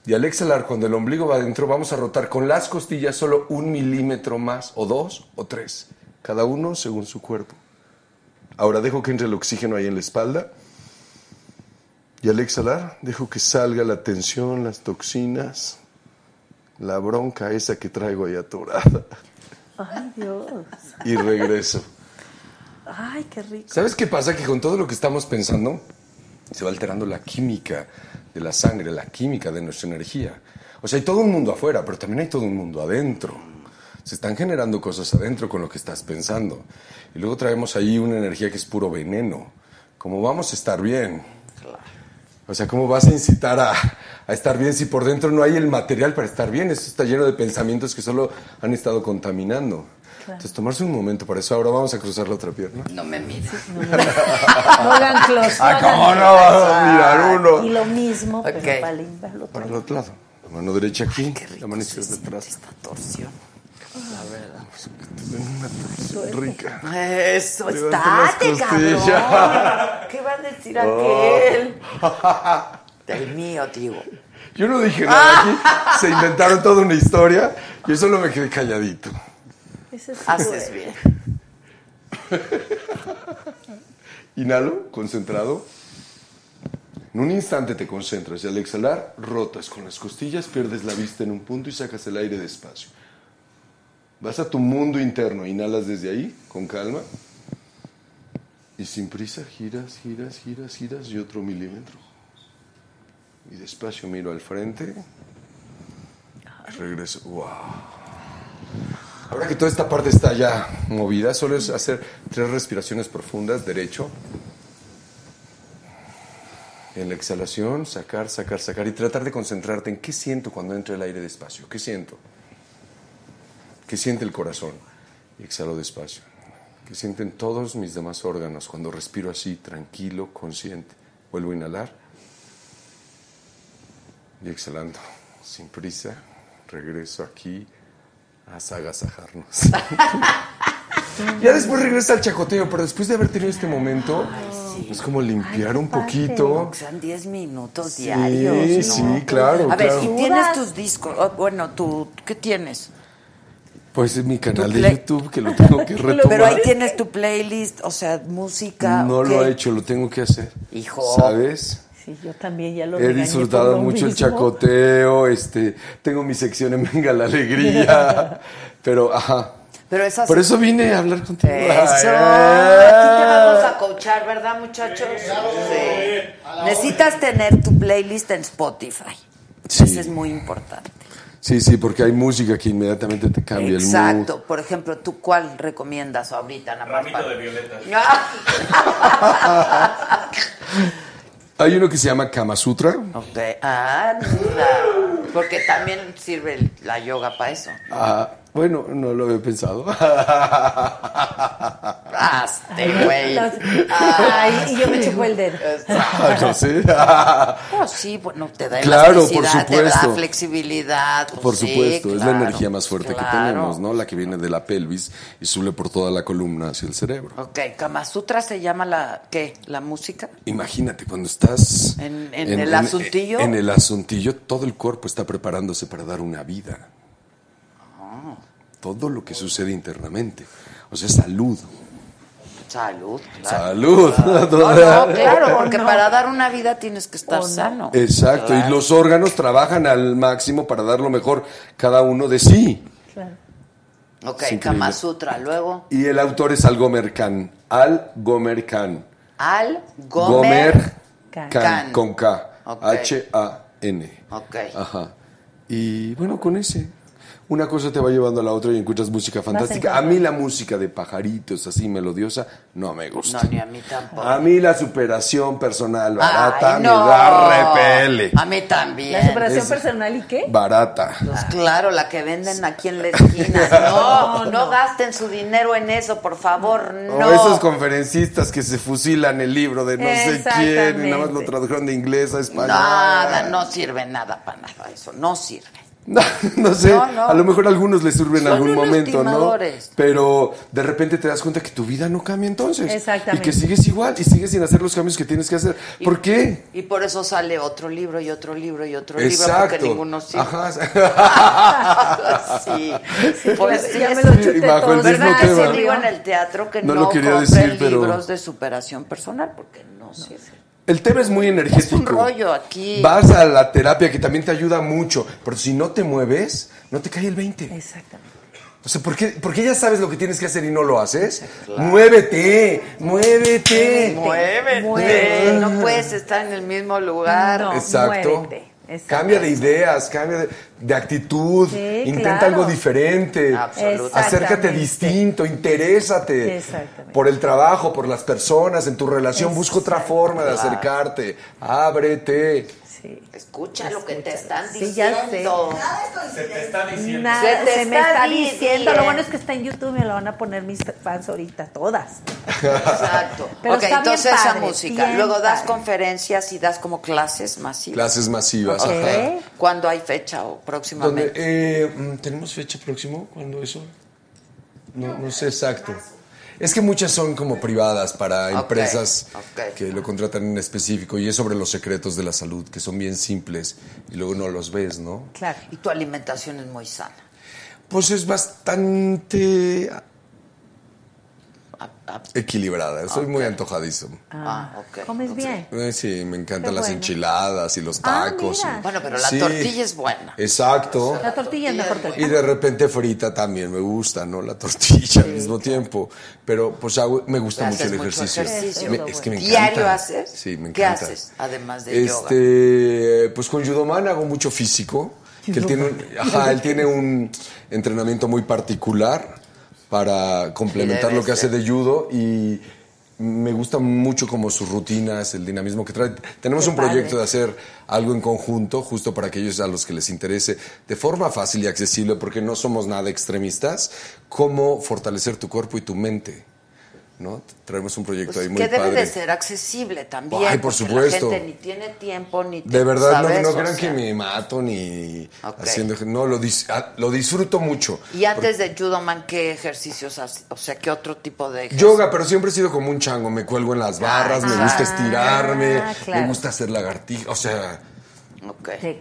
[SPEAKER 10] Y al exhalar, cuando el ombligo va adentro, vamos a rotar con las costillas solo un milímetro más, o dos, o tres, cada uno según su cuerpo. Ahora dejo que entre el oxígeno ahí en la espalda. Y al exhalar, dejo que salga la tensión, las toxinas, la bronca esa que traigo ahí atorada.
[SPEAKER 11] Ay, Dios.
[SPEAKER 10] Y regreso.
[SPEAKER 11] Ay, qué rico.
[SPEAKER 10] ¿Sabes qué pasa? Que con todo lo que estamos pensando, se va alterando la química de la sangre, la química de nuestra energía. O sea, hay todo un mundo afuera, pero también hay todo un mundo adentro. Se están generando cosas adentro con lo que estás pensando. Y luego traemos ahí una energía que es puro veneno. ¿Cómo vamos a estar bien? O sea, ¿cómo vas a incitar a, a estar bien si por dentro no hay el material para estar bien? Esto está lleno de pensamientos que solo han estado contaminando. Entonces, tomarse un momento para eso. Ahora vamos a cruzar la otra pierna.
[SPEAKER 2] No me mires.
[SPEAKER 11] No hagan close.
[SPEAKER 10] Ah, ¿cómo no vas a mirar uno?
[SPEAKER 11] Y lo mismo,
[SPEAKER 10] Ok.
[SPEAKER 11] pero para limpiarlo todo.
[SPEAKER 10] Para el otro lado. La mano derecha aquí, la mano izquierda atrás. Esta torsión.
[SPEAKER 2] La verdad.
[SPEAKER 10] Una torsión rica.
[SPEAKER 2] Eso,
[SPEAKER 10] Levanta las
[SPEAKER 2] Pues estate,
[SPEAKER 10] costillas.
[SPEAKER 2] cabrón. ¿Qué va a decir
[SPEAKER 10] Oh.
[SPEAKER 2] aquel? Del mío, digo.
[SPEAKER 10] Yo no dije nada aquí. Se inventaron toda una historia. Yo solo me quedé calladito.
[SPEAKER 11] Ese sí
[SPEAKER 2] Haces
[SPEAKER 11] duele.
[SPEAKER 2] bien.
[SPEAKER 10] Inhalo, concentrado. En un instante te concentras y al exhalar rotas con las costillas, pierdes la vista en un punto y sacas el aire despacio. Vas a tu mundo interno, inhalas desde ahí, con calma. Y sin prisa giras, giras, giras, giras y otro milímetro. Y despacio miro al frente. Regreso. ¡Wow! Ahora que toda esta parte está ya movida, solo es hacer tres respiraciones profundas, derecho. En la exhalación, sacar, sacar, sacar y tratar de concentrarte en qué siento cuando entra el aire despacio. ¿Qué siento? ¿Qué siente el corazón? Y exhalo despacio. ¿Qué sienten todos mis demás órganos cuando respiro así, tranquilo, consciente? Vuelvo a inhalar y exhalando, sin prisa, regreso aquí a *laughs* agasajarnos. ya después regresa al chacoteo, pero después de haber tenido este momento,
[SPEAKER 2] sí.
[SPEAKER 10] Es como limpiar un poquito.
[SPEAKER 2] Aunque Sean 10 minutos
[SPEAKER 10] Sí,
[SPEAKER 2] diarios. ¿no?
[SPEAKER 10] sí, claro,
[SPEAKER 2] A ver,
[SPEAKER 10] claro.
[SPEAKER 2] ¿y tienes tus discos? Oh, bueno, tú, ¿qué tienes?
[SPEAKER 10] Pues es mi canal de
[SPEAKER 2] play-
[SPEAKER 10] YouTube que lo tengo que retomar.
[SPEAKER 2] *laughs* Pero ahí tienes tu playlist, o sea, música.
[SPEAKER 10] No
[SPEAKER 2] ¿o
[SPEAKER 10] lo
[SPEAKER 2] qué?
[SPEAKER 10] he hecho, lo tengo que hacer.
[SPEAKER 2] Hijo.
[SPEAKER 10] ¿Sabes?
[SPEAKER 11] Sí, yo también ya lo
[SPEAKER 10] He
[SPEAKER 11] regañé
[SPEAKER 10] disfrutado
[SPEAKER 11] por lo
[SPEAKER 10] mucho el
[SPEAKER 11] mismo.
[SPEAKER 10] chacoteo, este, tengo mi sección en Venga la
[SPEAKER 2] *laughs*
[SPEAKER 10] Alegría, pero ajá.
[SPEAKER 2] Pero esas-
[SPEAKER 10] Por eso vine a hablar contigo.
[SPEAKER 2] Eso.
[SPEAKER 10] Ah,
[SPEAKER 2] Aquí te vamos a coachar, ¿verdad, muchachos? Sí. Necesitas tener tu playlist en Spotify. Eso es muy importante.
[SPEAKER 10] Sí, sí, porque hay música que inmediatamente te cambia
[SPEAKER 2] Exacto. Por ejemplo, ¿tú cuál recomiendas ahorita? Nada más *laughs* para-
[SPEAKER 11] Ah.
[SPEAKER 10] el mood. Hay uno que se llama Kama Sutra.
[SPEAKER 2] Ok. Ah, anda. Porque también sirve el- la yoga para eso.
[SPEAKER 10] Ah, bueno, no lo había pensado. *laughs*
[SPEAKER 2] Hazte, güey.
[SPEAKER 11] Los- Ay, y yo me chupo el dedo.
[SPEAKER 10] Ah, no
[SPEAKER 2] *laughs*
[SPEAKER 10] sé.
[SPEAKER 2] Pero Oh, sí, bueno, te da
[SPEAKER 10] Claro, por
[SPEAKER 2] elasticidad, te da
[SPEAKER 10] supuesto.
[SPEAKER 2] flexibilidad. pues
[SPEAKER 10] Por
[SPEAKER 2] sí,
[SPEAKER 10] supuesto, es la
[SPEAKER 2] claro,
[SPEAKER 10] energía más fuerte
[SPEAKER 2] claro.
[SPEAKER 10] que tenemos, ¿no? La que viene de la pelvis y sube por toda la columna hacia el cerebro.
[SPEAKER 2] Ok, Kama Sutra se llama la, ¿qué? ¿La música?
[SPEAKER 10] Imagínate, cuando estás
[SPEAKER 2] En- en el asuntillo.
[SPEAKER 10] En, el asuntillo, todo el cuerpo está preparándose para dar una vida.
[SPEAKER 2] Ah.
[SPEAKER 10] Todo lo que sucede internamente. O sea, salud.
[SPEAKER 2] Salud.
[SPEAKER 10] Salud. *laughs*
[SPEAKER 2] No, no, claro, porque para dar una vida tienes que estar sano.
[SPEAKER 10] Exacto, y
[SPEAKER 2] Claro.
[SPEAKER 10] los órganos trabajan al máximo para dar lo mejor cada uno de sí.
[SPEAKER 2] Ok,
[SPEAKER 10] Es increíble.
[SPEAKER 2] Kama Sutra, luego
[SPEAKER 10] Y el autor es Al Gomer Khan. Al Gomer Khan.
[SPEAKER 2] Al Gomer.
[SPEAKER 10] Gomer
[SPEAKER 2] Khan.
[SPEAKER 10] Khan, con K.
[SPEAKER 2] Ok.
[SPEAKER 10] H-A-N.
[SPEAKER 2] Ok.
[SPEAKER 10] Ajá. Y bueno, con ese. Una cosa te va llevando a la otra y encuentras música fantástica. A
[SPEAKER 2] encontrando.
[SPEAKER 10] mí la música de pajaritos así melodiosa no me gusta.
[SPEAKER 2] No, ni a mí tampoco.
[SPEAKER 10] A mí la superación personal Ah, barata
[SPEAKER 2] Ay, no.
[SPEAKER 10] me da repele.
[SPEAKER 2] A mí también.
[SPEAKER 11] ¿La superación
[SPEAKER 10] Es-
[SPEAKER 11] personal y qué?
[SPEAKER 10] Barata.
[SPEAKER 2] Pues claro, la que venden aquí
[SPEAKER 10] *laughs*
[SPEAKER 2] en la esquina. No, no gasten su dinero en eso, por favor, no.
[SPEAKER 10] O esos conferencistas que se fusilan el libro de no sé quién y nada más lo
[SPEAKER 2] Exactamente.
[SPEAKER 10] tradujeron de inglés a español.
[SPEAKER 2] Nada, no sirve nada para nada eso, no sirve.
[SPEAKER 10] *laughs* No sé,
[SPEAKER 2] No, no.
[SPEAKER 10] a lo mejor a algunos les sirve en
[SPEAKER 2] Son
[SPEAKER 10] algún
[SPEAKER 2] unos
[SPEAKER 10] momento, ¿no?
[SPEAKER 2] timadores.
[SPEAKER 10] Pero de repente te das cuenta que tu vida no cambia entonces. Y
[SPEAKER 2] Exactamente.
[SPEAKER 10] que sigues igual y sigues sin hacer los cambios que tienes que hacer. ¿Por qué?
[SPEAKER 2] Y por eso sale otro libro y otro libro y otro libro, porque
[SPEAKER 10] Exacto.
[SPEAKER 2] ninguno sirve.
[SPEAKER 10] Ajá.
[SPEAKER 2] *laughs*
[SPEAKER 10] *laughs*
[SPEAKER 2] sí,
[SPEAKER 10] Sí,
[SPEAKER 2] pues
[SPEAKER 10] ya
[SPEAKER 2] sí,
[SPEAKER 10] me lo
[SPEAKER 2] es-
[SPEAKER 10] chuté Bajo el todo. mismo
[SPEAKER 2] ¿Verdad que
[SPEAKER 10] tema.
[SPEAKER 2] sí digo en el teatro que no,
[SPEAKER 10] No lo quería
[SPEAKER 2] compren
[SPEAKER 10] decir, pero-
[SPEAKER 2] libros de superación personal? Porque no sirve.
[SPEAKER 10] *laughs* El tema es muy energético.
[SPEAKER 2] Es un rollo aquí.
[SPEAKER 10] Vas a la terapia que también te ayuda mucho, pero si no te mueves, no te cae el 20.
[SPEAKER 11] Exactamente.
[SPEAKER 10] O sea, ¿por qué, por qué ya sabes lo que tienes que hacer y no lo haces? Muévete, muévete.
[SPEAKER 2] Muévete. No puedes estar en el mismo lugar.
[SPEAKER 10] Exacto. Cambia de ideas, cambia de, de actitud,
[SPEAKER 2] Sí,
[SPEAKER 10] intenta
[SPEAKER 2] claro.
[SPEAKER 10] algo diferente,
[SPEAKER 2] Absolutamente.
[SPEAKER 10] acércate distinto, interésate
[SPEAKER 2] Exactamente.
[SPEAKER 10] por el trabajo, por las personas, en tu relación, busca otra forma de
[SPEAKER 2] Claro.
[SPEAKER 10] acercarte, ábrete.
[SPEAKER 2] Escucha lo que te están
[SPEAKER 11] Sí,
[SPEAKER 2] diciendo.
[SPEAKER 11] ya sé.
[SPEAKER 3] Se te está diciendo.
[SPEAKER 11] Nada,
[SPEAKER 2] Se
[SPEAKER 11] se,
[SPEAKER 2] te
[SPEAKER 11] me
[SPEAKER 2] está
[SPEAKER 11] está
[SPEAKER 2] diciendo.
[SPEAKER 11] diciendo. Lo bueno es que está en YouTube y me lo van a poner mis fans ahorita, todas.
[SPEAKER 2] Exacto.
[SPEAKER 11] *laughs* Pero
[SPEAKER 2] ok,
[SPEAKER 11] está bien
[SPEAKER 2] entonces esa
[SPEAKER 11] padre,
[SPEAKER 2] música.
[SPEAKER 11] bien
[SPEAKER 2] Luego das
[SPEAKER 11] padre.
[SPEAKER 2] conferencias y das como clases masivas.
[SPEAKER 10] Clases masivas.
[SPEAKER 2] Ok.
[SPEAKER 10] ajá.
[SPEAKER 2] ¿Cuándo hay fecha o
[SPEAKER 10] Donde,
[SPEAKER 2] próximamente?
[SPEAKER 10] eh, mm, ¿Tenemos fecha próximo? ¿Cuándo eso? No, no sé exacto. Es que muchas son como privadas para empresas que lo contratan en específico y es sobre los secretos de la salud, que son bien simples y luego no los ves, ¿no?
[SPEAKER 2] Claro. Y tu alimentación es muy sana.
[SPEAKER 10] Pues es bastante equilibrada, soy muy antojadizo.
[SPEAKER 2] Ah, ok.
[SPEAKER 11] Comes bien.
[SPEAKER 10] Eh, Sí, me encantan
[SPEAKER 11] Qué
[SPEAKER 10] las
[SPEAKER 11] bueno.
[SPEAKER 10] enchiladas y los
[SPEAKER 11] Ah,
[SPEAKER 10] tacos.
[SPEAKER 11] mira.
[SPEAKER 10] y-
[SPEAKER 11] Bueno, pero la
[SPEAKER 2] tortilla es buena.
[SPEAKER 10] Exacto.
[SPEAKER 11] La tortilla es mejor que
[SPEAKER 10] Y de repente frita también, me gusta, ¿no? La tortilla al mismo tiempo. Pero pues hago- me gusta mucho
[SPEAKER 2] Haces
[SPEAKER 10] el
[SPEAKER 2] mucho
[SPEAKER 10] ejercicio.
[SPEAKER 2] ejercicio.
[SPEAKER 10] Me- es que me encanta.
[SPEAKER 2] ¿Diario haces?
[SPEAKER 10] Sí, me
[SPEAKER 2] ¿Qué
[SPEAKER 10] encanta.
[SPEAKER 2] haces además de yoga?
[SPEAKER 10] Este, pues con Judoman hago mucho físico. que él, tiene un, ajá, él tiene un entrenamiento muy particular para complementar
[SPEAKER 2] Sí, debe
[SPEAKER 10] lo que hace
[SPEAKER 2] ser.
[SPEAKER 10] de judo y me gusta mucho como sus rutinas, el dinamismo que trae. Tenemos
[SPEAKER 2] Qué
[SPEAKER 10] un proyecto
[SPEAKER 2] padre.
[SPEAKER 10] de hacer algo en conjunto, justo para aquellos a los que les interese, de forma fácil y accesible, porque no somos nada extremistas, cómo fortalecer tu cuerpo y tu mente ¿no? Traemos un proyecto ahí muy
[SPEAKER 2] que Pues, debe
[SPEAKER 10] padre.
[SPEAKER 2] de ser accesible también.
[SPEAKER 10] Ay, por
[SPEAKER 2] porque
[SPEAKER 10] supuesto.
[SPEAKER 2] La gente ni tiene tiempo, ni
[SPEAKER 10] De verdad,
[SPEAKER 2] ¿sabes?
[SPEAKER 10] no,
[SPEAKER 2] O
[SPEAKER 10] no crean
[SPEAKER 2] sea,
[SPEAKER 10] que me mato ni haciendo. No, lo, dis- ah, lo disfruto mucho.
[SPEAKER 2] Y antes de Judoman, ¿qué ejercicios haces? O sea, ¿qué otro tipo de ejercicios?
[SPEAKER 10] Yoga, pero siempre he sido como un chango. Me cuelgo en las barras, me
[SPEAKER 2] claro.
[SPEAKER 10] gusta estirarme,
[SPEAKER 2] Ah, claro.
[SPEAKER 10] me gusta hacer lagartija. O sea,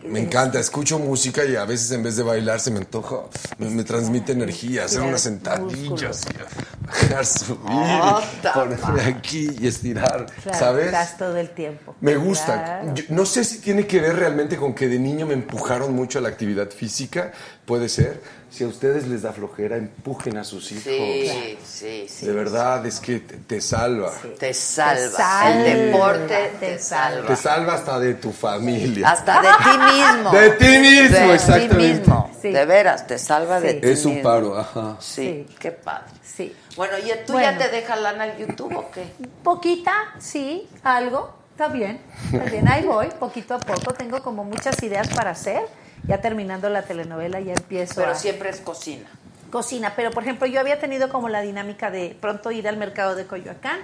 [SPEAKER 10] me encanta. Escucho música y a veces en vez de bailar se me antoja, me, me transmite energía. Hacer unas sentadillas, *laughs* bajar, subir,
[SPEAKER 11] Ota,
[SPEAKER 10] ponerme
[SPEAKER 11] ma.
[SPEAKER 10] aquí y estirar,
[SPEAKER 11] Claro,
[SPEAKER 10] ¿sabes?
[SPEAKER 11] Estás todo el tiempo.
[SPEAKER 10] Me gusta.
[SPEAKER 11] Claro.
[SPEAKER 10] Yo- no sé si tiene que ver realmente con que de niño me empujaron mucho a la actividad física. Puede ser. Si a ustedes les da flojera, empujen a sus hijos.
[SPEAKER 2] Sí, sí, sí.
[SPEAKER 10] de verdad, es que te, te salva.
[SPEAKER 2] Te salva.
[SPEAKER 10] salva.
[SPEAKER 2] El deporte te salva.
[SPEAKER 10] Te salva hasta de tu familia.
[SPEAKER 2] Hasta de ti
[SPEAKER 11] *laughs*
[SPEAKER 2] mismo.
[SPEAKER 10] De ti mismo,
[SPEAKER 2] De ti
[SPEAKER 10] exactamente.
[SPEAKER 2] mismo. De veras, te salva de ti
[SPEAKER 10] Es un
[SPEAKER 2] mismo.
[SPEAKER 10] paro, ajá.
[SPEAKER 2] Sí, qué padre.
[SPEAKER 11] Sí.
[SPEAKER 2] Bueno, ¿y tú ya
[SPEAKER 11] Bueno.
[SPEAKER 2] te deja lana el YouTube o
[SPEAKER 11] *laughs*
[SPEAKER 2] qué?
[SPEAKER 11] Poquita, sí, algo, está bien, está bien, ahí voy, poquito a poco, tengo como muchas ideas para hacer, ya terminando la telenovela ya empiezo
[SPEAKER 2] Pero
[SPEAKER 11] a
[SPEAKER 2] siempre es cocina.
[SPEAKER 11] cocina, pero por ejemplo yo había tenido como la dinámica de pronto ir al mercado de Coyoacán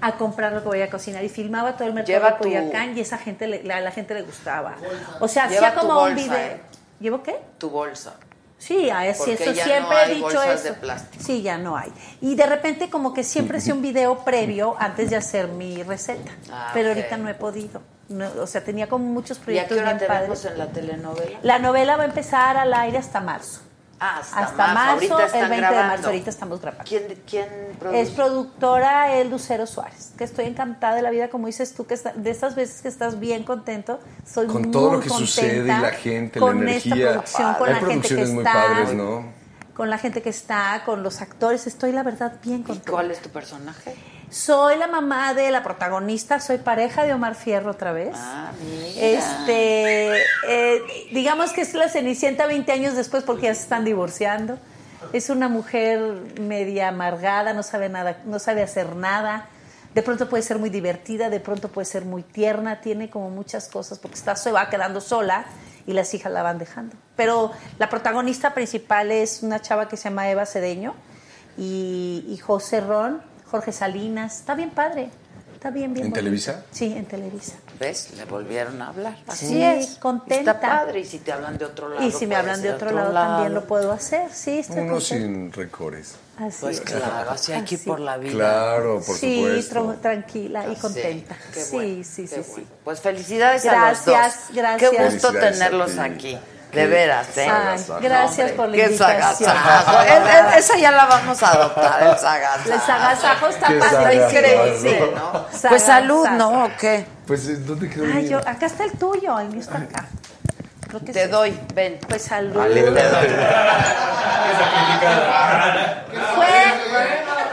[SPEAKER 11] a comprar lo que voy a cocinar y filmaba todo el mercado
[SPEAKER 2] Lleva
[SPEAKER 11] de
[SPEAKER 2] tu-
[SPEAKER 11] Coyoacán y esa gente le- la, la gente le gustaba, o sea,
[SPEAKER 2] Lleva
[SPEAKER 11] hacía
[SPEAKER 2] tu
[SPEAKER 11] como un
[SPEAKER 2] bolsa,
[SPEAKER 11] video,
[SPEAKER 2] ¿eh?
[SPEAKER 11] ¿llevo qué?
[SPEAKER 2] Tu bolsa.
[SPEAKER 11] Sí, a- sí,
[SPEAKER 2] Porque
[SPEAKER 11] eso
[SPEAKER 2] ya
[SPEAKER 11] siempre
[SPEAKER 2] no hay
[SPEAKER 11] he dicho
[SPEAKER 2] bolsas
[SPEAKER 11] eso.
[SPEAKER 2] de plástico.
[SPEAKER 11] Sí, ya no hay. Y de repente como que siempre hice un video previo antes de hacer mi receta,
[SPEAKER 2] Ah,
[SPEAKER 11] pero
[SPEAKER 2] ok.
[SPEAKER 11] ahorita no he podido. No, o sea, tenía como muchos
[SPEAKER 2] ¿Y a qué
[SPEAKER 11] proyectos
[SPEAKER 2] hora
[SPEAKER 11] bien
[SPEAKER 2] te vemos
[SPEAKER 11] padres.
[SPEAKER 2] en la telenovela?
[SPEAKER 11] La novela va a empezar al aire hasta marzo.
[SPEAKER 2] Ah,
[SPEAKER 11] Hasta,
[SPEAKER 2] Ahorita
[SPEAKER 11] marzo,
[SPEAKER 2] están
[SPEAKER 11] el 20 de marzo,
[SPEAKER 2] grabando.
[SPEAKER 11] ahorita estamos grabando.
[SPEAKER 2] ¿Quién, quién
[SPEAKER 11] Es
[SPEAKER 2] produce?
[SPEAKER 11] productora el Lucero Suárez, que estoy encantada de la vida, como dices tú, que esta- de esas veces que estás bien contento, soy
[SPEAKER 10] Con
[SPEAKER 11] muy
[SPEAKER 10] todo lo que
[SPEAKER 11] contenta
[SPEAKER 10] sucede y la gente, la
[SPEAKER 11] con esta
[SPEAKER 10] energía.
[SPEAKER 11] producción, con
[SPEAKER 10] Hay
[SPEAKER 11] la gente que
[SPEAKER 10] producciones muy
[SPEAKER 11] está,
[SPEAKER 10] padres, ¿no?
[SPEAKER 11] con la gente que está, con los actores, estoy la verdad bien contenta.
[SPEAKER 2] ¿Cuál es tu personaje?
[SPEAKER 11] Soy la mamá de la protagonista, soy pareja de Omar Fierro otra vez.
[SPEAKER 2] Ah,
[SPEAKER 11] Este, eh, digamos que es la Cenicienta 20 años después porque ya se están divorciando. Es una mujer media amargada, no sabe nada, no sabe hacer nada. De pronto puede ser muy divertida, de pronto puede ser muy tierna, tiene como muchas cosas porque está se va quedando sola y las hijas la van dejando. Pero la protagonista principal es una chava que se llama Eva Cedeño y, y José Ron, Jorge Salinas. Está bien padre. Está bien, bien.
[SPEAKER 2] ¿En
[SPEAKER 11] bonito.
[SPEAKER 2] Televisa?
[SPEAKER 11] Sí, en Televisa.
[SPEAKER 2] ¿Ves? Le volvieron a hablar. Así
[SPEAKER 11] Sí,
[SPEAKER 2] es.
[SPEAKER 11] contenta.
[SPEAKER 2] Está padre. Y si te hablan de otro lado. pues,
[SPEAKER 11] Y si me
[SPEAKER 2] puedes
[SPEAKER 11] hablan de
[SPEAKER 2] ir a
[SPEAKER 11] otro, lado, también lo puedo hacer. Sí, estoy
[SPEAKER 10] Uno
[SPEAKER 11] contenta.
[SPEAKER 10] sin rencores.
[SPEAKER 11] Así
[SPEAKER 2] Pues
[SPEAKER 11] es.
[SPEAKER 2] claro, así hay que ir
[SPEAKER 11] Así.
[SPEAKER 2] por la vida.
[SPEAKER 10] Claro, por
[SPEAKER 11] sí,
[SPEAKER 10] supuesto.
[SPEAKER 11] tro- tranquila Ah, y
[SPEAKER 2] Sí,
[SPEAKER 11] contenta.
[SPEAKER 2] qué
[SPEAKER 11] Sí,
[SPEAKER 2] bueno,
[SPEAKER 11] sí,
[SPEAKER 2] qué
[SPEAKER 11] sí,
[SPEAKER 2] bueno.
[SPEAKER 11] sí.
[SPEAKER 2] Pues felicidades
[SPEAKER 11] Gracias,
[SPEAKER 2] a los dos.
[SPEAKER 11] gracias.
[SPEAKER 2] Qué gusto
[SPEAKER 11] Felicidades a
[SPEAKER 2] tenerlos
[SPEAKER 11] ti.
[SPEAKER 2] aquí. De
[SPEAKER 11] Qué
[SPEAKER 2] veras, ¿eh?
[SPEAKER 11] sagazajo. Ay, gracias por la
[SPEAKER 2] Qué
[SPEAKER 11] invitación.
[SPEAKER 2] sagazajo. Es- es- esa ya la vamos a adoptar, el sagazajo.
[SPEAKER 11] El sagazajo está Qué
[SPEAKER 2] padrísimo.
[SPEAKER 11] sagazajo.
[SPEAKER 2] Sí, ¿no? Pues
[SPEAKER 11] Sagazajo.
[SPEAKER 2] salud, ¿no? ¿O qué?
[SPEAKER 10] Pues, eh, ¿dónde quedó el
[SPEAKER 11] Ay,
[SPEAKER 10] mío?
[SPEAKER 11] yo, acá está el tuyo, el mío está acá. Creo que
[SPEAKER 2] Te
[SPEAKER 11] sí.
[SPEAKER 2] doy, ven.
[SPEAKER 11] Pues salud.
[SPEAKER 10] Vale, te doy.
[SPEAKER 11] Fue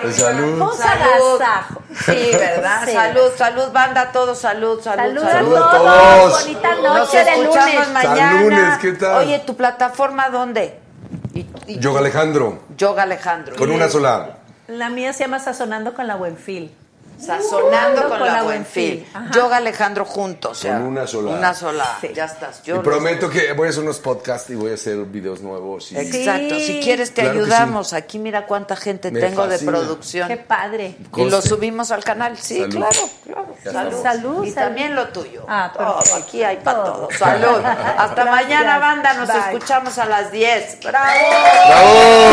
[SPEAKER 10] Pues, salud.
[SPEAKER 11] un sagazajo.
[SPEAKER 2] Sí, ¿verdad?
[SPEAKER 11] Sí.
[SPEAKER 2] Salud, salud, banda, todos, salud, salud,
[SPEAKER 11] Salud
[SPEAKER 2] salud.
[SPEAKER 11] a
[SPEAKER 10] todos.
[SPEAKER 11] Bonita
[SPEAKER 2] Nos
[SPEAKER 11] noche de lunes.
[SPEAKER 2] escuchamos mañana.
[SPEAKER 10] Hasta lunes, ¿qué tal?
[SPEAKER 2] Oye, ¿tu plataforma dónde?
[SPEAKER 10] Yoga Alejandro,
[SPEAKER 2] Yoga Alejandro.
[SPEAKER 10] con
[SPEAKER 2] Y
[SPEAKER 10] una
[SPEAKER 2] es
[SPEAKER 10] sola.
[SPEAKER 11] La mía se llama Sazonando con la Buenfil.
[SPEAKER 2] Sazonando con, la, Buenfil.
[SPEAKER 11] Buenfil, ajá.
[SPEAKER 2] Yoga Alejandro juntos. o sea,
[SPEAKER 10] Con una sola.
[SPEAKER 2] Una sola. Ya estás. Yo
[SPEAKER 10] y
[SPEAKER 2] los-
[SPEAKER 10] prometo que voy a hacer unos podcasts y voy a hacer videos nuevos. y-
[SPEAKER 2] Exacto. Si quieres te
[SPEAKER 10] Claro que sí.
[SPEAKER 2] ayudamos. Aquí mira cuánta gente
[SPEAKER 10] Me
[SPEAKER 2] tengo de
[SPEAKER 10] fascina.
[SPEAKER 2] producción.
[SPEAKER 11] Qué padre.
[SPEAKER 2] Y lo
[SPEAKER 10] Conste.
[SPEAKER 2] subimos al canal. Sí,
[SPEAKER 10] Salud.
[SPEAKER 2] claro, claro.
[SPEAKER 10] Ya
[SPEAKER 2] Salud.
[SPEAKER 10] estamos.
[SPEAKER 11] Salud,
[SPEAKER 2] Y
[SPEAKER 11] salud.
[SPEAKER 2] también lo tuyo.
[SPEAKER 11] Ah,
[SPEAKER 2] Todo,
[SPEAKER 11] perfecto.
[SPEAKER 2] aquí hay para
[SPEAKER 11] Todo.
[SPEAKER 2] todo. Salud.
[SPEAKER 11] *laughs*
[SPEAKER 2] Hasta
[SPEAKER 11] Gracias.
[SPEAKER 2] mañana, banda. Nos
[SPEAKER 11] Bye.
[SPEAKER 2] escuchamos a las 10. ¡Bravo!